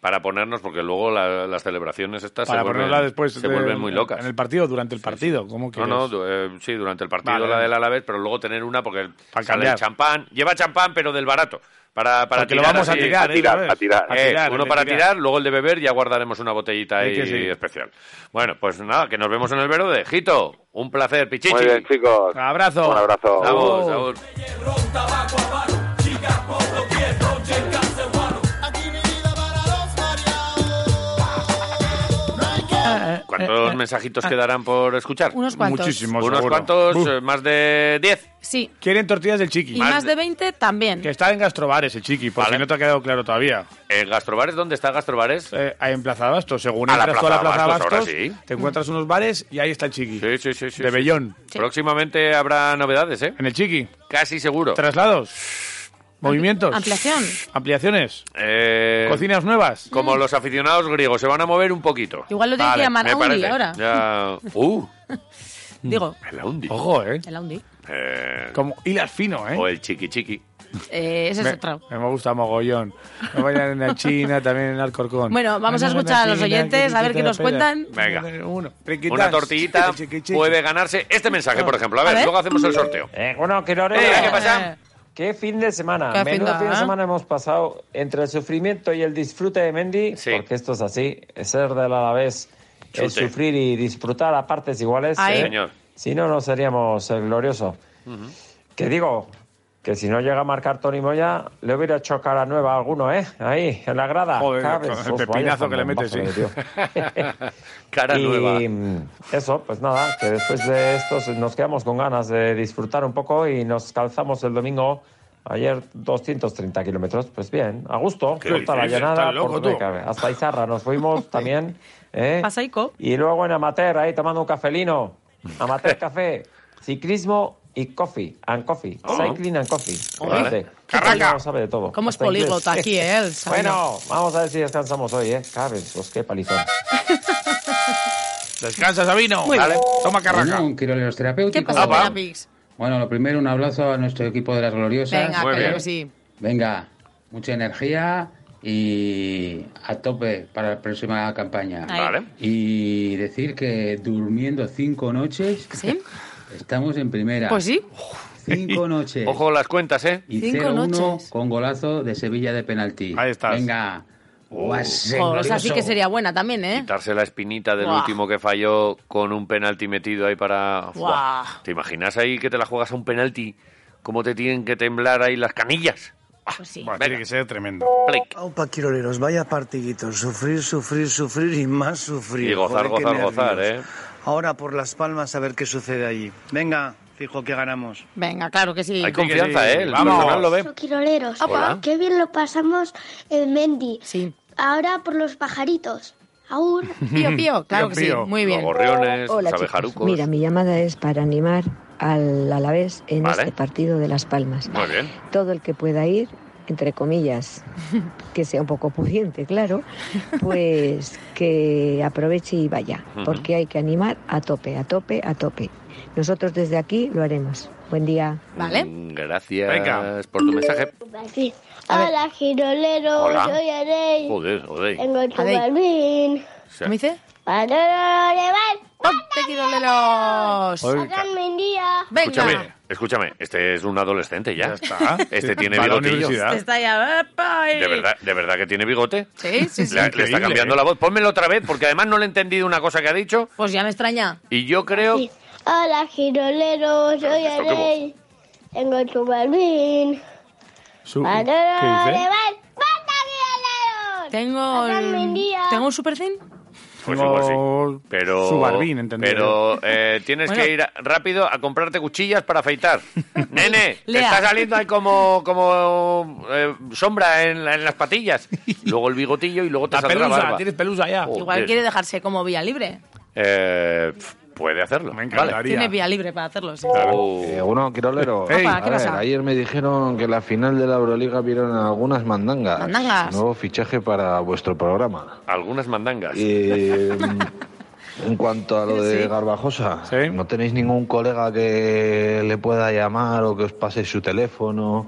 Speaker 3: para ponernos, porque luego la- las celebraciones estas
Speaker 4: Para
Speaker 3: se, vuelven,
Speaker 4: ponerla después.
Speaker 3: se
Speaker 4: de-
Speaker 3: vuelven muy locas.
Speaker 4: En el partido, durante el partido. ¿Cómo
Speaker 3: No,
Speaker 4: quieres?
Speaker 3: no, du- eh, sí, durante el partido
Speaker 4: Vale,
Speaker 3: la del
Speaker 4: vale.
Speaker 3: Alavés, pero luego tener una porque sale el
Speaker 4: cambiar.
Speaker 3: champán. Lleva champán, pero del barato. Para, para
Speaker 4: Porque lo
Speaker 3: tirar
Speaker 4: vamos a
Speaker 3: así.
Speaker 4: tirar, A ¿eh? tirar, ¿sabes? a tirar.
Speaker 3: Eh,
Speaker 4: A tirar,
Speaker 3: uno
Speaker 4: el de
Speaker 3: para tirar.
Speaker 4: tirar.
Speaker 3: luego el de beber, ya guardaremos una botellita
Speaker 4: Sí
Speaker 3: ahí
Speaker 4: que sí.
Speaker 3: especial. Bueno, pues nada, que nos vemos en el Vero de Jito. Un placer, Pichichi.
Speaker 30: Muy bien, chicos.
Speaker 4: Abrazo.
Speaker 30: Un abrazo.
Speaker 3: Vamos, vamos. ¿Cuántos mensajitos quedarán por escuchar?
Speaker 7: Unos cuantos.
Speaker 4: Eh, ah. Muchísimos,
Speaker 3: Unos
Speaker 4: seguro.
Speaker 3: cuantos,
Speaker 4: Uf.
Speaker 3: eh, más de 10.
Speaker 7: Sí.
Speaker 4: Quieren tortillas del chiqui.
Speaker 7: Y más de 20 también.
Speaker 4: Que está en gastrobares el chiqui, por si no te ha quedado claro todavía.
Speaker 3: ¿En Eh, Gastrobares? ¿Dónde está Gastrobares?
Speaker 4: Eh, ahí en Plaza Bastos, según
Speaker 3: A la
Speaker 4: entras tú a la
Speaker 3: Plaza
Speaker 4: Plaza
Speaker 3: Bastos,
Speaker 4: Bastos,
Speaker 3: ahora sí.
Speaker 4: te encuentras unos bares y ahí está el chiqui.
Speaker 3: Sí, sí, sí. sí
Speaker 4: de
Speaker 3: sí.
Speaker 4: Bellón.
Speaker 3: Próximamente habrá novedades, ¿eh?
Speaker 4: En el chiqui.
Speaker 3: Casi seguro.
Speaker 4: Traslados. Movimientos.
Speaker 7: Ampliación.
Speaker 4: Ampliaciones.
Speaker 3: Eh,
Speaker 4: Cocinas nuevas.
Speaker 3: Como los aficionados griegos, se van a mover un poquito.
Speaker 7: Igual lo tiene que llamar
Speaker 3: me
Speaker 7: Audi
Speaker 3: parece.
Speaker 7: ahora.
Speaker 3: Ya- Uh,
Speaker 7: Digo,
Speaker 3: el Audi.
Speaker 4: Ojo, ¿eh?
Speaker 7: el Audi.
Speaker 3: Eh,
Speaker 4: Como hilas fino, ¿eh?
Speaker 3: O el chiqui chiqui.
Speaker 7: Eh, ese es
Speaker 4: me,
Speaker 7: otro.
Speaker 4: me gusta mogollón. Me vayan en la China, también en Alcorcón.
Speaker 7: Bueno, vamos a
Speaker 4: Vayan
Speaker 7: escuchar a
Speaker 4: la
Speaker 7: los
Speaker 4: China,
Speaker 7: oyentes, a ver
Speaker 4: que
Speaker 7: qué nos
Speaker 4: te la pelan.
Speaker 7: cuentan.
Speaker 3: Venga.
Speaker 4: Uno. <laughs>
Speaker 3: Una tortillita puede ganarse este mensaje, por ejemplo. A ver,
Speaker 7: A ver.
Speaker 3: luego hacemos el sorteo.
Speaker 31: bueno, que no
Speaker 3: Eh, ¿Qué pasa?
Speaker 31: Qué fin de semana.
Speaker 7: Qué
Speaker 31: Menudo
Speaker 7: fin de-
Speaker 31: fin de semana hemos pasado entre el sufrimiento y el disfrute de Mendy, porque esto es así, es ser del Alavés, el
Speaker 3: Chute.
Speaker 31: sufrir y disfrutar a partes iguales.
Speaker 7: Ahí.
Speaker 31: ¿eh?
Speaker 3: Señor.
Speaker 31: Si no, no seríamos el glorioso. Que digo, que si no llega a marcar Tony Moya, le hubiera hecho cara nueva a alguno, ¿eh? Ahí, en la grada.
Speaker 4: Joder,
Speaker 31: Cabezos,
Speaker 4: con el
Speaker 31: vaya
Speaker 4: pepinazo que le metes,
Speaker 31: zambombazo
Speaker 4: sí.
Speaker 31: le dio.
Speaker 4: <laughs>
Speaker 3: Cara
Speaker 31: Y,
Speaker 3: nueva.
Speaker 31: mm, Eso, pues nada, que después de esto se- nos quedamos con ganas de disfrutar un poco y nos calzamos el domingo. Ayer 230 kilómetros, pues bien, a gusto,
Speaker 4: ¿Qué
Speaker 31: justa la
Speaker 4: dices?
Speaker 31: llanada,
Speaker 4: Estás loco,
Speaker 31: por donde
Speaker 4: tú.
Speaker 31: cabe. hasta Izarra nos
Speaker 4: <laughs>
Speaker 31: fuimos también. ¿eh?
Speaker 7: Pasaico.
Speaker 31: Y luego en Amateur, ahí tomando un cafelino,
Speaker 4: <laughs>
Speaker 31: Amateur Café, ciclismo y coffee, and coffee,
Speaker 4: Ah.
Speaker 31: cycling and coffee.
Speaker 7: Ole.
Speaker 31: Fíjate,
Speaker 7: Carraca.
Speaker 31: sabe de todo.
Speaker 7: ¿Cómo es
Speaker 31: hasta inglés.
Speaker 7: políglota aquí, eh, <laughs> el Sabino?
Speaker 31: Bueno, vamos a ver si descansamos hoy, ¿eh? Cabezos, qué
Speaker 3: <laughs>
Speaker 31: palizón.
Speaker 4: Descansa, Sabino.
Speaker 31: Muy bien.
Speaker 4: Dale. Toma carraca.
Speaker 19: Bueno, quiroleros terapéuticos.
Speaker 7: ¿Qué pasa, Terapix?
Speaker 19: Bueno, lo primero, un abrazo a nuestro equipo de las
Speaker 3: Pues, eh,
Speaker 7: Venga,
Speaker 19: gloriosas.
Speaker 7: claro que sí.
Speaker 19: Venga, mucha energía y a tope para la próxima campaña.
Speaker 7: Ahí. Vale.
Speaker 19: Y decir que durmiendo cinco noches <laughs> estamos en primera.
Speaker 7: ¿Ah, Pues sí.
Speaker 19: Cinco noches.
Speaker 3: Ojo las cuentas, ¿eh?
Speaker 19: Y
Speaker 7: Cinco
Speaker 19: 0-1
Speaker 7: noches.
Speaker 19: con golazo de Sevilla de penalti. Ahí estás. Venga.
Speaker 3: Oh,
Speaker 19: Guas,
Speaker 7: Jo,
Speaker 19: glorioso.
Speaker 7: esa sí Pues, que sería buena también, ¿eh?
Speaker 3: Quitarse la espinita del
Speaker 7: Buah.
Speaker 3: último que falló con un penalti metido ahí para...
Speaker 7: Buah.
Speaker 3: ¿Te imaginas ahí que te la juegas a un penalti? ¿Cómo te tienen que temblar ahí las canillas? Ah,
Speaker 7: Pues sí.
Speaker 4: Bueno, tiene que ser tremendo.
Speaker 13: Opa, Quiroleros, vaya partiditos. Sufrir, sufrir, sufrir y más sufrir.
Speaker 3: Y gozar,
Speaker 13: Joder, qué
Speaker 3: gozar, gozar,
Speaker 13: nervios.
Speaker 3: ¿eh?
Speaker 13: Ahora por Las Palmas a ver qué sucede allí. Venga, fijo que ganamos.
Speaker 7: Venga, claro que sí.
Speaker 3: Hay confianza, ¿eh? El personal lo ve.
Speaker 2: Quiroleros,
Speaker 3: Hola.
Speaker 2: qué bien lo pasamos en Mendy. Ahora por los pajaritos. Aún.
Speaker 7: <laughs>
Speaker 3: <laughs>
Speaker 7: Pío, pío, claro
Speaker 3: Pío,
Speaker 7: que
Speaker 3: pío.
Speaker 7: sí. Muy bien.
Speaker 3: Los gorriones,
Speaker 32: Hola,
Speaker 3: los
Speaker 32: chicos.
Speaker 3: abejarucos.
Speaker 32: Mira, mi llamada es para animar al Alavés en
Speaker 3: Vale.
Speaker 32: este partido de Las Palmas.
Speaker 3: Muy bien.
Speaker 32: Todo el que pueda ir, entre
Speaker 7: <laughs>
Speaker 32: comillas, que sea un poco pudiente, claro, pues que aproveche y vaya,
Speaker 33: Ujú.
Speaker 32: porque hay que animar a tope, a tope, a tope. Nosotros desde aquí lo haremos. Buen día.
Speaker 3: Mm, Gracias por tu mensaje.
Speaker 2: Hola, Giroleros.
Speaker 3: Hola.
Speaker 2: Soy Arey.
Speaker 3: Joder, joder.
Speaker 2: Tengo el
Speaker 3: Adey.
Speaker 2: Balvin.
Speaker 3: Sí. ¿Me
Speaker 7: dice?
Speaker 2: Cuando lo levante,
Speaker 7: Giroleros.
Speaker 3: Oiga.
Speaker 2: Háganme un día.
Speaker 3: Escúchame, escúchame, este es un adolescente ya.
Speaker 4: está.
Speaker 3: Este tiene
Speaker 4: Va a la
Speaker 3: bigotillo.
Speaker 4: universidad.
Speaker 7: Está ya. ¡epa!
Speaker 3: ¿De verdad, ¿De verdad que tiene bigote?
Speaker 7: Sí, sí, sí.
Speaker 3: Le, le está cambiando
Speaker 4: ¿eh?
Speaker 3: la voz. Pónmelo otra vez, porque además no le he entendido una cosa que ha dicho.
Speaker 7: Pues ya me extraña.
Speaker 3: Y yo creo.
Speaker 2: Hola, Giroleros. Soy
Speaker 3: ¿esto qué voz?
Speaker 2: Arey. Tengo el Balvin. Cuando lo levante.
Speaker 7: Tengo
Speaker 2: Háganme un día.
Speaker 7: ¿Tengo un super zen?
Speaker 3: Pues igual sí. Pero,
Speaker 4: su barbín, entendido.
Speaker 3: Pero eh, tienes que ir a- rápido a comprarte cuchillas para afeitar. Nene, te
Speaker 4: Lea.
Speaker 3: está saliendo ahí como, como eh, sombra en, la- en las patillas. Luego el bigotillo y luego te
Speaker 4: La
Speaker 3: saldrá
Speaker 4: pelusa,
Speaker 3: barba.
Speaker 4: tienes pelusa ya.
Speaker 3: Joder.
Speaker 7: Igual quiere dejarse como vía libre.
Speaker 3: Eh, pf, puede hacerlo. Me
Speaker 7: Tiene vía libre para hacerlo, sí.
Speaker 28: Eh, bueno, Quirolero.
Speaker 7: Ey.
Speaker 28: A
Speaker 7: Opa, ¿qué
Speaker 28: ver,
Speaker 7: pasa?
Speaker 28: Ayer me dijeron que en la final de la Euroliga vieron algunas mandangas.
Speaker 7: Mandangas.
Speaker 28: Nuevo fichaje para vuestro programa. mm,
Speaker 3: Algunas mandangas. <laughs>
Speaker 28: en cuanto a lo de
Speaker 3: Sí.
Speaker 28: Garbajosa, ¿no tenéis ningún colega que le pueda llamar o que os pase su teléfono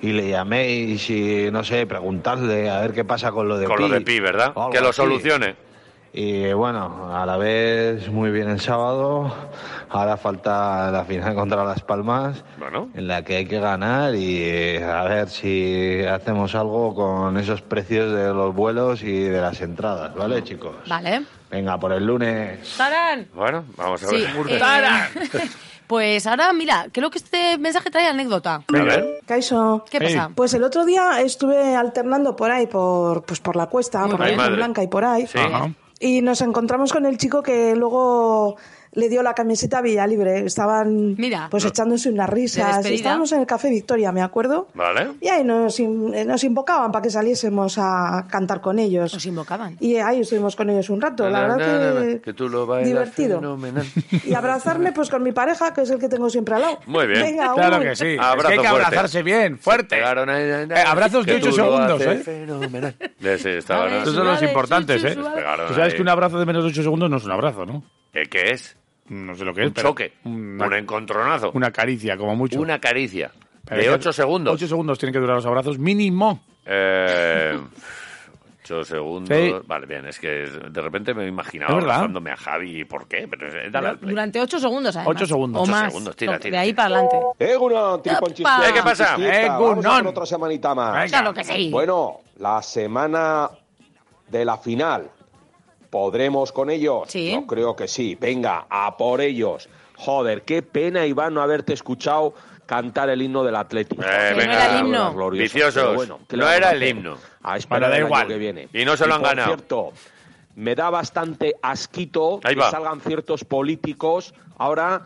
Speaker 28: y le llaméis y, no sé, preguntarle a ver qué pasa con lo de
Speaker 3: Con lo de Pi, ¿verdad?
Speaker 28: o algo
Speaker 3: Que lo
Speaker 28: así.
Speaker 3: solucione.
Speaker 28: Y bueno, a la vez muy bien el sábado. Ahora falta la final contra Las Palmas, en la que hay que ganar y eh, a ver si hacemos algo con esos precios de los vuelos y de las entradas, ¿vale, chicos?
Speaker 7: Vale.
Speaker 28: Venga, por el lunes.
Speaker 7: ¡Tarán!
Speaker 28: Bueno, vamos
Speaker 7: Sí,
Speaker 3: <laughs>
Speaker 7: eh, <laughs> Pues ahora, mira, creo que este mensaje trae anécdota.
Speaker 34: Caiso.
Speaker 7: ¿Qué pasa?
Speaker 34: Pues el otro día estuve alternando por ahí, por, pues por la cuesta, por la
Speaker 7: Ay,
Speaker 34: Virgen
Speaker 7: madre.
Speaker 34: Blanca y por ahí.
Speaker 7: Sí. Ajá.
Speaker 34: Y nos encontramos con el chico que luego le dio la camiseta a Villalibre. Estaban pues echándose unas risas.
Speaker 7: despedida.
Speaker 34: Estábamos en el Café Victoria, me acuerdo.
Speaker 3: Vale.
Speaker 34: Y ahí nos, in- eh, nos invocaban para que saliésemos a cantar con ellos. Nos
Speaker 7: invocaban.
Speaker 34: Y ahí estuvimos con ellos un rato. La
Speaker 3: Na, na,
Speaker 34: verdad
Speaker 3: na,
Speaker 34: que...
Speaker 3: na, tú lo bailas
Speaker 34: divertido.
Speaker 3: fenomenal.
Speaker 34: Y abrazarme pues con mi pareja, que es el que tengo siempre al lado.
Speaker 3: Muy bien.
Speaker 34: Venga,
Speaker 4: Claro
Speaker 34: uy.
Speaker 4: que sí. Es que
Speaker 3: Abrazo
Speaker 4: hay que
Speaker 3: fuerte.
Speaker 4: abrazarse bien, fuerte. Eh, abrazos de
Speaker 3: Que
Speaker 4: 8
Speaker 3: tú lo
Speaker 4: segundos,
Speaker 3: haces
Speaker 4: ¿eh?
Speaker 3: fenomenal. Eh, sí, estaba-
Speaker 4: Esos son los importantes, ¿eh?
Speaker 3: Pegaron
Speaker 4: Tú sabes
Speaker 3: ahí.
Speaker 4: que un abrazo de menos de 8 segundos no es un abrazo, ¿no?
Speaker 3: Eh, ¿Qué es?
Speaker 4: No sé lo que es.
Speaker 3: Un
Speaker 4: pero
Speaker 3: choque.
Speaker 4: una-
Speaker 3: un encontronazo.
Speaker 4: Una caricia, como mucho.
Speaker 3: Una caricia.
Speaker 4: Pero
Speaker 3: de
Speaker 4: es que
Speaker 3: 8 segundos.
Speaker 4: 8 segundos tienen que durar los abrazos mínimo.
Speaker 3: Eh, 8 segundos.
Speaker 4: Sí.
Speaker 3: Vale, bien, es que de repente me imaginaba
Speaker 4: Es verdad.
Speaker 3: abrazándome a Javi. ¿y ¿Por qué? Pero, eh, dale al play.
Speaker 7: Durante ocho segundos, además.
Speaker 3: Ocho segundos.
Speaker 7: O
Speaker 3: Ocho
Speaker 7: más.
Speaker 3: segundos, tira,
Speaker 7: Lo-
Speaker 3: tira,
Speaker 7: De ahí para adelante.
Speaker 35: Egunon,
Speaker 7: ¡Epa!
Speaker 35: tripolchistas.
Speaker 7: Eh, ¿qué pasa?
Speaker 35: Fiesta, Vamos a
Speaker 7: Egunon.
Speaker 35: por otra semanita más.
Speaker 7: Venga. Claro que sí.
Speaker 35: Bueno, la semana de la final. ¿Podremos con ellos? Yo creo que sí. Venga, a por ellos. Joder, qué pena, Iván, no haberte escuchado cantar el himno del Atlético.
Speaker 3: Eh, venga,
Speaker 35: Glorioso,
Speaker 3: viciosos.
Speaker 35: pero bueno, ¿qué le
Speaker 3: no
Speaker 35: vamos
Speaker 3: era
Speaker 35: a
Speaker 3: el
Speaker 35: hacer?
Speaker 3: himno.
Speaker 35: A esperar Ah, el año que viene.
Speaker 3: Y no se lo han
Speaker 35: por
Speaker 3: ganado.
Speaker 35: cierto, me da bastante asquito
Speaker 3: Ahí
Speaker 35: que
Speaker 3: va.
Speaker 35: salgan ciertos políticos ahora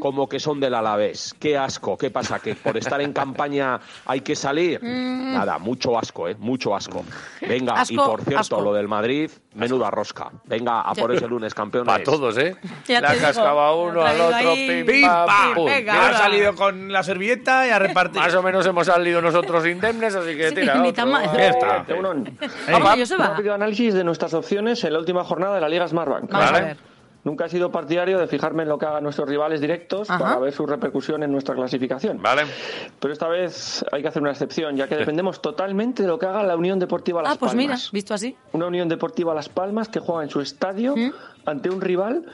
Speaker 35: como que son del Alavés. Qué asco, qué pasa, que por estar en campaña hay que salir.
Speaker 7: <laughs> Mm.
Speaker 35: Nada, mucho asco, ¿eh? Mucho asco. Venga, y
Speaker 7: Asco,
Speaker 35: por cierto,
Speaker 7: asco.
Speaker 35: lo del Madrid, menuda rosca. Venga, a
Speaker 7: Ya.
Speaker 35: por ese lunes, campeones.
Speaker 3: Pa' todos, ¿eh?
Speaker 35: Ya
Speaker 3: La
Speaker 35: te digo,
Speaker 3: cascaba uno
Speaker 35: lo
Speaker 3: al
Speaker 35: traigo
Speaker 3: otro.
Speaker 35: ahí.
Speaker 3: Pim,
Speaker 35: Pim,
Speaker 3: pam,
Speaker 35: pam,
Speaker 3: pum.
Speaker 35: venga,
Speaker 3: Mira,
Speaker 35: ahora.
Speaker 3: ha salido
Speaker 4: con la servilleta y a repartir.
Speaker 3: Más o menos hemos salido nosotros indemnes, así que
Speaker 35: Sí,
Speaker 3: tira.
Speaker 35: ni
Speaker 3: otro.
Speaker 35: tan mal.
Speaker 3: Ya está.
Speaker 35: Rápido análisis de nuestras opciones en la última jornada de la Liga Smartbank.
Speaker 7: Vamos a Vale. ver.
Speaker 35: Nunca he sido partidario de fijarme en lo que hagan nuestros rivales directos
Speaker 7: Ajá.
Speaker 35: para ver su repercusión en nuestra clasificación.
Speaker 3: Vale.
Speaker 35: Pero esta vez hay que hacer una excepción, ya que dependemos totalmente de lo que haga la Unión Deportiva Las
Speaker 7: Ah, pues mira,
Speaker 35: Palmas.
Speaker 7: visto así.
Speaker 35: Una Unión Deportiva Las Palmas que juega en su estadio
Speaker 7: ¿Mm?
Speaker 35: ante un rival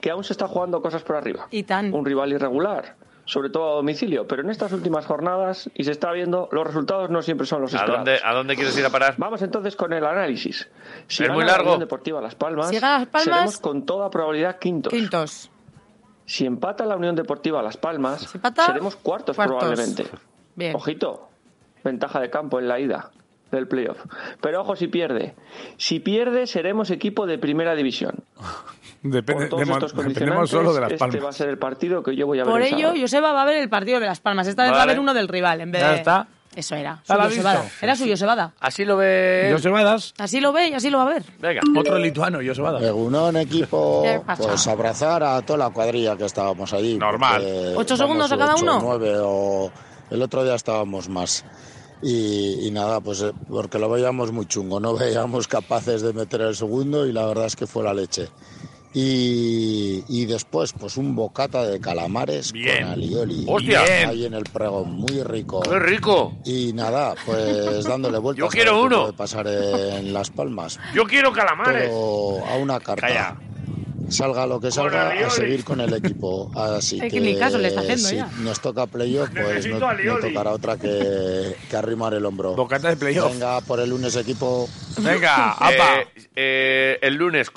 Speaker 35: que aún se está jugando cosas por arriba.
Speaker 7: Y tan.
Speaker 35: Un rival irregular, sobre todo a domicilio. Pero en estas últimas jornadas, y se está viendo, los resultados no siempre son los
Speaker 3: ¿A
Speaker 35: esperados.
Speaker 3: dónde, ¿A dónde quieres ir a parar?
Speaker 35: Vamos entonces con el análisis. Si
Speaker 3: Es
Speaker 35: gana
Speaker 3: muy
Speaker 35: la
Speaker 3: largo.
Speaker 35: Unión Deportiva Las Palmas,
Speaker 7: Si gana Las Palmas-
Speaker 35: seremos con toda probabilidad quintos.
Speaker 7: Quintos.
Speaker 35: Si empata la Unión Deportiva Las Palmas,
Speaker 7: empata,
Speaker 35: seremos cuartos,
Speaker 7: cuartos.
Speaker 35: probablemente.
Speaker 7: Bien.
Speaker 35: Ojito. ventaja de campo en la ida del playoff. Pero ojo si pierde. Si pierde, seremos equipo de primera división.
Speaker 4: <laughs> Depende,
Speaker 35: Por todos
Speaker 4: de-
Speaker 35: estos
Speaker 4: dependemos
Speaker 35: condicionantes,
Speaker 4: solo de las
Speaker 35: este va a
Speaker 4: palmas.
Speaker 35: ser el partido que yo voy a ver.
Speaker 7: Por
Speaker 35: el
Speaker 7: ello,
Speaker 35: sábado.
Speaker 7: Joseba va a ver el partido de Las Palmas. Esta vez va a
Speaker 35: Vale.
Speaker 7: ver uno del rival en vez
Speaker 35: Ya
Speaker 7: de...
Speaker 35: está.
Speaker 7: Eso
Speaker 3: Ah,
Speaker 7: era.
Speaker 35: Ya
Speaker 7: Su
Speaker 35: la ha
Speaker 7: Josebada.
Speaker 35: visto.
Speaker 7: Era su Josebada.
Speaker 3: Así lo ve.
Speaker 4: Yosebadas.
Speaker 7: Así lo ve y así lo va a ver.
Speaker 3: Venga.
Speaker 4: Otro lituano, Yosebadas.
Speaker 36: Egunon, equipo.
Speaker 7: ¿Qué pasa?
Speaker 36: Pues abrazar a toda la cuadrilla que estábamos allí.
Speaker 4: Normal.
Speaker 36: porque
Speaker 7: ¿Ocho
Speaker 36: vamos,
Speaker 7: segundos a cada
Speaker 36: ocho,
Speaker 7: uno?
Speaker 36: nueve o... El otro día estábamos más. Y, y nada, pues eh, porque lo veíamos muy chungo. No <laughs> veíamos capaces de meter el segundo y la verdad es que fue la leche. Y, y después, pues un bocata de calamares con alioli.
Speaker 3: Hostia. Bien.
Speaker 36: Ahí en el pregón, muy rico.
Speaker 3: ¡Qué rico!
Speaker 36: Y nada, pues dándole vueltas.
Speaker 3: Yo quiero
Speaker 36: a ver qué
Speaker 3: uno.
Speaker 36: puede pasar en Las Palmas.
Speaker 3: Yo quiero calamares.
Speaker 36: Pero a una carta. Salga lo que salga, a seguir con el equipo. Así
Speaker 7: <laughs> Es
Speaker 36: que,
Speaker 7: que ni caso le está haciendo
Speaker 36: si
Speaker 7: ya.
Speaker 36: nos toca playoff, pues
Speaker 7: Necesito
Speaker 36: no,
Speaker 7: a Lioli.
Speaker 36: no tocará otra que, que arrimar el hombro.
Speaker 4: Bocata de playoff.
Speaker 36: Venga, por el lunes equipo. <laughs>
Speaker 3: Eh, eh, el lunes,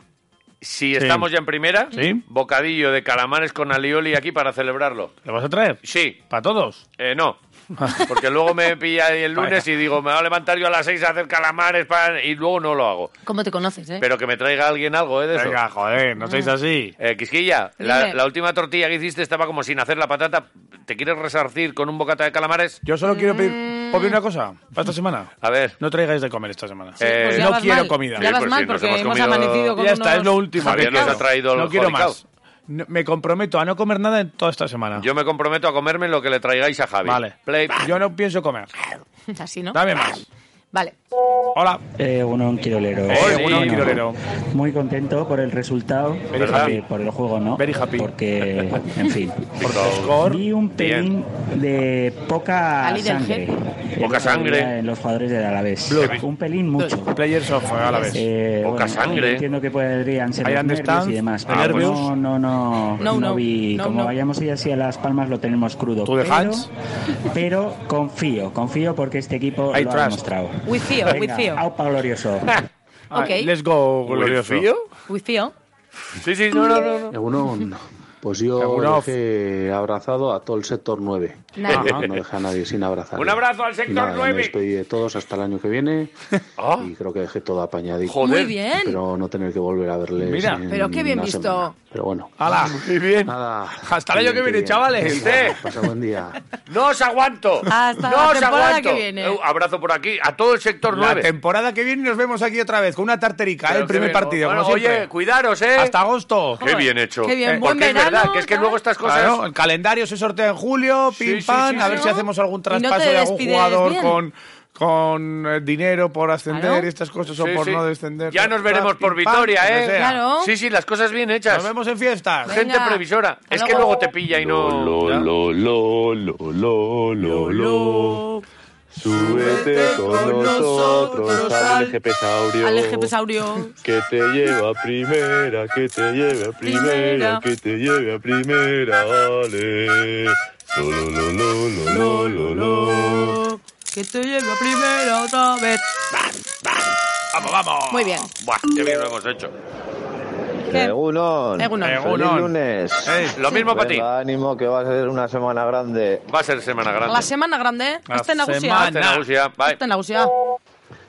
Speaker 3: si estamos ya en primera, bocadillo de calamares con alioli aquí para celebrarlo.
Speaker 4: ¿Lo vas a traer?
Speaker 3: Sí.
Speaker 4: ¿Para todos?
Speaker 3: Eh, no.
Speaker 4: <laughs>
Speaker 3: Porque luego me pilla ahí el lunes y digo, me voy a levantar yo a las 6 a hacer calamares pan, y luego no lo hago.
Speaker 7: ¿Cómo te conoces, eh?
Speaker 3: Pero que me traiga alguien algo, ¿eh? De eso.
Speaker 4: Venga, joder, no sois así.
Speaker 3: Eh, Quisquilla, la,
Speaker 4: Dime.
Speaker 3: la última tortilla que hiciste estaba como sin hacer la patata. ¿Te quieres resarcir con un bocata de calamares?
Speaker 4: Yo solo quiero pedir, ¿puedo pedir una cosa para esta semana.
Speaker 3: A ver.
Speaker 4: No traigáis de comer esta semana.
Speaker 3: Sí, pues ya
Speaker 4: Eh, no
Speaker 3: vas
Speaker 4: quiero
Speaker 3: mal.
Speaker 4: comida.
Speaker 3: Ya vas Sí, pues mal sí, nos porque hemos hemos comido- amanecido con
Speaker 4: Ya está,
Speaker 3: unos-
Speaker 4: es lo último. que
Speaker 3: Javier nos
Speaker 4: quiero.
Speaker 3: ha traído
Speaker 4: No
Speaker 3: el
Speaker 4: quiero
Speaker 3: joricao.
Speaker 4: más. No- me comprometo a no comer nada en toda esta semana.
Speaker 3: Yo me comprometo a comerme lo que le traigáis a Javi.
Speaker 4: Vale.
Speaker 3: Play.
Speaker 4: Yo no pienso comer.
Speaker 7: <laughs> Así, ¿no?
Speaker 4: Dame
Speaker 3: <laughs>
Speaker 4: más.
Speaker 7: Vale.
Speaker 4: Hola.
Speaker 22: Eh, uno Quirolero.
Speaker 4: Eh, Egunon,
Speaker 22: Bueno,
Speaker 4: Quirolero.
Speaker 22: Muy contento por el resultado.
Speaker 4: Very happy.
Speaker 22: eh, Por el juego, ¿no? Porque,
Speaker 4: <laughs>
Speaker 22: en fin.
Speaker 4: Vi
Speaker 22: un pelín de poca
Speaker 4: Ali del
Speaker 22: sangre.
Speaker 4: Gen.
Speaker 22: en
Speaker 4: Poca
Speaker 22: la
Speaker 4: sangre.
Speaker 22: mayoría En los jugadores del Alavés. Un pelín mucho.
Speaker 4: Players of Alavés.
Speaker 22: Eh,
Speaker 4: Poca sangre.
Speaker 22: Entiendo que podrían ser
Speaker 4: I
Speaker 22: los
Speaker 4: understand.
Speaker 22: nervios y demás.
Speaker 4: Ah,
Speaker 22: pero
Speaker 4: nervios.
Speaker 22: No, no, no.
Speaker 4: No, no.
Speaker 22: vi.
Speaker 4: No,
Speaker 22: como
Speaker 4: no.
Speaker 22: vayamos y así a Las Palmas lo tenemos crudo.
Speaker 4: Tú de
Speaker 22: pero-
Speaker 4: Hans.
Speaker 22: Pero confío, confío porque este equipo
Speaker 4: I
Speaker 22: lo ha
Speaker 4: trust.
Speaker 22: demostrado.
Speaker 7: With you,
Speaker 22: Venga,
Speaker 7: with you.
Speaker 22: aupa glorioso.
Speaker 7: Ok.
Speaker 4: Let's go, glorioso.
Speaker 7: With you. With you.
Speaker 3: Sí, sí, no, no, no. no.
Speaker 18: Egunon, pues yo
Speaker 4: Egunon.
Speaker 18: dejé abrazado a todo el sector 9.
Speaker 3: Nah.
Speaker 28: Eh,
Speaker 18: No, no dejé a nadie sin abrazar.
Speaker 3: Un abrazo al sector
Speaker 18: Nada,
Speaker 3: nueve.
Speaker 18: Me despedí de todos hasta el año que
Speaker 3: <laughs>
Speaker 18: viene
Speaker 3: Ah.
Speaker 18: y creo que dejé todo apañadito.
Speaker 7: Joder. Muy bien.
Speaker 18: Pero no tener que volver a verles.
Speaker 4: Mira.
Speaker 18: en
Speaker 7: Pero qué bien
Speaker 18: una
Speaker 7: visto.
Speaker 18: semana. Pero bueno.
Speaker 4: ¡Hala! Muy bien.
Speaker 18: Nada.
Speaker 4: Hasta el año que viene,
Speaker 18: bien.
Speaker 4: chavales.
Speaker 18: Venga, Pasa buen día.
Speaker 3: <laughs> No os aguanto.
Speaker 7: Hasta
Speaker 3: no
Speaker 7: la
Speaker 3: os
Speaker 7: temporada
Speaker 3: aguanto.
Speaker 7: que viene.
Speaker 3: Eh, abrazo por aquí a todo el sector
Speaker 4: La
Speaker 3: 9.
Speaker 4: temporada que viene nos vemos aquí otra vez con una tarterica, ¿eh?
Speaker 3: Pero
Speaker 4: el primer
Speaker 3: qué bien.
Speaker 4: partido.
Speaker 3: Bueno,
Speaker 4: como
Speaker 3: oye,
Speaker 4: siempre.
Speaker 3: cuidaros, ¿eh?
Speaker 4: Hasta agosto.
Speaker 3: Qué bien hecho.
Speaker 7: Qué bien,
Speaker 4: Eh,
Speaker 7: buen
Speaker 3: porque es
Speaker 7: verano.
Speaker 3: verdad que es que luego estas cosas
Speaker 4: Claro, el calendario se sortea en julio, pim
Speaker 3: sí,
Speaker 4: pam,
Speaker 3: sí,
Speaker 4: a ver
Speaker 3: sí.
Speaker 4: si hacemos algún
Speaker 3: Y no te
Speaker 4: traspaso de algún
Speaker 3: despides
Speaker 4: jugador
Speaker 3: bien.
Speaker 4: con con eh, dinero por ascender
Speaker 3: Claro.
Speaker 4: y estas cosas
Speaker 3: Sí,
Speaker 4: o por
Speaker 3: sí.
Speaker 4: no descender.
Speaker 3: Ya nos veremos
Speaker 4: Pim,
Speaker 3: por
Speaker 4: pam,
Speaker 3: Vitoria,
Speaker 4: lo que
Speaker 3: ¿eh?
Speaker 4: sea.
Speaker 3: Claro. Sí, sí, las cosas bien hechas.
Speaker 4: Nos vemos en fiestas.
Speaker 3: Gente previsora. es que luego te pilla y no.
Speaker 37: Lo, lo, lo, lo, lo, lo. Súbete con nosotros al jefe saurio.
Speaker 7: Al eje pesaurio.
Speaker 37: Que te lleva a primera, que te lleve a
Speaker 7: Primera.
Speaker 37: primera, que te lleve a primera, ale. Lo, lo, lo, lo, lo, lo, lo.
Speaker 7: Que te lleve a primera otra vez.
Speaker 3: Vamos, vamos.
Speaker 7: Muy bien.
Speaker 3: Buah, qué bien lo hemos hecho.
Speaker 28: Egunon.
Speaker 3: Egunon.
Speaker 28: Feliz
Speaker 3: Egunon.
Speaker 28: lunes.
Speaker 3: lo mismo pa' ti.
Speaker 28: Venga, Ánimo, que va a ser una semana grande.
Speaker 3: Va a ser semana
Speaker 7: La semana grande, ¿eh? Hasta en la
Speaker 3: Hasta Nagusia. Bye.
Speaker 7: Hasta en Nagusia.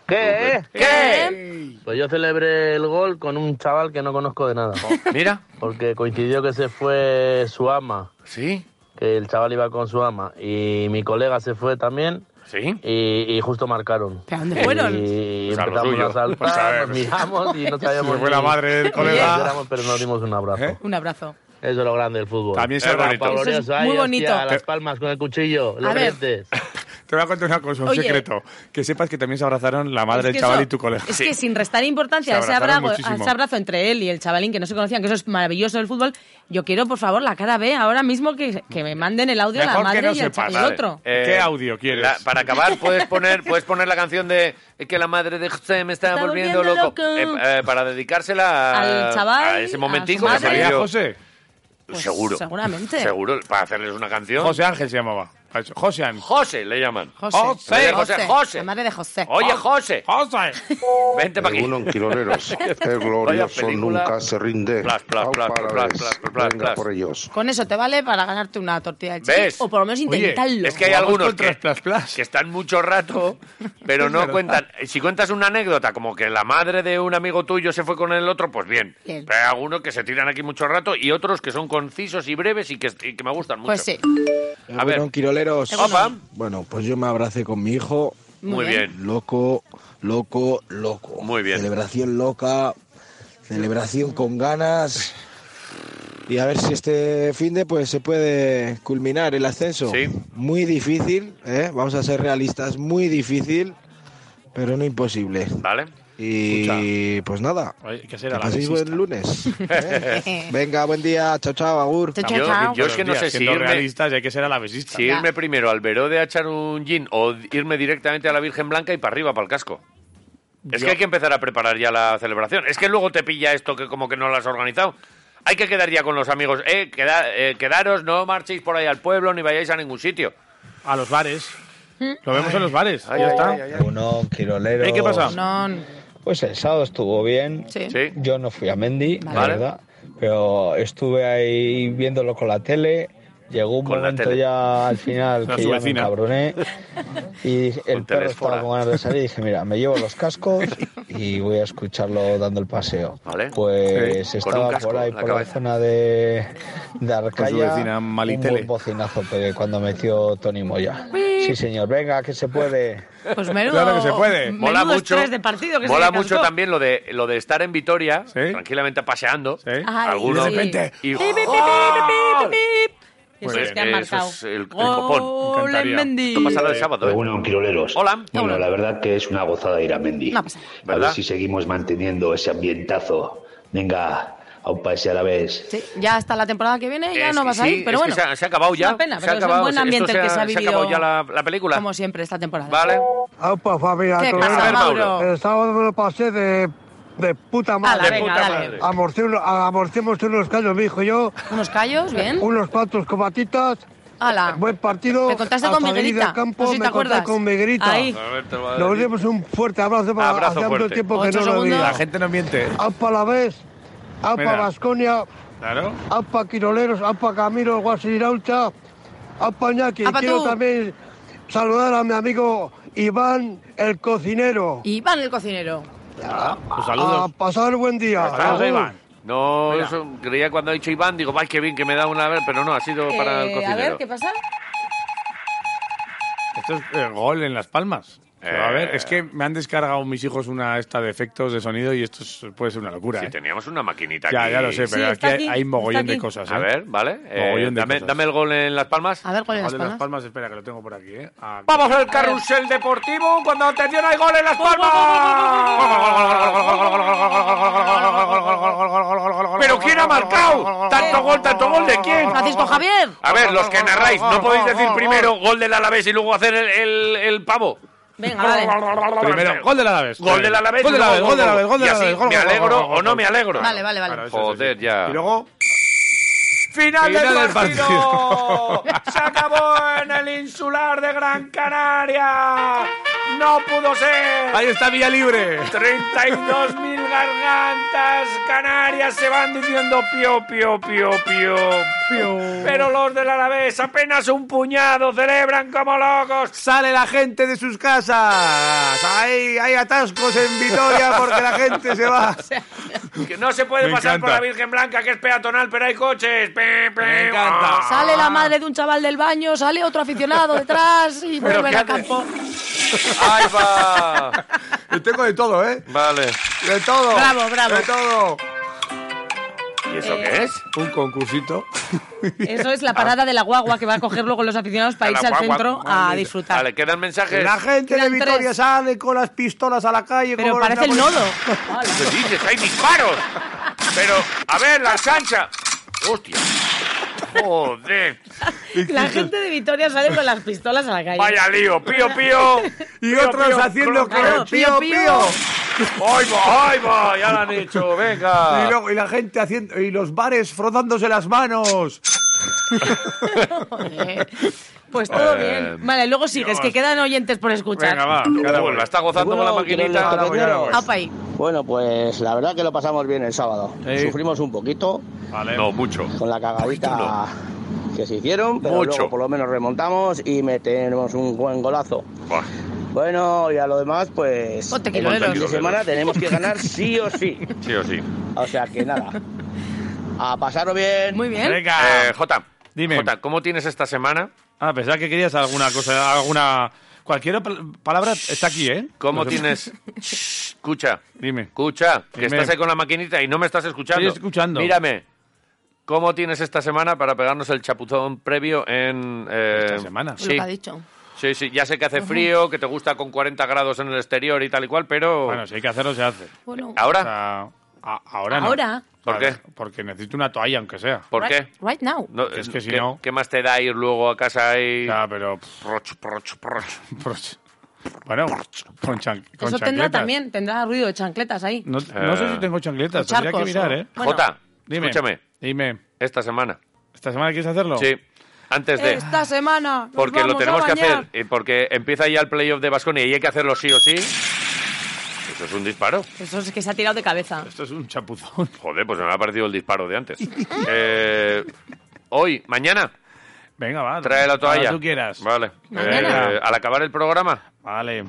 Speaker 28: ¿Qué?
Speaker 7: ¿Qué?
Speaker 28: Pues yo celebré el gol con un chaval que no conozco de nada.
Speaker 3: Oh, Mira.
Speaker 28: Porque coincidió que se fue su ama.
Speaker 3: Sí.
Speaker 28: Que el chaval iba con su ama. Y mi colega se fue también.
Speaker 3: Sí.
Speaker 28: Y, y justo marcaron.
Speaker 7: ¿Pero dónde fueron?
Speaker 28: Y
Speaker 3: Pues a lo
Speaker 28: empezamos
Speaker 3: tuyo.
Speaker 28: a saltar,
Speaker 3: Pues a ver.
Speaker 28: nos miramos y no sabíamos.
Speaker 4: Se fue la
Speaker 28: ni-
Speaker 4: madre del
Speaker 28: ni
Speaker 4: colega. ¿Eh?
Speaker 28: quién éramos, pero nos dimos un abrazo.
Speaker 7: Un abrazo.
Speaker 28: Eso es lo grande del fútbol.
Speaker 4: También se
Speaker 28: Apa,
Speaker 4: bonito. Eso es
Speaker 28: glorioso.
Speaker 4: muy
Speaker 28: Ay,
Speaker 4: bonito.
Speaker 28: hostia, las
Speaker 4: Te-
Speaker 28: palmas con el cuchillo,
Speaker 7: A
Speaker 28: los
Speaker 7: ver.
Speaker 28: dientes.
Speaker 4: <laughs> Te voy a contar una cosa, un
Speaker 7: Oye.
Speaker 4: secreto. Que sepas que también se abrazaron la madre
Speaker 7: Es que
Speaker 4: del chaval
Speaker 7: eso-
Speaker 4: y tu colega.
Speaker 7: Es que sin restar importancia
Speaker 4: Se
Speaker 7: a ese,
Speaker 4: abrazaron
Speaker 7: abrazo,
Speaker 4: muchísimo.
Speaker 7: a ese abrazo entre él y el chavalín que no se conocían, que eso es maravilloso del fútbol, yo quiero, por favor, la cara B ahora mismo que, que me manden el audio a la madre y, el, cha- y el otro.
Speaker 3: Vale. Eh,
Speaker 4: ¿Qué audio quieres?
Speaker 3: la- para acabar, puedes
Speaker 7: <laughs>
Speaker 3: poner, puedes poner la canción de eh, que la madre de José me está,
Speaker 7: Está
Speaker 3: volviendo,
Speaker 7: volviendo
Speaker 3: loco.
Speaker 7: loco.
Speaker 3: Eh, eh, para dedicársela a-
Speaker 7: Al chaval,
Speaker 3: a ese momentico
Speaker 7: a
Speaker 3: que
Speaker 7: su madre.
Speaker 3: salió.
Speaker 4: José?
Speaker 7: Pues
Speaker 3: seguro.
Speaker 7: seguramente.
Speaker 3: Seguro. Para hacerles una canción.
Speaker 4: José Ángel se llamaba. Josean.
Speaker 3: José le llaman.
Speaker 7: José.
Speaker 3: José, José, José.
Speaker 7: La madre de José.
Speaker 3: Oye, José.
Speaker 4: José.
Speaker 3: Vente para aquí.
Speaker 36: Uno en
Speaker 3: <laughs>
Speaker 36: quiloneros. <laughs>
Speaker 3: Vaya
Speaker 36: Es glorioso,
Speaker 3: película.
Speaker 36: nunca se rinde.
Speaker 3: Plas, plas,
Speaker 36: Au,
Speaker 3: plas,
Speaker 36: para
Speaker 3: plas,
Speaker 36: vez.
Speaker 3: plas, plas,
Speaker 36: Venga
Speaker 3: plas.
Speaker 36: por ellos.
Speaker 7: Con eso te vale para ganarte una tortilla de chile.
Speaker 3: ¿Ves?
Speaker 7: O por lo menos
Speaker 3: Oye,
Speaker 7: intentarlo.
Speaker 3: es que hay algunos que, que están mucho rato, pero
Speaker 4: <laughs>
Speaker 7: Es
Speaker 3: no
Speaker 7: verdad.
Speaker 3: cuentan. Si cuentas una anécdota, como que la madre de un amigo tuyo se fue con el otro, pues bien.
Speaker 7: Bien.
Speaker 3: Pero hay algunos que se tiran aquí mucho rato y otros que son concisos y breves y que, y que me gustan mucho.
Speaker 7: Pues sí.
Speaker 3: A ver.
Speaker 28: Egunon, Quiroleros.
Speaker 3: Opa.
Speaker 28: Bueno, pues yo me abracé con mi hijo.
Speaker 3: Muy Muy bien.
Speaker 28: Loco, loco, loco. Muy bien. Celebración loca, celebración con ganas. Y a ver si este fin de pues se puede culminar el ascenso.
Speaker 3: Sí.
Speaker 28: Muy difícil, ¿eh? vamos a ser realistas, muy difícil, pero no imposible.
Speaker 3: Vale.
Speaker 28: Y pues nada,
Speaker 4: Oye, que
Speaker 28: que
Speaker 4: será la
Speaker 28: paséis buen lunes. ¿eh? Venga, buen día, chao, chao, Agur.
Speaker 3: Chao, chao, Yo- chao. yo es que no sé si
Speaker 4: Siendo
Speaker 3: irme-
Speaker 4: realistas, hay que ser alavesista.
Speaker 3: Si irme primero al Veró de a echar un gin o irme directamente a la Virgen Blanca y para arriba, para el casco. Es
Speaker 4: Yo-
Speaker 3: que hay que empezar a preparar ya la celebración. Es que luego te pilla esto que como que no lo has organizado. Hay que quedar ya con los amigos. Eh, queda- eh, quedaros, no marchéis por ahí al pueblo ni vayáis a ningún sitio.
Speaker 4: A los bares. Lo vemos en los bares.
Speaker 28: Ay,
Speaker 4: ya
Speaker 28: ay,
Speaker 4: está.
Speaker 28: ay, ay, ay. Uno, Quiroleros.
Speaker 4: ¿Y Eh, qué pasa?
Speaker 28: Pues el sábado estuvo bien. Yo no fui a Mendy, la Vale. verdad. Pero estuve ahí viéndolo con la tele. Llegó un
Speaker 38: Con la
Speaker 28: momento
Speaker 38: tele.
Speaker 28: ya al
Speaker 4: <laughs>
Speaker 28: final
Speaker 38: Era
Speaker 28: que
Speaker 38: su
Speaker 28: ya me
Speaker 38: vecina.
Speaker 28: cabroné. Y el perro
Speaker 38: Telesfora.
Speaker 28: estaba con ganas de salir y dije, mira, me llevo los cascos y voy a escucharlo dando el paseo. Pues
Speaker 38: Sí. Con un
Speaker 28: estaba
Speaker 38: casco
Speaker 28: por ahí,
Speaker 38: en la
Speaker 28: por la
Speaker 38: cabeza.
Speaker 28: zona de, de Arcaya,
Speaker 4: vecina
Speaker 28: un
Speaker 4: Malitele.
Speaker 28: buen bocinazo pe- cuando metió Tony Moya. Sí, señor, venga, que se puede.
Speaker 7: Pues menudo.
Speaker 28: Claro que se puede.
Speaker 7: menudo
Speaker 28: Mola mucho-
Speaker 7: estrés de partido que se
Speaker 3: Mola
Speaker 7: le cascó.
Speaker 3: mucho también lo de lo de estar en Vitoria, tranquilamente paseando.
Speaker 7: Ay,
Speaker 3: Algunos.
Speaker 7: sí.
Speaker 3: y- ¡Oh!
Speaker 7: Pi, pi, pi, pi, pi, pi, pi.
Speaker 3: Pues,
Speaker 7: Esos que han
Speaker 3: eh,
Speaker 7: marcado.
Speaker 3: eso es el, el
Speaker 4: Oh.
Speaker 7: Gol
Speaker 3: copón.
Speaker 7: en Encantaría. Mendy.
Speaker 3: Esto pasará el sábado. ¿eh?
Speaker 22: Bueno, Quiroleros.
Speaker 3: Hola.
Speaker 22: Bueno, la verdad que es una gozada ir a Mendy.
Speaker 7: Una pasada.
Speaker 22: A ver
Speaker 3: ¿Verdad?
Speaker 22: si seguimos manteniendo ese ambientazo. Venga, a un país a la vez.
Speaker 7: Sí, ya hasta la temporada que viene ya
Speaker 22: Es
Speaker 7: no
Speaker 22: que
Speaker 7: vas a
Speaker 22: sí,
Speaker 7: ir, pero
Speaker 22: es que
Speaker 7: bueno.
Speaker 22: se ha- se ha acabado
Speaker 7: Es
Speaker 22: ya,
Speaker 7: una
Speaker 22: se
Speaker 7: pena,
Speaker 22: ha
Speaker 7: pero
Speaker 22: acabado,
Speaker 7: es un buen
Speaker 22: esto
Speaker 7: ambiente
Speaker 22: se
Speaker 7: el que
Speaker 22: ha-
Speaker 7: se ha
Speaker 22: se ha
Speaker 7: vivido.
Speaker 22: acabado ya la-
Speaker 3: la película.
Speaker 7: Como siempre, esta temporada.
Speaker 3: Vale.
Speaker 13: Aupa, familia.
Speaker 7: ¿Qué
Speaker 13: todo
Speaker 7: pasa,
Speaker 13: bien.
Speaker 7: Mauro?
Speaker 13: El sábado me lo pasé de, de puta madre.
Speaker 7: Ala, De venga, puta dale. madre.
Speaker 13: Amorcé uno- amorcemos unos callos, mi hijo y yo.
Speaker 7: Unos callos, bien.
Speaker 13: Unos patos con batitas.
Speaker 7: Hala.
Speaker 13: Buen partido.
Speaker 7: Te contaste
Speaker 13: Al
Speaker 7: con
Speaker 13: salir
Speaker 7: Miguelita.
Speaker 13: del campo
Speaker 7: No sé si
Speaker 13: me
Speaker 7: te
Speaker 13: encontré
Speaker 7: acuerdas.
Speaker 13: con Miguelita.
Speaker 7: Ahí.
Speaker 13: Roberto,
Speaker 4: madre
Speaker 13: Nos
Speaker 4: mía.
Speaker 13: dimos un fuerte abrazo. para
Speaker 4: Abrazo
Speaker 13: hace mucho
Speaker 4: fuerte.
Speaker 13: tiempo que
Speaker 4: Ocho
Speaker 13: no lo veía.
Speaker 4: La gente no miente.
Speaker 13: Aupa la vez. Aupa
Speaker 4: Mira.
Speaker 13: Vasconia.
Speaker 4: Claro.
Speaker 13: Apa Quiroleros, apa Camilo Guasiraucha, apa Ñaki.
Speaker 7: Apa
Speaker 13: Quiero
Speaker 7: tú.
Speaker 13: también saludar a mi amigo Iván el cocinero.
Speaker 7: Iván el cocinero.
Speaker 4: Pues
Speaker 13: A pasar buen día. Agur.
Speaker 3: No, eso, creía cuando ha dicho Iván, digo, ay, qué bien que me da una vez, pero no, ha sido para el
Speaker 7: Eh, a ver,
Speaker 3: cocinero.
Speaker 7: ¿qué pasa?
Speaker 4: Esto es eh, gol en Las Palmas. Se va a ver,
Speaker 3: Eh,
Speaker 4: es que me han descargado mis hijos una esta de efectos de sonido y esto es- puede ser una locura.
Speaker 3: Si
Speaker 4: ¿eh?
Speaker 3: teníamos una maquinita
Speaker 4: Ya,
Speaker 3: aquí.
Speaker 4: ya lo sé, pero Sí, está aquí hay- aquí, hay mogollón está de aquí. cosas, ¿eh?
Speaker 3: A ver, vale. eh,
Speaker 4: Mogollón de
Speaker 3: dame,
Speaker 4: cosas.
Speaker 3: dame el gol en Las Palmas.
Speaker 7: A ver, gol en Las
Speaker 4: Gol en
Speaker 7: Palmas.
Speaker 4: Las Palmas, espera, que lo tengo por aquí. ¿eh? Ah,
Speaker 3: Vamos al carrusel deportivo cuando atención hay gol en Las Palmas. Pero ¿quién ha marcado? ¿Tanto gol, tanto gol de quién?
Speaker 7: Francisco Javier.
Speaker 3: A ver, los que narráis, ¿no podéis decir primero gol del Alavés y luego hacer el, el, el pavo?
Speaker 7: Venga, vale.
Speaker 4: Primero, gol del Alavés.
Speaker 3: Gol del Alavés.
Speaker 4: Gol del Alavés,
Speaker 3: luego
Speaker 4: gol del Alavés, gol del
Speaker 3: Y así,
Speaker 4: Alavés, gol,
Speaker 3: ¿Me
Speaker 4: gol, gol,
Speaker 3: alegro
Speaker 4: gol, gol,
Speaker 3: o no
Speaker 4: gol.
Speaker 3: me alegro?
Speaker 7: Vale, vale, vale.
Speaker 3: Joder, ya.
Speaker 4: Y luego,
Speaker 3: ¡Final,
Speaker 4: Final
Speaker 3: del
Speaker 4: del
Speaker 3: partido!
Speaker 4: partido.
Speaker 3: ¡Se acabó en el insular de Gran Canaria! ¡No pudo ser!
Speaker 4: ahí está Villa Libre.
Speaker 3: 32.000 gargantas canarias se van diciendo pio, pio, pio, pio, pio. Pero los del Alavés, apenas un puñado, celebran como locos.
Speaker 13: Sale la gente de sus casas. Hay, hay atascos en Vitoria porque la gente
Speaker 7: <laughs>
Speaker 13: se va.
Speaker 3: Que no se puede
Speaker 13: Me
Speaker 3: pasar por
Speaker 13: encanta.
Speaker 3: la Virgen Blanca, que es peatonal, pero hay coches. Me encanta.
Speaker 7: Sale la madre de un chaval del baño, sale otro aficionado detrás y
Speaker 3: Pero
Speaker 7: vuelven
Speaker 3: ¿qué
Speaker 7: al
Speaker 3: haces?
Speaker 7: campo.
Speaker 3: ¡Ahí
Speaker 13: <laughs>
Speaker 3: va!
Speaker 13: Tengo de todo, ¿eh?
Speaker 3: Vale.
Speaker 13: De todo.
Speaker 7: Bravo, bravo.
Speaker 13: De todo.
Speaker 3: ¿Y
Speaker 7: eso Eh, qué
Speaker 4: es? Un concursito.
Speaker 7: Eso es la parada de la guagua que va a coger luego los aficionados para irse al centro a disfrutar.
Speaker 3: Vale, quedan mensajes.
Speaker 13: La gente de
Speaker 7: Quedan
Speaker 13: Vitoria
Speaker 7: tres.
Speaker 13: sale con las pistolas a la calle.
Speaker 7: Pero
Speaker 13: como los
Speaker 7: parece el
Speaker 13: napolitanos.
Speaker 7: nodo.
Speaker 13: <laughs>
Speaker 3: ¿Qué dices? ¡Hay disparos! Pero, a ver, la sancha. ¡Hostia! ¡Joder!
Speaker 7: La gente de Vitoria sale con las pistolas a la calle.
Speaker 3: ¡Vaya lío!
Speaker 7: <laughs>
Speaker 3: ¡Pío, pío!
Speaker 13: Y
Speaker 3: Pío,
Speaker 13: otros
Speaker 3: pío,
Speaker 13: haciendo
Speaker 3: clon,
Speaker 13: clon, pío, pío.
Speaker 3: ¡Ay, va! ¡Ay, va! Ya lo han hecho, venga.
Speaker 13: Y, luego- y la gente haciendo. Y los bares frotándose las manos.
Speaker 4: <laughs>
Speaker 7: Pues todo
Speaker 3: Eh,
Speaker 7: bien. Vale, luego sigues, que quedan oyentes por escuchar.
Speaker 3: Venga, va, cada uno. La está gozando con la maquinita.
Speaker 7: Apa ahí.
Speaker 39: Bueno, pues la verdad que lo pasamos bien el sábado. Sufrimos un poquito.
Speaker 3: No, mucho.
Speaker 39: Con la cagadita que se hicieron, pero
Speaker 3: Mucho.
Speaker 39: luego por lo menos remontamos y metemos un buen golazo. Bueno, y a lo demás, pues
Speaker 7: Ponte
Speaker 39: el fin de
Speaker 3: quiloleros.
Speaker 39: semana tenemos que ganar sí o sí.
Speaker 3: Sí o sí.
Speaker 39: O sea que nada. A pasarlo bien.
Speaker 7: Muy bien.
Speaker 3: Eh, Jota, dime. Jota, ¿cómo tienes esta semana?
Speaker 4: Ah, pensaba que querías alguna cosa, alguna... Cualquier pal- palabra está aquí, ¿eh? Lo
Speaker 3: ¿Cómo
Speaker 4: que-
Speaker 3: tienes? <laughs> Escucha.
Speaker 4: Dime.
Speaker 3: Escucha, que
Speaker 4: Dime.
Speaker 3: estás ahí con la maquinita y no me estás escuchando.
Speaker 4: Estoy escuchando.
Speaker 3: Mírame. ¿Cómo tienes esta semana para pegarnos el chapuzón previo en... eh,
Speaker 40: Lo
Speaker 3: Sí,
Speaker 40: que ha dicho.
Speaker 3: sí, sí. Ya sé que hace
Speaker 40: Ujú.
Speaker 3: frío, que te gusta con 40 grados en el exterior y tal y cual, pero...
Speaker 4: Bueno, si hay que hacerlo, se hace.
Speaker 40: Bueno.
Speaker 3: ¿Ahora?
Speaker 4: A- Ah, ahora no.
Speaker 40: Ahora.
Speaker 3: ¿Por
Speaker 4: Vale, Porque necesito una toalla, aunque sea.
Speaker 3: ¿Por
Speaker 40: right, Right now.
Speaker 3: No,
Speaker 4: Es que si
Speaker 3: ¿qué,
Speaker 4: no-
Speaker 3: ¿Qué más te da ir luego a casa y...?
Speaker 4: Ah, pero...
Speaker 3: Proch, proch, proch.
Speaker 4: proch. Bueno, con, chan- con
Speaker 7: Eso tendrá
Speaker 4: chancletas.
Speaker 7: también, tendrá ruido de chancletas ahí.
Speaker 4: No, no sé si
Speaker 3: Eh.
Speaker 4: tengo chancletas,
Speaker 7: o charcos,
Speaker 4: tendría que mirar,
Speaker 7: o-
Speaker 4: ¿eh?
Speaker 7: Bueno.
Speaker 3: Jota,
Speaker 4: Dime.
Speaker 3: escúchame.
Speaker 4: Dime.
Speaker 3: Esta semana.
Speaker 4: ¿Esta semana quieres hacerlo?
Speaker 3: Sí, antes de...
Speaker 7: Esta semana. nos
Speaker 3: Porque lo
Speaker 7: vamos a
Speaker 3: tenemos que
Speaker 7: bañar.
Speaker 3: hacer, eh, porque empieza ya el playoff de Basconia y hay que hacerlo sí o sí. Eso es un disparo.
Speaker 7: Eso es que se ha tirado de cabeza.
Speaker 4: Esto es un chapuzón.
Speaker 3: Joder, pues me ha parecido el disparo
Speaker 4: <laughs>
Speaker 3: de antes. Eh, hoy, mañana.
Speaker 4: Venga, va.
Speaker 3: Trae la toalla.
Speaker 4: Cuando tú quieras.
Speaker 3: Vale.
Speaker 4: Mañana.
Speaker 3: Eh, al acabar el programa.
Speaker 4: Vale.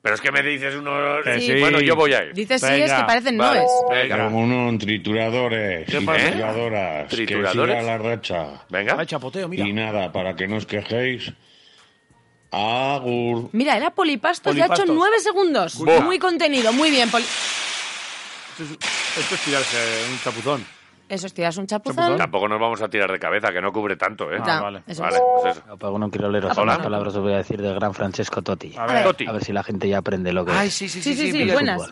Speaker 3: Pero es que me dices unos...
Speaker 4: Que sí.
Speaker 3: Bueno, yo voy a ir.
Speaker 7: Dices sí, es que parecen noes.
Speaker 3: Venga.
Speaker 11: Vámonos, trituradores
Speaker 3: ¿Qué
Speaker 11: y
Speaker 3: pasa?
Speaker 11: trituradoras.
Speaker 3: ¿Trituradores?
Speaker 11: Que siga la racha.
Speaker 3: Venga.
Speaker 4: Ah,
Speaker 11: Y nada, para que no os quejéis, agur.
Speaker 7: Mira, era polipastos, ya ha hecho
Speaker 11: Polipastos.
Speaker 7: nueve segundos.
Speaker 11: Buah.
Speaker 7: Muy contenido, muy bien. poli-
Speaker 4: Esto es tirarse un chapuzón.
Speaker 7: Eso es, tiras un chapuzón.
Speaker 3: Tampoco nos vamos a tirar de cabeza, que no cubre tanto, ¿eh?
Speaker 4: Ah,
Speaker 7: Ya, vale. eso
Speaker 3: Vale,
Speaker 7: es.
Speaker 3: pues eso.
Speaker 22: Apagón un quirolero, son
Speaker 3: Hola.
Speaker 22: las palabras que voy a decir del gran Francesco Totti.
Speaker 3: A ver. Totti.
Speaker 22: A ver si la gente ya aprende lo que
Speaker 3: Ay,
Speaker 22: es.
Speaker 3: sí, sí,
Speaker 7: Sí, sí, sí,
Speaker 22: mira.
Speaker 7: buenas.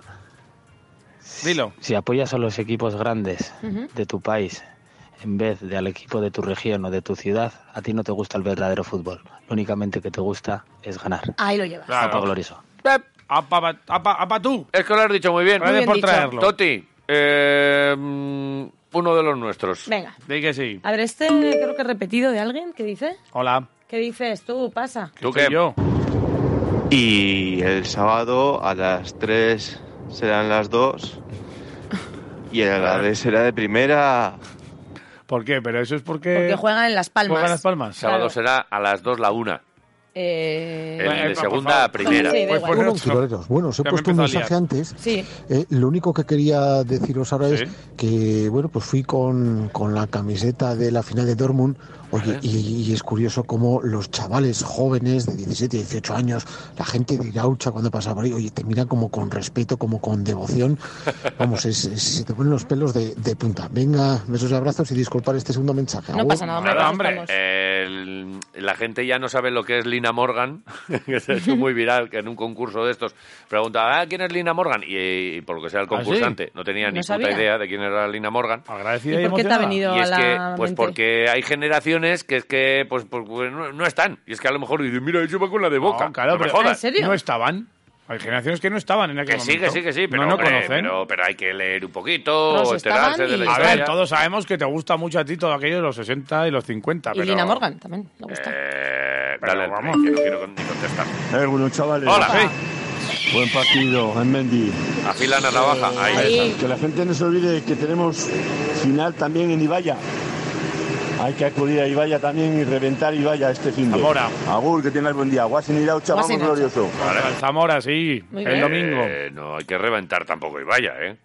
Speaker 4: Dilo.
Speaker 22: Si apoyas a los equipos grandes
Speaker 7: Ujú.
Speaker 22: de tu país en vez de al equipo de tu región o de tu ciudad, a ti no te gusta el verdadero fútbol. Lo únicamente que te gusta es ganar.
Speaker 7: Ahí lo llevas.
Speaker 22: Apa glorioso.
Speaker 3: Pep.
Speaker 4: Apa, apa, apa tú.
Speaker 3: Es que lo has dicho muy bien.
Speaker 4: Gracias Muy bien por dicho. traerlo.
Speaker 3: Toti, eh, mm, uno de los nuestros.
Speaker 7: Venga.
Speaker 4: Di que sí.
Speaker 7: A ver, este creo que he repetido de alguien. ¿Qué dice?
Speaker 4: Hola.
Speaker 7: ¿Qué dices tú? Pasa.
Speaker 3: ¿Tú qué? Yo.
Speaker 28: Y el sábado a las 3 serán las 2. Y el Alavés será de primera.
Speaker 4: ¿Por qué? Pero eso es porque...
Speaker 7: Porque juegan en Las Palmas.
Speaker 4: Juegan Eh, en Las Palmas.
Speaker 3: Sábado será a las 2 la 1.
Speaker 7: Eh,
Speaker 3: El de segunda a primera.
Speaker 7: Sí, da igual.
Speaker 23: Bueno, quiroleros, bueno, os he
Speaker 3: Ya me
Speaker 23: puesto un
Speaker 3: empezó a
Speaker 23: mensaje
Speaker 3: liar.
Speaker 23: antes.
Speaker 7: Sí.
Speaker 23: Eh, lo único que quería deciros ahora
Speaker 3: Sí.
Speaker 23: es que, bueno, pues fui con, con la camiseta de la final de Dortmund. Oye, y, y es curioso cómo los chavales jóvenes de 17, 18 años, la gente de Iraucha cuando pasa por ahí, oye, te miran como con respeto, como con devoción. Vamos, es- es- se te ponen los pelos de, de punta. Venga, besos y abrazos y disculpar este segundo mensaje. Agur.
Speaker 3: El- la gente ya no sabe lo que es Lina Morgan, <laughs> que se ha hecho muy viral, que en un concurso de estos preguntaba, "Ah, ¿quién es Lina Morgan? Y, y por lo que sea el
Speaker 4: ¿Ah, sí?
Speaker 3: concursante, no tenía
Speaker 4: No
Speaker 3: ni
Speaker 4: sabía.
Speaker 3: puta idea de quién era Lina Morgan.
Speaker 4: Agradecida
Speaker 7: ¿Y por qué te ha emocionada. venido
Speaker 3: Y
Speaker 7: a
Speaker 3: es
Speaker 7: la
Speaker 3: que, pues
Speaker 7: mente?
Speaker 3: porque hay generaciones que es que pues, pues, pues, no, no están. Y es que a lo mejor dicen, mira, yo voy con la de boca.
Speaker 4: No, claro,
Speaker 3: No me
Speaker 4: pero
Speaker 3: jodas.
Speaker 4: No estaban. Hay generaciones que no estaban en aquel
Speaker 3: Que sí, que
Speaker 4: momento.
Speaker 3: sí, que sí, pero,
Speaker 4: no, no
Speaker 3: hombre,
Speaker 4: conocen.
Speaker 3: pero, pero hay que leer un poquito,
Speaker 7: Pero se
Speaker 3: enterarse
Speaker 7: estaban
Speaker 3: de la
Speaker 7: y-
Speaker 4: A
Speaker 3: historia.
Speaker 4: ver, todos sabemos que te gusta mucho a ti todo aquello de los 60 y los 50,
Speaker 7: Y
Speaker 4: Ah, pero...
Speaker 7: Lina Morgan también. Me gusta.
Speaker 3: Eh, dale, al play, que no quiero con- ni contestar.
Speaker 25: Eh, bueno, chavales.
Speaker 3: Hola.
Speaker 25: Buen partido, en Mendy.
Speaker 3: Afila la navaja, ahí. Ahí.
Speaker 25: Que la gente no se olvide que tenemos final también en Ibaya. Hay que acudir a Ibaya también y reventar Ibaya este fin de
Speaker 4: Zamora.
Speaker 25: Agur, que tengas buen día. Guasin Iraucha, vamos
Speaker 4: Guasin Iraucha.
Speaker 25: glorioso.
Speaker 4: Contra el Zamora, sí.
Speaker 25: Muy
Speaker 4: el
Speaker 3: Eh,
Speaker 4: domingo.
Speaker 3: no, hay que reventar tampoco y vaya, ¿eh?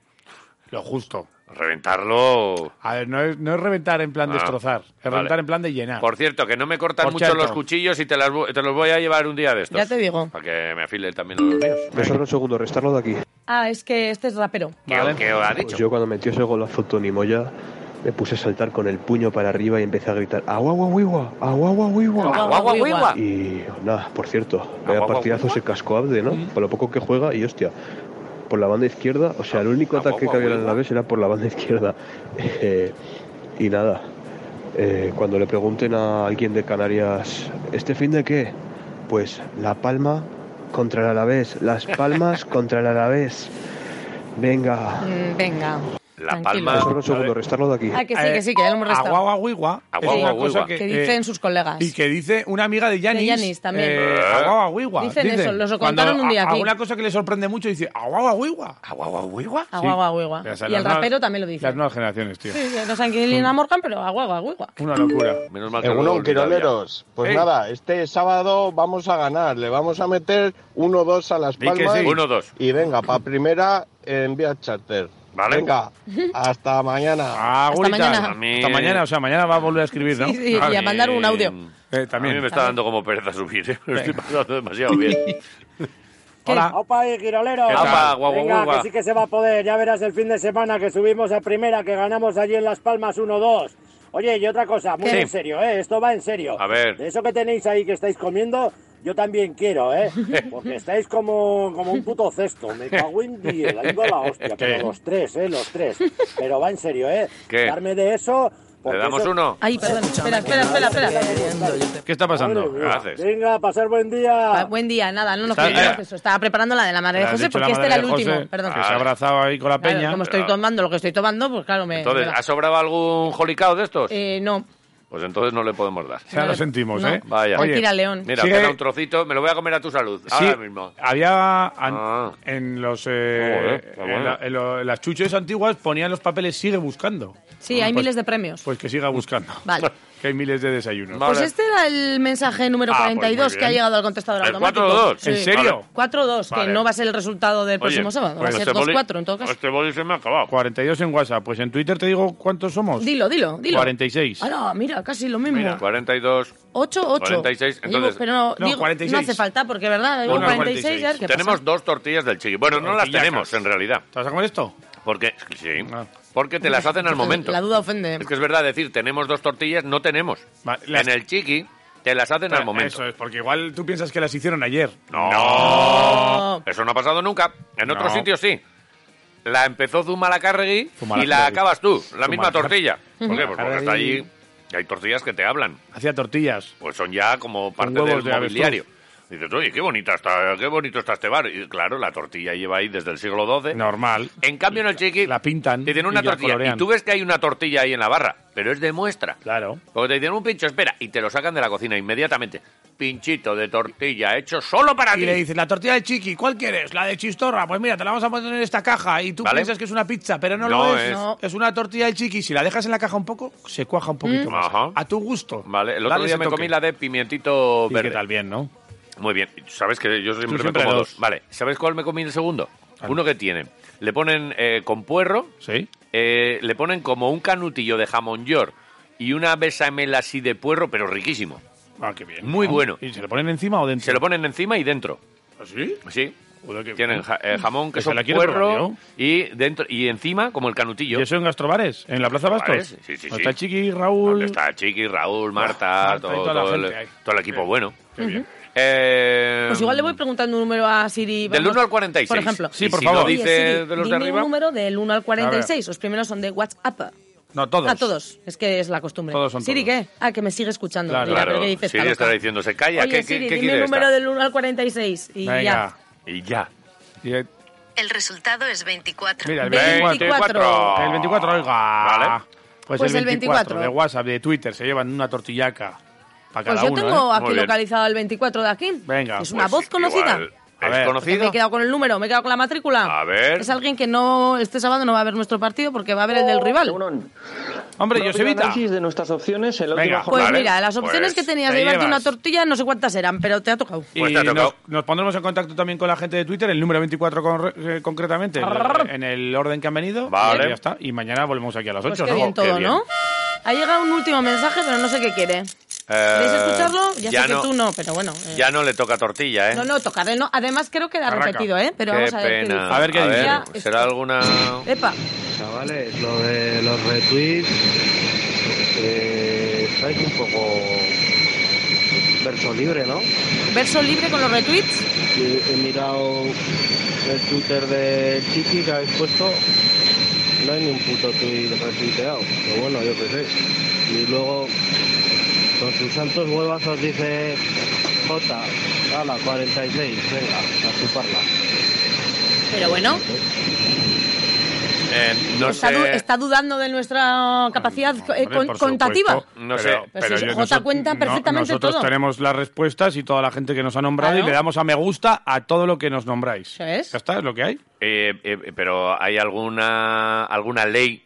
Speaker 4: Lo justo.
Speaker 3: Reventarlo...
Speaker 4: A ver, no es, no es reventar en plan
Speaker 3: Ah,
Speaker 4: destrozar, es
Speaker 3: vale. Pues-
Speaker 4: reventar en plan de llenar.
Speaker 3: Por cierto, que no me cortan
Speaker 4: Por
Speaker 3: mucho
Speaker 4: cierto.
Speaker 3: los cuchillos y te, las vo- te los voy a llevar un día de estos.
Speaker 7: Ya te digo.
Speaker 3: Para que me afile también los míos.
Speaker 41: Me sobra un segundo, restarlo de aquí.
Speaker 7: Ah, es que este es rapero.
Speaker 3: ¿Qué, qué ha
Speaker 41: Pues
Speaker 3: dicho?
Speaker 41: yo cuando metió ese golazo Tony Moya, me puse a saltar con el puño para arriba y empecé a gritar agua guagua, agua
Speaker 3: Agua, agua, agua.
Speaker 41: Y nada, por cierto, vaya
Speaker 3: Agua, Mm.
Speaker 41: partidazo se cascó Abde, ¿no? Por lo poco que juega y hostia. Por la banda izquierda, o sea, el único ataque que había en la vez era por la banda <laughs> izquierda. Eh, y nada, eh, cuando le pregunten a alguien de Canarias, ¿este fin de qué? Pues La Palma
Speaker 3: <laughs>
Speaker 41: contra el Alavés, Las Palmas contra el Alavés. Venga.
Speaker 7: Mm, venga.
Speaker 3: La
Speaker 7: Tranquilo.
Speaker 3: Palma. Eh,
Speaker 41: Solo un segundo, restarlo de aquí.
Speaker 7: Ah, que sí, que sí, que ya lo hemos restado.
Speaker 4: Agua, agua, guigua.
Speaker 3: Agua,
Speaker 4: Es una
Speaker 3: agua,
Speaker 4: cosa
Speaker 3: guigua.
Speaker 4: que,
Speaker 7: que
Speaker 4: eh,
Speaker 7: dicen sus colegas.
Speaker 4: Y que dice una amiga de Yanis.
Speaker 7: De Yanis también.
Speaker 4: eh, aguagua, guigua,
Speaker 7: Dicen eso, los lo
Speaker 4: Cuando
Speaker 7: contaron un día
Speaker 4: a- a
Speaker 7: aquí.
Speaker 4: una cosa que le sorprende mucho dice aguagua, guigua. ¿Aguagua, guigua?
Speaker 7: Agua, agua, agua. Y el rapero también lo dice.
Speaker 4: Las nuevas generaciones, tío.
Speaker 7: Sí, que no saben quién es Lina Morgan, pero agua, agua, agua.
Speaker 4: Una locura.
Speaker 3: Menos
Speaker 2: Egunon, quiroleros. Pues
Speaker 4: Ey.
Speaker 2: nada, este sábado vamos a ganar. Le vamos a meter 1-2 a las
Speaker 3: Di que
Speaker 2: palmas.
Speaker 3: sí. 1-2.
Speaker 2: Y venga, para primera en vía charter.
Speaker 3: Vale.
Speaker 2: Venga, hasta mañana.
Speaker 4: Aguritas.
Speaker 7: mañana.
Speaker 4: Hasta mañana, o sea, mañana va a volver a escribir, ¿no?
Speaker 7: Sí, sí, y a mandar un audio.
Speaker 4: Eh, también.
Speaker 3: A mí me está dando como pereza subir, ¿eh? Lo estoy pasando demasiado
Speaker 4: <laughs>
Speaker 3: bien.
Speaker 4: Hola.
Speaker 6: Opa ahí, Girolero.
Speaker 3: ¿Qué tal? Apa, guau, guau,
Speaker 6: Venga,
Speaker 3: guau.
Speaker 6: que sí que se va a poder. Ya verás el fin de semana que subimos a primera, que ganamos allí en Las Palmas 1-2. Oye, y otra cosa, muy
Speaker 3: Sí.
Speaker 6: en serio, ¿eh? Esto va en serio.
Speaker 3: A ver.
Speaker 6: De eso que tenéis ahí que estáis comiendo, yo también quiero,
Speaker 3: <laughs>
Speaker 6: ¿eh? Porque estáis como, como un puto cesto. Me cago en diez, la iba a la hostia.
Speaker 3: ¿Qué?
Speaker 6: Pero los tres, ¿eh? Los tres. Pero va en serio, ¿eh?
Speaker 3: ¿Qué?
Speaker 6: Darme de eso... porque
Speaker 3: damos
Speaker 6: eso-
Speaker 3: uno?
Speaker 7: Ay, perdón. Espera, espera, espera, espera.
Speaker 4: ¿Qué está pasando?
Speaker 3: ¿Qué haces?
Speaker 6: Venga, pasar buen día.
Speaker 7: Buen día, nada, no nos
Speaker 4: Está-
Speaker 7: preocupemos. eso. Estaba preparando la de la madre
Speaker 4: Le
Speaker 7: de
Speaker 4: has
Speaker 7: José
Speaker 4: dicho la
Speaker 7: porque este
Speaker 4: madre
Speaker 7: era el
Speaker 4: de José, Ah,
Speaker 7: último. Perdón.
Speaker 4: Que se ha abrazado ahí con la
Speaker 7: Claro,
Speaker 4: peña.
Speaker 7: como estoy tomando lo que estoy tomando, pues claro, me.
Speaker 3: Entonces,
Speaker 7: me va.
Speaker 3: ¿ha sobrado algún jolicao de estos?
Speaker 7: Eh, no.
Speaker 3: Pues entonces no le podemos dar.
Speaker 4: Ya lo sentimos,
Speaker 7: No.
Speaker 4: ¿eh?
Speaker 3: Vaya.
Speaker 7: Oye, Tranquila, León.
Speaker 3: Mira,
Speaker 4: sigue-
Speaker 3: queda un trocito, me lo voy a comer a tu salud, ahora
Speaker 4: Sí,
Speaker 3: mismo.
Speaker 4: Había an- en los eh,
Speaker 3: Joder, qué
Speaker 4: en,
Speaker 3: bueno.
Speaker 4: la- en lo- en las chuches antiguas ponían los papeles sigue buscando.
Speaker 7: Sí, hay
Speaker 4: Pues-
Speaker 7: miles de premios.
Speaker 4: Pues que siga buscando.
Speaker 7: <laughs> Vale.
Speaker 4: <laughs> que hay miles de desayunos.
Speaker 7: Pues este era el mensaje número
Speaker 4: Ah, pues
Speaker 7: 42
Speaker 4: muy
Speaker 7: que ha
Speaker 4: bien.
Speaker 7: llegado al contestador
Speaker 4: ¿El
Speaker 7: automático.
Speaker 4: 4-2? ¿En serio?
Speaker 7: 4-2,
Speaker 4: Vale.
Speaker 7: que no va a ser el resultado del
Speaker 4: Oye,
Speaker 7: próximo sábado, va a
Speaker 4: pues
Speaker 7: ser
Speaker 4: este boli-
Speaker 7: 2-4 en todo caso.
Speaker 4: Este boli se me ha acabado. 42 en WhatsApp. Pues en Twitter te digo cuántos somos.
Speaker 7: Dilo, dilo, dilo. Ah,
Speaker 4: 46.
Speaker 7: Ahora, mira, casi lo mismo.
Speaker 3: 42.
Speaker 7: 8, 8.
Speaker 3: 46, entonces-
Speaker 7: pero no,
Speaker 3: No,
Speaker 7: digo,
Speaker 3: 46.
Speaker 7: no hace falta porque, ¿verdad? Digo
Speaker 3: Bueno,
Speaker 7: 46, ya, ¿qué pasa?
Speaker 3: Tenemos dos tortillas del chiqui. Bueno, no las
Speaker 4: Tortillacas.
Speaker 3: tenemos, en realidad.
Speaker 4: ¿Te vas a comer esto? Ah.
Speaker 3: Porque, sí, porque te las hacen al momento.
Speaker 7: La duda ofende.
Speaker 3: Es que es verdad decir, tenemos dos tortillas, no tenemos. En el chiqui te las hacen al momento.
Speaker 4: Eso es, porque igual tú piensas que las hicieron ayer.
Speaker 3: No. Eso no ha pasado nunca. En otros
Speaker 4: No.
Speaker 3: sitios sí. La empezó Zumalacárregui y
Speaker 4: Zumalacárregui.
Speaker 3: la acabas tú, la misma
Speaker 4: Zumalacárregui.
Speaker 3: tortilla. ¿Por qué? Pues porque
Speaker 4: Zumalacárregui.
Speaker 3: está allí y hay tortillas que te hablan.
Speaker 4: Hacía tortillas.
Speaker 3: Pues son ya como parte del
Speaker 4: huevos de
Speaker 3: mobiliario. Dices, oye, qué bonita está, qué bonito está este bar. Y claro, la tortilla lleva ahí desde el siglo XII.
Speaker 4: Normal.
Speaker 3: En cambio, en el chiqui
Speaker 4: La pintan.
Speaker 3: dicen una
Speaker 4: y la
Speaker 3: tortilla.
Speaker 4: colorean.
Speaker 3: Y tú ves que hay una tortilla ahí en la barra, pero es de muestra.
Speaker 4: Claro.
Speaker 3: Porque te dicen un pincho, espera, y te lo sacan de la cocina inmediatamente. Pinchito de tortilla hecho solo para
Speaker 4: Y
Speaker 3: ti.
Speaker 4: le dices, la tortilla del chiqui, ¿cuál quieres? La de chistorra. Pues mira, te la vamos a poner en esta caja y tú
Speaker 3: ¿Vale?
Speaker 4: piensas que es una pizza, pero no,
Speaker 3: No
Speaker 4: lo es.
Speaker 3: es. No.
Speaker 4: Es una tortilla del chiqui. Si la dejas en la caja un poco, se cuaja un poquito
Speaker 3: Mm.
Speaker 4: más.
Speaker 3: Ajá.
Speaker 4: A tu gusto.
Speaker 3: Vale, el otro
Speaker 4: Dale
Speaker 3: día
Speaker 4: ese
Speaker 3: me
Speaker 4: toque.
Speaker 3: comí la de pimientito
Speaker 4: ¿Y
Speaker 3: verde.
Speaker 4: qué tal? Bien, ¿no?
Speaker 3: Muy bien. Sabes que yo siempre,
Speaker 4: siempre
Speaker 3: me como
Speaker 4: dos. Ah.
Speaker 3: dos. Vale, ¿sabes cuál me comí el segundo? Uno que tiene. Le ponen eh, con puerro. eh,
Speaker 4: Sí.
Speaker 3: le ponen como un canutillo de jamón york y una besamel así de puerro, pero riquísimo.
Speaker 4: Ah, qué bien.
Speaker 3: Muy
Speaker 4: ¿no?
Speaker 3: bueno.
Speaker 4: ¿Y se le ponen encima o dentro?
Speaker 3: Se lo ponen encima y dentro.
Speaker 4: ¿Sí?
Speaker 3: Sí.
Speaker 4: qué
Speaker 3: Tienen ja- eh, jamón,
Speaker 4: Pues se
Speaker 3: queso,
Speaker 4: la quiero probar
Speaker 3: puerro
Speaker 4: yo.
Speaker 3: y dentro y encima como el canutillo.
Speaker 4: ¿Y eso en gastrobares? ¿En la Plaza Bastos?
Speaker 3: Gastrobares, sí,
Speaker 4: ¿Dónde
Speaker 3: sí, sí.
Speaker 4: Está el chiqui, Raúl.
Speaker 3: Está Chiqui, Raúl, Marta,
Speaker 4: Ah, Marta y
Speaker 3: todo,
Speaker 4: toda la
Speaker 3: todo el,
Speaker 4: gente ahí.
Speaker 3: todo el equipo bueno.
Speaker 4: Qué Este, bien.
Speaker 3: Eh,
Speaker 7: Pues igual le voy preguntando un número a Siri.
Speaker 3: Del
Speaker 7: vamos,
Speaker 3: 1 al 46.
Speaker 7: Por ejemplo.
Speaker 3: Sí, por favor.
Speaker 7: Oye,
Speaker 3: Dice
Speaker 7: Siri,
Speaker 3: de los de
Speaker 7: dime
Speaker 3: arriba.
Speaker 7: un número del 1 al 46. Los primeros son de WhatsApp.
Speaker 4: No, todos.
Speaker 7: A todos. Es que es la costumbre.
Speaker 3: Todos son
Speaker 7: Siri, ¿qué? Ah, que me sigue escuchando.
Speaker 3: Claro,
Speaker 7: Dirá, ¿pero
Speaker 3: claro.
Speaker 7: qué dices,
Speaker 3: Siri
Speaker 7: está
Speaker 3: estará
Speaker 7: loca?
Speaker 3: diciendo, se calla.
Speaker 7: Oye,
Speaker 3: ¿Qué, qué-
Speaker 7: Siri,
Speaker 3: qué
Speaker 7: dime
Speaker 3: quiere
Speaker 7: el número
Speaker 3: esta?
Speaker 7: del 1 al 46. Y ya.
Speaker 3: Y ya.
Speaker 20: El resultado es 24.
Speaker 4: Mira, el 24.
Speaker 7: 24.
Speaker 4: El 24, oiga. Vale. Pues,
Speaker 7: Pues
Speaker 4: el
Speaker 7: el
Speaker 4: 24,
Speaker 7: 24.
Speaker 4: de WhatsApp, de Twitter, se llevan una tortillaca para
Speaker 7: Pues
Speaker 4: cada
Speaker 7: yo
Speaker 4: uno.
Speaker 7: tengo
Speaker 4: ¿eh?
Speaker 7: aquí localizado el 24 de aquí.
Speaker 4: Venga. pues
Speaker 3: pues
Speaker 7: Es una voz conocida.
Speaker 4: A ver.
Speaker 7: Porque Me he quedado con el número, me he quedado con la matrícula.
Speaker 4: A ver.
Speaker 7: Es alguien que no este sábado no va a ver nuestro partido porque va a ver el del rival.
Speaker 4: Hombre,
Speaker 5: Propio
Speaker 4: Josebita.
Speaker 5: análisis de nuestras opciones en la
Speaker 4: Venga.
Speaker 5: última
Speaker 7: Pues
Speaker 5: jornada.
Speaker 7: mira, las opciones que tenías
Speaker 4: te
Speaker 7: de llevarte
Speaker 4: llevas.
Speaker 7: una tortilla, no sé cuántas eran, pero Pues te ha tocado.
Speaker 4: Y Pues nos, nos pondremos en contacto también con la gente de Twitter, el número 24 con- eh, concretamente, en- en el orden que han venido.
Speaker 3: Vale.
Speaker 4: Y ya está. Y mañana volvemos aquí a las
Speaker 7: Pues
Speaker 4: 8,
Speaker 7: qué
Speaker 4: ¿no?
Speaker 7: bien todo, ¿no? Ha llegado un último mensaje, pero no sé qué quiere. ¿Queréis
Speaker 3: Eh,
Speaker 7: escucharlo? Ya, sé
Speaker 3: no,
Speaker 7: que tú no, pero bueno. eh,
Speaker 3: Ya no le toca tortilla, ¿eh?
Speaker 7: No, no, tocaré no. Además creo que era
Speaker 3: Arranca.
Speaker 7: repetido, ¿eh? Pero
Speaker 3: qué
Speaker 7: vamos a ver
Speaker 3: pena.
Speaker 7: qué dice.
Speaker 3: A ver qué
Speaker 7: Ya
Speaker 3: dice. ¿Será alguna...?
Speaker 7: es- Epa,
Speaker 10: Chavales, lo de los retweets, eh, estáis un poco verso libre, ¿no?
Speaker 7: verso libre con los retweets.
Speaker 10: He, he mirado el Twitter de Chiqui que habéis puesto, no hay ni un puto tweet retuiteado, pero bueno, yo qué sé. Y luego, con sus santos huevas os dice J, a la 46, venga, a chuparla.
Speaker 7: Pero bueno,
Speaker 3: Eh, no
Speaker 7: Está,
Speaker 3: sé.
Speaker 7: du- está dudando de nuestra capacidad eh,
Speaker 4: Hombre,
Speaker 7: con-
Speaker 4: por
Speaker 7: contativa.
Speaker 4: supuesto,
Speaker 3: No
Speaker 4: pero-
Speaker 3: sé.
Speaker 7: Pero
Speaker 4: pero
Speaker 7: si
Speaker 4: yo-
Speaker 7: Jota
Speaker 4: nosot-
Speaker 7: cuenta
Speaker 4: no-
Speaker 7: perfectamente
Speaker 4: Nosotros
Speaker 7: todo.
Speaker 4: tenemos las respuestas y toda la gente que nos ha nombrado
Speaker 7: Claro.
Speaker 4: y le damos a me gusta a todo lo que nos nombráis.
Speaker 7: ¿Sabes?
Speaker 4: Ya está, es lo que hay.
Speaker 3: Eh, eh, pero hay alguna alguna ley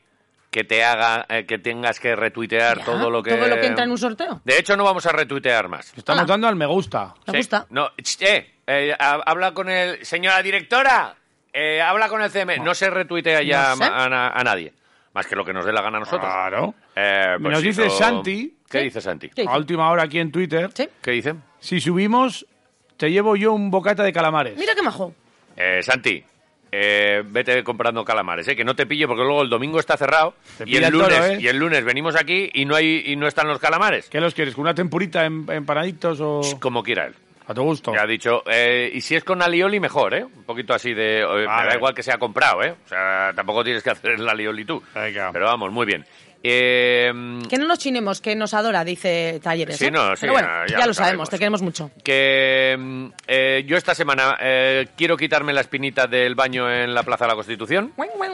Speaker 3: que te haga eh, que tengas que retuitear todo lo que
Speaker 7: Todo lo que entra en un sorteo.
Speaker 3: De hecho no vamos a retuitear más.
Speaker 4: Estamos dando al me gusta.
Speaker 7: Me
Speaker 3: Sí.
Speaker 7: gusta.
Speaker 3: No, ch- eh, eh, ha- habla con el señora directora. eh, habla con el CM. No se retuitea ya
Speaker 4: No sé.
Speaker 3: a, ma- a na- a nadie. Más que lo que nos dé la gana a nosotros.
Speaker 4: Claro.
Speaker 3: Eh, pues
Speaker 4: Nos
Speaker 3: si
Speaker 4: dice
Speaker 3: eso-
Speaker 4: Santi-
Speaker 3: ¿Qué
Speaker 4: Sí.
Speaker 3: dice Santi?
Speaker 4: A última hora aquí en Twitter.
Speaker 3: ¿Qué dicen?
Speaker 4: Si subimos, te llevo yo un bocata de calamares.
Speaker 7: Mira qué majo.
Speaker 3: Eh, Santi, eh, vete comprando calamares, eh, que no te pille porque luego el domingo está cerrado y
Speaker 4: pilla
Speaker 3: el,
Speaker 4: el toro,
Speaker 3: lunes,
Speaker 4: eh.
Speaker 3: y el lunes venimos aquí y no hay y no están los calamares.
Speaker 4: ¿Qué los quieres? ¿Con una tempurita en, empanaditos o...?
Speaker 3: Como quiera él.
Speaker 4: A tu gusto.
Speaker 3: Ya ha dicho, eh, y si es con alioli, mejor, ¿eh? Un poquito así de... eh, me da
Speaker 4: ver.
Speaker 3: igual que sea comprado, ¿eh? O sea, tampoco tienes que hacer el alioli tú. Pero vamos, muy bien. Eh,
Speaker 7: Que no nos chinemos, que nos adora, dice Talleres.
Speaker 3: Sí,
Speaker 7: ¿eh?
Speaker 3: no, sí,
Speaker 7: Pero bueno,
Speaker 3: ya- ya
Speaker 7: ya,
Speaker 3: lo
Speaker 7: lo
Speaker 3: sabemos.
Speaker 7: sabemos, te queremos mucho.
Speaker 3: que mm, eh, yo esta semana eh, quiero quitarme la espinita del baño en la Plaza de la Constitución.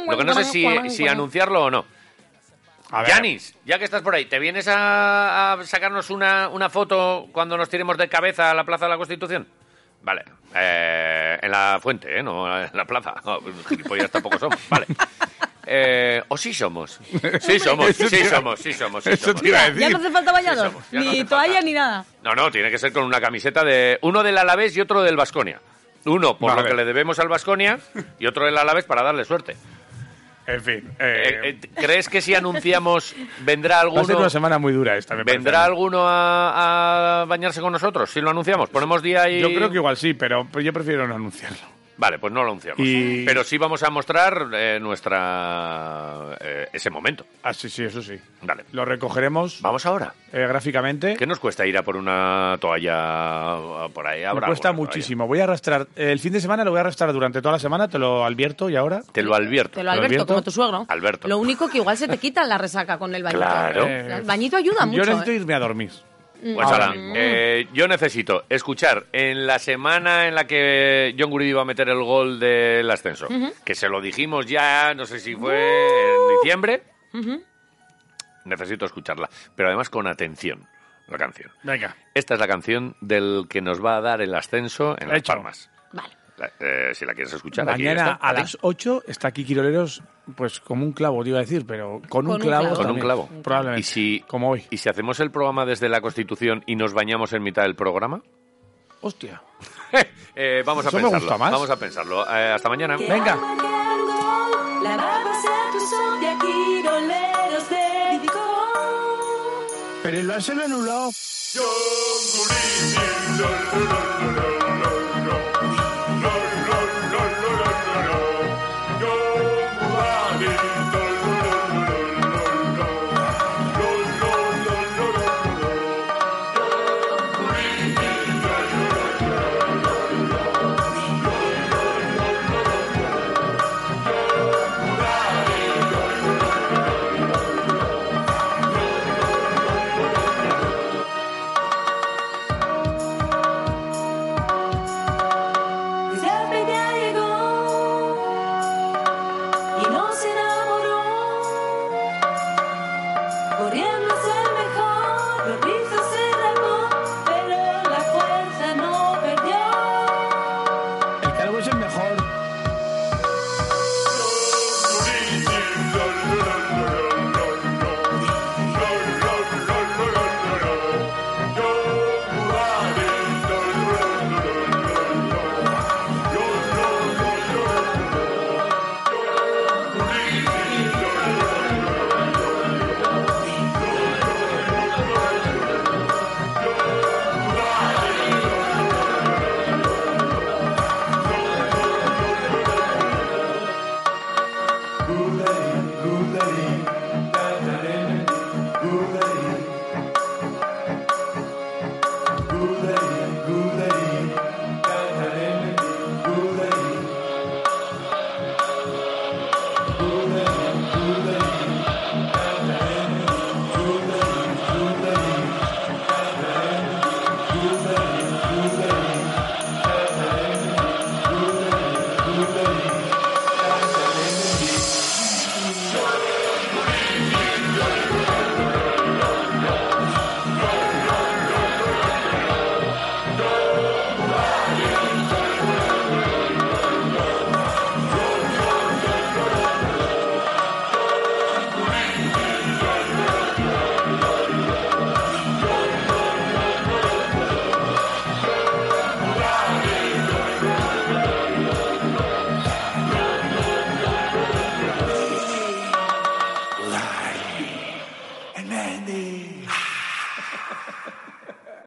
Speaker 3: Lo que no sé si, si anunciarlo o no.
Speaker 4: ver.
Speaker 3: Yanis, ya que estás por ahí, ¿te vienes a, a sacarnos una, una foto cuando nos tiremos de cabeza a la Plaza de la Constitución? Vale, eh, en la fuente, ¿eh? no en la plaza. No, pues, gilipollas tampoco somos, vale. Eh, o sí somos. Sí somos,
Speaker 4: Eso te
Speaker 3: sí
Speaker 4: iba-
Speaker 3: somos, sí somos. sí
Speaker 4: eso te
Speaker 3: somos.
Speaker 4: iba a
Speaker 7: Ya no hace falta bañador,
Speaker 3: ya no
Speaker 7: ni
Speaker 3: hace
Speaker 7: toalla ni nada.
Speaker 3: No, no, tiene que ser con una camiseta de uno del Alavés y otro del Vasconia. Uno por lo
Speaker 4: Vale.
Speaker 3: que le debemos al Vasconia y otro del Alavés para darle suerte.
Speaker 4: En fin.
Speaker 3: Eh, eh, ¿Crees que si anunciamos vendrá
Speaker 4: Va a ser
Speaker 3: alguno
Speaker 4: una semana muy dura esta, me parece.
Speaker 3: vendrá alguno a, a bañarse con nosotros? Si lo anunciamos, ponemos día y
Speaker 4: Yo creo que igual sí, pero yo prefiero no anunciarlo.
Speaker 3: Vale, pues no lo anunciamos.
Speaker 4: Y-
Speaker 3: Pero sí vamos a mostrar eh, nuestra eh, ese momento.
Speaker 4: Ah, sí, sí, eso sí.
Speaker 3: Dale.
Speaker 4: Lo recogeremos.
Speaker 3: Vamos ahora.
Speaker 4: eh, gráficamente.
Speaker 3: ¿Qué nos cuesta ir a por una toalla eh, por ahí?
Speaker 4: Me
Speaker 3: Habrá
Speaker 4: cuesta
Speaker 3: alguna toalla.
Speaker 4: muchísimo. Voy a arrastrar. El fin de semana lo voy a arrastrar durante toda la semana, te lo advierto y ahora.
Speaker 3: Te lo advierto.
Speaker 7: Te lo Alberto, como tu suegro.
Speaker 3: Alberto.
Speaker 7: Lo único que igual se te quita la resaca con el bañito.
Speaker 3: Claro.
Speaker 7: El bañito ayuda mucho.
Speaker 4: Yo necesito
Speaker 7: ¿eh?
Speaker 4: irme a dormir.
Speaker 7: Mm.
Speaker 3: Pues
Speaker 4: Ahora
Speaker 3: ala,
Speaker 4: mismo.
Speaker 3: eh, yo necesito escuchar en la semana en la que John Guridi iba a meter el gol del ascenso,
Speaker 7: Ujú.
Speaker 3: que se lo dijimos ya, no sé si fue en diciembre,
Speaker 7: Ujú.
Speaker 3: necesito escucharla, pero además con atención la canción.
Speaker 4: Venga.
Speaker 3: Esta es la canción del que nos va a dar el ascenso en Las
Speaker 4: Hecho.
Speaker 3: Palmas. Vale. si la quieres escuchar, aquí
Speaker 4: Mañana
Speaker 3: está,
Speaker 4: a
Speaker 3: ti.
Speaker 4: las 8 está aquí Quiroleros, pues como un clavo, te iba a decir, pero con, un clavo.
Speaker 3: Con un
Speaker 4: también.
Speaker 3: clavo.
Speaker 4: Probablemente.
Speaker 3: Y si, como
Speaker 4: hoy.
Speaker 3: ¿Y si hacemos el programa desde la Constitución y nos bañamos en mitad del programa?
Speaker 4: Hostia.
Speaker 3: Eh, vamos, a
Speaker 4: Eso me
Speaker 3: pensarlo,
Speaker 4: gusta más.
Speaker 3: vamos a pensarlo. Eh, hasta mañana.
Speaker 4: Venga.
Speaker 8: La barba tu son de aquí, doleros de
Speaker 10: Pero lo hacen anulado.
Speaker 13: Jiménez.